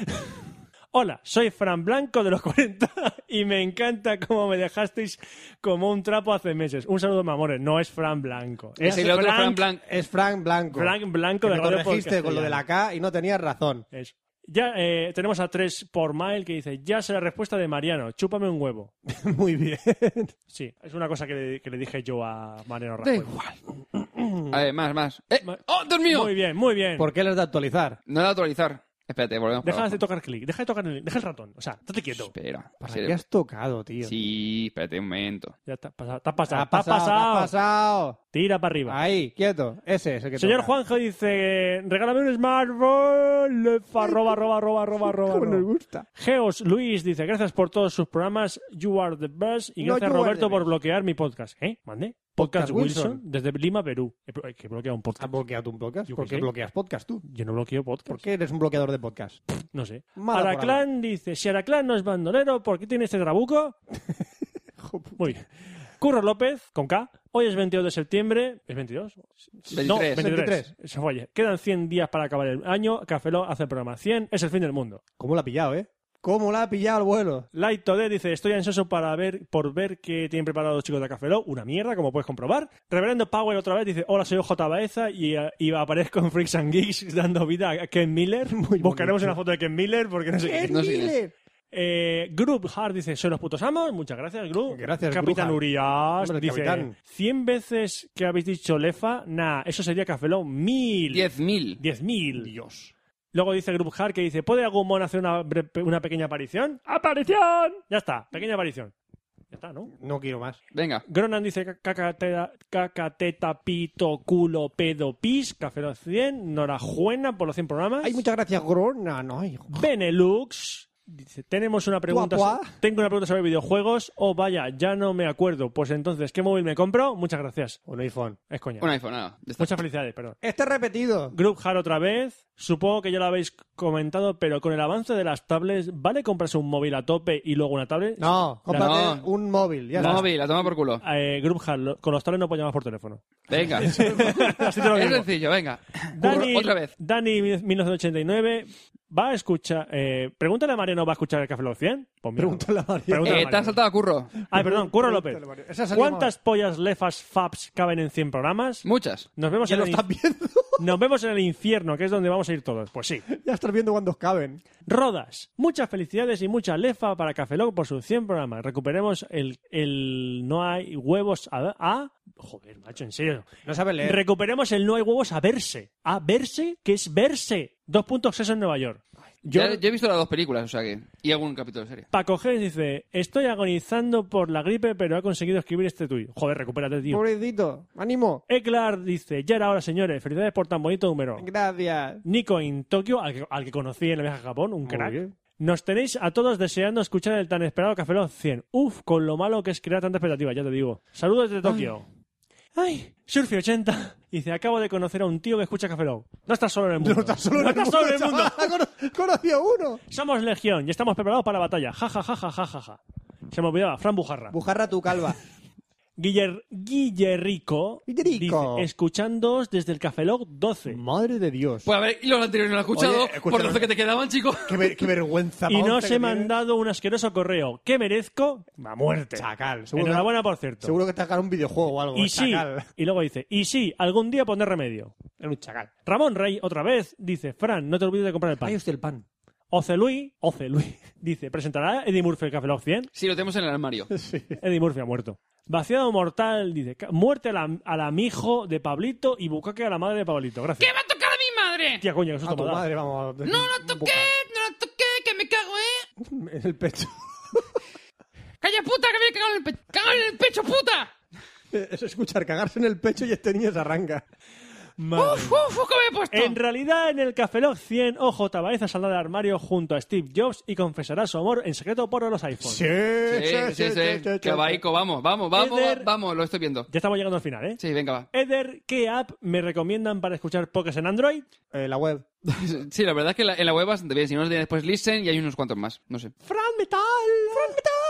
Speaker 7: Hola, soy Fran Blanco de los 40 y me encanta cómo me dejasteis como un trapo hace meses. Un saludo, mamores. No es Fran Blanco.
Speaker 9: Es el otro Fran Blanc.
Speaker 3: Es Frank Blanco.
Speaker 7: Frank Blanco
Speaker 3: Que
Speaker 7: de
Speaker 3: me
Speaker 7: Radio
Speaker 3: corregiste
Speaker 7: Podcast
Speaker 3: con lo de la K y no tenías razón.
Speaker 7: Eso. Ya eh, tenemos a tres por mail que dice: Ya sé la respuesta de Mariano, chúpame un huevo.
Speaker 3: [LAUGHS] Muy bien.
Speaker 7: Sí, es una cosa que le, que le dije yo a Mariano
Speaker 9: Da
Speaker 7: Rajoy.
Speaker 9: igual.
Speaker 7: [CLEARS THROAT]
Speaker 9: A ver, más, más. Eh, ¡Oh, Dios mío!
Speaker 7: Muy bien, muy bien.
Speaker 3: ¿Por qué les de actualizar?
Speaker 9: No he dado a actualizar. Espérate, volvemos.
Speaker 7: Deja de tocar clic, deja de tocar el, deja el ratón. O sea, estate quieto.
Speaker 9: Espera.
Speaker 7: ¿Para
Speaker 9: Sí.
Speaker 7: qué has
Speaker 3: tocado, tío?
Speaker 9: Sí, espérate un momento.
Speaker 7: Ya está, pasa- te has pasado.
Speaker 3: Ha
Speaker 7: te has
Speaker 3: pasado, te has
Speaker 7: pasado.
Speaker 3: pasado.
Speaker 7: Tira para arriba.
Speaker 3: Ahí, quieto. Ese es el que
Speaker 7: Señor
Speaker 3: toca.
Speaker 7: Juanjo dice, regálame un smartphone, lefa, arroba, arroba, arroba, arroba, arroba.
Speaker 3: Cómo nos
Speaker 7: gusta. Geos Luis dice, gracias por todos sus programas, you are the best, y
Speaker 3: No,
Speaker 7: gracias
Speaker 3: you are
Speaker 7: Roberto
Speaker 3: the
Speaker 7: por bloquear mi podcast. ¿Eh? ¿Mande? Podcast,
Speaker 3: Podcast
Speaker 7: Wilson,
Speaker 3: Wilson.
Speaker 7: desde Lima, Perú. He pro- que bloquea un podcast. ¿Has
Speaker 3: bloqueado un podcast?
Speaker 7: Yo
Speaker 3: ¿Por qué
Speaker 7: sé.
Speaker 3: bloqueas podcast tú?
Speaker 7: Yo no bloqueo podcast. ¿Por
Speaker 3: qué eres un bloqueador de podcast?
Speaker 7: No sé.
Speaker 3: Mala por
Speaker 7: Araclán dice, si Araclán no es bandolero, ¿por qué tiene este trabuco? Muy bien. Curro López, con K. Hoy es 22 de septiembre. ¿Es 22? No,
Speaker 3: 23.
Speaker 7: 23. Se fue ayer. Quedan 100 días para acabar el año. Cafeló hace el programa 100. Es el fin del mundo.
Speaker 3: ¿Cómo la ha pillado, eh? ¿Cómo la ha pillado el vuelo?
Speaker 7: Light Today dice, estoy ansioso para ver, por ver qué tienen preparado los chicos de Cafeló. Una mierda, como puedes comprobar. Reverendo Power otra vez dice, hola, soy J. Baeza y, eh, y aparezco en Freaks and Geeks [LAUGHS] dando vida a Ken Miller. Buscaremos una foto de Ken Miller porque no sé
Speaker 3: ¡Ken
Speaker 7: quién es.
Speaker 3: Miller!
Speaker 7: Eh, Group Hard dice, soy los putos amos. Muchas gracias, Group.
Speaker 3: Gracias,
Speaker 7: Capitán
Speaker 3: Group Hard.
Speaker 7: Urias
Speaker 3: Hombre, el
Speaker 7: dice,
Speaker 3: capitán.
Speaker 7: 100 veces que habéis dicho lefa, nah, eso sería Cafeló, mil.
Speaker 9: 10.000.
Speaker 7: 10.000. Dios. Luego dice Group Hard que dice, ¿puede algún mono hacer una, bre- una pequeña aparición? ¡Aparición! Ya está, pequeña aparición. Ya está, ¿no?
Speaker 3: No quiero más.
Speaker 9: Venga.
Speaker 7: Gronan dice "Ca- cacatera- cacateta, pito, culo, pedo, pis, Café los 100, Norajuena por los 100 programas.
Speaker 3: Ay, muchas gracias, Grona. No, hijo.
Speaker 7: Benelux dice, tenemos una pregunta.
Speaker 3: Guapua.
Speaker 7: so- Tengo una pregunta sobre videojuegos. Oh, vaya, ya no me acuerdo. Pues entonces, ¿qué móvil me compro? Muchas gracias.
Speaker 3: Un iPhone.
Speaker 7: Es coña.
Speaker 9: Un iPhone, nada. Ya está.
Speaker 7: Muchas felicidades, perdón.
Speaker 3: Este repetido.
Speaker 7: Group Hard otra vez. Supongo que ya lo habéis comentado, pero con el avance de las tablets, ¿vale comprarse un móvil a tope y luego una tablet?
Speaker 3: No, cómprate
Speaker 7: Las-
Speaker 3: un móvil. Ya está.
Speaker 9: Móvil, la toma por culo.
Speaker 7: Eh, Group Hard, lo- con los tablets no puedo llamar por teléfono. [LAUGHS] pues,
Speaker 9: Venga. es
Speaker 7: Así te lo digo.
Speaker 9: sencillo, venga.
Speaker 7: Dani,
Speaker 9: Otra vez.
Speaker 7: Dani, 1989, va a escuchar. eh, pregúntale a Mariano, ¿va a escuchar el Café Lock 100? Pues mira,
Speaker 3: Pregúntale a Mario.
Speaker 7: pregúntale a
Speaker 9: Eh, te has
Speaker 7: Mariano.
Speaker 9: saltado a curro.
Speaker 7: Ay, perdón, Curro López.
Speaker 3: Pregúntale, Mario. Esa salió
Speaker 7: ¿Cuántas pollas, lefas, faps caben en 100 programas?
Speaker 9: Muchas.
Speaker 7: Nos vemos,
Speaker 3: Ya
Speaker 7: en
Speaker 3: lo
Speaker 7: el
Speaker 3: estás
Speaker 7: in- Nos vemos en el infierno, que es donde vamos a ir todos. Pues sí.
Speaker 3: mal. Ya estás viendo cuántos caben.
Speaker 7: Rodas, muchas felicidades y mucha lefa para Café Lock por sus 100 programas. Recuperemos el, el No hay huevos a, a- Joder, macho, en serio.
Speaker 3: No sabes leer.
Speaker 7: Recuperemos el No hay huevos a verse. A verse, que es verse. Dos puntos eso en Nueva York.
Speaker 9: Yo... Ya, yo he visto las dos películas, o sea que. Y algún capítulo de serie.
Speaker 7: Paco G dice, estoy agonizando por la gripe, pero he conseguido escribir este tuit. Joder, recupérate, tío.
Speaker 3: Pobrecito. Ánimo.
Speaker 7: Eclar dice, ya era hora, señores. Felicidades por tan bonito número.
Speaker 3: Gracias.
Speaker 7: Nico in Tokio, al que, al que conocí en la viaje a Japón, un
Speaker 3: Muy
Speaker 7: crack.
Speaker 3: bien.
Speaker 7: Nos tenéis a todos deseando escuchar el tan esperado Café Lock 100. Uf, con lo malo que es crear tanta expectativa, ya te digo. Saludos desde Tokio. Ay, Surfi80 dice, acabo de conocer a un tío que escucha Café Lock. No estás solo en el mundo. No estás
Speaker 3: solo en el
Speaker 7: solo en el
Speaker 3: mundo,
Speaker 7: mundo.
Speaker 3: Conocí a uno.
Speaker 7: Somos legión y estamos preparados para la batalla. Ja, ja, ja, ja, ja, ja, ja. Se me olvidaba, Fran Bujarra.
Speaker 3: Bujarra tu calva.
Speaker 7: [LAUGHS] Guiller, Guillerrico
Speaker 3: Guillerrico.
Speaker 7: dice, escuchándoos desde el Café Lock 12.
Speaker 3: Madre de Dios.
Speaker 9: Pues a ver, y los anteriores no lo he escuchado.
Speaker 3: Oye, escúchame.
Speaker 9: por 12 que te quedaban, chicos.
Speaker 3: Qué, ver- qué vergüenza.
Speaker 7: Y
Speaker 3: pa'
Speaker 7: no
Speaker 3: once
Speaker 7: se
Speaker 3: que
Speaker 7: me
Speaker 3: tienes.
Speaker 7: han dado un asqueroso correo. ¿Qué merezco? A muerte.
Speaker 3: Chacal. Seguro
Speaker 7: Enhorabuena,
Speaker 3: que,
Speaker 7: por cierto.
Speaker 3: seguro que te sacaron un videojuego o algo.
Speaker 7: y sí,
Speaker 3: chacal.
Speaker 7: y luego dice, y sí, algún día pondré remedio.
Speaker 3: Era un chacal.
Speaker 7: Ramón Rey, otra vez, dice, Fran, no te olvides de comprar el pan.
Speaker 3: Ay, usted el pan.
Speaker 7: Oce Luis, Oce Luis, [LAUGHS] dice, ¿presentará Eddie Murphy el Café Lock 100?
Speaker 9: Sí, lo tenemos en el
Speaker 7: [LAUGHS]
Speaker 9: armario.
Speaker 7: Eddie Murphy ha muerto. Vaciado mortal, dice, "Ca- muerte a la- al amigo de Pablito y bucaque a la madre de Pablito. Gracias.
Speaker 9: ¡Me va a tocar a mi madre!
Speaker 7: Tía, coño, eso
Speaker 3: A tu madre, vamos. No, no toqué.
Speaker 9: ¡No la toqué, que me cago, eh!
Speaker 3: En el pecho.
Speaker 9: ¡Calla, puta, que me he cagado en el pecho! ¡Cagado en el pecho, puta!
Speaker 3: [LAUGHS] Es escuchar cagarse en el pecho y este niño se arranca.
Speaker 9: ¡Uf, uf, uf, que me he puesto!
Speaker 7: En realidad, en el Café Lock 100, OJ Baeza saldrá del armario junto a Steve Jobs y confesará su amor en secreto por los iPhones.
Speaker 3: Sí,
Speaker 9: Sí, sí,
Speaker 7: [LAUGHS]
Speaker 9: sí, Cabaico, vamos, vamos, vamos,
Speaker 7: Eder-
Speaker 9: vamos, lo estoy viendo.
Speaker 7: Ya estamos llegando al final, ¿eh?
Speaker 9: Sí, venga, va.
Speaker 7: Eder, ¿qué app me recomiendan para escuchar podcasts en Android?
Speaker 3: Eh, la web.
Speaker 9: Sí, la verdad es que la- en la web bastante bien. Si no, después Listen y hay unos cuantos más. No sé.
Speaker 7: ¡Fran Metal! ¡Fran Metal! [LAUGHS]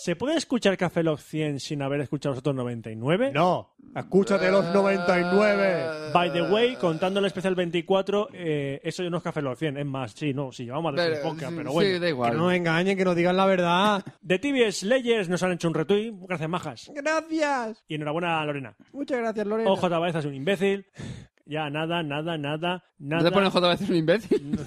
Speaker 7: ¿Se puede escuchar Café Lock 100 sin haber escuchado los otros 99?
Speaker 3: No. Escúchate los 99.
Speaker 9: Ah.
Speaker 7: By the way, contando el especial 24, eh, eso no es Café Lock 100, es más, sí, no, sí, llevamos más de 100
Speaker 9: Pero,
Speaker 7: podcasts,
Speaker 9: sí,
Speaker 7: pero
Speaker 9: sí,
Speaker 7: bueno.
Speaker 9: da
Speaker 3: Que
Speaker 9: igual.
Speaker 3: no nos engañen, que nos digan la [LAUGHS] verdad.
Speaker 7: De TV Slayers nos han hecho un retweet, gracias majas.
Speaker 3: Gracias.
Speaker 7: Y enhorabuena a Lorena.
Speaker 3: Muchas gracias, Lorena.
Speaker 7: Ojo, Tabaeza es un imbécil. Ya, nada, nada, nada,
Speaker 9: ¿No te
Speaker 7: nada.
Speaker 9: pones otra vez un imbécil?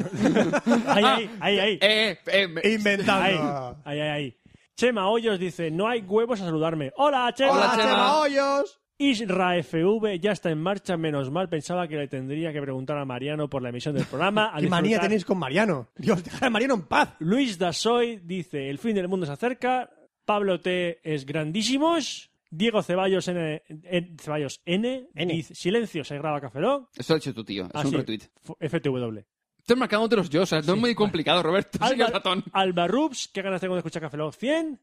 Speaker 7: [LAUGHS] Ahí, ahí, ahí, ahí.
Speaker 9: Eh, eh, me-
Speaker 7: Ahí,
Speaker 3: Inventando.
Speaker 7: ahí, ahí. Chema Hoyos dice, no hay huevos a saludarme. Hola, Chema.
Speaker 3: Hola, Chema Hoyos.
Speaker 7: IsraFV ya está en marcha, menos mal. Pensaba que le tendría que preguntar a Mariano por la emisión del programa. a
Speaker 3: [LAUGHS] ¿Qué manía
Speaker 7: disfrutar.
Speaker 3: tenéis con Mariano? Dios, dejad a Mariano en paz.
Speaker 7: Luis Dasoy dice: El fin del mundo se acerca. Pablo T es grandísimos. Diego Ceballos N. N- Ceballos N, dice, Silencio se graba Café Lock.
Speaker 9: Eso lo ha hecho tu tío, es
Speaker 7: Ah,
Speaker 9: un
Speaker 7: sí.
Speaker 9: retweet.
Speaker 7: F- FTW.
Speaker 9: Estás marcando otros yo, o sea, no es muy complicado, Roberto. [LAUGHS] Sigue el
Speaker 7: Alba,
Speaker 9: ratón.
Speaker 7: Alba Rups, qué ganas tengo de escuchar Café Lock 100.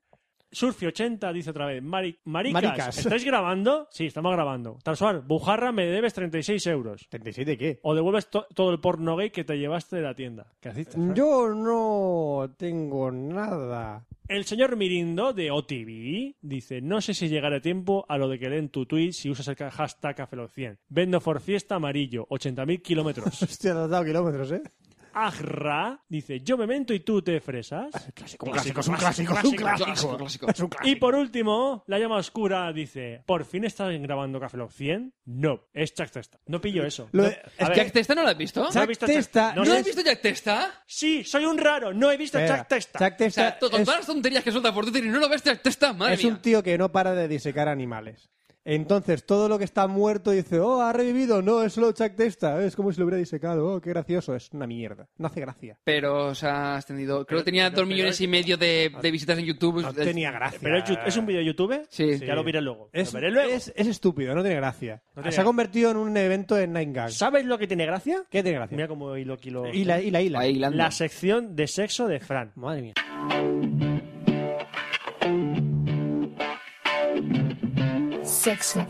Speaker 7: Surfi80 dice otra vez, "Mari- maricas,
Speaker 3: Maricas.
Speaker 7: ¿estáis grabando? Sí, estamos grabando. Tarsuar, Bujarra, me debes 36 euros.
Speaker 3: ¿36 de qué?
Speaker 7: O devuelves to- todo el porno gay que te llevaste de la tienda. ¿Qué haciste?
Speaker 3: Mm, Yo no tengo nada. [LAUGHS]
Speaker 7: El señor Mirindo de OTV dice, no sé si llegará a tiempo a lo de que leen tu tweet si usas el ca- hashtag Cafeloc100. Vendo for fiesta amarillo, 80.000 kilómetros.
Speaker 3: Hostia, te has dado kilómetros, ¿eh?
Speaker 7: Ajra dice, yo me mento y tú te fresas.
Speaker 3: un clásico, es un clásico, es un clásico. Es un
Speaker 7: Y por último, la llama oscura dice, ¿por fin estás grabando Café Lock 100? No, es Jack Testa. No pillo eso.
Speaker 9: Lo
Speaker 7: No,
Speaker 9: de-
Speaker 7: a ver.
Speaker 9: ¿Jack Testa no lo has visto?
Speaker 7: No he visto Jack-
Speaker 9: ¿No,
Speaker 7: sé-
Speaker 9: has visto Jack Testa?
Speaker 7: Sí, soy un raro, no he visto
Speaker 3: Espera,
Speaker 7: Jack Testa.
Speaker 3: Jack Testa
Speaker 9: O sea, to- con
Speaker 3: es-
Speaker 9: todas las tonterías que suelta por Twitter y no lo ves Jack Testa, madre
Speaker 3: es
Speaker 9: mía.
Speaker 3: un tío que no para de disecar animales. Entonces, todo lo que está muerto dice, oh, ha revivido. No, es solo Chuck Testa. Es como si lo hubiera disecado. Oh, qué gracioso. Es una mierda. No hace gracia.
Speaker 9: Pero, o sea, has tenido... Creo que tenía dos millones y medio de, de visitas en YouTube.
Speaker 3: No tenía gracia.
Speaker 7: ¿Pero es, yu- es un vídeo de YouTube?
Speaker 9: Sí.
Speaker 7: Ya lo veré luego.
Speaker 3: Es,
Speaker 7: Lo veré luego.
Speaker 3: es- es estúpido, no tiene gracia.
Speaker 7: No tiene
Speaker 3: Se ha convertido en un evento en Nine Gag.
Speaker 7: ¿Sabes lo que tiene gracia?
Speaker 3: ¿Qué tiene gracia?
Speaker 7: Mira cómo hilo aquí lo...
Speaker 3: Y la, y la, y la.
Speaker 7: La sección de sexo de Fran. Madre mía.
Speaker 11: Sexo.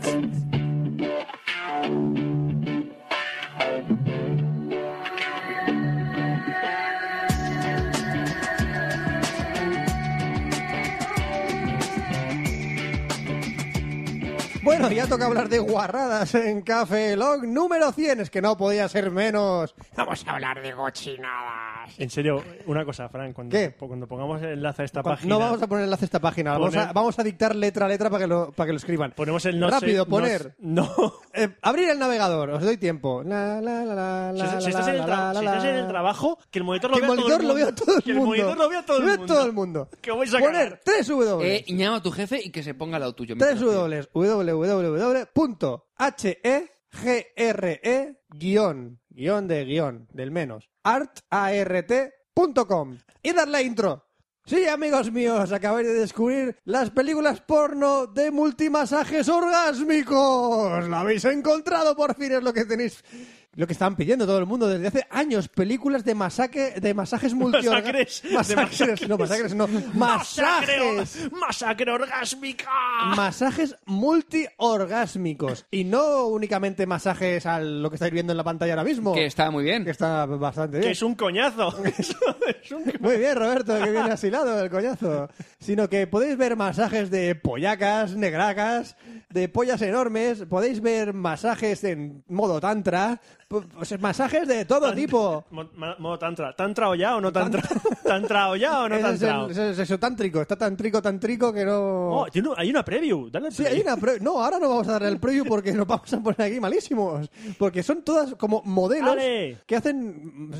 Speaker 3: Bueno, ya toca hablar de guarradas en Café Log número 100. Es que no podía ser menos. Vamos a hablar de cochinadas.
Speaker 7: En serio, una cosa, Fran. Cuando,
Speaker 3: ¿Qué?
Speaker 7: po- Cuando pongamos el enlace a esta
Speaker 3: Pa-
Speaker 7: página...
Speaker 3: No vamos a poner enlace a esta página. Vamos,
Speaker 7: Poner-
Speaker 3: a, vamos a dictar letra a letra para que lo, para que lo escriban.
Speaker 7: Ponemos el no sé-
Speaker 3: Rápido,
Speaker 7: no
Speaker 3: poner.
Speaker 7: sé- No.
Speaker 3: [LAUGHS] Eh, abrir el navegador. Os doy tiempo. La, la, la, la,
Speaker 7: Si,
Speaker 3: la,
Speaker 7: si estás
Speaker 3: la,
Speaker 7: en el
Speaker 3: la,
Speaker 7: tra-
Speaker 3: la,
Speaker 7: si
Speaker 3: la,
Speaker 7: estás en el
Speaker 3: la.
Speaker 7: trabajo, que el monitor lo
Speaker 3: Que el
Speaker 7: vea todo
Speaker 3: monitor
Speaker 7: el
Speaker 3: lo
Speaker 7: mundo.
Speaker 3: vea todo el
Speaker 7: Que
Speaker 3: mundo.
Speaker 7: monitor lo vea todo el
Speaker 3: Lo vea
Speaker 7: mundo.
Speaker 3: todo el mundo.
Speaker 7: Que vais a
Speaker 3: Poner 3 W.
Speaker 9: Eh, y llama a tu jefe y que se ponga al lado tuyo. mientras
Speaker 3: Tres
Speaker 9: lo
Speaker 3: W E www.heegre E guión guión de guión del menos artart.com y darle a intro. Sí, amigos míos, acabáis de descubrir las películas porno de multimasajes orgásmicos. La habéis encontrado por fin es lo que tenéis lo que estaban pidiendo todo el mundo desde hace años, películas de masaje de masajes multiorgásmicos.
Speaker 7: Masacres, de
Speaker 3: masacres, no masacres, no,
Speaker 7: [LAUGHS]
Speaker 3: masajes.
Speaker 7: ¡Masacre, masacre orgásmica!
Speaker 3: Masajes multiorgásmicos. Y no únicamente masajes a lo que estáis viendo en la pantalla ahora mismo.
Speaker 9: Que está muy bien.
Speaker 3: Que está bastante
Speaker 7: que
Speaker 3: bien.
Speaker 7: es un coñazo. es un
Speaker 3: [LAUGHS] Muy bien, Roberto, que viene asilado el coñazo. Sino que podéis ver masajes de pollacas, negracas, de pollas enormes. Podéis ver masajes en modo tantra. po- o sea, Masajes de todo tipo.
Speaker 7: Mo- ma- Modo tantra. ¿Tantra o ya o no tantra? ¿Tantra o ya o [LAUGHS] no
Speaker 3: Ese es
Speaker 7: tantra?
Speaker 3: el- ese es el sexo tántrico. Está tantrico, tantrico que no...
Speaker 7: Oh, tiene un- hay una preview. Dale al
Speaker 3: Sí,
Speaker 7: play.
Speaker 3: hay una pre- No, ahora no vamos a darle el preview porque nos vamos a poner aquí malísimos. Porque son todas como modelos
Speaker 7: ¡Ale!
Speaker 3: que hacen.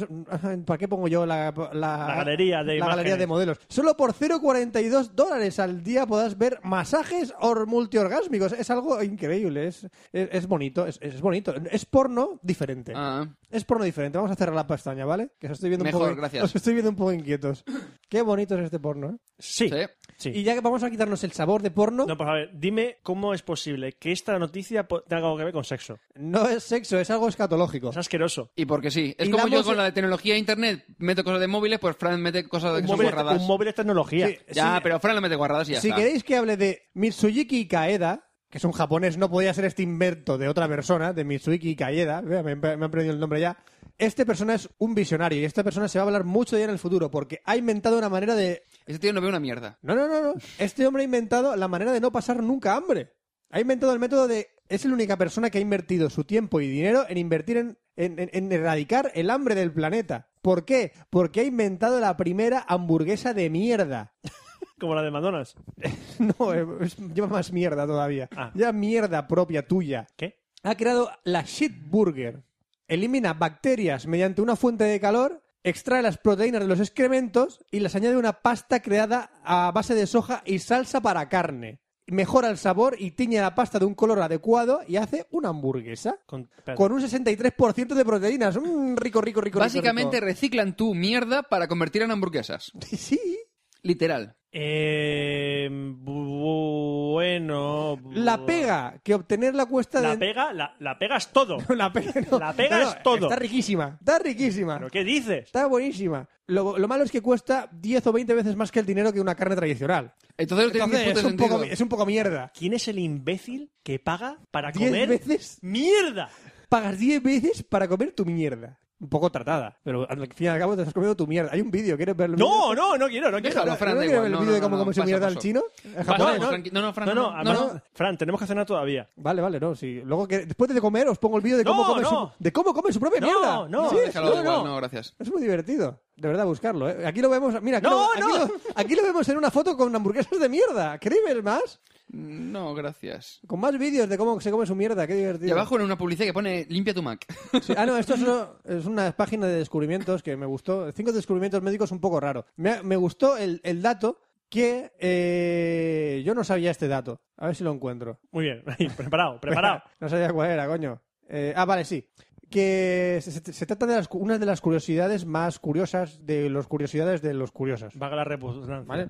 Speaker 3: ¿Para qué pongo yo la, la,
Speaker 7: La galería de
Speaker 3: la galería
Speaker 7: imágenes.
Speaker 3: de modelos? Solo por 0,42 dólares al día podrás ver masajes or multiorgásmicos. Es algo increíble. Es, es, es bonito. Es, es bonito. Es porno diferente.
Speaker 9: Ah.
Speaker 3: Es porno diferente. Vamos a cerrar la pestaña, ¿vale? Que os estoy viendo un
Speaker 9: Mejor,
Speaker 3: poco.
Speaker 9: gracias.
Speaker 3: Os estoy viendo un poco inquietos. Qué bonito es este porno, ¿eh?
Speaker 7: Sí.
Speaker 9: Sí.
Speaker 7: Sí.
Speaker 3: Y ya que vamos a quitarnos el sabor de porno.
Speaker 7: No, pues a ver, dime cómo es posible que esta noticia po- tenga algo que ver con sexo. [LAUGHS]
Speaker 3: No es sexo, es algo escatológico.
Speaker 7: Es asqueroso.
Speaker 9: Y porque sí. Es
Speaker 3: Y
Speaker 9: como
Speaker 3: la
Speaker 9: yo
Speaker 3: música-
Speaker 9: con la tecnología de internet meto cosas de móviles, pues Fran mete cosas de
Speaker 7: Un
Speaker 9: que son
Speaker 7: móvil,
Speaker 9: guarradas.
Speaker 7: un móvil es tecnología.
Speaker 3: Sí,
Speaker 9: Ya,
Speaker 3: si-
Speaker 9: pero Fran lo mete guarradas y ya
Speaker 3: si
Speaker 9: está.
Speaker 3: queréis que hable de Mitsuyuki Kaeda, que es un japonés, no podía ser este invento de otra persona, de Mitsuyuki Kaeda, vea, me, me han aprendido el nombre ya. Este persona es un visionario y esta persona se va a hablar mucho de ella en el futuro porque ha inventado una manera de.
Speaker 9: Ese Este tío no ve una mierda.
Speaker 3: No, no, no, no. Este hombre ha inventado la manera de no pasar nunca hambre. Ha inventado el método de. Es la única persona que ha invertido su tiempo y dinero en invertir en, en- en- en erradicar el hambre del planeta. ¿Por qué? Porque ha inventado la primera hamburguesa de mierda.
Speaker 7: Como la de McDonald's.
Speaker 3: [LAUGHS] No, eh, es- lleva más mierda todavía.
Speaker 7: Ah.
Speaker 3: Ya mierda propia tuya.
Speaker 7: ¿Qué?
Speaker 3: Ha creado la shit burger. Elimina bacterias mediante una fuente de calor, extrae las proteínas de los excrementos y las añade a una pasta creada a base de soja y salsa para carne. mejora el sabor y tiñe la pasta de un color adecuado y hace una hamburguesa con, un 63% de proteínas. Mm, rico, rico, rico.
Speaker 9: Básicamente
Speaker 3: rico, rico.
Speaker 9: reciclan tu mierda para convertirla en hamburguesas.
Speaker 3: [LAUGHS] Sí.
Speaker 9: Literal.
Speaker 7: Eh, bu- bueno. bu-
Speaker 3: La pega que obtener la cuesta
Speaker 7: La
Speaker 3: de...
Speaker 7: pega, la, la pega es todo.
Speaker 3: [LAUGHS] la pega,
Speaker 7: La pega
Speaker 3: No, no,
Speaker 7: es todo.
Speaker 3: Está riquísima, está riquísima. ¿Pero
Speaker 7: qué dices?
Speaker 3: Está buenísima. Lo, lo malo es que cuesta 10 o 20 veces más que el dinero que una carne tradicional.
Speaker 9: Entonces no tiene ni puto
Speaker 3: es, un
Speaker 9: sentido.
Speaker 3: poco, es un poco mierda.
Speaker 7: ¿Quién es el imbécil que paga para
Speaker 3: 10
Speaker 7: comer
Speaker 3: veces
Speaker 7: mierda?
Speaker 3: Pagas 10 veces para comer tu mierda. Un poco tratada, pero al fin y al cabo te estás comiendo tu mierda. Hay un vídeo, ¿quieres verlo?
Speaker 7: No, no, no quiero, no quiero.
Speaker 3: Déjalo, Fran, da igual,
Speaker 7: ver
Speaker 3: no, no, no, no, pasa, pasa. Pasa, vamos, tranqui- no, no, Fran, no, no,
Speaker 7: además,
Speaker 3: no, no.
Speaker 7: Fran, tenemos que cenar todavía.
Speaker 3: Vale, vale, no, sí. Luego que después de comer os pongo el vídeo de
Speaker 7: No,
Speaker 3: cómo come
Speaker 7: no.
Speaker 3: su de cómo come su propia
Speaker 7: No,
Speaker 3: mierda.
Speaker 7: no,
Speaker 3: Sí,
Speaker 9: déjalo, da igual, no, gracias.
Speaker 3: Es muy divertido. De verdad, buscarlo, ¿eh? Aquí lo vemos, mira, aquí,
Speaker 9: No,
Speaker 3: lo, aquí,
Speaker 9: no.
Speaker 3: lo, aquí lo vemos en una foto con hamburguesas de mierda. ¿Queréis ver más?
Speaker 9: No, gracias.
Speaker 3: Con más vídeos de cómo se come su mierda, qué divertido.
Speaker 9: Y abajo en una publicidad que pone limpia tu Mac.
Speaker 3: Sí, ah, no, esto es, uno- es una página de descubrimientos que me gustó. Cinco descubrimientos médicos un poco raro. Me, me gustó el, el dato que eh, yo no sabía este dato. A ver si lo encuentro.
Speaker 7: Muy bien, ahí, preparado,
Speaker 3: [LAUGHS]
Speaker 7: preparado.
Speaker 3: no sabía cuál era, coño. Eh, ah, vale, sí. Que se, se- se trata de las cu- una de las curiosidades más curiosas de los curiosidades de los curiosos.
Speaker 7: Vaga la repugnancia.
Speaker 3: Vale.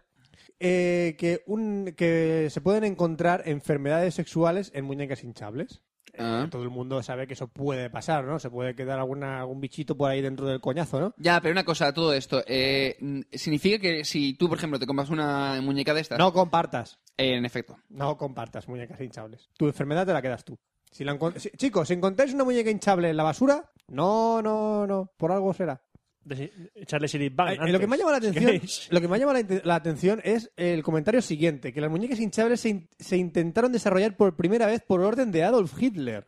Speaker 3: Eh, que, un, que se pueden encontrar enfermedades sexuales en muñecas hinchables. Eh,
Speaker 9: Ah.
Speaker 3: todo el mundo sabe que eso puede pasar, ¿no? Se puede quedar alguna, algún bichito por ahí dentro del coñazo, ¿no?
Speaker 9: Ya, pero una cosa, todo esto. eh, mm, ¿Significa que si tú, por ejemplo, te compras una muñeca de estas?
Speaker 3: No compartas.
Speaker 9: Eh, en efecto.
Speaker 3: No compartas muñecas hinchables. Tu enfermedad te la quedas tú. Si la encon- si- chicos, si encontráis una muñeca hinchable en la basura, no, no, no. Por algo será.
Speaker 7: De- Echarle Sirius
Speaker 3: Eh, eh, lo que me
Speaker 7: [LAUGHS]
Speaker 3: ha llamado la
Speaker 7: Si
Speaker 3: atención,
Speaker 7: queréis.
Speaker 3: lo que me ha llamado la, inte- la atención es el comentario siguiente, que las muñecas hinchables se, in- se intentaron desarrollar por primera vez por orden de Adolf Hitler.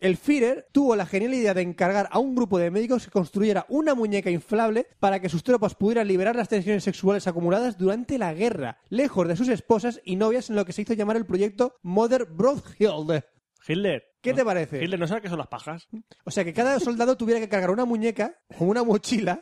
Speaker 3: El Führer tuvo la genial idea de encargar a un grupo de médicos que construyera una muñeca inflable para que sus tropas pudieran liberar las tensiones sexuales acumuladas durante la guerra, lejos de sus esposas y novias en lo que se hizo llamar el proyecto Mother Brothild.
Speaker 7: Hitler.
Speaker 3: ¿Qué te parece?
Speaker 7: Hitler, ¿no sabes qué son las pajas?
Speaker 3: O sea, que cada soldado tuviera que cargar una muñeca o una mochila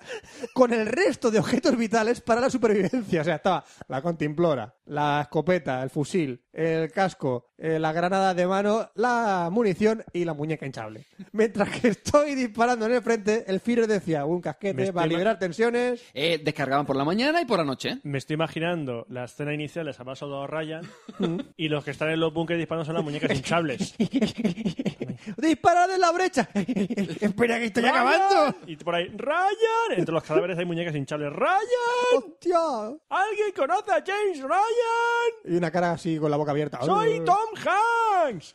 Speaker 3: con el resto de objetos vitales para la supervivencia. O sea, estaba la contimplora, la escopeta, el fusil, el casco, eh, la granada de mano, la munición y la muñeca hinchable. Mientras que estoy disparando en el frente, el Führer decía, un
Speaker 7: Me
Speaker 3: casquete
Speaker 7: estoy
Speaker 3: para
Speaker 7: ma-
Speaker 3: eh, liberar tensiones.
Speaker 9: Eh, descargaban por la mañana y por la noche.
Speaker 7: Me estoy imaginando la escena inicial de Salvar al Soldado Ryan y los que están en los búnkeres disparando son las
Speaker 3: [LAUGHS]
Speaker 7: muñecas hinchables.
Speaker 3: ¡Dispara de la brecha! Eh, ¡Espera que estoy
Speaker 7: ¡Ryan!
Speaker 3: acabando!
Speaker 7: Y por ahí, ¡Ryan! Entre los cadáveres hay muñecas hinchables. ¡Ryan!
Speaker 3: ¡Hostia!
Speaker 7: ¿Alguien conoce a James Ryan?
Speaker 3: Y una cara así con la boca abierta.
Speaker 7: ¡Soy Tom
Speaker 3: [LAUGHS]
Speaker 7: Hanks!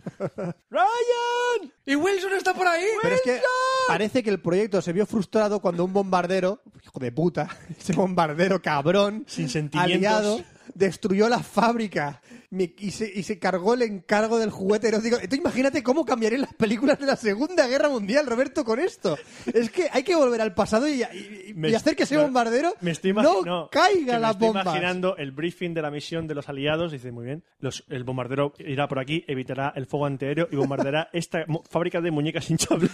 Speaker 7: ¡Ryan!
Speaker 9: ¡Y Wilson está por ahí!
Speaker 3: Pero es que parece que el proyecto se vio frustrado cuando un bombardero, hijo de puta, [LAUGHS] ese bombardero cabrón,
Speaker 7: Sin sentimientos.
Speaker 3: aliado, destruyó la fábrica Mi- y se, y se cargó el encargo del juguete erótico. Entonces imagínate cómo cambiarían las películas de la Segunda Guerra Mundial, Roberto, con esto. Es que hay que volver al pasado y, y-
Speaker 7: Me
Speaker 3: y hacer que ese
Speaker 7: est-
Speaker 3: bombardero
Speaker 7: me estoy imagi-
Speaker 3: no,
Speaker 7: que
Speaker 3: caiga
Speaker 7: me
Speaker 3: la
Speaker 7: estoy
Speaker 3: bomba.
Speaker 7: imaginando el briefing de la misión de los aliados. Dice, muy bien, los- el bombardero irá por aquí, evitará el fuego antiaéreo y
Speaker 3: [LAUGHS]
Speaker 7: bombardeará esta mo- fábrica de muñecas hinchables.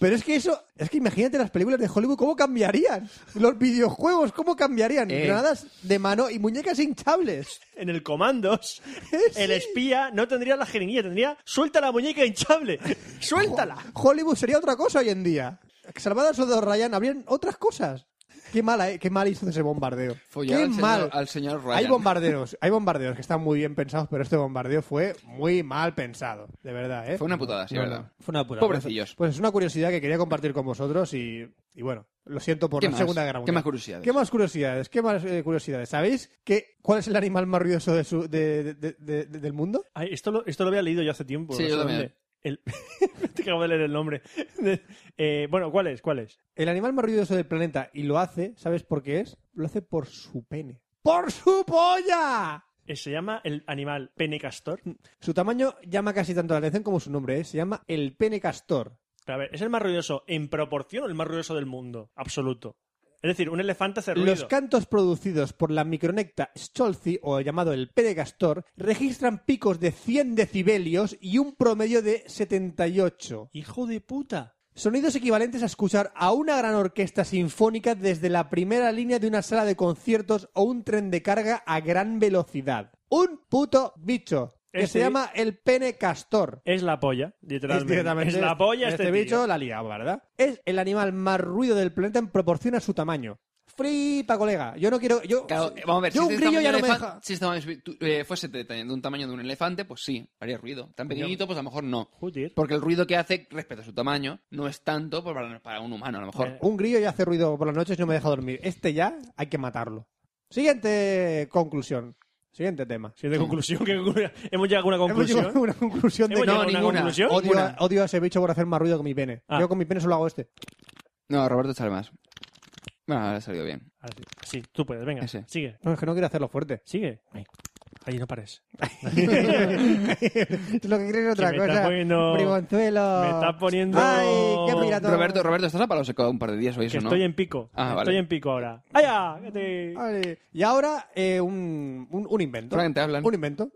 Speaker 3: Pero es que eso, es que imagínate las películas de Hollywood, ¿cómo cambiarían? Los videojuegos, ¿cómo cambiarían?
Speaker 7: Eh.
Speaker 3: Granadas de mano y muñecas hinchables.
Speaker 7: en el
Speaker 9: [LAUGHS]
Speaker 7: Comandos, el espía no tendría la jeringuilla, tendría suelta la muñeca
Speaker 9: [LAUGHS]
Speaker 7: hinchable, suéltala.
Speaker 3: Hollywood sería otra cosa hoy en día. Salvadas los dos Ryan habrían otras cosas. Qué mala, eh, qué mal hizo ese bombardeo.
Speaker 9: Follar
Speaker 3: qué
Speaker 9: pues al señor-
Speaker 3: mal.
Speaker 9: al señor Ryan.
Speaker 3: Hay bombardeos, hay bombardeos que están muy bien pensados, pero este bombardeo fue muy mal pensado, de verdad, ¿eh?
Speaker 9: Fue una putada, sí,
Speaker 3: No,
Speaker 9: verdad.
Speaker 3: no, Fue una putada.
Speaker 9: Pobrecillos.
Speaker 3: Pues, pues es una curiosidad que quería compartir con vosotros y, y bueno, lo siento por
Speaker 9: ¿Qué
Speaker 3: la
Speaker 9: más?
Speaker 3: Segunda Guerra
Speaker 9: ¿Qué
Speaker 3: Mundial.
Speaker 9: más curiosidades?
Speaker 3: ¿Qué más curiosidades? ¿Qué más eh, curiosidades? ¿Sabéis qué, cuál es el animal más ruidoso de su- de- de- de- de- de- del mundo?
Speaker 7: Ay, esto, lo, esto lo había leído yo hace tiempo.
Speaker 3: Sí,
Speaker 7: no
Speaker 3: yo
Speaker 7: sé
Speaker 3: también.
Speaker 7: dónde. El... [LAUGHS] Te acabo de leer el nombre. [LAUGHS] Eh, bueno, ¿cuál es? ¿Cuál es?
Speaker 3: El animal más ruidoso del planeta y lo hace, ¿sabes por qué es? Lo hace por su pene. ¡Por su polla!
Speaker 7: Eh, Se llama el animal pene castor.
Speaker 3: Su tamaño llama casi tanto la atención como su nombre, ¿eh? Se llama el pene castor.
Speaker 7: Pero a ver, ¿es el más ruidoso en proporción o el más ruidoso del mundo? Absoluto. Es decir, un elefante hace ruido.
Speaker 3: Los cantos producidos por la micronecta Scholzi, o llamado el pene castor, registran picos de 100 decibelios y un promedio de 78.
Speaker 7: ¡Hijo de puta!
Speaker 3: Sonidos equivalentes a escuchar a una gran orquesta sinfónica desde la primera línea de una sala de conciertos o un tren de carga a gran velocidad. un puto bicho que
Speaker 7: Ese-
Speaker 3: se llama el pene castor.
Speaker 7: Es la polla, literalmente.
Speaker 3: Es directamente
Speaker 7: la polla
Speaker 3: este,
Speaker 7: este,
Speaker 3: bicho,
Speaker 7: tío.
Speaker 3: la liaba, ¿verdad? Es el animal más ruido del planeta en proporción a su tamaño. Flipa, colega. Yo no quiero. Yo,
Speaker 9: Vamos a ver,
Speaker 3: yo
Speaker 9: si
Speaker 3: un
Speaker 9: es de
Speaker 3: grillo
Speaker 9: tamaño
Speaker 3: ya no
Speaker 9: de
Speaker 3: me
Speaker 9: elefan-
Speaker 3: deja.
Speaker 9: Si es de tamaño- tú, eh, fuese de, de un tamaño de un elefante, pues sí, haría ruido. Tan pequeñito, pues a lo mejor no. Porque el ruido que hace, respecto a su tamaño, no es tanto pues, para, para un humano, a lo mejor.
Speaker 7: Eh.
Speaker 3: Un grillo ya hace ruido por las noches y no me deja dormir. Este ya hay que matarlo. Siguiente conclusión. Siguiente tema.
Speaker 7: Siguiente [LAUGHS] conclusión. ¿qué conclusión? ¿Hemos llegado a una
Speaker 3: Hemos
Speaker 7: conclusión?
Speaker 3: llegado a una conclusión de
Speaker 7: ¿Hemos
Speaker 3: que-
Speaker 7: llegado a una conclusión? Ah.
Speaker 3: Odio, a- odio a ese bicho por hacer más ruido que mi pene. Yo con mi pene solo hago este.
Speaker 9: No, Roberto sale más. No, ahora ha salido bien.
Speaker 7: Ahora Ah, sí. Sí, tú puedes, venga,
Speaker 9: Ese.
Speaker 7: sigue.
Speaker 3: No, es que no quiero hacerlo fuerte.
Speaker 7: Sigue. Ahí, Ahí, no pares. [LAUGHS]
Speaker 3: Lo que quieres es otra
Speaker 7: Que me
Speaker 3: cosa.
Speaker 7: estás poniendo-
Speaker 3: Bribonzuelo.
Speaker 7: me estás poniendo-
Speaker 3: Ay, qué pirata.
Speaker 9: Roberto, Roberto, estás a palo seco un par de días hoy,
Speaker 7: Que
Speaker 9: eso, ¿no?
Speaker 7: estoy en pico.
Speaker 9: Ah,
Speaker 7: estoy
Speaker 9: vale.
Speaker 7: en pico ahora.
Speaker 3: ¡Allá! Y ahora eh, un, un, un invento.
Speaker 9: Frank, te hablan.
Speaker 3: Un invento.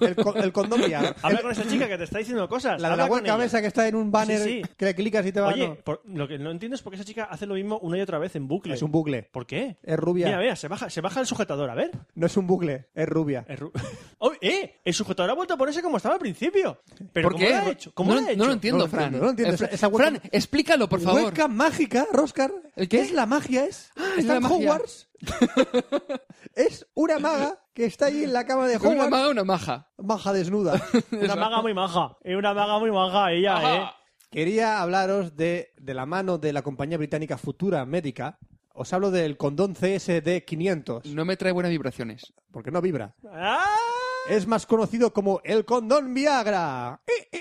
Speaker 3: El, co- [LAUGHS] el condón viado.
Speaker 7: Habla con esa chica que te está diciendo cosas.
Speaker 3: La de
Speaker 7: Habla
Speaker 3: la
Speaker 7: con
Speaker 3: webcam
Speaker 7: ella.
Speaker 3: esa que está en un banner
Speaker 7: Sí, sí.
Speaker 3: que le clicas y te va
Speaker 7: Oye,
Speaker 3: no.
Speaker 7: por- lo que no entiendo es por qué esa chica hace lo mismo una y otra vez en bucle.
Speaker 3: Es un bucle.
Speaker 7: ¿Por qué?
Speaker 3: Es rubia.
Speaker 7: Mira, mira, se baja, se baja el sujetador, a ver.
Speaker 3: No es un bucle, es rubia.
Speaker 7: Es ru- [LAUGHS] ¡Oh, ¡Eh! El sujetador ha vuelto a ponerse como estaba al principio. ¿Pero
Speaker 9: ¿Por
Speaker 7: cómo
Speaker 9: qué?
Speaker 7: lo ha hecho? ¿Cómo
Speaker 9: no,
Speaker 7: lo ha
Speaker 9: no
Speaker 7: hecho?
Speaker 9: entiendo, Fran.
Speaker 3: no lo entiendo.
Speaker 9: Eh,
Speaker 3: Esa-
Speaker 9: Fra-
Speaker 3: esa
Speaker 9: Fran,
Speaker 3: webcam-
Speaker 9: explícalo, por favor.
Speaker 3: Webcam mágica, Roscar.
Speaker 9: qué?
Speaker 3: Es la magia, es.
Speaker 9: Ah, es
Speaker 3: está
Speaker 9: la
Speaker 3: en
Speaker 9: magia. [LAUGHS]
Speaker 3: Hogwarts. es una maga que está allí en la cama de
Speaker 9: [LAUGHS]
Speaker 3: Hogwarts.
Speaker 9: Una maga, una maja.
Speaker 3: Maja desnuda. [LAUGHS]
Speaker 7: Una maga muy maja. Es una maga muy maja ella, ¿eh?
Speaker 3: Quería hablaros de, de la mano de la compañía británica Futura Médica. Os hablo del condón CSD 500,
Speaker 9: No me trae buenas vibraciones.
Speaker 3: porque no vibra.
Speaker 7: ¡Ah!
Speaker 3: Es más conocido como el condón Viagra. Eh,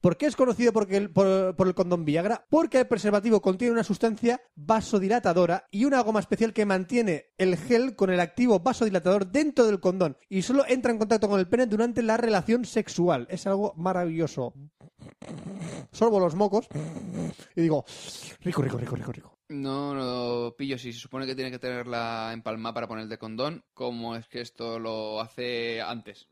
Speaker 3: ¿Por qué es conocido porque el- por, por el condón Viagra? Porque el preservativo contiene una sustancia vasodilatadora y una goma especial que mantiene el gel con el activo vasodilatador dentro del condón y solo entra en contacto con el pene durante la relación sexual. Es algo maravilloso. Sorbo los mocos y digo, rico, rico, rico, rico, rico.
Speaker 9: No lo pillo. Si se supone que tiene que tenerla empalmada para ponerte condón, ¿cómo es que esto lo hace antes?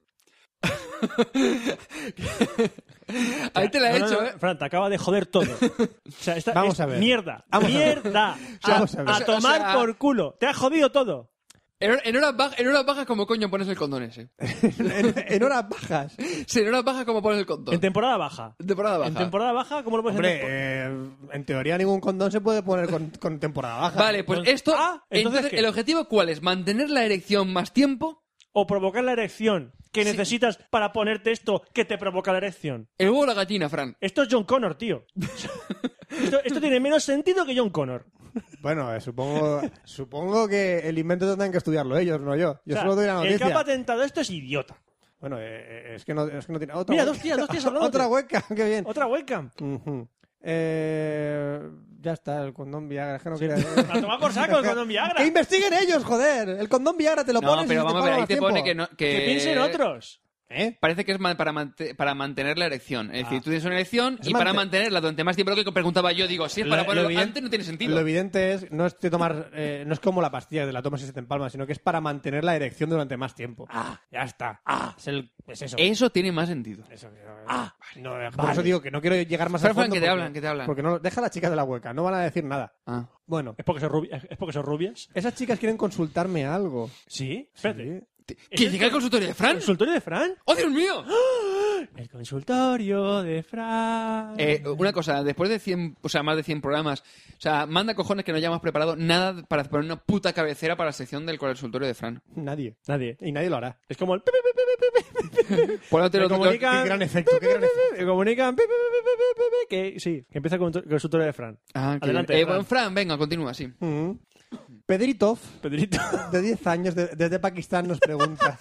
Speaker 9: Ahí te la he
Speaker 7: No, no,
Speaker 9: hecho,
Speaker 7: no,
Speaker 9: ¿eh?
Speaker 7: Fran, te acaba de joder
Speaker 9: [LAUGHS]
Speaker 7: todo. [LAUGHS] O sea, esta
Speaker 3: Vamos
Speaker 7: es
Speaker 3: a ver.
Speaker 7: Mierda.
Speaker 3: Vamos a ver.
Speaker 7: mierda. A,
Speaker 3: [LAUGHS] Vamos a ver.
Speaker 7: a
Speaker 3: O sea,
Speaker 7: tomar
Speaker 9: o sea-
Speaker 7: por culo. Te has jodido todo.
Speaker 9: En, hor- en horas bajas, en horas bajas, como coño pones el condón ese. [LAUGHS]
Speaker 3: En, en horas bajas.
Speaker 9: Sí, en horas bajas, como pones el condón.
Speaker 7: En temporada baja.
Speaker 9: temporada baja.
Speaker 7: En temporada baja, ¿cómo lo puedes
Speaker 3: Hombre,
Speaker 7: hacer?
Speaker 3: eh, en teoría ningún condón se puede poner con, con temporada baja.
Speaker 9: Vale, pues
Speaker 7: Entonces-
Speaker 9: esto.
Speaker 7: Ah, entonces,
Speaker 9: entonces,
Speaker 7: ¿qué?
Speaker 9: ¿el objetivo cuál es? ¿Mantener la erección más tiempo?
Speaker 7: O provocar la erección que
Speaker 9: Sí.
Speaker 7: necesitas para ponerte esto que te provoca la erección.
Speaker 9: El huevo o la gallina, Fran.
Speaker 7: Esto es John Connor, tío. esto, esto tiene menos sentido que John Connor.
Speaker 3: Bueno, eh, supongo, supongo que el invento tendrán que estudiarlo ellos, no yo. Yo
Speaker 7: O sea,
Speaker 3: solo doy la
Speaker 7: el que ha
Speaker 3: noticia.
Speaker 7: patentado esto es idiota.
Speaker 3: Bueno, eh, eh, es, que no, es que no tiene... Otra
Speaker 7: Mira,
Speaker 3: webcam.
Speaker 7: dos tías, dos
Speaker 3: [LAUGHS]
Speaker 7: tías hablando.
Speaker 3: Otra hueca, qué bien.
Speaker 7: Otra webcam.
Speaker 3: Ujú. Eh, ya está, el condón Viagra. Es que
Speaker 7: [LAUGHS]
Speaker 3: no quería-
Speaker 7: A tomar por saco el condón Viagra.
Speaker 3: ¡Que investiguen ellos, joder! El condón Viagra te lo
Speaker 9: No,
Speaker 3: pones y
Speaker 9: pero
Speaker 3: se
Speaker 9: vamos a ver,
Speaker 3: te para
Speaker 9: ahí
Speaker 3: más
Speaker 9: te
Speaker 3: tiempo.
Speaker 9: pone que no. Que,
Speaker 7: Que piensen otros.
Speaker 3: ¿Eh?
Speaker 9: Parece que es ma- para, mante- para mantener la erección. Es
Speaker 7: Ah.
Speaker 9: decir, tú tienes una erección
Speaker 3: Es
Speaker 9: y para
Speaker 3: mante-
Speaker 9: mantenerla durante más tiempo. Lo que preguntaba yo, digo, si es
Speaker 3: Lo-
Speaker 9: para
Speaker 3: lo
Speaker 9: ponerlo
Speaker 3: evidente-
Speaker 9: antes, no tiene
Speaker 3: Lo
Speaker 9: sentido.
Speaker 3: evidente es, no es, que tomar, eh, no es como la pastilla de la tomas y se te empalma, sino que es para mantener la erección durante más tiempo. Ah, ya está. Ah, es, el- es eso.
Speaker 9: Eso tiene más sentido.
Speaker 3: Eso, ah, no, Por eso digo que no quiero llegar más
Speaker 9: Fran,
Speaker 3: a fondo.
Speaker 9: Fran, que te
Speaker 3: porque-
Speaker 9: hablan, que te hablan.
Speaker 3: Porque no, deja a las chicas de la hueca, no van a decir nada.
Speaker 9: Ah.
Speaker 3: Bueno,
Speaker 7: ¿Es porque son, rubi- es porque son rubias?
Speaker 3: esas chicas quieren consultarme algo.
Speaker 7: Sí. Espérate.
Speaker 9: ¿Que llega el consultorio de
Speaker 7: ¿El
Speaker 9: Fran?
Speaker 7: consultorio de Fran?
Speaker 9: ¡Oh,
Speaker 7: [GASPS]
Speaker 9: Dios mío!
Speaker 7: El consultorio de Fran.
Speaker 9: Eh, una cosa, después de 100, o sea, más de 100 programas, o sea, manda cojones que no hayamos preparado nada para poner una puta cabecera para la sección del consultorio de Fran.
Speaker 3: Nadie.
Speaker 7: Nadie.
Speaker 3: Y nadie lo hará.
Speaker 7: Es como el... pi, pi, pi, pi, pi, pi,
Speaker 9: Ponte
Speaker 7: Me
Speaker 9: lo- lo-
Speaker 7: comunican-
Speaker 3: Qué gran efecto, qué gran efecto.
Speaker 7: Me comunican... pi, pi, pi, pi, pi, pi, pi, Que sí, que empieza con el consultorio de Fran.
Speaker 9: Ah, que-
Speaker 7: Adelante,
Speaker 9: eh,
Speaker 7: Fran.
Speaker 9: bueno, Fran, venga, continúa, sí.
Speaker 3: Ujú. Pedritov,
Speaker 7: Pedrito.
Speaker 3: Mm. de 10 años, de- desde Pakistán,
Speaker 9: [LAUGHS]
Speaker 3: nos pregunta.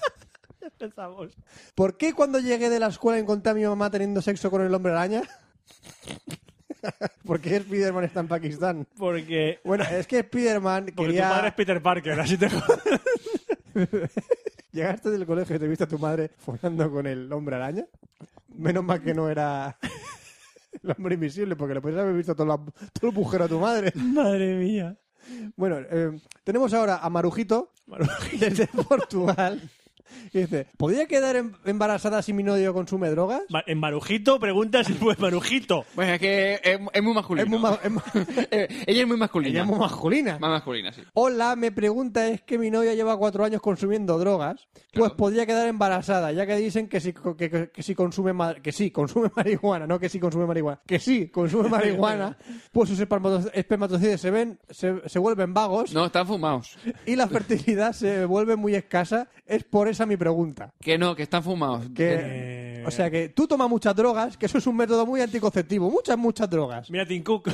Speaker 7: Empezamos.
Speaker 3: ¿Por qué cuando llegué de la escuela encontré a mi mamá teniendo sexo con el hombre araña? [LAUGHS] ¿Por qué Spiderman está en Pakistán?
Speaker 7: Porque...
Speaker 3: Bueno, es que Spiderman
Speaker 7: Porque tu padre es
Speaker 3: quería...
Speaker 7: Peter Parker, así te jodas.
Speaker 3: Llegaste del colegio y te viste a tu madre fonando con el hombre araña. Menos mal que no era [LAUGHS] el hombre invisible, porque le podrías haber visto todo, la- todo el agujero a tu madre.
Speaker 7: [LAUGHS] Madre mía.
Speaker 3: Bueno, eh, tenemos ahora a Marujito, desde Portugal, Y dice, ¿podría quedar em- embarazada si mi novio consume drogas?
Speaker 7: En Marujito pregunta si fue Marujito.
Speaker 9: Bueno, es que es, es muy masculino.
Speaker 3: Es muy ma- es ma-
Speaker 9: [LAUGHS] Eh, ella es muy masculina.
Speaker 3: Ella es muy masculina.
Speaker 9: Más masculina, sí.
Speaker 3: Hola, me pregunta es que mi novia lleva cuatro años consumiendo drogas, pues podría quedar embarazada, ya que dicen que si, co- que, que- que si consume ma- que sí, consume [LAUGHS] marihuana, no que sí consume marihuana, que sí consume
Speaker 9: [LAUGHS]
Speaker 3: marihuana, pues sus espermato- espermatozoides se ven, se, se vuelven vagos
Speaker 9: No, están fumados. [LAUGHS]
Speaker 3: y la fertilidad se vuelve muy escasa. Es por esa mi pregunta.
Speaker 9: Que no, que están fumados. Eh,
Speaker 3: Que, o sea que tú tomas muchas drogas, que eso es un método muy anticonceptivo, muchas,
Speaker 9: [LAUGHS]
Speaker 3: muchas drogas.
Speaker 7: Mira Tim Cook.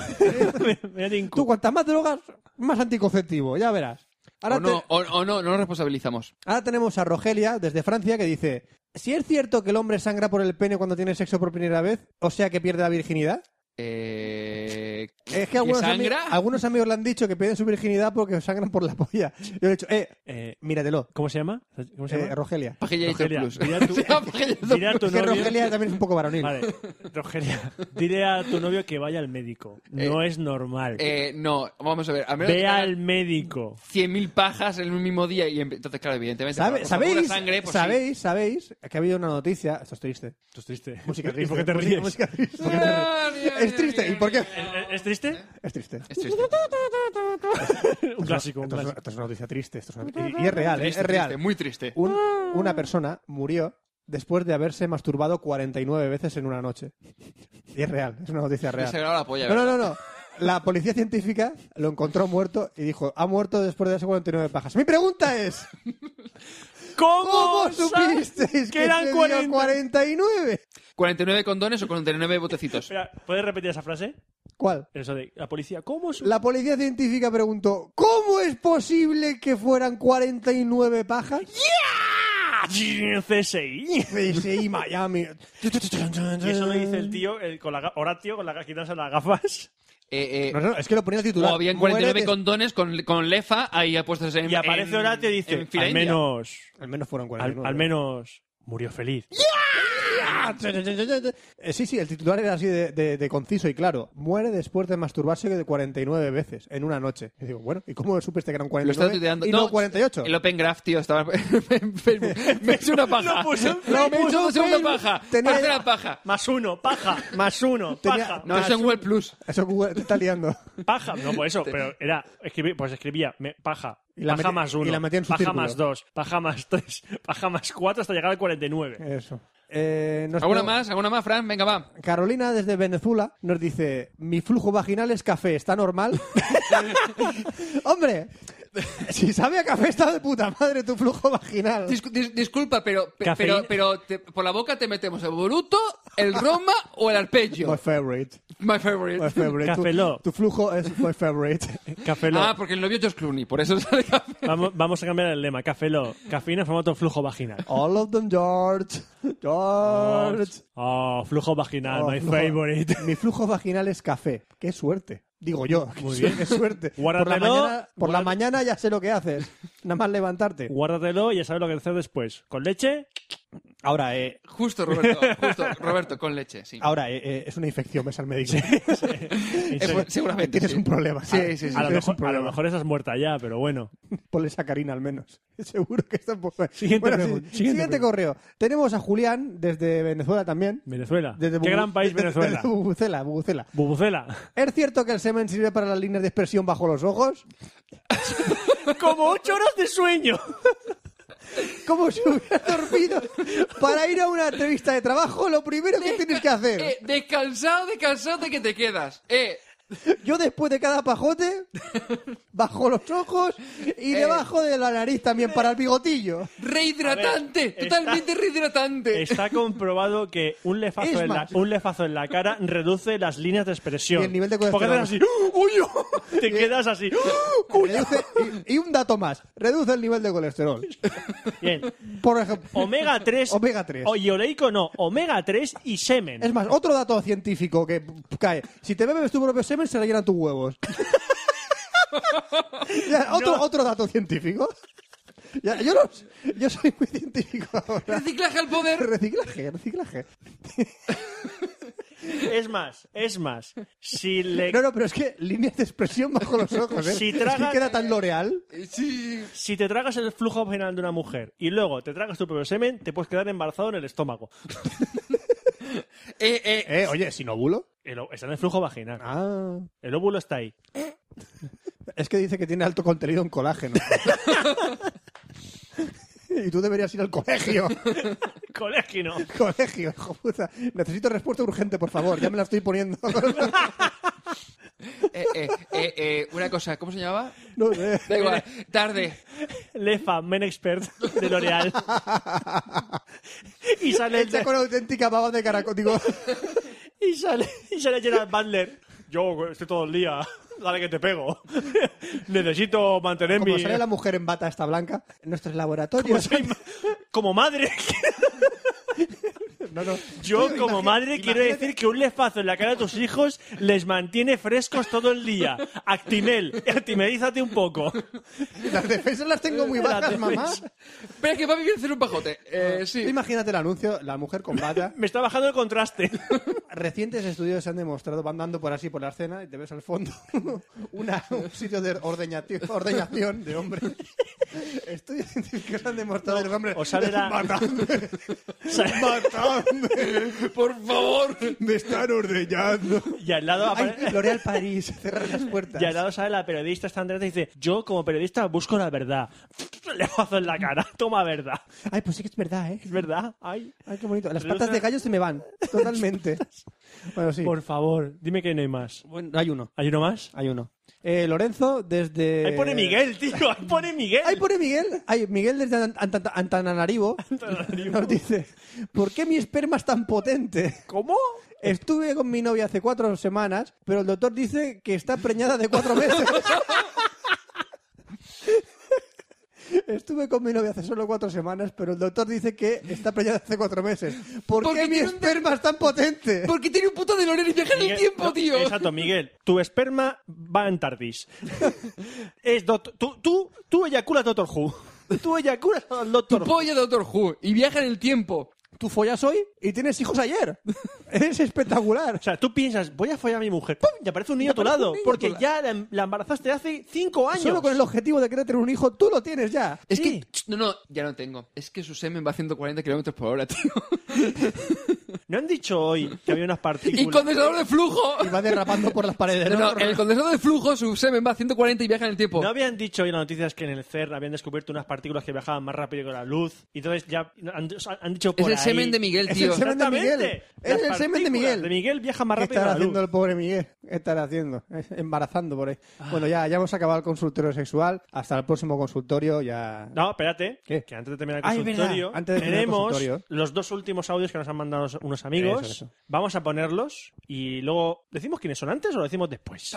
Speaker 7: Mira Tim Cook.
Speaker 3: Tú cuantas más drogas, más anticonceptivo, ya verás. Ahora
Speaker 9: o, no,
Speaker 3: te-
Speaker 9: o, o no, no nos responsabilizamos.
Speaker 3: Ahora tenemos a Rogelia, desde Francia, que dice: Si es cierto que el hombre sangra por el pene cuando tiene sexo por primera vez, o sea que pierde la virginidad.
Speaker 9: Eh,
Speaker 3: Es que algunos, ami-
Speaker 9: sangra?
Speaker 3: algunos amigos le han dicho que pierden su virginidad porque sangran por la polla. Yo le he dicho, eh, míratelo.
Speaker 7: ¿Cómo se llama? ¿Cómo se
Speaker 3: Eh,
Speaker 7: llama?
Speaker 3: Rogelia.
Speaker 9: Pagella
Speaker 7: Rogelia,
Speaker 9: Plus.
Speaker 7: mira
Speaker 9: [LAUGHS]
Speaker 7: tú-
Speaker 9: Se llama Pagella Plus.
Speaker 7: mira tu
Speaker 3: que
Speaker 7: novio-
Speaker 3: Rogelia también es un poco varonil.
Speaker 7: Vale, Rogelia,
Speaker 9: [LAUGHS]
Speaker 7: dile a tu novio que vaya al médico. No es normal.
Speaker 9: Eh, no, vamos a ver. A menos que
Speaker 7: Ve
Speaker 9: tenga
Speaker 7: al médico.
Speaker 9: 100.000 pajas en un mismo día y empe- entonces, claro, evidentemente...
Speaker 3: ¿Sabe-
Speaker 9: por- por
Speaker 3: ¿Sabéis?
Speaker 9: pura sangre, pues sí.
Speaker 3: ¿Sabéis? ¿Sabéis? Que ha habido una noticia. Esto es triste.
Speaker 7: Esto es triste. [LAUGHS]
Speaker 3: Música
Speaker 7: ¿Y
Speaker 3: triste.
Speaker 7: por qué te
Speaker 3: música-
Speaker 7: ríes?
Speaker 3: música
Speaker 9: [LAUGHS]
Speaker 3: triste.
Speaker 7: ¿Por qué te ríes?
Speaker 3: Es triste. ¿Y por qué?
Speaker 7: ¿Es- ¿Es triste?
Speaker 3: Es triste.
Speaker 9: Es triste.
Speaker 7: [LAUGHS] Un clásico. un
Speaker 3: Esto
Speaker 7: clásico.
Speaker 3: es, una, esto es una noticia triste. esto es una- y, y es real, ¿eh?
Speaker 9: Triste,
Speaker 3: es real.
Speaker 9: triste, muy triste.
Speaker 3: Un-
Speaker 7: Ah.
Speaker 3: una persona murió después de haberse masturbado 49 veces en una noche. Y es real, es
Speaker 9: [LAUGHS]
Speaker 3: una noticia real.
Speaker 9: se graba la polla,
Speaker 3: no, no, no,
Speaker 9: ¿verdad?
Speaker 3: no. La policía científica lo encontró muerto y dijo, ha muerto después de hace 49 pajas. Mi pregunta es,
Speaker 7: ¿Cómo,
Speaker 3: ¿cómo
Speaker 7: sabes
Speaker 3: supisteis
Speaker 7: [LAUGHS]
Speaker 3: que,
Speaker 7: que eran
Speaker 3: se dio
Speaker 7: 40?
Speaker 3: 49?
Speaker 9: 49 condones o 49 botecitos.
Speaker 7: Espera, ¿Puedes repetir esa frase?
Speaker 3: ¿Cuál?
Speaker 7: Eso de la policía. ¿Cómo es
Speaker 3: La policía científica preguntó, ¿cómo es posible que fueran 49 pajas?
Speaker 7: CSI?
Speaker 3: CSI Miami.
Speaker 7: Y eso lo
Speaker 3: Eh.
Speaker 7: dice el tío, el, con la, ga- Horatio, con la, ga- quitándose las gafas.
Speaker 9: Eh, eh,
Speaker 3: No, no, es que lo ponía titular.
Speaker 9: o bien
Speaker 3: Muere
Speaker 9: 49
Speaker 3: des-
Speaker 9: condones con, con lefa ahí apuestos en
Speaker 7: Y aparece
Speaker 9: en-
Speaker 7: Horatio y dice,
Speaker 9: en fila
Speaker 7: al
Speaker 9: india".
Speaker 7: menos,
Speaker 3: Al menos fueron
Speaker 7: al,
Speaker 3: 49.
Speaker 7: al menos murió feliz. [LAUGHS]
Speaker 3: Eh, Sí, sí, el titular era así de, de- de conciso y claro. Muere después de masturbarse de 49 veces en una noche. Y digo, bueno, ¿y cómo supiste que eran
Speaker 9: Lo estaba
Speaker 3: 49
Speaker 9: tuiteando.
Speaker 3: y no, 48?
Speaker 9: El Open Graph, tío, estaba [LAUGHS] en Facebook. Me he hecho
Speaker 7: [LAUGHS]
Speaker 9: una paja.
Speaker 7: Lo puso en
Speaker 9: No, me he hecho
Speaker 3: Facebook,
Speaker 9: una segunda
Speaker 3: Facebook.
Speaker 9: paja.
Speaker 3: Tenía-
Speaker 9: Tercera paja.
Speaker 7: Más uno, paja, más uno,
Speaker 3: Tenía-
Speaker 7: paja.
Speaker 9: No, eso en Google Plus.
Speaker 3: Eso Google te está liando. [LAUGHS]
Speaker 7: Paja, no por eso, pero era, escribí- pues escribía me- paja,
Speaker 3: Y la
Speaker 7: paja
Speaker 3: metí-
Speaker 7: más uno,
Speaker 3: y la metí en su
Speaker 7: paja
Speaker 3: círculo.
Speaker 7: más dos, paja más tres, paja más cuatro hasta llegar al 49.
Speaker 3: Eso. Eh, nos
Speaker 9: ¿Alguna
Speaker 3: pregun-
Speaker 9: más? ¿Alguna más, Fran? Venga, va.
Speaker 3: Carolina desde Venezuela nos dice, mi flujo vaginal es café,
Speaker 9: [LAUGHS]
Speaker 3: ¿está normal? Hombre, si sabe a café está de puta madre tu flujo vaginal.
Speaker 9: Discu- dis- disculpa, pero, pe-
Speaker 7: Cafeína.
Speaker 9: pero, pero te- por la boca te metemos el Boruto, el Roma o el Arpeggio.
Speaker 3: [LAUGHS] My favorite.
Speaker 9: My favorite.
Speaker 3: My favorite.
Speaker 7: Café
Speaker 3: Tu,
Speaker 7: Lock.
Speaker 3: tu flujo es my favorite.
Speaker 7: Café Lock.
Speaker 9: Ah, porque el novio es George Clooney, por eso sale café.
Speaker 7: vamos, vamos a cambiar el lema, café lo, cafeína en formato flujo vaginal.
Speaker 3: All of them,
Speaker 7: [LAUGHS]
Speaker 3: George. George.
Speaker 7: Oh, flujo vaginal,
Speaker 3: Oh,
Speaker 7: my
Speaker 3: flujo-
Speaker 7: favorite.
Speaker 3: Mi flujo vaginal es café. Qué suerte. Digo yo. Muy bien. Qué suerte. Por la,
Speaker 7: Guárdatelo.
Speaker 3: mañana, por la
Speaker 7: Guárdatelo.
Speaker 3: mañana ya sé lo que haces. Nada más levantarte.
Speaker 7: Guárdatelo y ya sabes lo que hacer después. ¿Con leche?
Speaker 3: Ahora, eh,
Speaker 9: Justo, Roberto. Justo, Roberto, con leche, sí.
Speaker 3: ahora eh, eh, es una infección. Ves al médico. [LAUGHS]
Speaker 7: En
Speaker 9: Eh,
Speaker 7: serio.
Speaker 9: pues, seguramente.
Speaker 3: Tienes
Speaker 9: sí.
Speaker 3: un problema.
Speaker 9: Sí, sí, sí, sí.
Speaker 7: a, lo
Speaker 3: tienes
Speaker 7: mejor,
Speaker 3: un
Speaker 7: a
Speaker 3: problema.
Speaker 7: lo mejor estás muerta ya, pero bueno.
Speaker 3: Ponle sacarina al menos. [LAUGHS] Seguro que está un poco...
Speaker 7: Siguiente
Speaker 3: Bueno, sí,
Speaker 7: pregunta,
Speaker 3: siguiente,
Speaker 7: siguiente pregunta.
Speaker 3: correo. Tenemos a Julián desde Venezuela también.
Speaker 7: Venezuela.
Speaker 3: Desde
Speaker 7: Qué
Speaker 3: Bubu-
Speaker 7: gran país
Speaker 3: [LAUGHS] desde-
Speaker 7: Venezuela.
Speaker 3: desde Bubucela, Bubucela.
Speaker 7: Bubucela.
Speaker 3: ¿Es cierto que el semen sirve para las líneas de expresión bajo los ojos?
Speaker 7: Como ocho horas de sueño.
Speaker 3: Como si hubiera dormido. Para ir a una entrevista de trabajo, lo primero que tienes que hacer.
Speaker 9: Eh, descansado, descansado de que te quedas. Eh,
Speaker 3: Yo después de cada pajote, bajo los ojos y
Speaker 9: Eh.
Speaker 3: debajo de la nariz también para el bigotillo.
Speaker 9: rehidratante,
Speaker 7: está-
Speaker 9: totalmente rehidratante.
Speaker 7: Está comprobado que un
Speaker 3: Es
Speaker 7: lefazo, en la,
Speaker 3: más.
Speaker 7: un lefazo en la cara reduce las líneas de expresión.
Speaker 3: Y el nivel de
Speaker 7: Porque
Speaker 3: colesterol.
Speaker 7: haces así. "Uh, ¡Uy! oh".
Speaker 3: [LAUGHS]
Speaker 7: Te quedas así. "Uh".
Speaker 3: Reduce- y, y un dato más. Reduce el nivel de colesterol.
Speaker 7: Bien.
Speaker 3: Por ejemplo.
Speaker 7: Omega 3.
Speaker 3: Omega 3.
Speaker 7: Y oleico no. Omega 3 y semen.
Speaker 3: Es más, otro dato científico que cae. Si te bebes tu propio semen, se rellenan tus huevos. [LAUGHS] Ya, otro, otro dato científico. Ya, yo, no- yo soy muy científico ahora.
Speaker 9: Reciclaje al poder.
Speaker 3: Reciclaje, reciclaje.
Speaker 7: es más, es más. Si le
Speaker 3: No, no, pero es que líneas de expresión bajo los ojos, ¿eh?
Speaker 7: Si
Speaker 3: Es
Speaker 7: tragas-
Speaker 3: que queda tan loreal.
Speaker 7: Eh, Si te tragas el flujo vaginal de una mujer y luego te tragas tu propio semen, te puedes quedar embarazado en el [LAUGHS] estómago.
Speaker 9: eh,
Speaker 3: oye, Ah. ¿sin óvulo?
Speaker 7: está en el flujo vaginal. El óvulo está [LAUGHS] ahí.
Speaker 3: Es que dice que tiene alto contenido en colágeno. [LAUGHS] y tú deberías ir al
Speaker 7: [LAUGHS]
Speaker 3: colegio.
Speaker 7: Colegio. no.
Speaker 3: colegio, hijo puta. Necesito respuesta urgente, por favor. Ya me la estoy poniendo. [LAUGHS]
Speaker 9: Eh, eh, eh, eh, una cosa, ¿cómo se llamaba?
Speaker 3: No sé.
Speaker 9: Da igual, tarde.
Speaker 7: Lefa, men expert de [LAUGHS] L'Oreal. y sale el
Speaker 3: Hecha
Speaker 7: de-
Speaker 3: con auténtica baba de caracol. Digo,
Speaker 7: y sale y sale Gerard Butler. Yo estoy todo el día. Dale que te [LAUGHS] pego. Necesito mantener
Speaker 3: como
Speaker 7: mi
Speaker 3: sale la mujer en bata esta blanca en nuestros
Speaker 7: como,
Speaker 3: laboratorios.
Speaker 7: soy ma- como madre.
Speaker 3: No, no.
Speaker 7: [LAUGHS] Yo
Speaker 3: Tío,
Speaker 7: como
Speaker 3: imagi-
Speaker 7: madre quiero
Speaker 3: imagínate-
Speaker 7: decir que un lefazo en la cara de tus hijos les mantiene frescos todo el día. Actimel, actimelízate un poco.
Speaker 3: Las defensas las tengo
Speaker 7: [LAUGHS]
Speaker 3: muy
Speaker 7: Las
Speaker 3: bajas, mamá.
Speaker 7: defensas.
Speaker 9: Espera que va a vivir hacer un pajote. Eh, sí.
Speaker 3: Imagínate el anuncio, la mujer con [LAUGHS] bata.
Speaker 7: Me está bajando el contraste.
Speaker 3: Recientes estudios se han demostrado, van dando por así por la escena y te ves al fondo [LAUGHS] una- un sitio de ordeñati- ordeñación de hombres. Estudios científicos han demostrado que los hombres...
Speaker 7: o sale la- [LAUGHS]
Speaker 3: Matadme, matadme.
Speaker 9: Por favor.
Speaker 3: Me están ordeñando.
Speaker 7: Y al lado
Speaker 3: Ay,
Speaker 7: aparece... [LAUGHS]
Speaker 3: L'Oréal París, cerrar las puertas.
Speaker 7: Y al lado sale la periodista estandarte y dice, yo como periodista busco la verdad. [LAUGHS] Lefazo en la cara, [LAUGHS] toma verdad.
Speaker 3: Ay, pues sí que es verdad, ¿eh?
Speaker 7: Es verdad, ay.
Speaker 3: Ay, qué bonito. Las
Speaker 7: Reduce-
Speaker 3: patas de gallo se me van. Totalmente. Bueno, sí.
Speaker 7: Por favor, dime que no hay más.
Speaker 3: Bueno, hay uno.
Speaker 7: ¿Hay uno más?
Speaker 3: Hay uno. Eh, Lorenzo, desde...
Speaker 7: Ahí pone Miguel, [LAUGHS] tío, ahí pone Miguel.
Speaker 3: Ahí pone Miguel. Ay, Miguel desde Ant- Ant- Antananarivo nos dice: ¿Por qué mi esperma es tan potente?
Speaker 7: ¿Cómo?
Speaker 3: Estuve con mi novia hace cuatro semanas, pero el doctor dice que está preñada de cuatro meses. [LAUGHS] Estuve con mi novia hace solo cuatro semanas, pero el doctor dice que está preñada hace cuatro meses. ¿Por
Speaker 9: Porque
Speaker 3: qué mi
Speaker 9: tiene un de-
Speaker 3: esperma es tan potente?
Speaker 9: Porque tiene un puto de Lorena y viaja en el
Speaker 7: Miguel-
Speaker 9: tiempo,
Speaker 7: no,
Speaker 9: tío.
Speaker 7: Exacto, Miguel. Tu esperma va en tardis. es doc- tú, tú, tú eyaculas Doctor Who. Tú eyaculas al
Speaker 9: Tu
Speaker 7: Doctor Who.
Speaker 9: polla de Doctor Who y viaja en el tiempo.
Speaker 3: Tú follas hoy y tienes hijos
Speaker 9: [LAUGHS]
Speaker 3: ayer. es espectacular.
Speaker 7: O sea, tú piensas, voy a follar a mi mujer. ¡Pum! Y aparece un niño a tu
Speaker 3: aparece un
Speaker 7: lado.
Speaker 3: niño a tu
Speaker 7: Porque
Speaker 3: lado.
Speaker 7: ya la, em- la embarazaste hace cinco años.
Speaker 3: Solo con el objetivo de querer tener un hijo, tú lo tienes ya.
Speaker 9: Es que. ch, No, no, ya no tengo. Es que su semen va a 140 kilómetros por hora, tío.
Speaker 7: No han dicho hoy que había unas
Speaker 9: ¡Y
Speaker 7: partículas.
Speaker 9: condensador de flujo!
Speaker 3: Y va derrapando por las
Speaker 9: [LAUGHS]
Speaker 3: paredes.
Speaker 9: No, no, en el condensador de flujo su semen va a 140 y viaja en el tiempo.
Speaker 7: ¿No habían dicho hoy en las noticias que en el CERN habían descubierto unas partículas que viajaban más rápido que la luz? Y entonces ya han, han dicho por
Speaker 9: el
Speaker 7: ahí-
Speaker 9: semen de Miguel,
Speaker 7: Es
Speaker 9: tío.
Speaker 7: el semen de Miguel.
Speaker 3: Exactamente.
Speaker 7: Las
Speaker 3: Es el semen de
Speaker 7: partículas
Speaker 3: Miguel.
Speaker 7: De Miguel viaja más
Speaker 3: ¿Qué
Speaker 7: rápido que
Speaker 3: estará
Speaker 7: la
Speaker 3: haciendo
Speaker 7: luz.
Speaker 3: el pobre Miguel? ¿Qué estará haciendo? Es Embarazando por ahí.
Speaker 7: Ah.
Speaker 3: Bueno, ya, ya hemos acabado el consultorio sexual. Hasta el próximo consultorio ya...
Speaker 7: No, espérate, que antes de terminar el
Speaker 3: Ah, es
Speaker 7: consultorio,
Speaker 3: verdad, antes de terminar el
Speaker 7: tenemos
Speaker 3: consultorio.
Speaker 7: los dos últimos audios que nos han mandado unos amigos.
Speaker 3: Eso, eso.
Speaker 7: Vamos a ponerlos y luego decimos quiénes son antes o lo decimos después.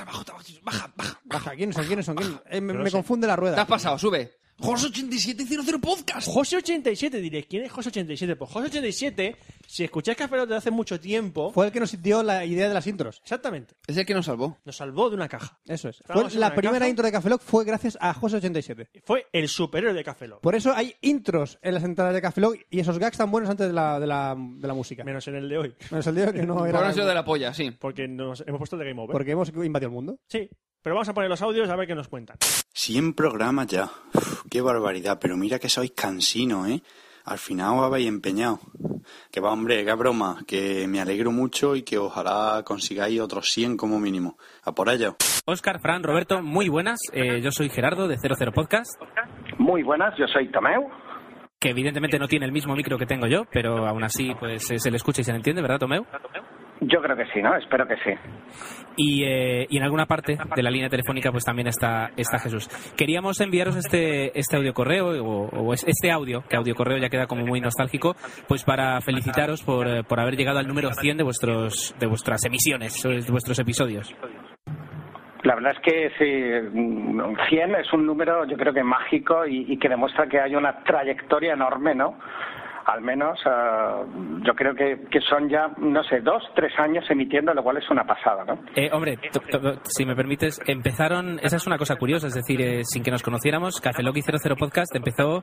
Speaker 3: Baja, ¿quiénes son? ¿Quiénes son? ¿Quiénes? Eh, me
Speaker 7: No
Speaker 3: me
Speaker 7: sé.
Speaker 3: confunde
Speaker 9: Te
Speaker 3: la
Speaker 9: has
Speaker 3: rueda.
Speaker 9: pasado, sube. José 8700 podcast.
Speaker 7: José 87 diré, ¿quién es José 87? Pues José 87, si escucháis Café Lock desde hace mucho tiempo,
Speaker 3: Fue el que nos dio la idea de las intros.
Speaker 7: exactamente,
Speaker 9: Es el que nos salvó.
Speaker 7: nos salvó de una caja.
Speaker 3: Eso es.
Speaker 7: Estábamos
Speaker 3: Fue
Speaker 7: en
Speaker 3: la
Speaker 7: una
Speaker 3: primera
Speaker 7: caja.
Speaker 3: intro de Café Lock fue gracias a José87.
Speaker 7: Fue el superior de Café Lock.
Speaker 3: Por eso hay intros en las entradas de Café Lock y esos gags tan buenos antes de la, de la, de la música.
Speaker 7: Menos en el de hoy,
Speaker 3: Menos el día
Speaker 7: [LAUGHS]
Speaker 3: que no
Speaker 9: Por
Speaker 3: era...
Speaker 9: un sello de la polla, sí.
Speaker 7: porque nos hemos puesto el de Game Over.
Speaker 3: Porque hemos invadido el mundo.
Speaker 7: Sí, pero vamos a poner los audios a ver qué nos cuentan.
Speaker 15: 100 programas ya. Uf, qué barbaridad, pero mira que sois cansinos, ¿eh? Al final os habéis empeñado. Que va, hombre, qué broma, que me alegro mucho y que ojalá consigáis otros 100 como mínimo. A por ello.
Speaker 6: Oscar, Fran, Roberto, muy buenas. Eh, yo soy Gerardo de 00 Podcast,
Speaker 16: Muy buenas, yo soy Tomeu.
Speaker 6: que evidentemente no tiene el mismo micro que tengo yo, pero aún así pues eh, se le escucha y se le entiende, ¿verdad, Tomeu?
Speaker 16: Yo creo que sí, ¿no? Espero que sí.
Speaker 6: Y, eh, y en alguna parte de la línea telefónica pues también está, está Jesús. Queríamos enviaros este, este audio correo o, o es- este audio, que audio correo ya queda como muy nostálgico, pues para felicitaros por, eh, por haber llegado al número 100 de vuestros de vuestras emisiones, de vuestros episodios.
Speaker 16: La verdad es que sí, mm, 100 es un número yo creo que mágico y, y que demuestra que hay una trayectoria enorme, ¿no? al menos eh, yo creo que, que son ya, no sé, dos, tres años emitiendo, lo cual es una pasada, ¿no?
Speaker 6: Eh, hombre, to- to- si me permites, empezaron, esa es una cosa curiosa, es decir, eh, sin que nos conociéramos, Café Lock y 00 Podcast empezó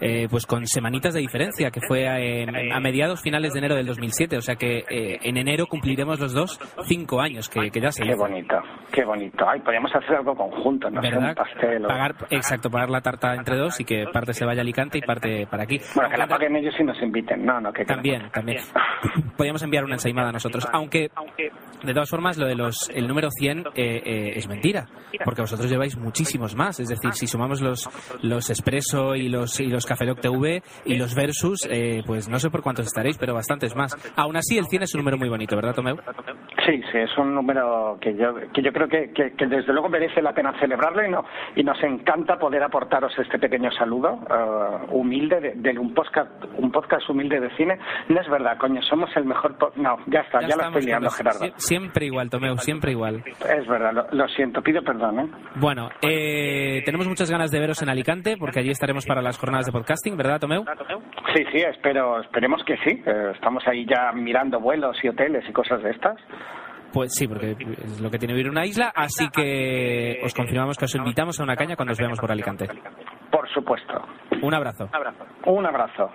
Speaker 6: eh, pues con semanitas de diferencia, que fue a, eh, a mediados finales de enero del 2007, o sea que eh, en enero cumpliremos los dos cinco años, que, que ya se
Speaker 16: Qué
Speaker 6: hizo.
Speaker 16: bonito, qué bonito. Ay, podríamos hacer algo conjunto, ¿no? Hacer
Speaker 6: ¿Verdad?
Speaker 16: un pastel o-
Speaker 6: Pagar, exacto, pagar la tarta entre dos y que parte se vaya a Alicante y parte para aquí.
Speaker 16: Bueno, que la paguen ellos y nos inviten. No, no, que
Speaker 6: También, también. Podríamos enviar una ensaimada a nosotros. Aunque, de todas formas, lo de los el número 100 eh, eh, es mentira. Porque vosotros lleváis muchísimos más. Es decir, si sumamos los los Expreso y los y los Café Lock TV y los Versus, eh, pues no sé por cuántos estaréis, pero bastantes más. Aún así, el 100 es un número muy bonito, ¿verdad, Tomeu?
Speaker 16: Pues Sí, sí, es un número que yo, que yo creo que, que- que desde luego merece la pena celebrarlo y, no, y nos encanta poder aportaros este pequeño saludo eh, humilde de, de un, podcast, un podcast humilde de cine. No es verdad, coño, somos el mejor... po- No, ya está, ya, lo
Speaker 6: estamos
Speaker 16: estoy liando,
Speaker 6: con los-
Speaker 16: Gerardo.
Speaker 6: sie- Siempre igual, Tomeu, siempre igual.
Speaker 16: Es verdad, lo, lo siento, pido perdón. ¿eh?
Speaker 6: Bueno, eh, tenemos muchas ganas de veros en Alicante, porque allí estaremos para las jornadas de podcasting, ¿verdad, Tomeu?
Speaker 16: Sí, sí, espero, esperemos que sí. Eh, estamos ahí ya mirando vuelos y hoteles y cosas de estas.
Speaker 6: Pues sí, porque es lo que tiene vivir una isla, así que os confirmamos que os invitamos a una caña cuando os veamos por Alicante.
Speaker 16: Por supuesto.
Speaker 6: Un abrazo.
Speaker 16: Un abrazo.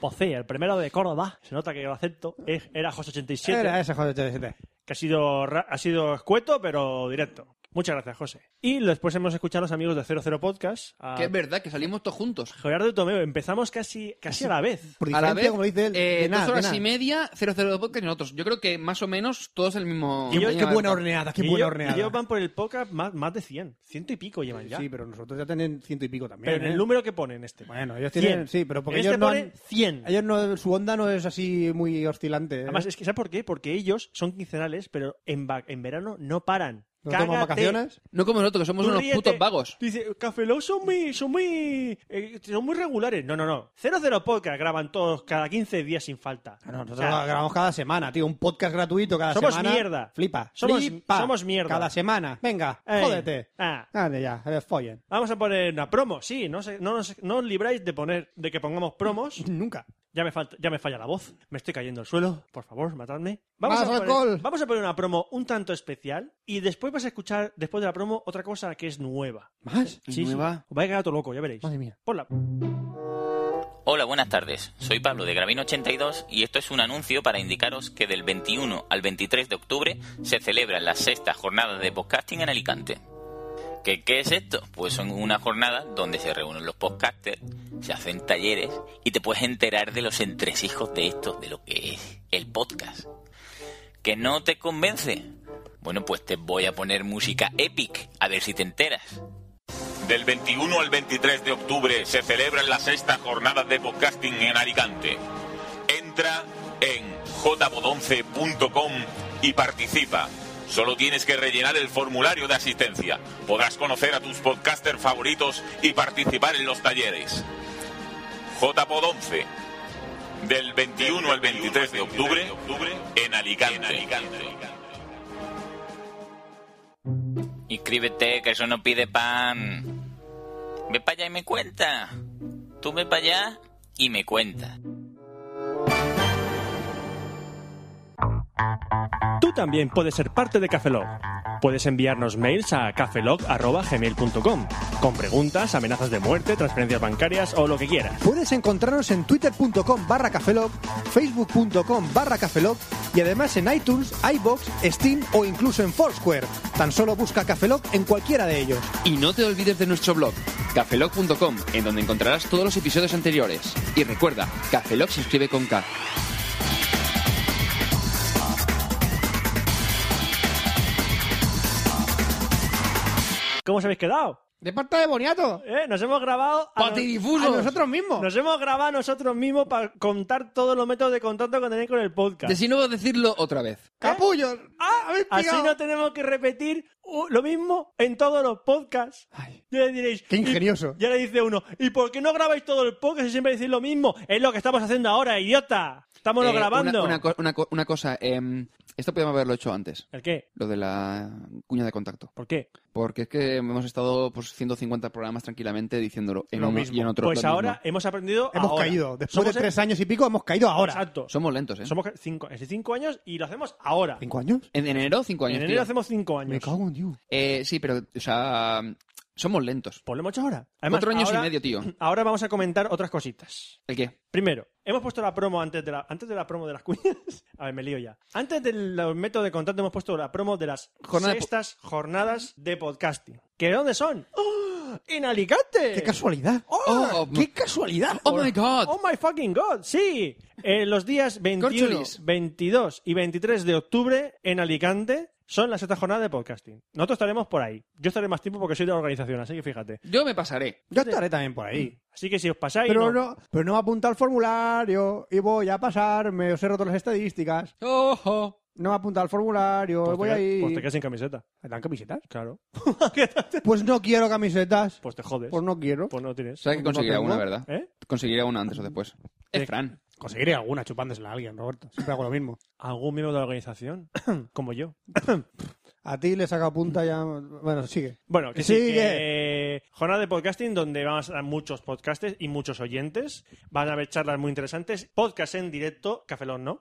Speaker 7: Pues sí, el primero de Córdoba, se nota que el acento es- era José 87.
Speaker 3: Era ese José 87.
Speaker 7: Que ha sido, ra- ha sido escueto, pero directo. Muchas gracias, José. Y después hemos escuchado a los amigos de 00 Podcast. a
Speaker 9: Que es verdad, que salimos todos juntos.
Speaker 7: Gerardo y Tomeo, empezamos casi, casi a la vez.
Speaker 9: a la vez, eh,
Speaker 7: de nada, de
Speaker 9: dos horas
Speaker 7: nada.
Speaker 9: y media, 00 de podcast y nosotros. Yo creo que más o menos todos el mismo.
Speaker 7: Y ellos-
Speaker 9: mañana.
Speaker 7: Y ellos- y Ellos van por el podcast más, más de 100. Ciento y pico llevan ya.
Speaker 3: Sí, pero nosotros ya tienen ciento y pico también.
Speaker 7: Pero en
Speaker 3: ¿eh?
Speaker 7: el número que ponen este.
Speaker 3: Bueno, ellos tienen,
Speaker 7: 100.
Speaker 3: sí, pero porque
Speaker 7: Este
Speaker 3: ellos no
Speaker 7: pone
Speaker 3: han- ¿Eh?
Speaker 7: 100.
Speaker 3: Ellos no, su onda no es así muy oscilante. ¿eh?
Speaker 7: Además, es que ¿sabes por qué? Porque ellos son quincenales, pero en, va- en verano no paran.
Speaker 3: ¿No
Speaker 7: Cágate.
Speaker 3: toman vacaciones?
Speaker 9: No como nosotros, que somos
Speaker 7: Tú
Speaker 9: unos
Speaker 7: ríete.
Speaker 9: putos vagos.
Speaker 7: Dice, Café Lock son muy, son muy, eh, son muy regulares. No, no, no. Cero Cero Podcast graban todos cada 15 días sin falta.
Speaker 3: Nosotros
Speaker 7: O sea,
Speaker 3: grabamos cada semana, tío. Un podcast gratuito cada
Speaker 7: Somos
Speaker 3: semana.
Speaker 7: mierda.
Speaker 3: Flipa.
Speaker 7: Somos-
Speaker 3: Flipa.
Speaker 7: somos mierda.
Speaker 3: Cada semana. Venga,
Speaker 7: Ey.
Speaker 3: jódete.
Speaker 7: Ah.
Speaker 3: Dale ya, a ver, follen.
Speaker 7: Vamos a poner una promo, sí, no, sé- no, nos, no os libráis de poner, de que pongamos promos.
Speaker 3: [LAUGHS] Nunca.
Speaker 7: Ya me, falta, ya me falla la voz, me estoy cayendo al suelo, por favor, matadme. Vamos,
Speaker 3: Más
Speaker 7: a
Speaker 3: alcohol.
Speaker 7: poner, vamos a poner una promo un tanto especial y después vas a escuchar, después de la promo, otra cosa que es nueva.
Speaker 3: ¿Más?
Speaker 7: Sí,
Speaker 9: ¿Nueva?
Speaker 7: sí. Os vais a quedar todo loco, ya veréis. Madre
Speaker 3: mía.
Speaker 7: Ponla.
Speaker 17: Hola, buenas tardes. Soy Pablo de Gravino82 y esto es un anuncio para indicaros que del 21 al 23 de octubre se celebran las sextas jornadas de podcasting en Alicante. ¿Qué, qué es esto? Pues son una jornada donde se reúnen los podcasters, se hacen talleres y te puedes enterar de los entresijos de esto, de lo que es el podcast. ¿Que no te convence? Bueno, pues te voy a poner música epic, a ver si te enteras.
Speaker 18: Del 21 al 23 de octubre se celebran las sextas jornadas de podcasting en Alicante. Entra en jbodonce.com y participa. Solo tienes que rellenar el formulario de asistencia. Podrás conocer a tus podcasters favoritos y participar en los talleres. jbodonce. Del 21 al 23 de octubre en Alicante.
Speaker 17: Inscríbete, que eso no pide pan. Ve para allá y me cuenta. Tú ve para allá y me cuenta.
Speaker 7: Tú también puedes ser parte de Cafelog. Puedes enviarnos mails a cafelog.gmail.com con preguntas, amenazas de muerte, transferencias bancarias o lo que quieras.
Speaker 3: Puedes encontrarnos en twitter.com barra cafelog, facebook.com barra cafelog y además en iTunes, iBox, Steam o incluso en Foursquare. Tan solo busca cafelog en cualquiera de ellos.
Speaker 9: Y no te olvides de nuestro blog, cafelog.com, en donde encontrarás todos los episodios anteriores. Y recuerda, Cafelog se escribe con K.
Speaker 7: ¿Cómo os habéis quedado?
Speaker 3: De parte de Boniato.
Speaker 7: Eh, nos hemos grabado a,
Speaker 3: Patidifusos.
Speaker 7: nos-
Speaker 3: A nosotros mismos.
Speaker 7: Nos hemos grabado a nosotros mismos para contar todos los métodos de contacto que tenéis con el podcast. ¿Eh?
Speaker 9: De si no decirlo otra vez.
Speaker 3: ¡Capullos! ¡Ah, habéis
Speaker 7: Así
Speaker 3: pillado!
Speaker 7: no tenemos que repetir uh, lo mismo en todos los podcasts. Ya le diréis.
Speaker 3: Qué
Speaker 7: y-
Speaker 3: ingenioso.
Speaker 7: Ya le dice uno, ¿y por qué no grabáis todo el podcast y siempre decís lo mismo? Es lo que estamos haciendo ahora, idiota. Estamos
Speaker 9: Eh,
Speaker 7: grabando.
Speaker 9: Una, una co- una co- una cosa, em, Esto podíamos haberlo hecho antes.
Speaker 7: ¿El qué?
Speaker 9: Lo de la cuña de contacto.
Speaker 7: ¿Por qué?
Speaker 9: Porque es que hemos estado pues 150 programas tranquilamente diciéndolo en
Speaker 7: Lo
Speaker 9: uno
Speaker 7: mismo.
Speaker 9: y en otro.
Speaker 7: Pues
Speaker 9: lo
Speaker 7: ahora
Speaker 9: mismo.
Speaker 7: hemos aprendido.
Speaker 9: Hemos
Speaker 7: ahora.
Speaker 9: caído.
Speaker 7: Somos
Speaker 9: Después de
Speaker 7: el-
Speaker 9: tres
Speaker 3: años y pico hemos caído ahora.
Speaker 7: Exacto.
Speaker 9: Somos lentos, ¿eh?
Speaker 7: Somos cinco, es cinco años y lo hacemos ahora.
Speaker 3: ¿Cinco años?
Speaker 9: En enero, cinco años.
Speaker 7: En
Speaker 9: tío.
Speaker 7: enero hacemos cinco años.
Speaker 3: Me cago en Dios.
Speaker 9: Eh, sí, pero, o sea, somos lentos.
Speaker 7: Pues lo hemos hecho ahora. Además,
Speaker 9: Cuatro años
Speaker 7: ahora-
Speaker 9: y
Speaker 7: [CLEARS THROAT]
Speaker 9: medio, tío.
Speaker 7: Ahora vamos a comentar otras cositas.
Speaker 9: ¿El qué?
Speaker 7: Primero, hemos puesto la promo antes de la, antes de la promo de las cuñas. [LAUGHS] A ver, me lío ya. Antes del método de contacto hemos puesto la promo de las
Speaker 9: Jornada de po-
Speaker 7: sextas jornadas de podcasting. ¿Que dónde son? ¡Oh! ¡En Alicante!
Speaker 3: ¡Qué casualidad!
Speaker 7: ¡Oh!
Speaker 3: ¡Qué casualidad!
Speaker 9: ¡Oh, my God!
Speaker 7: ¡Oh, my fucking God! Sí, Eh, los días 21,
Speaker 9: Corchulis.
Speaker 7: 22 y 23 de octubre en Alicante son las sextas jornadas de podcasting. Nosotros estaremos por ahí. Yo estaré más tiempo porque soy de la organización, así que fíjate.
Speaker 9: Yo me pasaré.
Speaker 3: Yo estaré también por ahí.
Speaker 7: Así que si os pasáis... no-
Speaker 3: Pero no, pero no me apunta al formulario y voy a pasarme. Os he roto las estadísticas.
Speaker 9: ¡Ojo!
Speaker 3: No me apunta al formulario,
Speaker 7: Pues te
Speaker 3: voy
Speaker 7: quedas-
Speaker 3: a ir.
Speaker 7: Pues te quedas sin camiseta.
Speaker 3: ¿Me dan camisetas?
Speaker 7: Claro.
Speaker 3: Pues no quiero camisetas.
Speaker 7: Pues te jodes.
Speaker 3: Pues no quiero.
Speaker 7: Pues no tienes.
Speaker 9: ¿Sabes que conseguiré
Speaker 3: tengo.
Speaker 9: alguna, verdad?
Speaker 7: ¿Eh?
Speaker 9: Conseguiré alguna antes o después. Es
Speaker 7: Sí.
Speaker 9: Fran.
Speaker 3: Conseguiré alguna chupándosela a alguien, Roberto. Siempre hago lo mismo.
Speaker 7: [LAUGHS] ¿Algún miembro de la organización? [CLEARS THROAT] Como yo.
Speaker 3: ¿eh? A ti le saca punta ya. Bueno, sigue.
Speaker 7: Bueno, que sí,
Speaker 3: sigue.
Speaker 7: que jornada de podcasting donde van a estar muchos podcastes y muchos oyentes. Van a haber charlas muy interesantes. Podcast en directo, Cafelón no.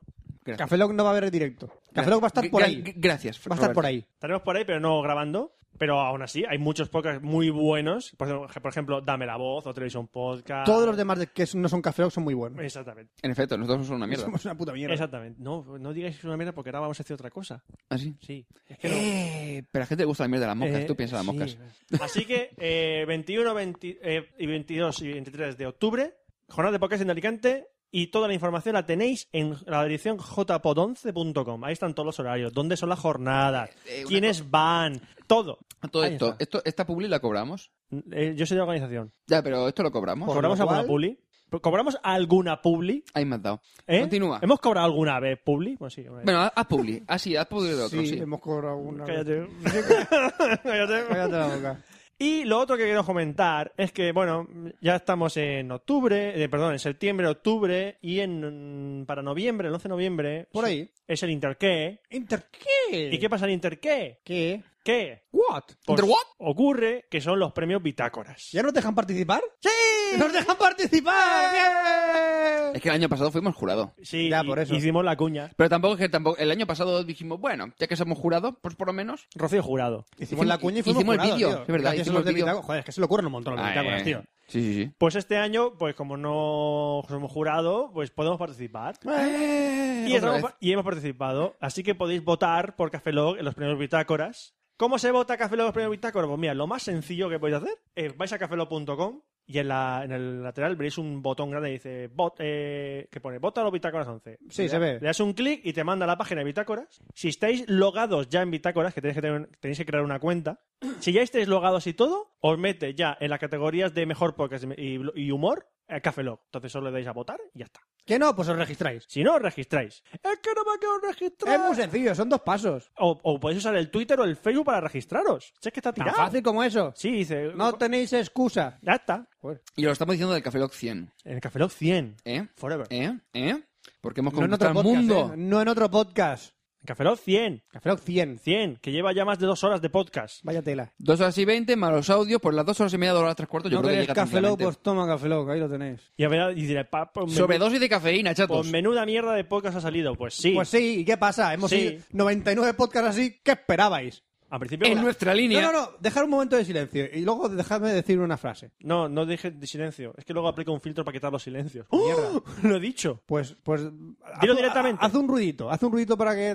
Speaker 3: Café Lock no va a haber directo. Café Lock va a estar por
Speaker 9: Gra-
Speaker 3: ahí.
Speaker 9: gra- Gracias,
Speaker 3: Va a estar
Speaker 9: Roberto.
Speaker 3: por ahí.
Speaker 7: Estaremos por ahí, pero no grabando. Pero aún así, hay muchos podcasts muy buenos. Por ejemplo, por ejemplo, Dame la Voz o Televisión Podcast.
Speaker 3: Todos los demás de- que no son Café Lock son muy buenos.
Speaker 7: Ah. Exactamente.
Speaker 9: En efecto, nosotros somos una mierda.
Speaker 3: Somos una puta mierda.
Speaker 7: Exactamente. No, no digáis que es una mierda porque ahora vamos a hacer otra cosa.
Speaker 9: ¿Ah, sí?
Speaker 7: Sí. Es que no.
Speaker 9: [LAUGHS] Eh, pero a la gente le gusta la mierda de las moscas.
Speaker 7: Eh,
Speaker 9: Tú piensas en las
Speaker 7: sí.
Speaker 9: moscas.
Speaker 7: Así que eh, 21, 20, eh, y 22 y 23 de octubre, jornada de podcast en Alicante. Y toda la información la tenéis en la dirección jpod11.com. Ahí están todos los horarios, dónde son las jornadas,
Speaker 9: Eh, una
Speaker 7: quiénes van, todo.
Speaker 9: A Todo
Speaker 7: Ahí
Speaker 9: esto,
Speaker 7: está.
Speaker 9: esto, esta publi la cobramos.
Speaker 7: Eh, yo soy de la organización.
Speaker 9: Ya, pero esto lo cobramos.
Speaker 7: ¿Cobramos
Speaker 9: Por lo
Speaker 7: alguna
Speaker 9: cual-
Speaker 7: publi? ¿Cobramos alguna publi?
Speaker 9: Ahí me has dado.
Speaker 7: ¿Eh?
Speaker 9: Continúa.
Speaker 7: ¿Hemos cobrado alguna vez publi? Bueno, sí.
Speaker 9: Bueno, haz- haz publi. Ah, sí, haz publi de otro,
Speaker 3: Sí,
Speaker 9: sí. [LAUGHS]
Speaker 3: hemos cobrado una.
Speaker 7: Cállate. Cállate.
Speaker 3: Cállate la boca.
Speaker 7: Y lo otro que quiero comentar es que, bueno, ya estamos en octubre, eh, perdón, en septiembre, octubre y en mm, para noviembre, el 11 de noviembre.
Speaker 3: Por ahí.
Speaker 7: Es el Interqué.
Speaker 3: ¿Inter qué?
Speaker 7: ¿Y qué pasa en Interqué?
Speaker 3: ¿Qué?
Speaker 7: ¿Qué?
Speaker 3: ¿What?
Speaker 7: Pues
Speaker 9: ¿Inter what?
Speaker 7: Ocurre que son los premios Bitácoras.
Speaker 3: ¿Ya nos dejan participar? ¡Sí! ¡Nos dejan participar! ¡Bien!
Speaker 9: Es que el año pasado fuimos jurado.
Speaker 7: Sí,
Speaker 3: Ya,
Speaker 7: y-
Speaker 3: por eso.
Speaker 7: hicimos la cuña.
Speaker 9: Pero tampoco es que tampoco. El año pasado dijimos, bueno, ya que somos jurados, pues por lo menos.
Speaker 7: Rocío Jurado.
Speaker 3: Hicimos la cuña y fuimos
Speaker 9: Hicimos el
Speaker 3: jurados,
Speaker 9: vídeo,
Speaker 3: tío.
Speaker 9: es verdad,
Speaker 3: Gracias a
Speaker 9: hicimos
Speaker 3: los de
Speaker 9: el vídeo.
Speaker 3: Bitácoras. Joder, es que se le ocurren un montón los de
Speaker 9: Ah,
Speaker 3: bitácoras,
Speaker 9: eh.
Speaker 3: tío.
Speaker 9: Sí, sí, sí.
Speaker 7: Pues este año, pues como no somos jurado, pues podemos participar. Y,
Speaker 9: Eh, otra
Speaker 7: estamos-
Speaker 9: vez.
Speaker 7: y hemos participado. Así que podéis votar por Café Log en los premios Bitácoras. ¿Cómo se vota Café Log en los premios Bitácoras? Pues mira, lo más sencillo que podéis hacer es vais a cafelog.com y en, la- en el lateral veréis un botón grande que dice vot- eh, que pone vota a los Bitácoras 11.
Speaker 3: Sí,
Speaker 7: Le da-
Speaker 3: se ve.
Speaker 7: Le das un clic y te manda a la página de Bitácoras. Si estáis logados ya en Bitácoras, que tenéis que, tener- tenéis que crear una cuenta, [CLEARS THROAT] si ya estáis logados y todo, os mete ya en las categorías de mejor podcast y, y humor a Café Log. Entonces solo le dais a votar y ya está.
Speaker 3: ¿Que no? Pues os registráis.
Speaker 7: Si no, os registráis. Es que no me quedo registrado.
Speaker 3: Es muy sencillo, son dos pasos.
Speaker 7: O, o podéis usar el Twitter o el Facebook para registraros. Si es que está
Speaker 3: Tan
Speaker 7: tirado.
Speaker 3: fácil como eso.
Speaker 7: Sí, dice.
Speaker 3: No tenéis excusa.
Speaker 7: Eh, Ya está.
Speaker 3: Joder.
Speaker 9: Y lo estamos diciendo del Café Lock 100.
Speaker 7: En el Café Lock 100.
Speaker 9: ¿Eh?
Speaker 7: Forever.
Speaker 9: ¿Eh? ¿Eh? Porque hemos
Speaker 3: No en otro
Speaker 9: conquistado el
Speaker 3: podcast,
Speaker 9: mundo.
Speaker 3: ¿eh? No en otro podcast.
Speaker 7: En Café Lock 100.
Speaker 3: Café Lock 100.
Speaker 7: 100. Que lleva ya más de dos horas de podcast.
Speaker 3: Vaya tela.
Speaker 9: Dos horas y veinte, más los audios, pues las dos horas y media, dos horas tres cuartos, yo
Speaker 3: no
Speaker 9: creo que
Speaker 3: queréis
Speaker 9: llega
Speaker 3: Café Lock,
Speaker 9: tranquilamente.
Speaker 3: pues toma Café Lock, ahí lo tenéis.
Speaker 7: Y a ver, y diré, pa, pues, menu-
Speaker 9: Sobredosis de cafeína, chatos.
Speaker 7: pues menuda mierda de podcast ha salido. Pues sí.
Speaker 3: Pues sí, ¿y qué pasa? Hemos
Speaker 7: Sí.
Speaker 3: ido 99 podcasts así, ¿qué esperabais?
Speaker 7: Al principio.
Speaker 9: En nuestra línea.
Speaker 3: No, no, no, dejar un momento de silencio y luego dejadme decir una frase.
Speaker 7: No, no dejes de silencio. Es que luego aplico un filtro para quitar los silencios.
Speaker 3: Uh,
Speaker 7: Mierda. ¡Oh! [LAUGHS] Lo he dicho.
Speaker 3: Pues, pues.
Speaker 7: Dilo
Speaker 3: haz-
Speaker 7: directamente.
Speaker 3: Haz un ruidito, haz un ruidito para que.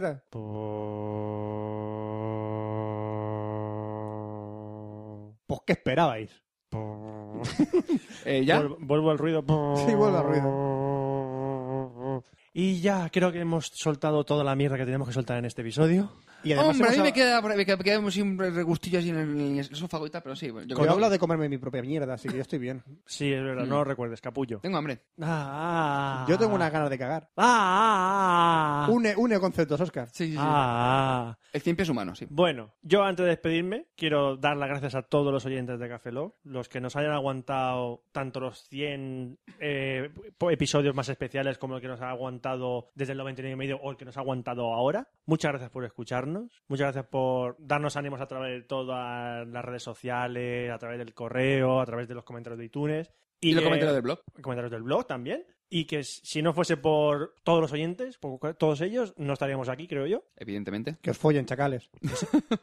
Speaker 3: Pues, ¿qué esperabais?
Speaker 9: [LAUGHS] Eh, ya.
Speaker 7: Vuelvo, vuelvo al ruido.
Speaker 3: [LAUGHS] Sí, vuelve al ruido.
Speaker 7: Y ya, creo que hemos soltado toda la mierda que tenemos que soltar en este episodio.
Speaker 3: Y además
Speaker 9: Hombre, a mí
Speaker 3: hemos
Speaker 9: me
Speaker 3: hab-
Speaker 9: queda, me queda- me queda como si un regustillo así en el, en el esófago y tal, pero sí. bueno, Yo
Speaker 3: Yo
Speaker 9: creo
Speaker 3: he
Speaker 9: que-
Speaker 3: hablado de comerme mi propia mierda, así que yo estoy bien.
Speaker 7: Sí, es verdad, no lo recuerdes, capullo.
Speaker 9: Tengo hambre.
Speaker 7: Ah,
Speaker 3: Yo tengo unas ganas de cagar.
Speaker 7: Ah, ah, ah.
Speaker 3: Une, une conceptos, Oscar.
Speaker 9: Sí, sí, sí.
Speaker 7: Ah, ah.
Speaker 9: El cien pies humano, sí.
Speaker 7: Bueno, yo antes de despedirme quiero dar las gracias a todos los oyentes de Café Lock, los que nos hayan aguantado tanto los 100 eh, po- episodios más especiales como el que nos ha aguantado aguantado desde el 99 y medio o el que nos ha aguantado ahora. Muchas gracias por escucharnos. Muchas gracias por darnos ánimos a través de todas las redes sociales, a través del correo, a través de los comentarios de iTunes.
Speaker 9: Y los
Speaker 7: que-
Speaker 9: comentarios del blog.
Speaker 7: Comentarios del blog también. Y que si no fuese por todos los oyentes, por todos ellos, no estaríamos aquí, creo yo.
Speaker 9: Evidentemente.
Speaker 3: Que os follen, chacales.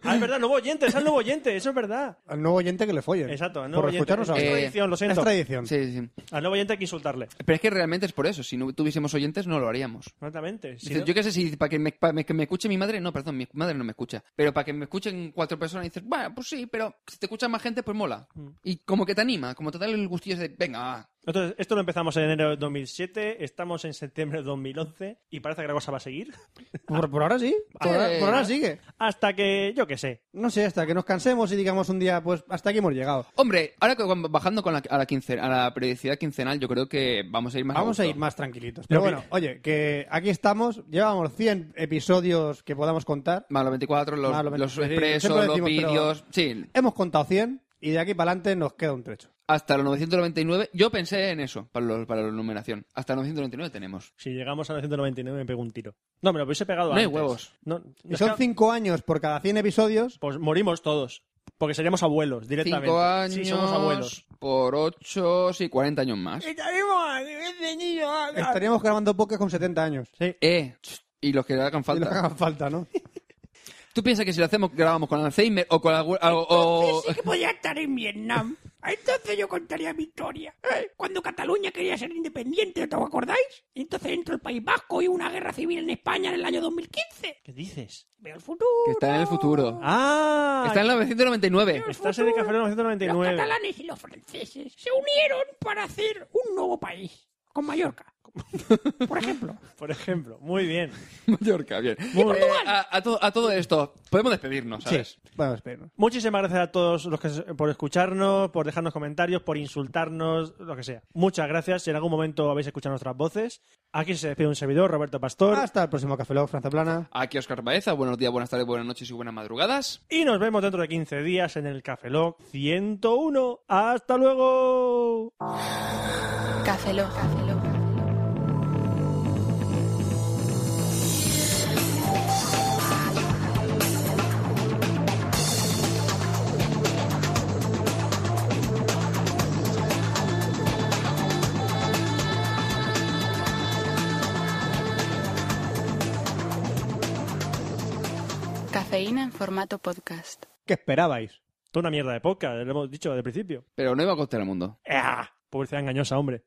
Speaker 7: Ah, es verdad, nuevo oyente, es el nuevo oyente, eso es verdad.
Speaker 3: Al nuevo oyente que le follen.
Speaker 7: Exacto, al nuevo
Speaker 3: Por
Speaker 7: ah, oyente.
Speaker 3: escucharnos
Speaker 7: Es
Speaker 9: Eh,
Speaker 3: ahora.
Speaker 7: tradición, lo siento.
Speaker 3: Es tradición.
Speaker 9: Sí, sí.
Speaker 7: Al nuevo oyente hay que insultarle.
Speaker 9: Pero es que realmente es por eso. Si no tuviésemos oyentes, no lo haríamos.
Speaker 7: Exactamente. Si
Speaker 9: Dices,
Speaker 7: no-
Speaker 9: Yo qué sé, si para que, me, pa' me- que me escuche mi madre, no, perdón, mi madre no me escucha. Pero para que me escuchen cuatro personas, dices, bueno, pues sí, pero si te escucha más gente, pues mola.
Speaker 7: Mm.
Speaker 9: Y como que te anima, como te da el gustillo ese de, venga, va.
Speaker 7: Entonces, esto lo empezamos en enero de 2007, estamos en septiembre de 2011 y parece que la cosa va a seguir.
Speaker 3: Por, por ahora sí. Por, ahora- por ahora sigue.
Speaker 7: Hasta que, yo qué sé.
Speaker 3: No sé, hasta que nos cansemos y digamos un día, pues hasta aquí hemos llegado.
Speaker 9: Hombre, ahora que cuando- bajando con la, a, la quince- a la periodicidad quincenal, yo creo que vamos a ir más
Speaker 3: Vamos a ir más tranquilitos. Pero bueno, oye, que aquí estamos. Llevamos 100 episodios que podamos contar.
Speaker 9: Más los 24, los,
Speaker 3: Más los
Speaker 9: los
Speaker 3: 24, sí,
Speaker 9: expresos,
Speaker 3: siempre lo
Speaker 9: los
Speaker 3: decimos, pero-
Speaker 9: vídeos. Sí,
Speaker 3: Hemos contado 100 y de aquí para adelante nos queda un trecho.
Speaker 9: hasta los 999. Yo pensé en eso, para, los- para la numeración. Hasta los 999 tenemos.
Speaker 7: Si llegamos a 999 me pego un tiro. No, me lo hubiese pegado
Speaker 9: No hay
Speaker 7: antes.
Speaker 9: huevos.
Speaker 7: No,
Speaker 3: Y son 5 años por cada 100 episodios.
Speaker 7: Pues morimos todos. Porque seríamos abuelos directamente.
Speaker 9: 5 años
Speaker 7: Sí, somos abuelos.
Speaker 9: por 8, sí, 40 años más.
Speaker 3: Estaríamos grabando podcast con 70 años.
Speaker 7: Sí.
Speaker 9: Eh, y los que le hagan
Speaker 3: Y
Speaker 9: falta.
Speaker 3: nos hagan falta, ¿no?
Speaker 9: [LAUGHS] ¿Tú piensas que si lo hacemos, grabamos con Alzheimer o con algún... algo- o-
Speaker 8: Sí que podía estar en Vietnam. Entonces yo contaría mi historia. Eh, Cuando Cataluña quería ser independiente, ¿os acordáis? Y entonces entró el País Vasco y hubo una guerra civil en España en el año 2015.
Speaker 7: ¿Qué dices?
Speaker 8: Veo el futuro.
Speaker 9: Que está en el futuro.
Speaker 7: ¡Ah!
Speaker 9: Está en 999.
Speaker 7: Estás en el café
Speaker 8: Los
Speaker 7: 999.
Speaker 8: catalanes y los franceses se unieron para hacer un nuevo país. Con Mallorca. Por ejemplo.
Speaker 7: Por ejemplo. Muy bien.
Speaker 9: [LAUGHS] Mallorca, bien. Eh, a, a todo, a todo esto, podemos despedirnos, ¿sabes?
Speaker 3: Vamos, espera.
Speaker 7: Muchísimas gracias a todos los que por escucharnos, por dejarnos comentarios, por insultarnos, lo que sea. Muchas gracias. Si en algún momento habéis escuchado nuestras voces, aquí se despide un servidor, Roberto Pastor.
Speaker 3: Hasta el próximo Café Log, Franza Plana.
Speaker 9: Aquí Oscar Baeza, buenos días, buenas tardes, buenas noches y buenas madrugadas.
Speaker 7: Y nos vemos dentro de 15 días en el Café Lock 101. ¡Hasta luego!
Speaker 11: Café Lock. Cafeína en formato podcast.
Speaker 3: ¿Qué esperabais?
Speaker 7: Toda una mierda de poca, lo hemos dicho desde el principio.
Speaker 9: Pero no iba a costar al mundo.
Speaker 7: ¡Ah! Publicidad engañosa, hombre.